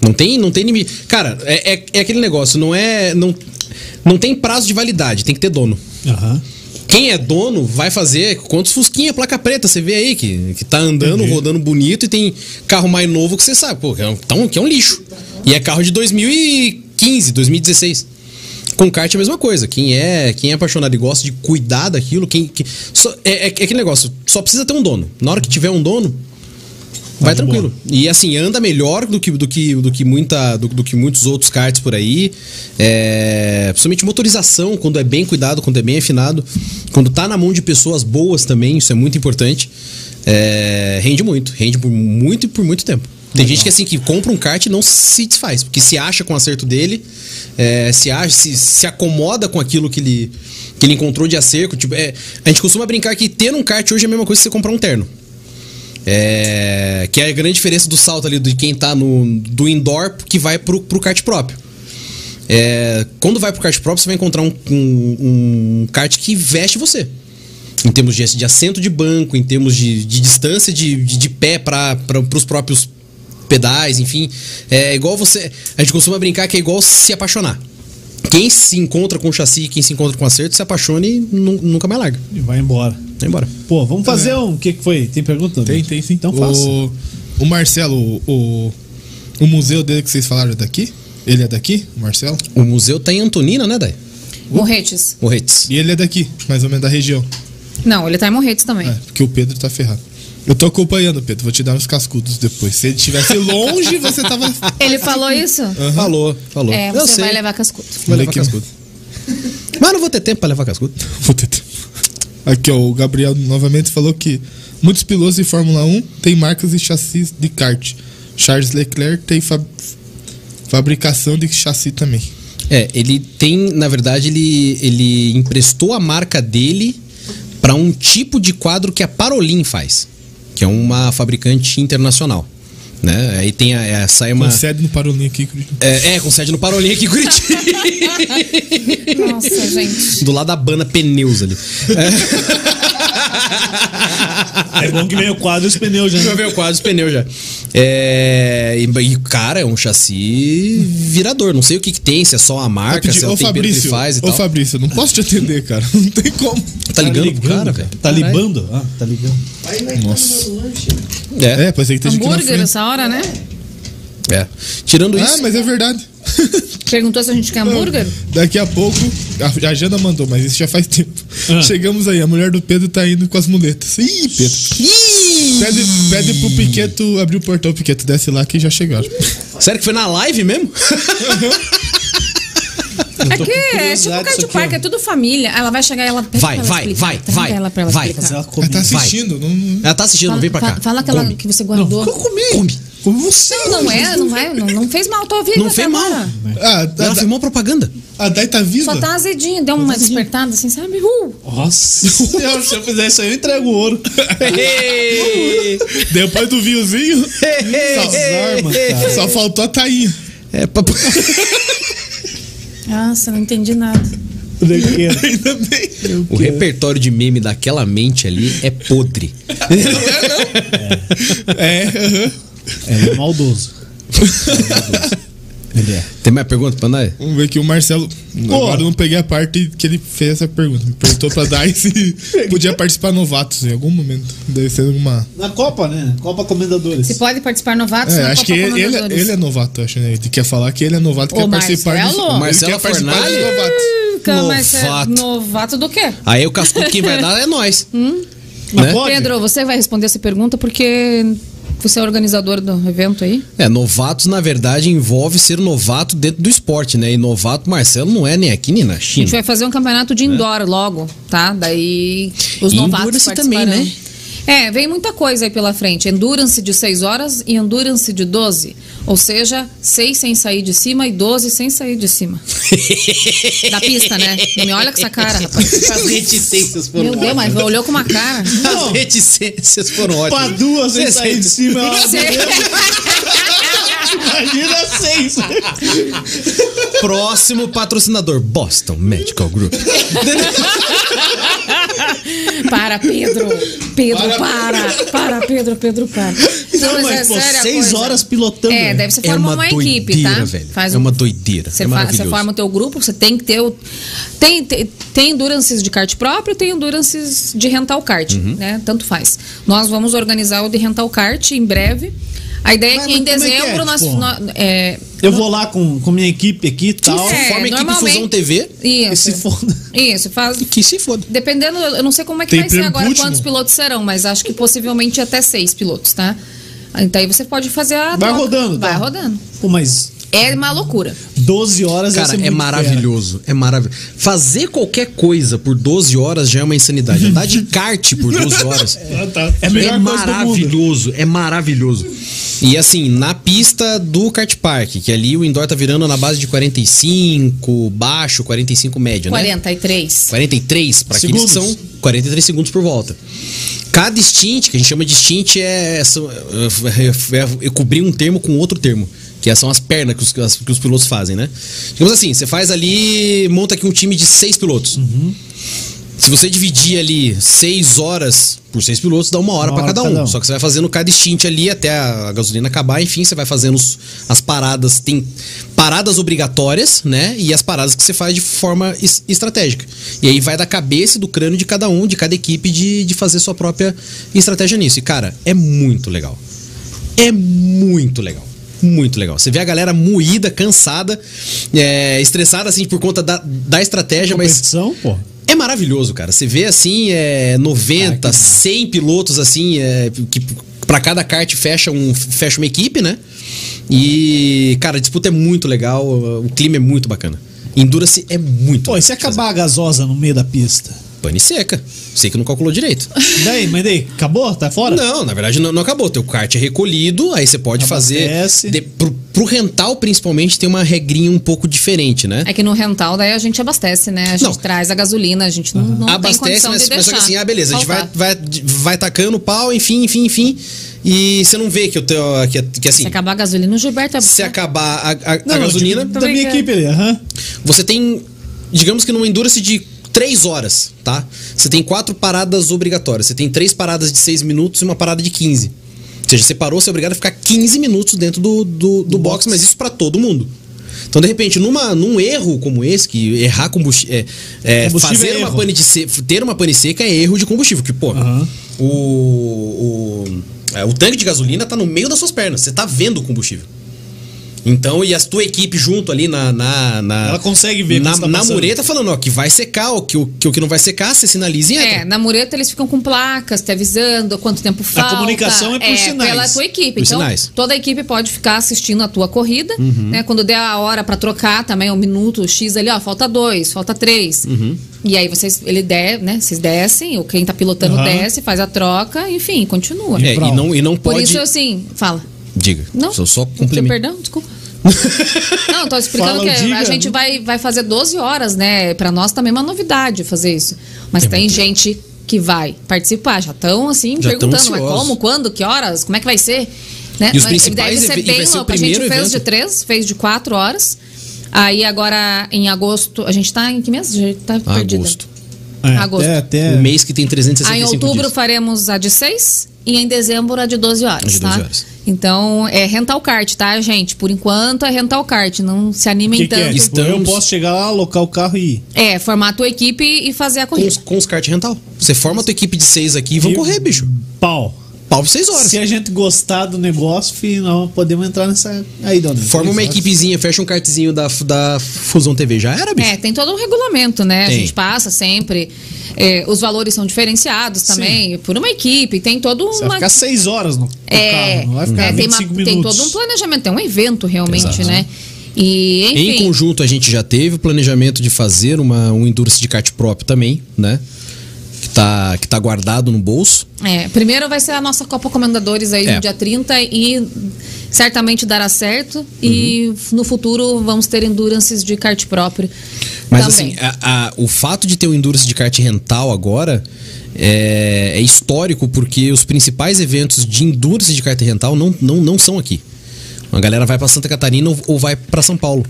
B: Não tem, não tem limite. Cara, é, é, é aquele negócio, não é. Não, não tem prazo de validade, tem que ter dono.
A: Aham.
B: Quem é dono vai fazer quantos fusquinha, placa preta, você vê aí que, que tá andando, rodando bonito e tem carro mais novo que você sabe, pô, que é um, tá um- que é um lixo. E é carro de 2015, 2016. Com kart é a mesma coisa. Quem é quem é apaixonado e gosta de cuidar daquilo, quem. que- só- é, é- é aquele negócio, só precisa ter um dono. Na hora que tiver um dono, vai
A: de
B: tranquilo. E assim, anda melhor do que, do que, do que, muita, do, do que muitos outros karts por aí. É, principalmente motorização, quando é bem cuidado, quando é bem afinado. Quando tá na mão de pessoas boas também, isso é muito importante. É, rende muito, rende por muito e por muito tempo. Tem gente que assim que compra um kart e não se desfaz, porque se acha com o acerto dele, é, se, acha, se, se acomoda com aquilo que ele, que ele encontrou de acerto. Tipo, é, a gente costuma brincar que ter um kart hoje é a mesma coisa que você comprar um terno. É, que é a grande diferença do salto ali de quem tá no, do indoor que vai pro, pro kart próprio. É, quando vai pro kart próprio, você vai encontrar um, um, um kart que veste você. Em termos de, de assento de banco, em termos de, de distância de, de, de pé para os próprios pedais, enfim. É igual você. A gente costuma brincar que é igual se apaixonar. Quem se encontra com chassi, quem se encontra com acerto, se apaixona e nu- nunca mais larga.
A: E vai embora.
B: Vai embora.
A: Pô, vamos fazer um. O que, que foi? Tem pergunta?
D: Tem,
A: Dudu?
D: tem sim.
A: Então
D: o,
A: faça.
D: O Marcelo, o, o, o museu dele que vocês falaram é daqui? Ele é daqui, o Marcelo?
B: O museu tá em Antonina, né, Dai?
C: Morretes.
B: Morretes.
D: E ele é daqui, mais ou menos da região.
C: Não, ele tá em Morretes também.
D: É, porque o Pedro tá ferrado. Eu tô acompanhando, Pedro. Vou te dar uns cascudos depois. Se ele estivesse longe, você tava.
C: Ele falou isso?
B: Falou, Uhum. falou.
C: É,
B: eu
C: você
B: sei.
C: vai levar cascudo.
B: Vai
D: Olha
B: levar
D: que
B: cascudo. Mas não vou ter tempo pra levar cascudo.
D: Vou tentar. Aqui, ó, o Gabriel novamente falou que muitos pilotos de Fórmula 1 têm marcas e chassis de kart. Charles Leclerc tem fa- fabricação de chassi também.
B: É, ele tem, na verdade, ele, ele emprestou a marca dele para um tipo de quadro que a Parolin faz, que é uma fabricante internacional. Né? Aí tem a, essa é uma.
D: Concede no Parolim aqui, Curitiba.
B: É, é, com sede no Parolin aqui em Curitiba,
C: Nossa, gente.
B: do lado da Bana Pneus ali.
A: É bom que veio o quadro e os pneus já.
B: Já veio quase os pneus já. É, e, e, cara, é um chassi virador. Não sei o que, que tem, se é só a marca,
D: Rapidinho,
B: se é o
D: Ô
B: tempero que
D: Fabrício,
B: faz e
D: ô
B: tal.
D: Fabrício, eu não posso te atender, cara. Não tem como.
B: Tá ligando, pro cara, velho?
A: Tá libando? Ah, tá ligando.
D: Nossa.
B: É,
D: É, pensei que tem gente aqui na
C: Hambúrguer
D: frente.
C: essa hora, né?
B: é. Tirando
D: Ah,
B: isso.
D: mas é verdade.
C: Perguntou se a gente quer hambúrguer?
D: Daqui a pouco, a, a Jana mandou, mas isso já faz tempo.
A: Ah.
D: Chegamos aí, a mulher do Pedro tá indo com as muletas. Ih, Pedro. Pede, pede pro Piqueto abrir o portão, Piqueto desce lá que já chegaram.
B: Sério que foi na live mesmo?
C: Aqui é tipo
A: curiosidade
C: o
A: isso
C: Kart
A: aqui,
C: Park,
A: ó.
C: é tudo família. Ela vai chegar e ela pede
B: Vai,
C: pra ela
B: vai,
C: explicar.
B: vai,
C: Pede
B: vai,
C: Ela pra ela
B: vai.
C: explicar.
A: Fazer uma
D: Ela
A: comida.
D: tá assistindo, não- não.
B: Ela tá assistindo,
C: Fala,
B: vem pra cá.
C: fa- fala aquela
B: Come.
C: que você guardou. Não,
B: comi. Come.
A: Como você?
C: não é, não vai, não, não fez mal, tô ouvindo.
B: Não
C: até
B: fez mal.
C: agora.
D: Ah,
B: Ela
D: a,
B: filmou a propaganda.
D: a, a Dai tá viva?
C: Só tá azedinho, deu uma despertada assim, sabe? Uh,
A: Nossa. Senhora, se eu fizer isso aí, eu entrego o ouro.
D: Depois do vinhozinho, Tá
A: Essas armas, cara.
D: só faltou a Tainha.
B: É, papo...
C: nossa, não entendi nada.
D: Ainda bem.
B: O repertório de meme daquela mente ali é podre.
D: É, aham.
A: É maldoso. Ele é.
B: Tem mais pergunta pra nós?
D: Vamos ver aqui o Marcelo. Agora eu não peguei a parte que ele fez essa pergunta. Me perguntou pra Dai se podia participar novatos em algum momento. Deve ser alguma.
A: Na Copa, né? Copa Comendadores.
C: Se pode participar novatos
D: É,
C: na
D: acho que
C: Copa
D: ele, ele,
C: Comendadores.
D: ele é novato, acho, né? Ele quer falar que ele é novato, quer
C: Ô,
D: participar
C: Marcelo?
D: dos,
B: Marcelo
D: ele quer participar dos
B: Fornari?
D: novatos.
C: Fica, mas é
B: Novato.
C: novato do quê?
B: Aí o cascudo quem vai dar é nós.
C: Hum?
A: Mas
B: né?
A: pode?
C: Pedro, você vai responder essa pergunta porque você é organizador do evento aí?
B: É, novatos, na verdade, envolve ser novato dentro do esporte, né? E novato Marcelo não é nem aqui nem na
C: A gente
B: China.
C: vai fazer um campeonato de indoor logo, tá? Daí os
B: É. E
C: novatos
B: endurance também,
C: participarão.
B: né?
C: É, vem muita coisa aí pela frente. Endurance de 6 horas e endurance de 12. Ou seja, 6 sem sair de cima e 12 sem sair de cima. da pista, né? Não me olha com essa cara, rapaz.
B: As reticências
C: Meu Deus, mas olhou com uma cara.
B: As reticências foram
A: Pra
B: ótimas.
A: duas sem sair de cima. ó. Imagina seis.
B: Próximo patrocinador, Boston Medical Group.
C: Para, Pedro. Pedro,
D: Para,
C: para. Para, Pedro, Pedro, para.
A: Não, mas, pô,
C: é a
A: seis
C: coisa.
A: horas pilotando.
C: É, deve ser
B: É
C: formar
B: uma
C: uma, equipe,
B: doideira,
C: tá?
B: velho.
C: Faz
B: É
C: um-
B: uma doideira.
C: Você,
B: É
C: fa-
B: maravilhoso.
C: você forma o teu grupo, você tem que ter o... Tem, tem, tem endurances de kart próprio, tem endurances de rental kart, né? Tanto faz. Nós vamos organizar o de rental kart em breve. A ideia
A: Mas-
C: é que em
A: mas como é que é,
C: dezembro nós...
A: tipo?
C: nó- é,
A: Eu vou lá com, com minha equipe aqui e tal.
C: É,
B: Forma a equipe
C: normalmente-
B: Fusão TV.
C: isso.
A: Esse fundo.
C: Isso, faz...
B: Que se foda.
C: Dependendo, eu eu não sei como é que
D: Tem
C: vai ser
D: prêmio
C: agora
D: pro último?
C: quantos pilotos serão, mas acho que possivelmente até seis pilotos, tá? Então aí você pode fazer a.
A: Vai
C: troca.
A: rodando, tá?
C: Vai rodando.
A: Pô, mas
C: É uma loucura.
A: 12 horas
B: Cara,
A: deve ser
B: é
A: muito
B: maravilhoso. É maravilhoso. Fazer qualquer coisa por 12 horas já é uma insanidade. Andar de kart por 12 horas.
A: fera. É a
B: É
A: melhor coisa do mundo.
B: maravilhoso, é maravilhoso. E assim, na pista do kart park, que ali o indoor tá virando na base de 45, baixo, 45 médio, né?
C: 43.
B: 43 para aqueles que
A: Segundos.
B: são 43 segundos por volta. Cada stint, que a gente chama de stint, é, são- é- é- eu cobri um termo com outro termo. Que é, são as pernas que os, que as- que os pilotos fazem, né? Digamos assim, você faz ali, monta aqui um time de seis pilotos.
A: Uhum.
B: Se você dividir ali seis horas por seis pilotos, dá uma hora
A: Uma
B: para
A: hora
B: cada,
A: cada
B: um.
A: um.
B: Só que você vai fazendo cada stint ali até a gasolina acabar, enfim, você vai fazendo os- as paradas. Tem paradas obrigatórias, né? E as paradas que você faz de forma es- estratégica. E aí vai da cabeça e do crânio de cada um, de cada equipe, de, de fazer sua própria estratégia nisso. E, cara, é muito legal. É muito legal. Muito legal. Você vê a galera moída, cansada, é, estressada, assim, por conta da, da estratégia, mas
A: Competição, pô.
B: é maravilhoso, cara. Você vê assim, é 90,
A: Ah,
B: 100 pilotos assim, é, que para cada kart fecha um fecha uma equipe, né? E cara, a disputa é muito legal, o clima é muito bacana. Endurance é muito.
A: Pô, e se acabar a gasosa no meio da pista?
B: pane seca. Sei que não calculou direito.
A: E Daí, mas daí, acabou? Tá fora?
B: Não, na verdade não, não acabou. Teu kart é recolhido, aí você pode
A: Abastece.
B: fazer. de- pro, pro rental, principalmente, tem uma regrinha um pouco diferente, né?
C: É que no rental daí a gente abastece, né? A gente
B: Não.
C: traz a gasolina, a gente não, não tem
B: abastece,
C: condição
B: mas,
C: de
B: mas
C: deixar.
B: só que assim, ah, beleza, a gente vai,
C: faltar.
B: vai, vai tacando o pau, enfim, enfim, enfim. E você não vê que o teu. Que, que assim,
C: Se acabar a gasolina, o Gilberto é...
B: se acabar a, a- a
A: Não, não,
B: gasolina, é.
A: tipo, da minha
C: brincando.
A: equipe ali, aham.
B: você tem. Digamos que numa endurance de 3 horas, tá? Você tem quatro paradas obrigatórias. Você tem três paradas de 6 minutos e uma parada de 15. Ou seja, você parou, você é obrigado a ficar 15 minutos dentro do, do, do box, mas isso pra todo mundo. Então, de repente, numa, num erro como esse, que errar combustível. É, é,
A: Combustível
B: fazer
A: é
B: uma
A: erro.
B: pane de se- ter uma pane seca é erro de combustível. Que, pô,
A: Aham.
B: o, o, é, o tanque de gasolina tá no meio das suas pernas. Você tá vendo o combustível. Então, e a tua equipe junto ali na. na, na-
A: Ela consegue ver
B: na,
A: quando você tá
B: na
A: passando.
B: mureta falando, ó, que vai secar, ó, que o que, o que não vai secar, você sinaliza e
C: É,
B: entra.
C: na mureta eles ficam com placas, te avisando quanto tempo falta.
A: comunicação é por sinais.
C: Pela tua equipe.
B: Por
C: então,
B: sinais. Uhum.
C: toda a equipe pode ficar assistindo a tua corrida, né? Quando der a hora pra trocar também, um minuto, X ali, ó, falta dois, falta três.
B: Uhum.
C: E aí vocês, ele der, né? Vocês descem, ou quem tá pilotando
A: Aham.
C: desce, faz a troca, enfim, continua.
B: É,
A: Pra
B: e, não, e não
C: Por
B: pode.
C: isso, assim, fala.
B: Diga.
C: Não?
B: Só, só
C: Seu
B: complemento.
C: Perdão, desculpa. Não, tô explicando
A: Fala,
C: que
A: diga,
C: a gente
A: né?
C: vai, vai fazer 12 horas, né? Pra nós também é uma novidade fazer isso.
B: É
C: Mas tem gente que vai participar. Já estão, assim,
B: Já tão
C: perguntando, mas
B: ansiosos.
C: como, quando, que horas, como é que vai ser? Né?
B: E os
C: Mas
B: principais
C: deve ser
B: ev- e vai
C: bem
B: ser o
C: louco. A
B: primeiro
C: gente fez
B: evento.
C: de três, fez de quatro horas. Aí agora, em agosto, a gente tá em que mês? A gente tá perdida.
B: Agosto.
A: É,
C: Agosto.
A: Até, até...
B: Um mês que tem 365
C: Aí Ah, em outubro
B: dias.
C: faremos a de 6 e em dezembro a de 12 horas,
B: A de 12
C: tá?
B: horas.
C: Então, é rental kart, tá, gente? Por enquanto é rental kart, não se
A: O
C: animem
A: que, que é?
C: tanto.
A: Tipo, Eu
B: Estamos-
A: posso chegar lá, alocar o carro e ir.
C: é? formar a tua equipe e fazer a
B: Com,
C: corrida.
B: os- com os kart rental. Você forma a tua equipe de seis aqui e vão
A: E-
B: correr, bicho.
A: Pau.
B: Pau por seis horas.
A: Se é a gente gostar do negócio, fi, nós podemos entrar nessa. Aí, dona.
B: Forma uma equipezinha, fecha um kartzinho da, da Fusão TV. Já era, bicho.
C: É, tem todo um regulamento, né?
B: Tem.
C: A gente passa sempre. É, os valores são diferenciados também, por uma equipe, tem todo
A: Você vai
C: uma
A: ficar seis horas no, no
C: É,
A: carro, não vai
B: Hum.
A: ficar
C: é, tem, uma-
A: 25
C: tem
A: minutos.
C: todo um planejamento, é um evento realmente,
B: Exato.
C: né? E
B: Em
C: enfim,
B: conjunto, a gente já teve o planejamento de fazer uma, um Endurance de kart próprio também, né? Que tá, que tá guardado no bolso.
C: É, primeiro vai ser a nossa Copa Comendadores aí
B: É.
C: no dia 30 e certamente dará certo. E no futuro vamos ter endurances de kart próprio.
B: Mas
C: também.
B: assim, a- a- o fato de ter o Endurance de kart rental agora é, é histórico porque os principais eventos de Endurance de kart rental não, não, não são aqui. A galera vai para Santa Catarina ou- ou vai para São Paulo.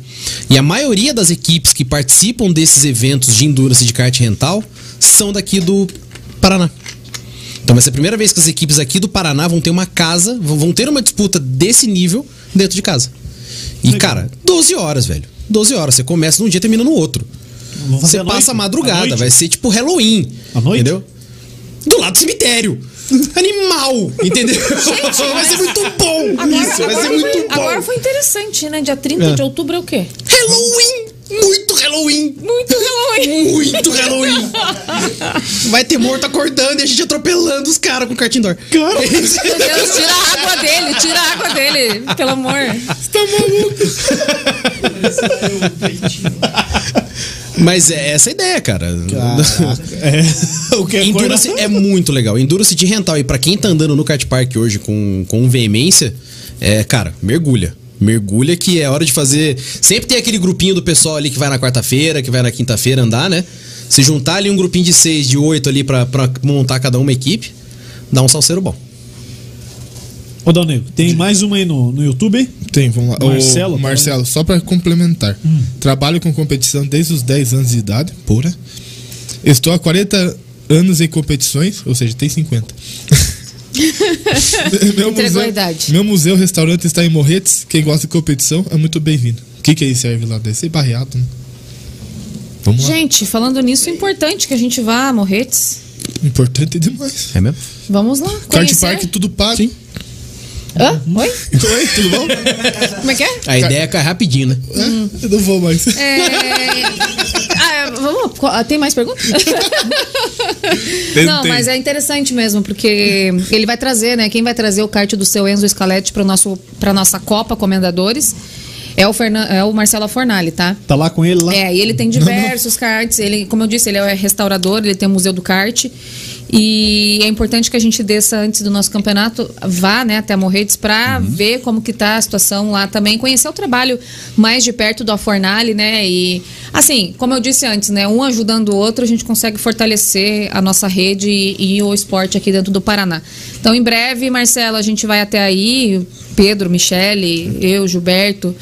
B: E a maioria das equipes que participam desses eventos de Endurance de kart rental são daqui do Paraná. Então vai ser a primeira vez que as equipes aqui do Paraná vão ter uma casa, vão vão ter uma disputa desse nível dentro de casa. E,
A: Legal.
B: cara, 12 horas, velho. 12 horas. Você começa num dia e termina no outro.
A: Vamos fazer
B: Você
A: à noite?
B: passa a
A: À
B: madrugada,
A: noite?
B: vai ser tipo Halloween.
A: À noite?
B: Entendeu? Do lado do cemitério. Animal, entendeu? vai ser muito bom. isso, vai ser muito bom.
C: Agora foi interessante, né? Dia 30 de outubro é o quê?
B: Halloween! Muito Halloween! Muito Halloween! Muito Halloween! Vai ter morto acordando e a gente atropelando os caras com o kart indoor.
C: Meu Deus, tira a água dele, tira a água dele, pelo amor.
B: Mas é essa a ideia, cara.
A: Caraca. Ah, É. O que é
B: Endurance
A: coisa-
B: é muito legal. Endurance de rental. E pra quem tá andando no kart park hoje com, com veemência, é, cara, mergulha. Mergulha que é hora de fazer. Sempre tem aquele grupinho do pessoal ali que vai na quarta-feira, que vai na quinta-feira andar, né? Se juntar ali um grupinho de seis, de oito ali pra, pra montar cada uma equipe, dá um salseiro bom.
A: Ô, Dalnego, tem mais uma aí no, no YouTube?
D: Tem, vamos lá.
A: Marcelo,
D: Marcelo, Marcelo só para complementar. Trabalho com competição desde os 10 anos de idade. Pura. Estou há 40 anos em competições, ou seja, tem 50. meu,
C: Entregou
D: museu,
C: a idade.
D: meu museu restaurante está em Morretes. Quem gosta de competição é muito bem-vindo. O que, que aí serve lá? Deve ser barreado, né? Vamos lá.
C: Gente, falando nisso, é importante que a gente vá a Morretes.
D: Importante demais.
B: É mesmo?
C: Vamos lá.
D: Kart
C: Conhecer.
D: Park, tudo pago.
C: Hã? Oi?
D: Oi, tudo bom?
C: Como é que é?
B: A ideia é cair rapidinho, né?
D: Eu não vou mais.
C: Hum. É, ah, vamos, ah, tem mais perguntas?
D: Tem-
C: Não,
D: tem.
C: mas é interessante mesmo, porque ele vai trazer, né? Quem vai trazer o kart do seu Enzo Scaletti para nosso para nossa Copa Comendadores é o Fernan, é o Marcelo Fornali, tá?
A: Tá lá com ele lá?
C: É, e ele tem diversos karts. Ele, como eu disse, ele é restaurador, ele tem o museu do kart. E é importante que a gente desça antes do nosso campeonato, vá né, até Morretes para ver como que tá a situação lá também, conhecer o trabalho mais de perto do Afornale, né? E assim, como eu disse antes, né? Um ajudando o outro, a gente consegue fortalecer a nossa rede e, e o esporte aqui dentro do Paraná. Então, em breve, Marcelo, a gente vai até aí, Pedro, Michele, eu, Gilberto.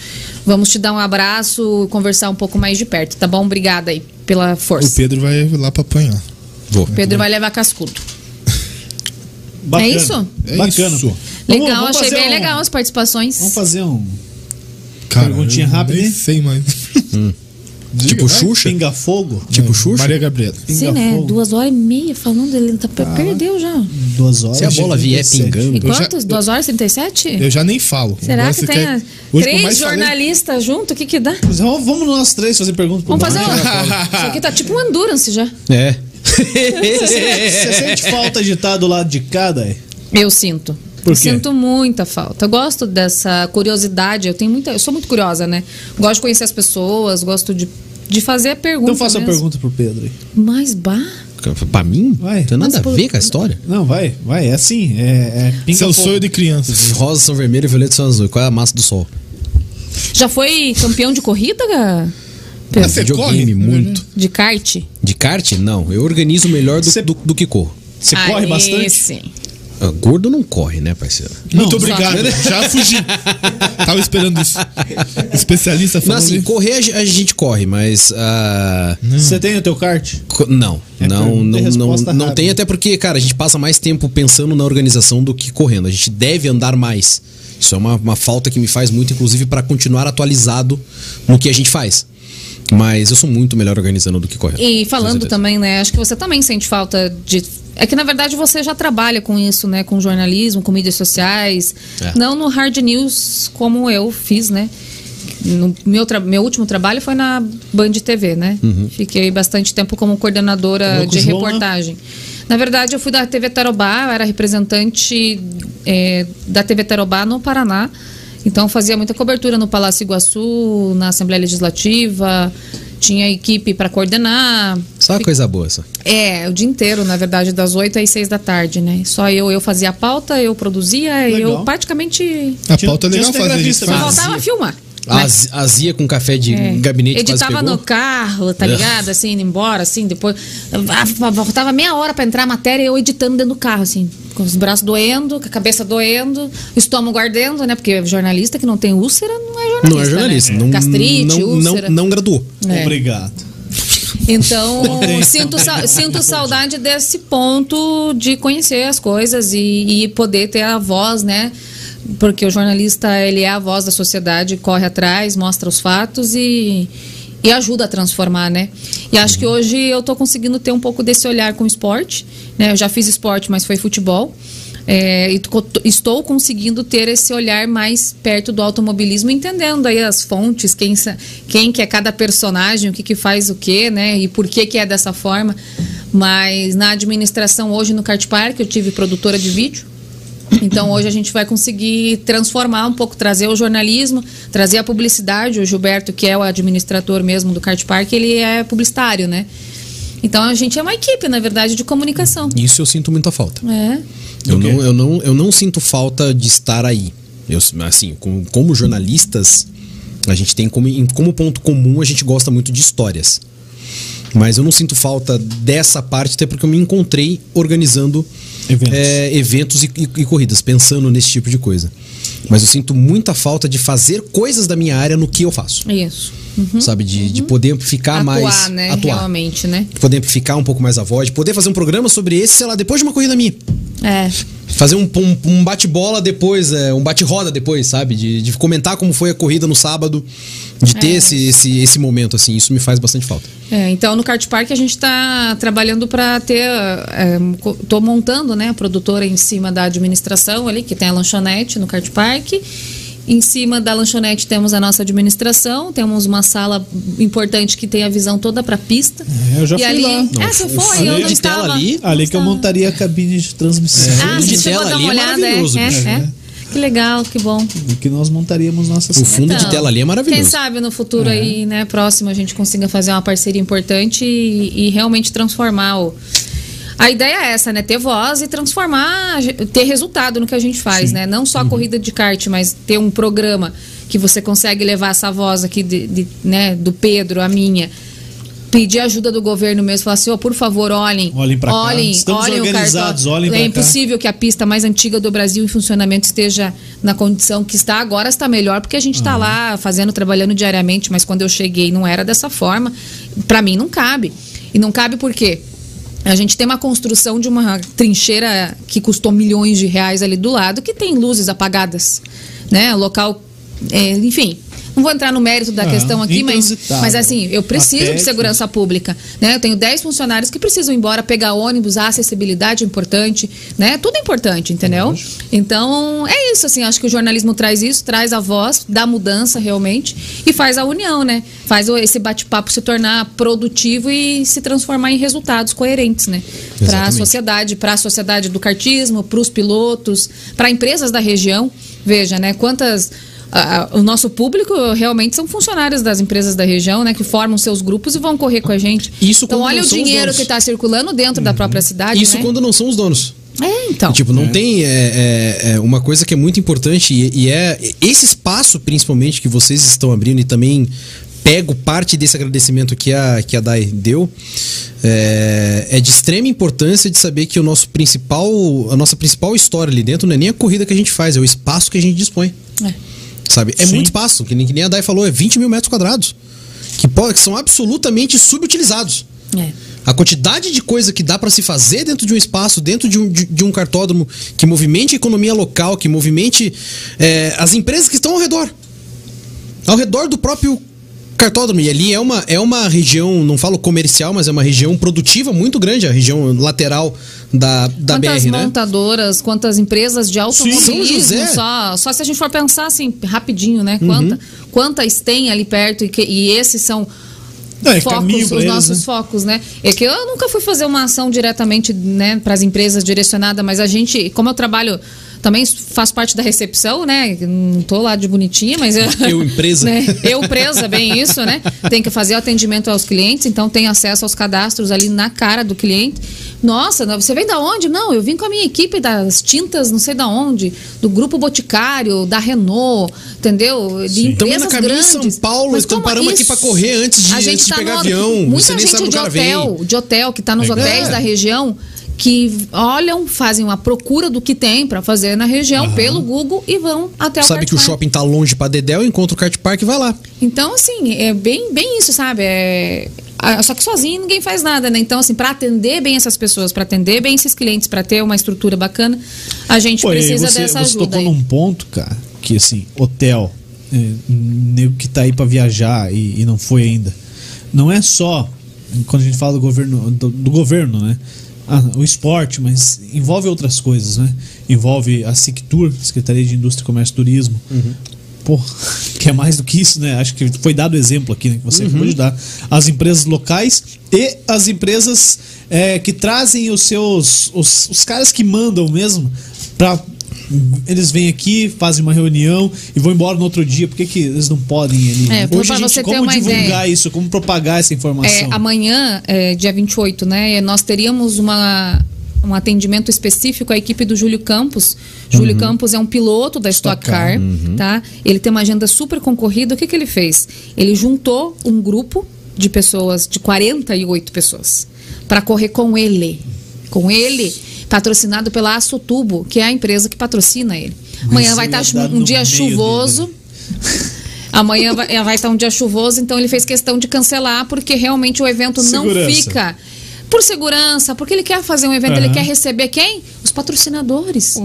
C: Vamos te dar um abraço e conversar um pouco mais de perto, tá bom? Obrigada aí pela
D: O
C: força.
D: Pedro vai lá pra apanhar.
B: Vou.
C: Pedro vai levar cascudo.
A: Bacana.
C: É isso?
D: É
A: Bacana.
D: isso.
A: Vamos-
C: Legal,
A: vamos
C: achei
A: fazer
C: bem
A: um-
C: legal as participações.
A: Vamos fazer um Perguntinha
D: eu
A: rápida, hein?
D: Nem sei mais.
A: Hum.
D: Diga,
B: Tipo
D: vai.
B: Xuxa?
A: pinga-fogo?
B: Tipo Xuxa?
D: É, Maria Gabriela.
C: Sim,
A: pinga
C: né?
A: fogo.
C: Duas horas e meia falando, ele tá, perdeu já.
A: Duas horas.
B: Se a bola vier
C: E
B: pingando.
D: Eu já-
C: quantos? Duas horas e 37?
D: Eu já nem falo.
C: Será
D: Nossa,
C: que tem
D: quer-
C: a-
D: Hoje que eu
C: três
D: mais falei-
C: jornalistas junto? O que que dá?
A: Mas é, Vamos vamos nós três fazer pergunta. pro
C: Vamos fazer
A: Dalnego.
C: um... Isso aqui tá tipo um endurance já.
B: É.
A: Você sente falta de estar do lado de cada? é?
C: Eu sinto.
A: Por
C: Eu
A: quê?
C: Sinto muita falta. Eu gosto dessa curiosidade. Eu tenho muita. Eu sou muito curiosa, né? Gosto de conhecer as pessoas, gosto de, de fazer a pergunta.
A: Então faça uma
C: mesmo.
A: pergunta pro Pedro aí.
C: Mas bah.
B: pra mim?
A: Vai.
B: Não tem nada
C: Mas
B: a
C: por-
B: ver com a história.
A: Não, vai, vai, é assim. É, é pinga
D: Seu sonho de criança.
B: Os rosas são vermelhas e violetas são azuis. Qual é a massa do sol?
C: Já foi campeão de corrida, Gá? É,
D: Ah, você corre?
B: muito.
C: De kart?
B: De kart? Não. Eu organizo melhor do,
A: Cê-
B: do, do que corro.
A: Você corre
C: Aí
A: bastante?
C: Sim.
B: Ah, gordo não corre, né, parceiro?
D: Muito
A: Não,
D: obrigado. Já fugi. Tava esperando isso. Especialista
B: Não,
D: falando.
B: assim,
D: hein?
B: correr a ge- a gente corre, mas. ah,
A: Você tem o teu kart?
B: co- não,
A: Né? É
B: não,
A: pergunta e
B: não, não,
A: resposta né?
B: não
A: rápida.
B: tem, até porque, cara, a gente passa mais tempo pensando na organização do que correndo. A gente deve andar mais. Isso é uma, uma falta que me faz muito, inclusive, pra continuar atualizado no que a gente faz. Mas eu sou muito melhor organizando do que correndo.
C: E
B: Com
C: falando
B: certeza.
C: também, né? Acho que você também sente falta de. É que na verdade você já trabalha com isso, né? Com jornalismo, com mídias sociais.
B: É.
C: Não no hard news como eu fiz, né? No meu, tra- meu último trabalho foi na Band TV, né? Fiquei bastante tempo como coordenadora
A: Lucas
C: de
A: Luna.
C: reportagem. Na verdade, eu fui da TV Tarobá, eu era representante é, da TV Tarobá no Paraná. Então, eu fazia muita cobertura no Palácio Iguaçu, na Assembleia Legislativa, tinha equipe para coordenar.
B: Só uma coisa boa, só.
C: É, o dia inteiro, na verdade, das 8 às 6 da tarde, né? Só eu, eu fazia a pauta, eu produzia,
A: Legal.
C: eu praticamente
B: Ah,
D: A pauta é
A: Tinha-
D: legal
A: tinha
D: fazer. A gente
A: cinegrafista,
C: só
A: Fazia.
D: faz.
C: voltava a filmar. né?
B: Az- Azia com café de
C: É.
B: Ah, gabinete
C: Editava
B: quase pegou.
C: no carro, tá
B: É.
C: ligado? Assim, indo embora, assim, depois. ah, Voltava meia hora pra entrar a matéria e eu editando dentro do carro, assim, com os braços doendo, com a cabeça doendo, o estômago ardendo, né? Porque jornalista que não tem úlcera não é jornalista.
B: Não é jornalista.
C: né?
B: Não,
C: Gastrite,
B: não, não,
C: úlcera.
B: não graduou.
C: É.
A: Obrigado.
C: Então,
A: tem,
C: sinto,
A: não
C: sa-
A: tem.
C: sinto saudade desse ponto de conhecer as coisas e, e poder ter a voz, né? Porque o jornalista, ele é a voz da sociedade, corre atrás, mostra os fatos e, e ajuda a transformar, né? E acho que hoje eu tô conseguindo ter um pouco desse olhar com o esporte, né? Eu já fiz esporte, mas foi futebol. É, e co- estou conseguindo ter esse olhar mais perto do automobilismo, entendendo aí as fontes, quem, sa- quem que é cada personagem, o que, que faz o que, né? E por que, que é dessa forma. Mas na administração hoje no Kart Park eu tive produtora de vídeo. Então hoje a gente vai conseguir transformar um pouco, trazer o jornalismo, trazer a publicidade. O Gilberto, que é o administrador mesmo do Kart Park, ele é publicitário, né? Então a gente é uma equipe, na verdade, de comunicação.
B: Isso eu sinto muita falta.
C: É.
B: Eu não, eu, não, eu não sinto falta de estar aí. Eu, assim, com- como jornalistas, a gente tem como, em- como ponto comum, a gente gosta muito de histórias. Mas eu não sinto falta dessa parte, até porque eu me encontrei organizando
A: Eventos.
B: é, eventos e, e- e corridas, pensando nesse tipo de coisa. Mas eu sinto muita falta de fazer coisas da minha área no que eu faço.
C: Isso.
B: Sabe? De, de poder amplificar
C: Uhum. Atuar,
B: mais.
C: né?
B: Atuar.
C: Realmente, né?
B: De poder amplificar um pouco mais a voz, de poder fazer um programa sobre esse, sei lá, depois de uma corrida minha.
C: É.
B: Fazer um, um- um bate-bola depois, é, um bate-roda depois, sabe? De, de comentar como foi a corrida no sábado, de ter esse, esse, esse momento, assim. Isso me faz bastante falta.
C: É, então no Kart Park a gente está trabalhando para ter. Estou montando né, a produtora em cima da administração ali, que tem a lanchonete no Kart Park. Em cima da lanchonete temos a nossa administração, temos uma sala importante que tem a visão toda para pista.
A: É, eu já
C: e
A: fui
C: ali,
A: lá.
C: É, você
B: o
C: foi,
B: fundo
C: eu não
B: de tela
C: estava.
B: ali-
A: Ali que eu montaria a cabine de transmissão.
C: Ah,
B: fundo de
C: você chegou a
B: tela
C: dar uma
B: ali é
C: olhada, é,
B: maravilhoso,
C: é,
B: bicho.
C: é. Que legal, que bom.
A: E que nós montaríamos nossa
B: O fundo de
C: Então,
B: tela ali é maravilhoso.
C: Quem sabe no
A: É.
C: futuro aí, né, próximo, a gente consiga fazer uma parceria importante e, e realmente transformar o. A ideia é essa, né? Ter voz e transformar, ter resultado no que a gente faz, né? Não
A: Uhum.
C: só a corrida de kart, mas ter um programa que você consegue levar essa voz aqui de, de, né, do Pedro, a minha. Pedir ajuda do governo mesmo, falar assim, ó, por favor, olhem.
A: Olhem pra cá.
C: olhem,
A: Estamos
C: olhem o
A: organizados,
C: cartódromo.
A: olhem pra
C: É
A: cá.
C: impossível que a pista mais antiga do Brasil em funcionamento esteja na condição que está agora, está melhor, porque a gente
A: Uhum.
C: está lá fazendo, trabalhando diariamente, mas quando eu cheguei não era dessa forma. Para mim não cabe. E não cabe por quê? A gente tem uma construção de uma trincheira que custou milhões de reais ali do lado, que tem luzes apagadas, né? Local, é, enfim. Não vou entrar no mérito da
A: Ah,
C: questão aqui, mas,
A: intransitável.
C: mas assim, eu preciso
A: Até
C: de segurança segurança pública. Né? Eu tenho 10 funcionários que precisam ir embora, pegar ônibus, a acessibilidade é importante, né? Tudo é importante, entendeu? Então, é isso, assim, acho que o jornalismo traz isso, traz a voz, dá mudança realmente e faz a união, né? Faz o- esse bate-papo se tornar produtivo e se transformar em resultados coerentes, né? Para a
B: Exatamente.
C: sociedade, para a sociedade do cartismo, para os pilotos, para empresas da região. Veja, né? Quantas a- a- o nosso público realmente são funcionários das empresas da região, né? Que formam seus grupos e vão correr com a gente.
B: Isso
C: então,
B: quando
C: olha
B: não
C: o
B: são os
C: dinheiro
B: donos. Uhum.
C: que está circulando dentro da própria cidade.
B: Isso
C: né?
B: quando não são os donos.
C: É, então.
B: Tipo, não tem. é, é, é, uma coisa que é muito importante e, e é esse espaço, principalmente, que vocês estão abrindo e também pego parte desse agradecimento que a, que a DAI deu, é, é de extrema importância de saber que o nosso principal, a nossa principal história ali dentro não é nem a corrida que a gente faz, é o espaço que a gente dispõe. Sabe? É
A: Sim.
B: muito espaço, que nem, que nem a Dai falou, é 20 mil metros quadrados. Que, po- que são absolutamente subutilizados.
C: É.
B: A quantidade de coisa que dá pra se fazer dentro de um espaço, dentro de um, de, de um cartódromo que movimente a economia local, que movimente é, as empresas que estão ao redor. Ao redor do próprio cartódromo. E ali é uma, é uma região, não falo comercial, mas é uma região produtiva muito grande, a região lateral da, da
C: quantas
B: BR, né?
C: montadoras, quantas empresas de automobilismo,
B: São José.
C: só, só se a gente for pensar assim, rapidinho, né? Quanta-
B: Uhum.
C: quantas tem ali perto e, que- e esses são
A: Não, é
C: focos,
A: caminho
C: os
A: pra eles,
C: nossos
A: né?
C: focos, né? É que eu nunca fui fazer uma ação diretamente né, para as empresas direcionada, mas a gente, como eu trabalho também faço parte da recepção, né? Não tô lá de bonitinha, mas eu,
B: Eu, empresa.
C: né? Eu presa, bem isso, né? Tem que fazer o atendimento aos clientes, então tem acesso aos cadastros ali na cara do cliente. Nossa, não, você vem da onde? Não, eu vim com a minha equipe das tintas, não sei da onde, do grupo Boticário, da Renault, entendeu? De
B: Então,
C: empresas
B: na caminho em
C: grandes.
B: São Paulo,
C: Mas
B: então
C: como
B: paramos aqui
C: isso?
B: pra correr antes de-
C: a gente
B: antes de
C: tá
B: pegar
C: no-
B: avião,
C: Muita
B: você nem
C: gente
B: sabe
C: de
B: onde o cara vem.
C: hotel, de hotel que tá nos
B: É.
C: hotéis da região que olham, fazem uma procura do que tem pra fazer na região pelo Google e vão até o
B: Sabe que o
C: Cartpark.
B: shopping tá longe pra Dedel, encontra o kart park e vai lá.
C: Então, assim, é bem, bem isso, sabe? É... ah, Só que sozinho ninguém faz nada, né? Então, assim, para atender bem essas pessoas, para atender bem esses clientes, para ter uma estrutura bacana, a gente
A: Pô, e
C: precisa
A: você,
C: dessa
A: você
C: ajuda.
A: tocou
C: aí.
A: num um ponto, cara, que assim, hotel, é, nego que tá aí pra viajar e, e não foi ainda. Não é só quando a gente fala do governo, do, do governo, né? Ah, o esporte, mas envolve outras coisas, né? Envolve a SICTUR, Secretaria de Indústria, Comércio e Turismo. Pô, que é mais do que isso, né? Acho que foi dado exemplo aqui, né? Que você acabou de dar. As empresas locais e as empresas é, que trazem os seus. Os, os caras que mandam mesmo pra. Eles vêm aqui, fazem uma reunião e vão embora no outro dia. Por que, que eles não podem ir ali? né?
C: É, pra
A: Hoje a gente,
C: você ter
A: como
C: uma
A: divulgar
C: ideia.
A: isso? Como propagar essa informação?
C: É, amanhã, é, dia 28, né? Nós é, teríamos uma, um atendimento específico à equipe do Júlio Campos. Júlio Campos é um piloto da Stock Car, tá? Ele tem uma agenda super concorrida. O que, que ele fez? Ele juntou um grupo de pessoas, de 48 pessoas, para correr com ele. Com ele, patrocinado pela Assotubo, que é a empresa que patrocina ele. Amanhã vai estar
A: Desladado
C: um
A: no
C: dia
A: meio
C: chuvoso.
A: dele.
C: Amanhã vai, vai estar um dia chuvoso, então ele fez questão de cancelar, porque realmente o evento não
A: Segurança.
C: fica. Por segurança, porque ele quer fazer um evento, ele
A: Aham.
C: quer receber quem? Os patrocinadores.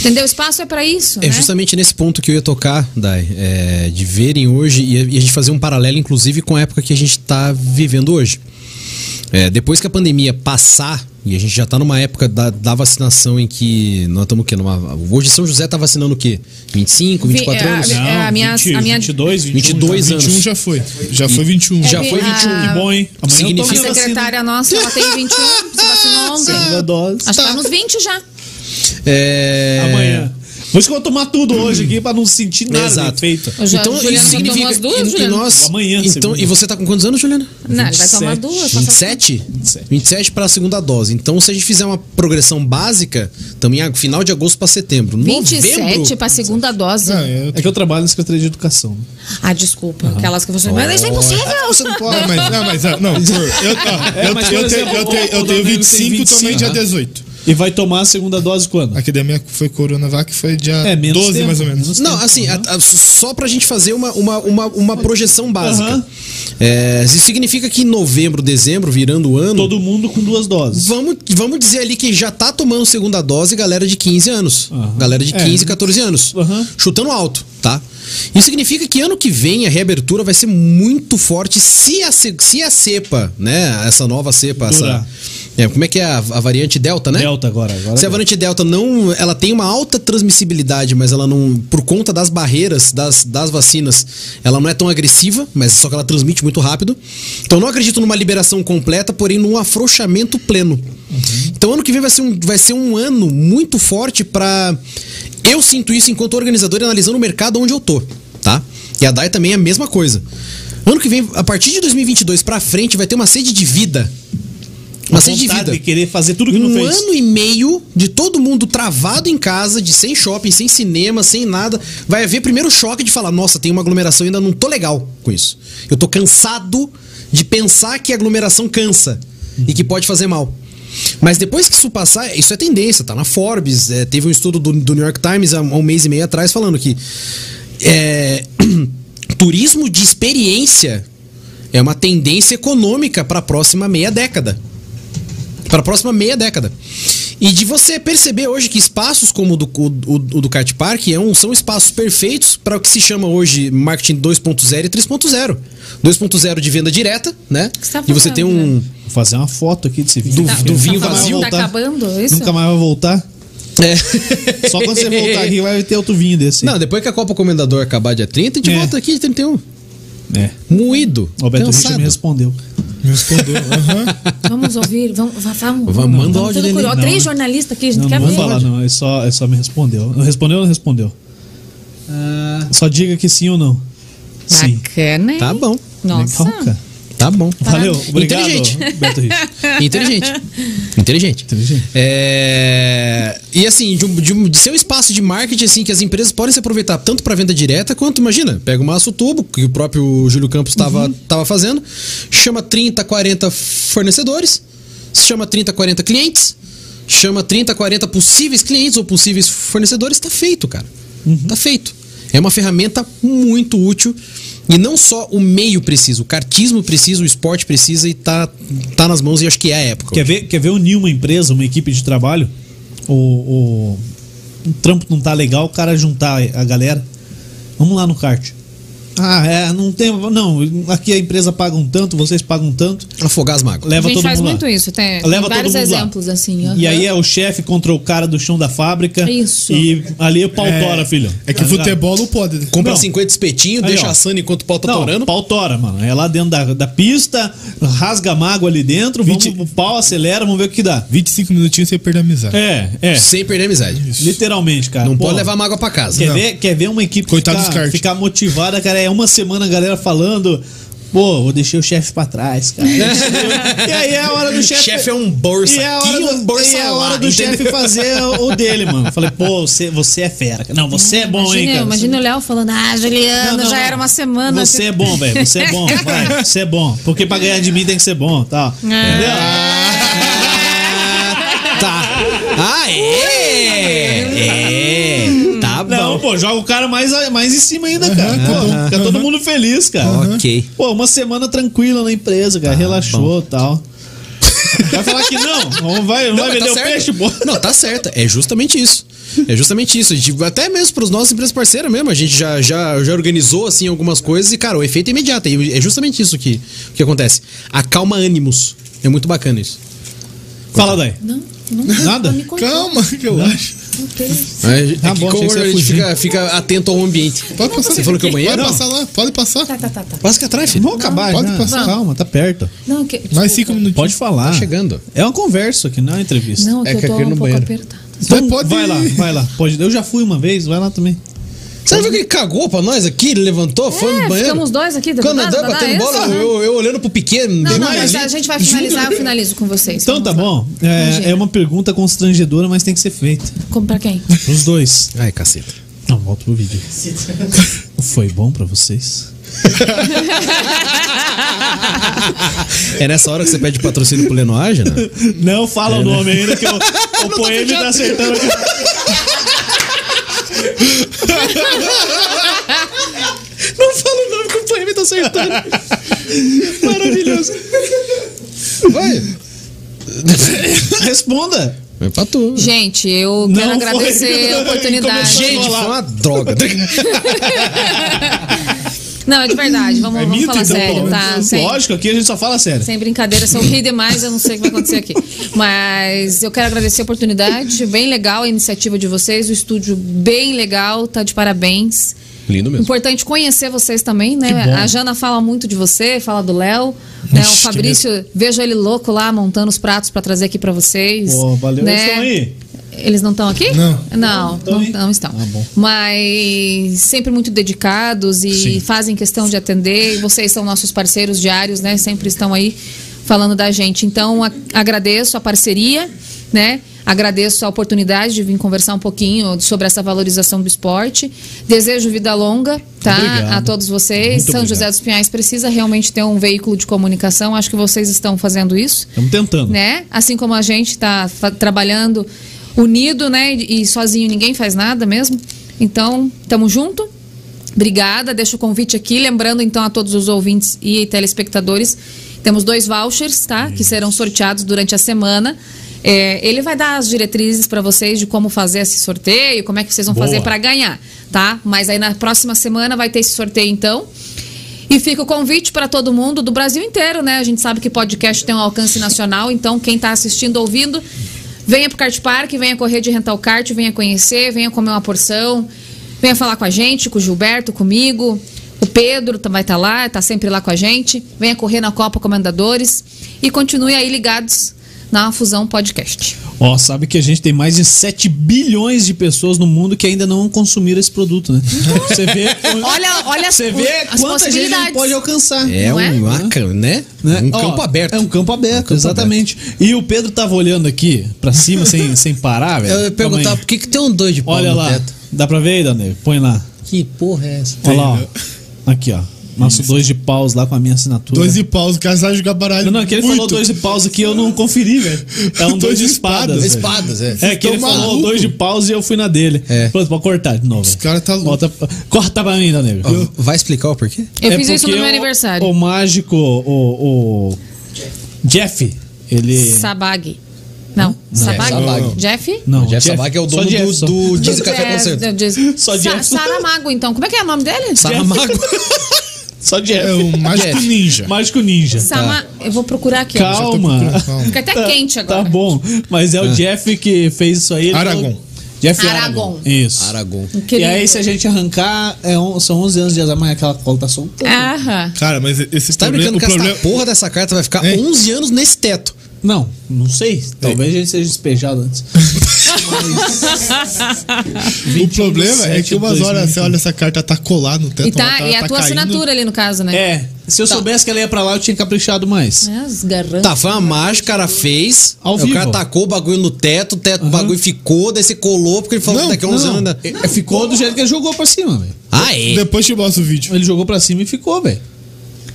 C: Entendeu? O espaço é para isso.
B: É
C: né?
B: justamente nesse ponto que eu ia tocar, Dai, é, de verem hoje e a, e a gente fazer um paralelo, inclusive, com a época que a gente está vivendo hoje. É, depois que a pandemia passar, e a gente já está numa época da, da vacinação em que nós estamos o quê? Numa, hoje São José está vacinando o quê? 25,
C: Vi-
B: 24
C: é,
B: anos?
C: é, a minha- a minha-
A: 22, 21,
B: 22
A: já. um,
B: anos.
D: 21 já foi. Já foi 21.
B: Já foi
C: vi-
B: 21.
A: Que bom, hein? Amanhã
B: Significa-
C: A
A: eu tomo minha
C: é Ah. secretária nossa, ela tem 21, se vacinou ontem.
A: vacina. Segunda dose.
C: Acho que tá nos 20 já.
B: É, Hum.
A: Amanhã. Por isso que eu vou tomar tudo hoje aqui pra não sentir nada de
B: Exato.
A: efeito.
C: Eu já-
B: Então,
C: Juliana
B: isso
C: já tomou
B: significa.
C: as duas,
B: e, e
C: Juliana?
B: nós,
A: Amanhã,
B: então,
A: segunda.
B: e você tá com quantos anos, Juliana?
C: Não, ele vai tomar
A: 27.
C: duas. passa-
B: 27?
A: 27.
B: 27 para a segunda dose. Então, se a gente fizer uma progressão básica, também é final de agosto para setembro.
C: 27
B: Novembro,
C: para segunda dose.
D: Ah, eu-
A: É que eu trabalho na Secretaria de Educação.
C: Ah, desculpa. Aquelas que você. Mas isso é impossível!
B: você não pode.
D: Não, mas, não, mas, ah, não, por- eu, ó,
A: É,
D: eu,
A: mas,
D: eu
A: por
D: tenho-
A: exemplo,
D: eu tenho-
A: o- o
D: eu
A: Danilo
D: tenho
A: tem
D: 25, também
A: 25,
D: dia
A: aham.
D: 18.
A: E vai tomar a segunda dose quando?
D: Aqui da minha foi Coronavac, foi dia
A: É, menos
D: 12
A: tempo.
D: mais ou menos.
B: Não, assim, a- a- só pra gente fazer uma, uma, uma, uma projeção básica.
A: Aham.
B: É, isso significa que em novembro, dezembro, virando o ano,
A: Todo mundo com duas doses.
B: vamos, vamos dizer ali que já tá tomando segunda dose galera de 15 anos.
A: Aham.
B: Galera de
A: É.
B: 15, 14 anos.
A: Aham.
B: Chutando alto, tá? Isso significa que ano que vem a reabertura vai ser muito forte se a, ce- se a cepa, né? Essa nova cepa,
A: Durar.
B: essa. É, como é que é a, a variante Delta, né?
A: Delta agora. agora
B: Se a variante Delta não. Ela tem uma alta transmissibilidade, mas ela não. Por conta das barreiras das, das vacinas, ela não é tão agressiva, mas só que ela transmite muito rápido. Então não acredito numa liberação completa, porém num afrouxamento pleno.
A: Uhum.
B: Então ano que vem vai ser um, vai ser um ano muito forte pra. Eu sinto isso enquanto organizador e analisando o mercado onde eu tô, tá? E a DAI também é a mesma coisa. Ano que vem, a partir de 2022 pra frente, vai ter uma sede de vida. Uma sede de
A: vontade
B: vida
A: de querer fazer tudo que não
B: um
A: fez.
B: ano e meio de todo mundo travado em casa, de sem shopping, sem cinema, sem nada. Vai haver primeiro choque de falar, nossa, tem uma aglomeração e ainda não tô legal com isso. Eu tô cansado de pensar que a aglomeração cansa e que pode fazer mal. Mas depois que isso passar, isso é tendência, tá na Forbes. é, teve um estudo do, do New York Times há um mês e meio atrás falando que é, turismo de experiência é uma tendência econômica para a próxima meia década para a próxima meia década. E de você perceber hoje que espaços como o do, o, o- o do Kart Park é um- são espaços perfeitos para o que se chama hoje marketing 2.0 e 3.0. 2.0 de venda direta, né?
C: que você tá
B: e você
C: falando,
B: tem um.
A: Vou fazer uma foto aqui desse vinho.
B: Do- Tá- do tá vinho falando vazio.
C: que tá acabando, isso?
A: Nunca mais vai voltar.
C: né?
B: É.
A: Só quando você voltar aqui vai ter outro vinho desse.
B: Não, depois que a Copa Comendador acabar dia 30, a gente
A: É.
B: volta aqui dia 31.
A: É.
B: Moído.
A: Roberto Richa
B: cansado.
A: me respondeu.
D: Me respondeu. aham.
C: Vamos ouvir, vamos. Vamos, vamos,
B: Vamos, manda o áudio
C: tudo
B: dele.
C: curioso.
A: Não,
C: Três
A: não.
C: jornalistas aqui, a gente
A: Não,
C: quer
A: não vou
C: ver.
A: falar, não. Ele só, ele só me respondeu. Não respondeu ou não respondeu? Só diga que sim ou não. Sim.
C: Bacana, hein?
B: Tá bom.
C: Nossa.
A: Legal, cara.
B: Tá bom.
A: Valeu,
C: Parabéns.
A: obrigado,
B: Inteligente.
A: Roberto Richa.
B: Inteligente. Inteligente.
A: Inteligente.
B: É, E assim, de, um- de, um- de ser um espaço de marketing assim que as empresas podem se aproveitar tanto para venda direta quanto, imagina, pega uma aço tubo, que o próprio Júlio Campos estava tava fazendo, chama 30, 40 fornecedores, chama 30, 40 clientes, chama 30, 40 possíveis clientes ou possíveis fornecedores, tá feito, cara. Tá feito. É uma ferramenta muito útil. E não só o meio precisa, o cartismo precisa, o esporte precisa e tá, tá nas mãos e acho que é a época.
A: Quer ver, quer ver unir uma empresa, uma equipe de trabalho? O, o, o trampo não tá legal, o cara juntar a galera. Vamos lá no kart. Ah, é, não tem. Não, aqui a empresa paga um tanto, vocês pagam um tanto,
B: Afogar as mágoas.
A: leva
C: a gente
A: todo
C: faz
A: mundo
C: muito
A: lá.
C: isso, tem, tem
A: Leva todo
C: vários
A: mundo lá.
C: exemplos assim.
A: E
C: aham.
A: aí é o chefe contra o cara do chão da fábrica.
C: Isso.
A: E ali é pau tora, filho. Tá
D: É que futebol não pode. né?
B: Compra
A: Não.
B: 50 espetinhos,
A: Aí,
B: deixa
A: ó.
B: assando enquanto o pau tá
A: Não,
B: torando.
A: pau tora, mano. É lá dentro da, da pista, rasga a mágoa ali dentro, vamos,
D: Vinte-
A: o pau acelera, vamos ver o que dá.
D: 25 minutinhos sem perder a amizade.
A: É, é.
B: Sem perder a amizade.
A: Literalmente, cara.
B: Não
A: Pô,
B: pode levar mágoa pra casa.
A: Quer
B: Não.
A: ver, quer ver uma equipe
D: Coitado dos
A: ficar,
D: kart.
A: ficar motivada, cara? É uma semana a galera falando. Pô, vou deixar o chefe pra trás, cara. e aí é a hora do chefe.
B: Chefe é um bolsa
A: E é a hora
B: aqui,
A: do,
B: um bolsa
A: e é a hora
B: lá,
A: do
B: entendeu?
A: chefe fazer o o dele, mano. Falei, pô, você, você é fera. cara. Não, você é bom, hein,
C: Imagina,
A: cara.
C: imagina o Léo falando, ah, Juliana,
A: Não, não,
C: já
A: não.
C: era uma semana.
A: Você é bom, velho. Você é bom, vai. Você é bom. Porque pra ganhar de mim tem que ser bom, tal.
C: É.
A: Entendeu?
B: Tá. Ah, é! É! Tá bom.
A: Não, pô, joga o cara mais, mais em cima ainda, cara.
D: tá
A: Pô,
D: bom.
A: Fica todo mundo feliz, cara.
B: Ok.
A: Pô, uma semana tranquila na empresa,
C: Tá
A: cara. Relaxou e tal. Vai falar que não. Não vai, não vai
B: mas tá
A: vender o
B: certo.
A: peixe, pô.
B: Não, tá certo. É justamente isso. É justamente isso. A gente- até mesmo pros nossos empresas parceiras mesmo, a gente já, já, já organizou assim algumas coisas e, cara, o efeito é imediato. E É justamente isso que, que acontece. Acalma ânimos. É muito bacana isso.
A: Fala daí.
C: Não, não,
A: Nada?
C: não me contou,
D: Calma, que eu acho.
C: não tem.
B: É,
A: Tá
B: que
A: bom, achei
B: como
A: que você ia
B: a gente
A: fugir.
B: fica, fica atento ao ambiente.
D: Pode passar.
B: Você falou que é o banheiro?
D: Pode
B: Não.
D: passar lá, pode passar.
C: Tá, tá, tá, tá.
B: Passa que atrás, filho.
A: Vamos acabar,
D: pode
A: já.
D: passar.
A: Calma, tá perto.
C: Não, que,
D: Mais
C: desculpa.
D: cinco minutinhos.
A: Pode falar.
B: Tá chegando.
A: É uma conversa aqui, não é uma entrevista.
C: Não,
D: É
C: é que
D: que
C: eu tô
D: aqui
C: um
D: no
C: pouco
D: banheiro.
C: apertada.
A: Então,
D: Mas pode-
A: Vai lá, vai lá. Pode. Eu já fui uma vez, vai lá também.
B: Você viu que ele cagou pra nós aqui? Ele levantou, foi no
C: É,
B: banheiro.
C: ficamos dois aqui,
B: Quando
C: danado,
B: andava
C: danado,
B: batendo
C: é
B: bola,
C: isso?
B: eu, eu olhando pro pequeno,
C: Não,
B: tem
C: não,
B: mais
C: mas
B: ali.
C: a gente vai finalizar, eu finalizo com vocês.
A: Então tá
C: Vamos lá.
A: bom. É,
C: Imagina.
A: é uma pergunta constrangedora, mas tem que ser feita.
C: Como pra quem?
A: Pros dois.
B: Ai, caceta.
A: Não, volta pro vídeo. Foi bom pra vocês?
B: É nessa hora que você pede patrocínio pro Lenoage, né?
A: Não fala o nome ainda, que o, o poema
B: fechado.
A: tá acertando.
B: Não fala o nome que o poema tá acertando. Maravilhoso. Vai.
A: Responda.
B: É pra tu.
C: Gente, eu
A: Não foi.
C: quero
A: Então
C: agradecer a oportunidade.
A: Começou.
B: Gente, foi uma droga. né?
C: Não, é de verdade, vamos,
A: É
C: vamos
A: mito,
C: falar
A: então,
C: sério,
A: pô.
C: tá? Sem,
A: Lógico, aqui a gente só fala sério.
C: sem brincadeira, se eu rir demais, eu não sei o que vai acontecer aqui. Mas eu quero agradecer a oportunidade, bem legal a iniciativa de vocês, o estúdio bem legal, tá de parabéns.
B: Lindo mesmo.
C: Importante conhecer vocês também, né?
A: Que bom.
C: A Jana fala muito de você, fala do Léo. Né? O
A: Ixi,
C: Fabrício, vejo ele louco lá montando os pratos pra trazer aqui pra vocês.
A: Pô, valeu.
C: né?
A: Eles estão aí?
C: Eles não estão aqui?
D: Não.
C: Não,
A: estão
C: não,
A: aí.
C: não estão.
A: Ah, bom.
C: Mas sempre muito dedicados e
A: Sim.
C: fazem questão de atender. E vocês são nossos parceiros diários, né? Sempre estão aí falando da gente. Então, a- agradeço a parceria, né? Agradeço a oportunidade de vir conversar um pouquinho sobre essa valorização do esporte. Desejo vida longa, tá?
A: Obrigado.
C: A todos vocês.
A: Muito
C: são
A: obrigado.
C: José dos Pinhais precisa realmente ter um veículo de comunicação. Acho que vocês estão fazendo isso
A: Estamos tentando.
C: né? Assim como a gente está trabalhando unido, né? E e sozinho ninguém faz nada mesmo. Então, tamo junto. Obrigada, deixo o convite aqui, lembrando então a todos os ouvintes e telespectadores, temos dois vouchers, tá? Que serão sorteados durante a semana. É, ele vai dar as diretrizes para vocês de como fazer esse sorteio, como é que vocês vão
A: Boa.
C: fazer para ganhar, tá? Mas aí na próxima semana vai ter esse sorteio então. E fica o convite para todo mundo do Brasil inteiro, né? A gente sabe que podcast tem um alcance nacional, então quem está assistindo, ouvindo, venha pro Kart Park, venha correr de rental kart, venha conhecer, venha comer uma porção, venha falar com a gente, com o Gilberto, comigo. O Pedro também tá lá, tá sempre lá com a gente. Venha correr na Copa Comendadores e continue aí ligados na Fusão Podcast.
A: Ó, sabe que a gente tem mais de 7 bilhões de pessoas no mundo que ainda não consumiram esse produto, né? Você vê,
C: Olha, olha
A: você vê quanta gente a
C: as
A: gente
C: possibilidades.
A: pode alcançar.
B: É,
C: Não é?
B: um aca, né?
A: né?
B: Um
A: Ó,
B: campo aberto.
A: É um campo aberto, exatamente. E o Pedro tava olhando aqui pra cima sem, sem parar, velho.
B: Eu ia perguntar
A: Calma aí.
B: por que, que tem um dois de pau
A: Olha
B: no
A: lá.
B: teto?
A: Dá pra ver aí, Danilo? Põe lá.
B: Que porra é essa?
A: Olha lá, ó. Aqui, ó. Nosso dois de paus lá com a minha assinatura.
D: Dois de paus, o cara sabe jogar baralho.
A: Não, não, aquele
D: muito.
A: falou dois de paus aqui, eu não conferi, velho. É um dois de espadas. velho.
B: Espadas, é.
A: É que ele
D: Tão
A: falou
D: maluco.
A: dois de paus e eu fui na dele.
B: É.
A: Pronto, pode cortar de novo.
D: Os cara tá louco.
A: Bota- Corta pra mim, Danilo.
B: Ó, Vai explicar o porquê?
C: Eu
A: É
C: fiz isso no
A: porque
C: meu
A: o-
C: aniversário.
A: O mágico, o. o- Jeff, ele.
C: Sabag. Não, Sabag.
B: Sabag.
C: Jeff?
A: Não,
B: o Jeff Sabag é o
A: só
B: dono
A: Jeff,
B: do,
A: só.
B: do Diz
C: É,
B: Café Concerto. Tá
C: eu disse-
A: Só
C: Sa-
A: Jeff.
C: Saramago, então. Como é que é o nome dele?
B: Saramago.
A: Só Jeff.
D: É o mágico
B: Jeff.
D: ninja.
A: Mágico Ninja.
B: Tá.
C: Sama... Eu vou procurar aqui. ó.
A: Tá. Calma.
D: Calma.
C: Fica até quente agora.
A: Tá bom, mas é o Jeff que fez isso aí. ele
D: Aragon.
A: falou- Jeff Aragon.
C: Aragon.
A: Isso.
B: Aragon.
C: Querido.
A: E aí, se a gente arrancar, é on- são 11 anos de azar, mas aquela cola tá soltando.
C: Aham.
D: Cara, mas esse
B: Você tá
D: problema,
B: brincando
D: o
B: que
D: problema,
B: essa porra dessa carta vai ficar
D: É.
B: 11 anos nesse teto.
A: Não, não sei. Talvez a gente seja despejado antes.
D: O problema é que umas horas você olha essa carta, tá colada no teto.
C: E, tá,
D: uma hora
C: e a
D: tá
C: tua
D: caindo.
C: assinatura ali, no caso, né?
A: É, se eu soubesse que ela ia pra lá, eu tinha caprichado mais.
C: É, As garranças.
B: Tá, foi uma mágica, o cara fez.
A: Ao
B: aí
A: vivo.
B: O cara tacou o bagulho no teto, o teto, o bagulho ficou, daí você colou, porque ele falou
D: Não,
B: que daqui a uns
A: Não,
B: anos ainda.
A: é- é, ficou do jeito que ele jogou pra cima, velho.
B: Ah, é?
D: Depois te mostro o vídeo.
A: Ele jogou pra cima e ficou, velho.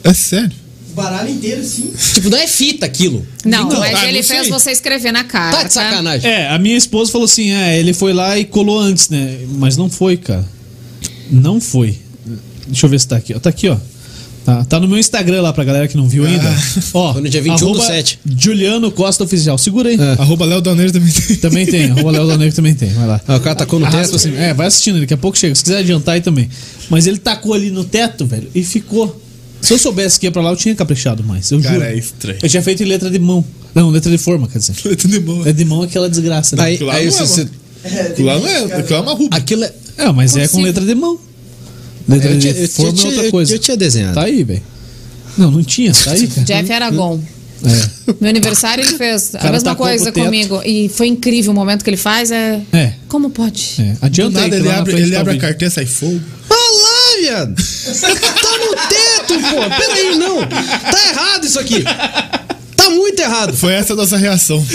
D: É sério.
F: baralho inteiro, sim.
B: Tipo, não é fita aquilo.
C: Não,
A: Então,
C: mas
A: ah,
C: ele
A: não sei.
C: fez você escrever na carta.
B: Tá de sacanagem.
A: É, a minha esposa falou assim: ah, ele foi lá e colou antes, né? Mas não foi, cara. Não foi. Deixa eu ver se tá aqui, ó. Tá aqui, ó. Tá, tá no meu Instagram lá pra galera que não viu ainda. Ó,
B: Foi no dia 21 do
A: arroba
B: sete.
A: Juliano Costa Oficial. Segura aí.
D: Arroba Léo Doneiro também tem.
A: Também tem, arroba Léo da Neve também tem. Vai lá.
B: Ah, o cara tacou no
A: Arrasta
B: teto.
A: pra cima. É, vai assistindo, daqui a pouco chega. Se quiser adiantar aí também. Mas ele tacou ali no teto, velho, e ficou. Se eu soubesse que ia pra lá, eu tinha caprichado mais. Eu
D: Cara,
A: juro.
D: é estranho.
A: Eu tinha feito em letra de mão. Não, letra de forma, quer dizer.
D: Letra de boa.
A: Letra de mão é aquela desgraça. Né?
B: Aí,
D: Aquilo lá
B: aí
D: não
B: você,
D: é,
B: você-
D: Aquilo lá não é, aquilo lá é uma ruba.
B: Aquilo é.
A: É, mas é com
C: Possível.
A: letra de mão. Letra
B: Eu
A: de
B: tinha- eu
A: forma
B: tinha-
A: é outra coisa.
B: eu tinha desenhado.
A: Tá aí, velho. Não, não tinha, tá aí, cara.
C: Jeff Aragon.
A: É.
C: Meu aniversário ele fez a
A: cara
C: mesma
A: tacou pro
C: coisa
A: teto.
C: comigo. E foi incrível o momento que ele faz. É.
A: É.
C: Como pode?
A: é.
D: Do
A: Adianta aí,
D: nada
A: que
D: ele
A: lá na
D: abre,
A: frente
D: ele
A: tá o
D: abre a
A: vídeo.
D: carteira e sai fogo.
B: Olha lá, viado! Tá no teto, pô! Pera aí, não! Tá errado isso aqui! Tá muito errado!
D: Foi essa a nossa reação.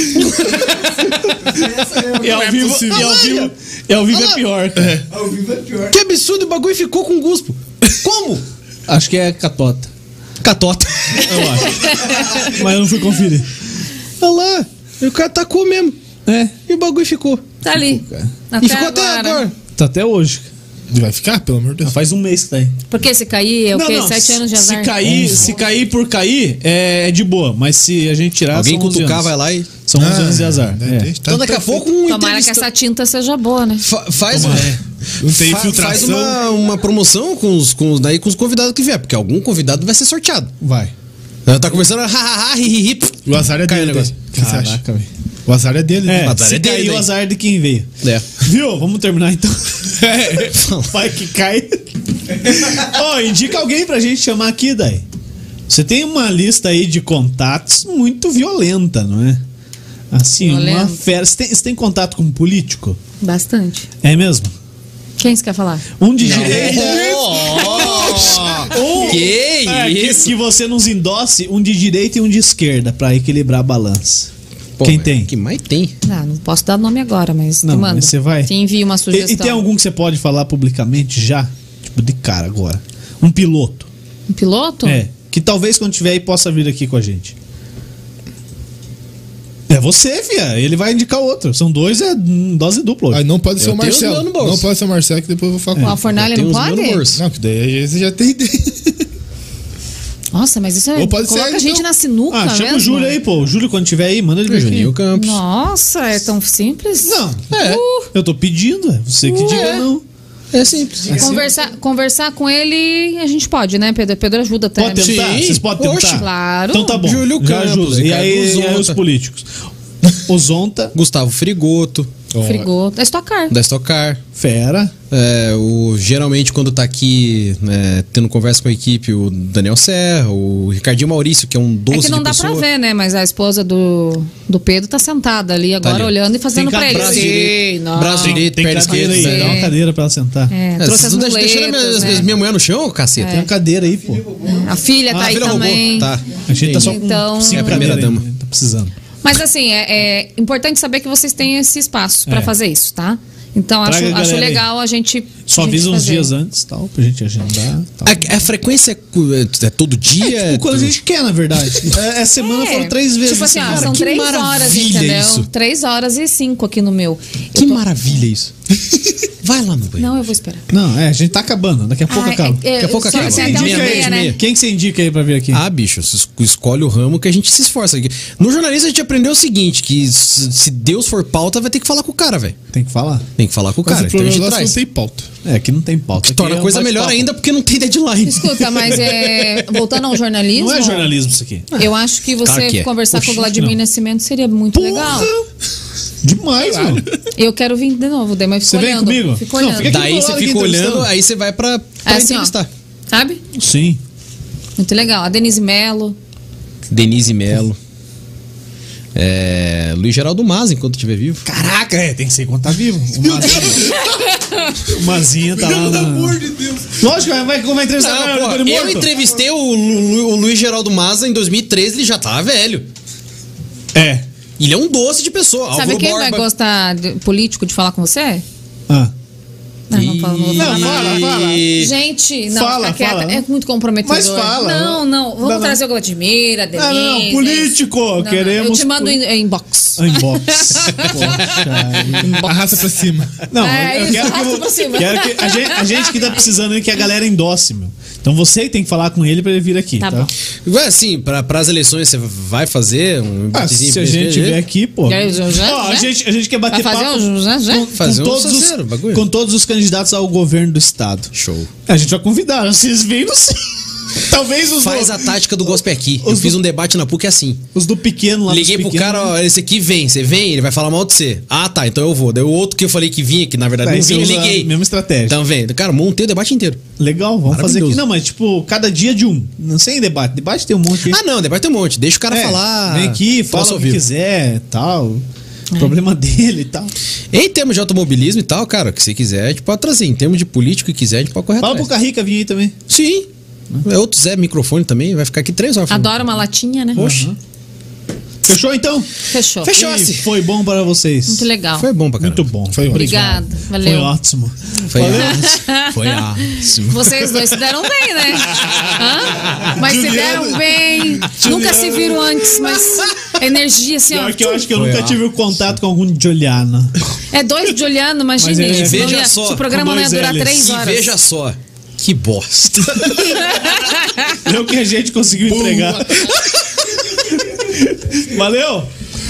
F: Essa
B: Tá
F: mesmo.
A: E ao
D: é
A: vivo,
D: possível.
A: e ao vivo, e ao vivo é pior, cara.
F: Ao vivo é pior.
B: Que absurdo, o bagulho ficou com guspo! Como?
A: Acho que é catota.
B: Catota!
A: Eu acho. Mas eu não fui conferir.
B: Olha lá! E o cara tacou mesmo!
A: É.
B: E o bagulho ficou!
C: Tá ali.
B: e ficou até agora!
A: Tá até hoje.
D: Vai ficar, pelo amor de Deus.
A: Faz um mês que tá aí.
C: Porque se cair, é o quê? Sete
A: se,
C: anos de
A: se
C: azar.
A: cair, se cair por cair, é, é de boa. Mas se a gente tirar,
B: Alguém
A: são 11
B: cutucar,
A: anos.
B: vai lá e.
A: São 11 anos de azar.
D: né,
A: é.
D: deixa, tá-
B: então daqui a
D: tá
B: pouco
D: feito.
B: um
C: Tomara que
B: entrevista-
C: essa tinta seja boa, né?
B: Fa- faz uma.
D: Não tem
B: fa- Faz
D: infiltração.
B: uma, uma promoção com os, com os- daí com os convidados que vier, porque algum convidado vai ser sorteado.
A: Vai.
B: Ela tá começando a ha, ha, ha, hi, hi, hi, pff.
D: O azar é
B: Caiu
D: dele.
B: o
D: né?
B: negócio.
D: O que você acha?
A: Caraca, velho.
D: O azar é dele, né?
A: É,
B: azar
A: se
B: é dele
A: cair o
B: daí.
A: azar de quem veio.
B: É.
A: Viu? Vamos terminar então. Vai que cai. Ó, indica alguém pra gente chamar aqui, daí. Você tem uma lista aí de contatos muito violenta, não é? Assim, uma
C: Violenta.
A: fera. Você tem, você tem contato com um político?
C: Bastante.
A: É mesmo?
C: Quem você quer falar?
A: Um de direita. Um,
B: Oh, Que
A: é,
B: isso?
A: Que, que você nos endosse um de direita e um de esquerda pra equilibrar a balança.
B: Pô,
A: Quem
B: mas
A: tem?
B: Que mais tem?
C: Ah, Não, não posso dar nome agora, mas
A: Não,
C: tu manda.
A: mas você vai.
C: Te envia uma
A: E,
C: sugestão.
A: e tem algum que você pode falar publicamente já? Tipo, de cara agora. Um piloto.
C: Um piloto?
A: É. Que talvez quando tiver aí possa vir aqui com a gente. É você, fia. Ele vai indicar outro. São dois, é hum, dose dupla. hoje.
D: Aí Ah, não pode ser
B: Eu
D: o
B: tenho os
D: Marcelo.
B: meus no bolso. É.
D: Não pode ser o Marcelo, que depois eu vou
A: é.
C: Com
D: falar
C: a
D: com ele.
C: fornalha
B: Tem
C: não
B: os meus
C: pode?
B: no bolso.
D: Não, que daí aí você já tem ideia.
C: Nossa, mas isso é.
D: Ou pode ser,
C: Coloca a gente
D: então.
C: na sinuca,
A: ah, chama
C: mesmo.
A: o Júlio aí, pô. O Júlio, quando tiver aí, manda ele vir aqui.
B: Juninho Campos.
C: Nossa, é tão simples?
A: Não.
B: É.
C: Uh,
A: Eu tô pedindo, é. Você que diga não.
B: É simples.
A: assim.
C: Uhum. conversar, conversar com ele, a gente pode, né, Pedro? Pedro ajuda até. né?
A: Pode tentar?
B: Sim.
A: Vocês podem tentar?
B: Oxe,
C: claro.
A: Então tá bom.
B: Júlio
A: Já
B: Campos,
A: ajuda. E
B: Ricardo
A: aí, e aí os
B: Zonta.
A: políticos. Ozonta,
B: Gustavo Frigoto,
C: Frigou. É estocar.
B: da Stock Car.
A: fera.
B: É, o, geralmente, quando tá aqui né, tendo conversa com a equipe, o Daniel Serra, o Ricardinho Maurício, que é um doce
C: É que não
B: de
C: dá
B: pessoa.
C: pra ver, né? Mas a esposa do, do Pedro tá sentada ali agora,
B: ali.
C: olhando e fazendo
A: Tem
C: pra ele.
B: Braço
C: Sim,
B: direito,
C: não.
B: braço direito
A: Tem
B: perna
A: cadeira
B: esquerda.
A: aí.
B: né?
A: Dá uma cadeira pra ela sentar.
C: É,
B: É,
C: trouxe
B: vocês
C: as
B: não deixam-
C: muletas,
B: deixaram minha,
C: né?
B: minha mulher no chão, caceta?
A: Tem uma cadeira aí, pô.
C: A filha tá
B: Ah,
C: aí
B: vira robô.
C: também.
B: Tá.
A: A gente tá só com
C: Então-
A: cinco
C: É a
B: primeira
A: cadeiras
B: dama.
A: ainda, Tá precisando.
C: Mas assim, é, é importante saber que vocês têm esse espaço pra
A: É.
C: fazer isso, tá? Então
A: Traga
C: acho,
A: a
C: acho
A: galera aí.
C: legal a gente.
A: Só
C: a gente
A: avisa uns
C: fazer.
A: dias né? antes, tal, pra gente agendar. Tal.
B: A, a frequência é cu- é, é todo dia?
A: É, tipo, quando a
B: tudo-
A: gente quer, na verdade. É, essa semana
C: É,
A: foram três vezes.
C: Tipo assim, ó,
A: essa
C: são
A: semana.
C: três
B: maravilha
C: horas, entendeu?
B: isso.
C: Três horas e cinco aqui no meu.
B: Que maravilha isso. Vai lá no banheiro.
C: Não, eu vou esperar.
A: Não, é, a gente tá acabando. Daqui a pouco
C: Ah,
A: acaba.
C: é- é-
B: Daqui a pouco
C: só
B: acaba.
C: que você
B: Quem
C: até
B: diria
C: umas
B: meia,
C: meia,
B: né?
C: né?
A: Quem que você indica aí pra vir aqui?
B: Ah, bicho, você es- escolhe o ramo que a gente se esforça. No jornalismo a gente aprendeu o seguinte, que se se Deus for pauta, vai ter que falar com o cara, velho.
A: Tem que falar.
B: Tem que falar com o
D: Mas
B: cara,
D: o
B: então a
D: problema
B: gente
D: nosso não
B: traz.
D: tem pauta.
A: É, que não tem pauta.
B: Que
A: Aqui
B: torna
A: é
B: a
A: um
B: coisa melhor
A: bate-papo.
B: ainda porque não tem deadline.
C: Escuta, mas é, voltando ao jornalismo.
A: Não é jornalismo isso aqui.
C: Eu acho que você
B: Claro que é.
A: Tá
C: conversar
A: Oxi,
C: com o Vladimir
A: não.
C: Nascimento seria muito legal.
A: Demais, mano.
C: Eu quero vir de novo, daí, mas
A: Você
C: fico
A: vem
C: olhando.
A: comigo?
C: Fico
A: Não,
C: olhando.
A: fica aqui.
B: Daí
A: do
B: você
A: lado
B: fica
A: entrevistando.
B: olhando, aí você vai pra, pra
C: É assim, ó.
B: entrevistar.
C: Sabe?
A: Sim.
C: Muito legal. A Denise Mello.
B: Denise Melo. É, Luiz Geraldo Mas, enquanto estiver vivo.
A: Caraca, é, tem que ser quando tá vivo. O Mazinho, o Mazinho tá lá.
D: Pelo amor
A: Na...
D: de Deus.
A: Lógico, vai, é vai entrevistar o
B: Ah,
A: Leonardo
B: porra,
A: Coelho
B: eu
A: morto?
B: entrevistei o, Lu- Lu- o Luiz Geraldo Maza em 2013, ele já tá velho.
A: É.
B: Ele é um doce de pessoa.
E: Sabe
B: Álvaro
E: quem vai
B: Borba.
E: gostar de- político de falar com você?
A: Ah.
E: Não, não fala, não vou falar
A: Não,
E: nada.
A: fala, fala.
B: E-
E: Gente, não,
A: Fala,
E: fica quieta.
A: fala.
E: É muito comprometedor.
A: Mas fala.
E: Não, não. Vamos
A: Não, não.
E: trazer o Vladimir, a Denise.
A: Ah, não, político,
E: não.
A: queremos.
E: Eu te mando em, em inbox.
A: Ah, Inbox. Poxa.
D: Arrasta pra cima.
A: Não,
E: É,
A: eu
E: isso,
A: quero que,
E: arrasta
A: vo-
E: pra cima.
A: quero que- a, gente, a gente que tá precisando é que a galera endosse, meu. Então você tem que falar com ele pra ele vir aqui, tá?
E: Tá bom.
B: Ué, assim, pra, pras eleições você vai fazer um
A: Ah,
B: embatezinho
A: se a
B: pra-
A: gente tiver aqui, pô.
E: Quer dizer, já,
A: Ó, a
E: né?
A: gente, a gente quer
E: Vai
A: bater
E: fazer
A: papo
E: um já, já?
B: Fazer
A: com
B: um
A: todos, os,
B: salseiro, bagulho.
A: com todos os candidatos ao governo do estado.
B: Show.
A: A gente vai convidar, né? vocês vêm no sim. Talvez os
B: Faz
A: do,
B: a tática do gospel aqui. Eu
A: os
B: fiz
A: do-
B: um debate na PUC assim.
A: os do pequeno lá dos
B: Liguei pro
A: pequenos,
B: cara, ó, esse aqui vem, você vem, ele vai falar mal de você. Ah, tá, então eu vou. Daí o outro que eu falei que vinha, que na verdade
A: Tá,
B: não
A: você
B: vinha, eu
A: usa a
B: liguei.
A: mesma estratégia.
B: Então vem. Cara, montei o debate inteiro.
A: Legal, vamos fazer aqui.
B: Maravilhoso.
A: Não, mas tipo, cada dia de um. Não sem debate. Debate tem um monte.
B: Ah, não, debate tem um monte. Deixa o cara
A: É,
B: falar. É.
A: Vem aqui, fala
B: Troço
A: o
B: ao
A: que
B: vivo.
A: quiser tal. Problema dele e tal.
B: Em termos de automobilismo e tal, cara, o que você quiser, a gente pode trazer. Em termos de político e quiser, a gente pode correr
A: Fala pro
B: atrás.
A: Carrica vir aí também.
B: Sim. É outro Zé microfone também, vai ficar aqui três horas. falando.
E: Adoro uma latinha, né?
A: Uhum. Fechou então?
E: Fechou.
B: Fechou.
A: E
B: Fechou-se.
A: Foi bom para vocês.
E: Muito legal.
B: Foi bom pra caramba.
A: Muito bom. Foi
E: Obrigado, valeu.
A: Foi ótimo.
B: Foi
A: Valeu.
B: ótimo. Foi ótimo.
E: Vocês dois se deram bem, né? Hã? Mas se
A: Juliana.
E: deram bem. Nunca se viram antes, mas a energia assim, ó.
A: Pior que eu acho que eu
B: Foi
A: nunca
B: ótimo.
A: tive contato com algum Juliana.
E: É dois Juliano, imagina.
A: Mas é-
E: gente, não
B: veja
E: ia-
B: só,
E: se o programa
A: com
E: não ia
A: dois
E: durar
A: Ls.
E: três
B: E
E: horas.
B: veja só. Que bosta.
A: É o que a gente conseguiu entregar. Valeu!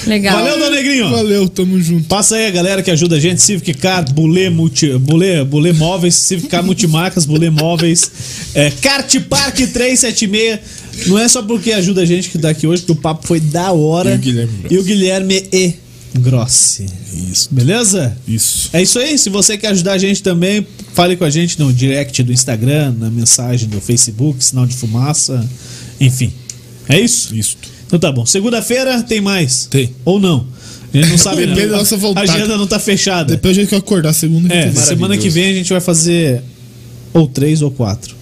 E: Legal.
A: Valeu, Dona Negrinho!
D: Valeu, tamo junto.
A: Passa aí a galera que ajuda a gente, Civic Car, Bulê, Multi, Bulê, Bulê Móveis, Civic Car Multimarcas, Bulê Móveis, é, Kart Park 376. Não é só porque ajuda a gente que tá aqui hoje, que o papo foi da hora.
D: E o Guilherme Grossi.
A: E o Guilherme E. Grossi.
D: Isso.
A: Beleza?
D: Isso.
A: É isso aí. Se você quer ajudar a gente também, fale com a gente no direct do Instagram, na mensagem do Facebook, sinal de fumaça, enfim. É isso?
D: Isso.
A: Então tá bom. Segunda-feira tem mais?
D: Tem.
A: Ou não? A gente não sabe.
D: Depende
A: não.
D: da nossa vontade.
A: A agenda não tá fechada.
D: Depois a gente vai acordar segunda
A: É,
D: que
A: semana que vem a gente vai fazer ou três ou quatro.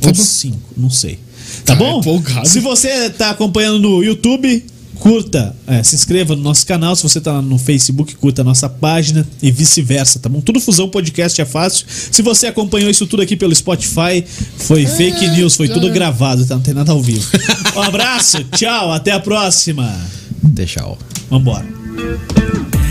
D: Tá
A: ou
D: bom.
A: cinco, não sei. Tá
D: Tá
A: bom?
D: empolgado.
A: Se você tá acompanhando no YouTube, curta, é, se inscreva no nosso canal. Se você tá no Facebook, curta a nossa página e vice-versa, tá bom? Tudo Fusão Podcast é fácil. Se você acompanhou isso tudo aqui pelo Spotify,
D: É,
A: foi fake news, foi tudo gravado, tá? Não tem nada ao vivo. Um abraço, tchau, até a próxima.
B: Deixa, ó.
A: Vambora.
G: Thank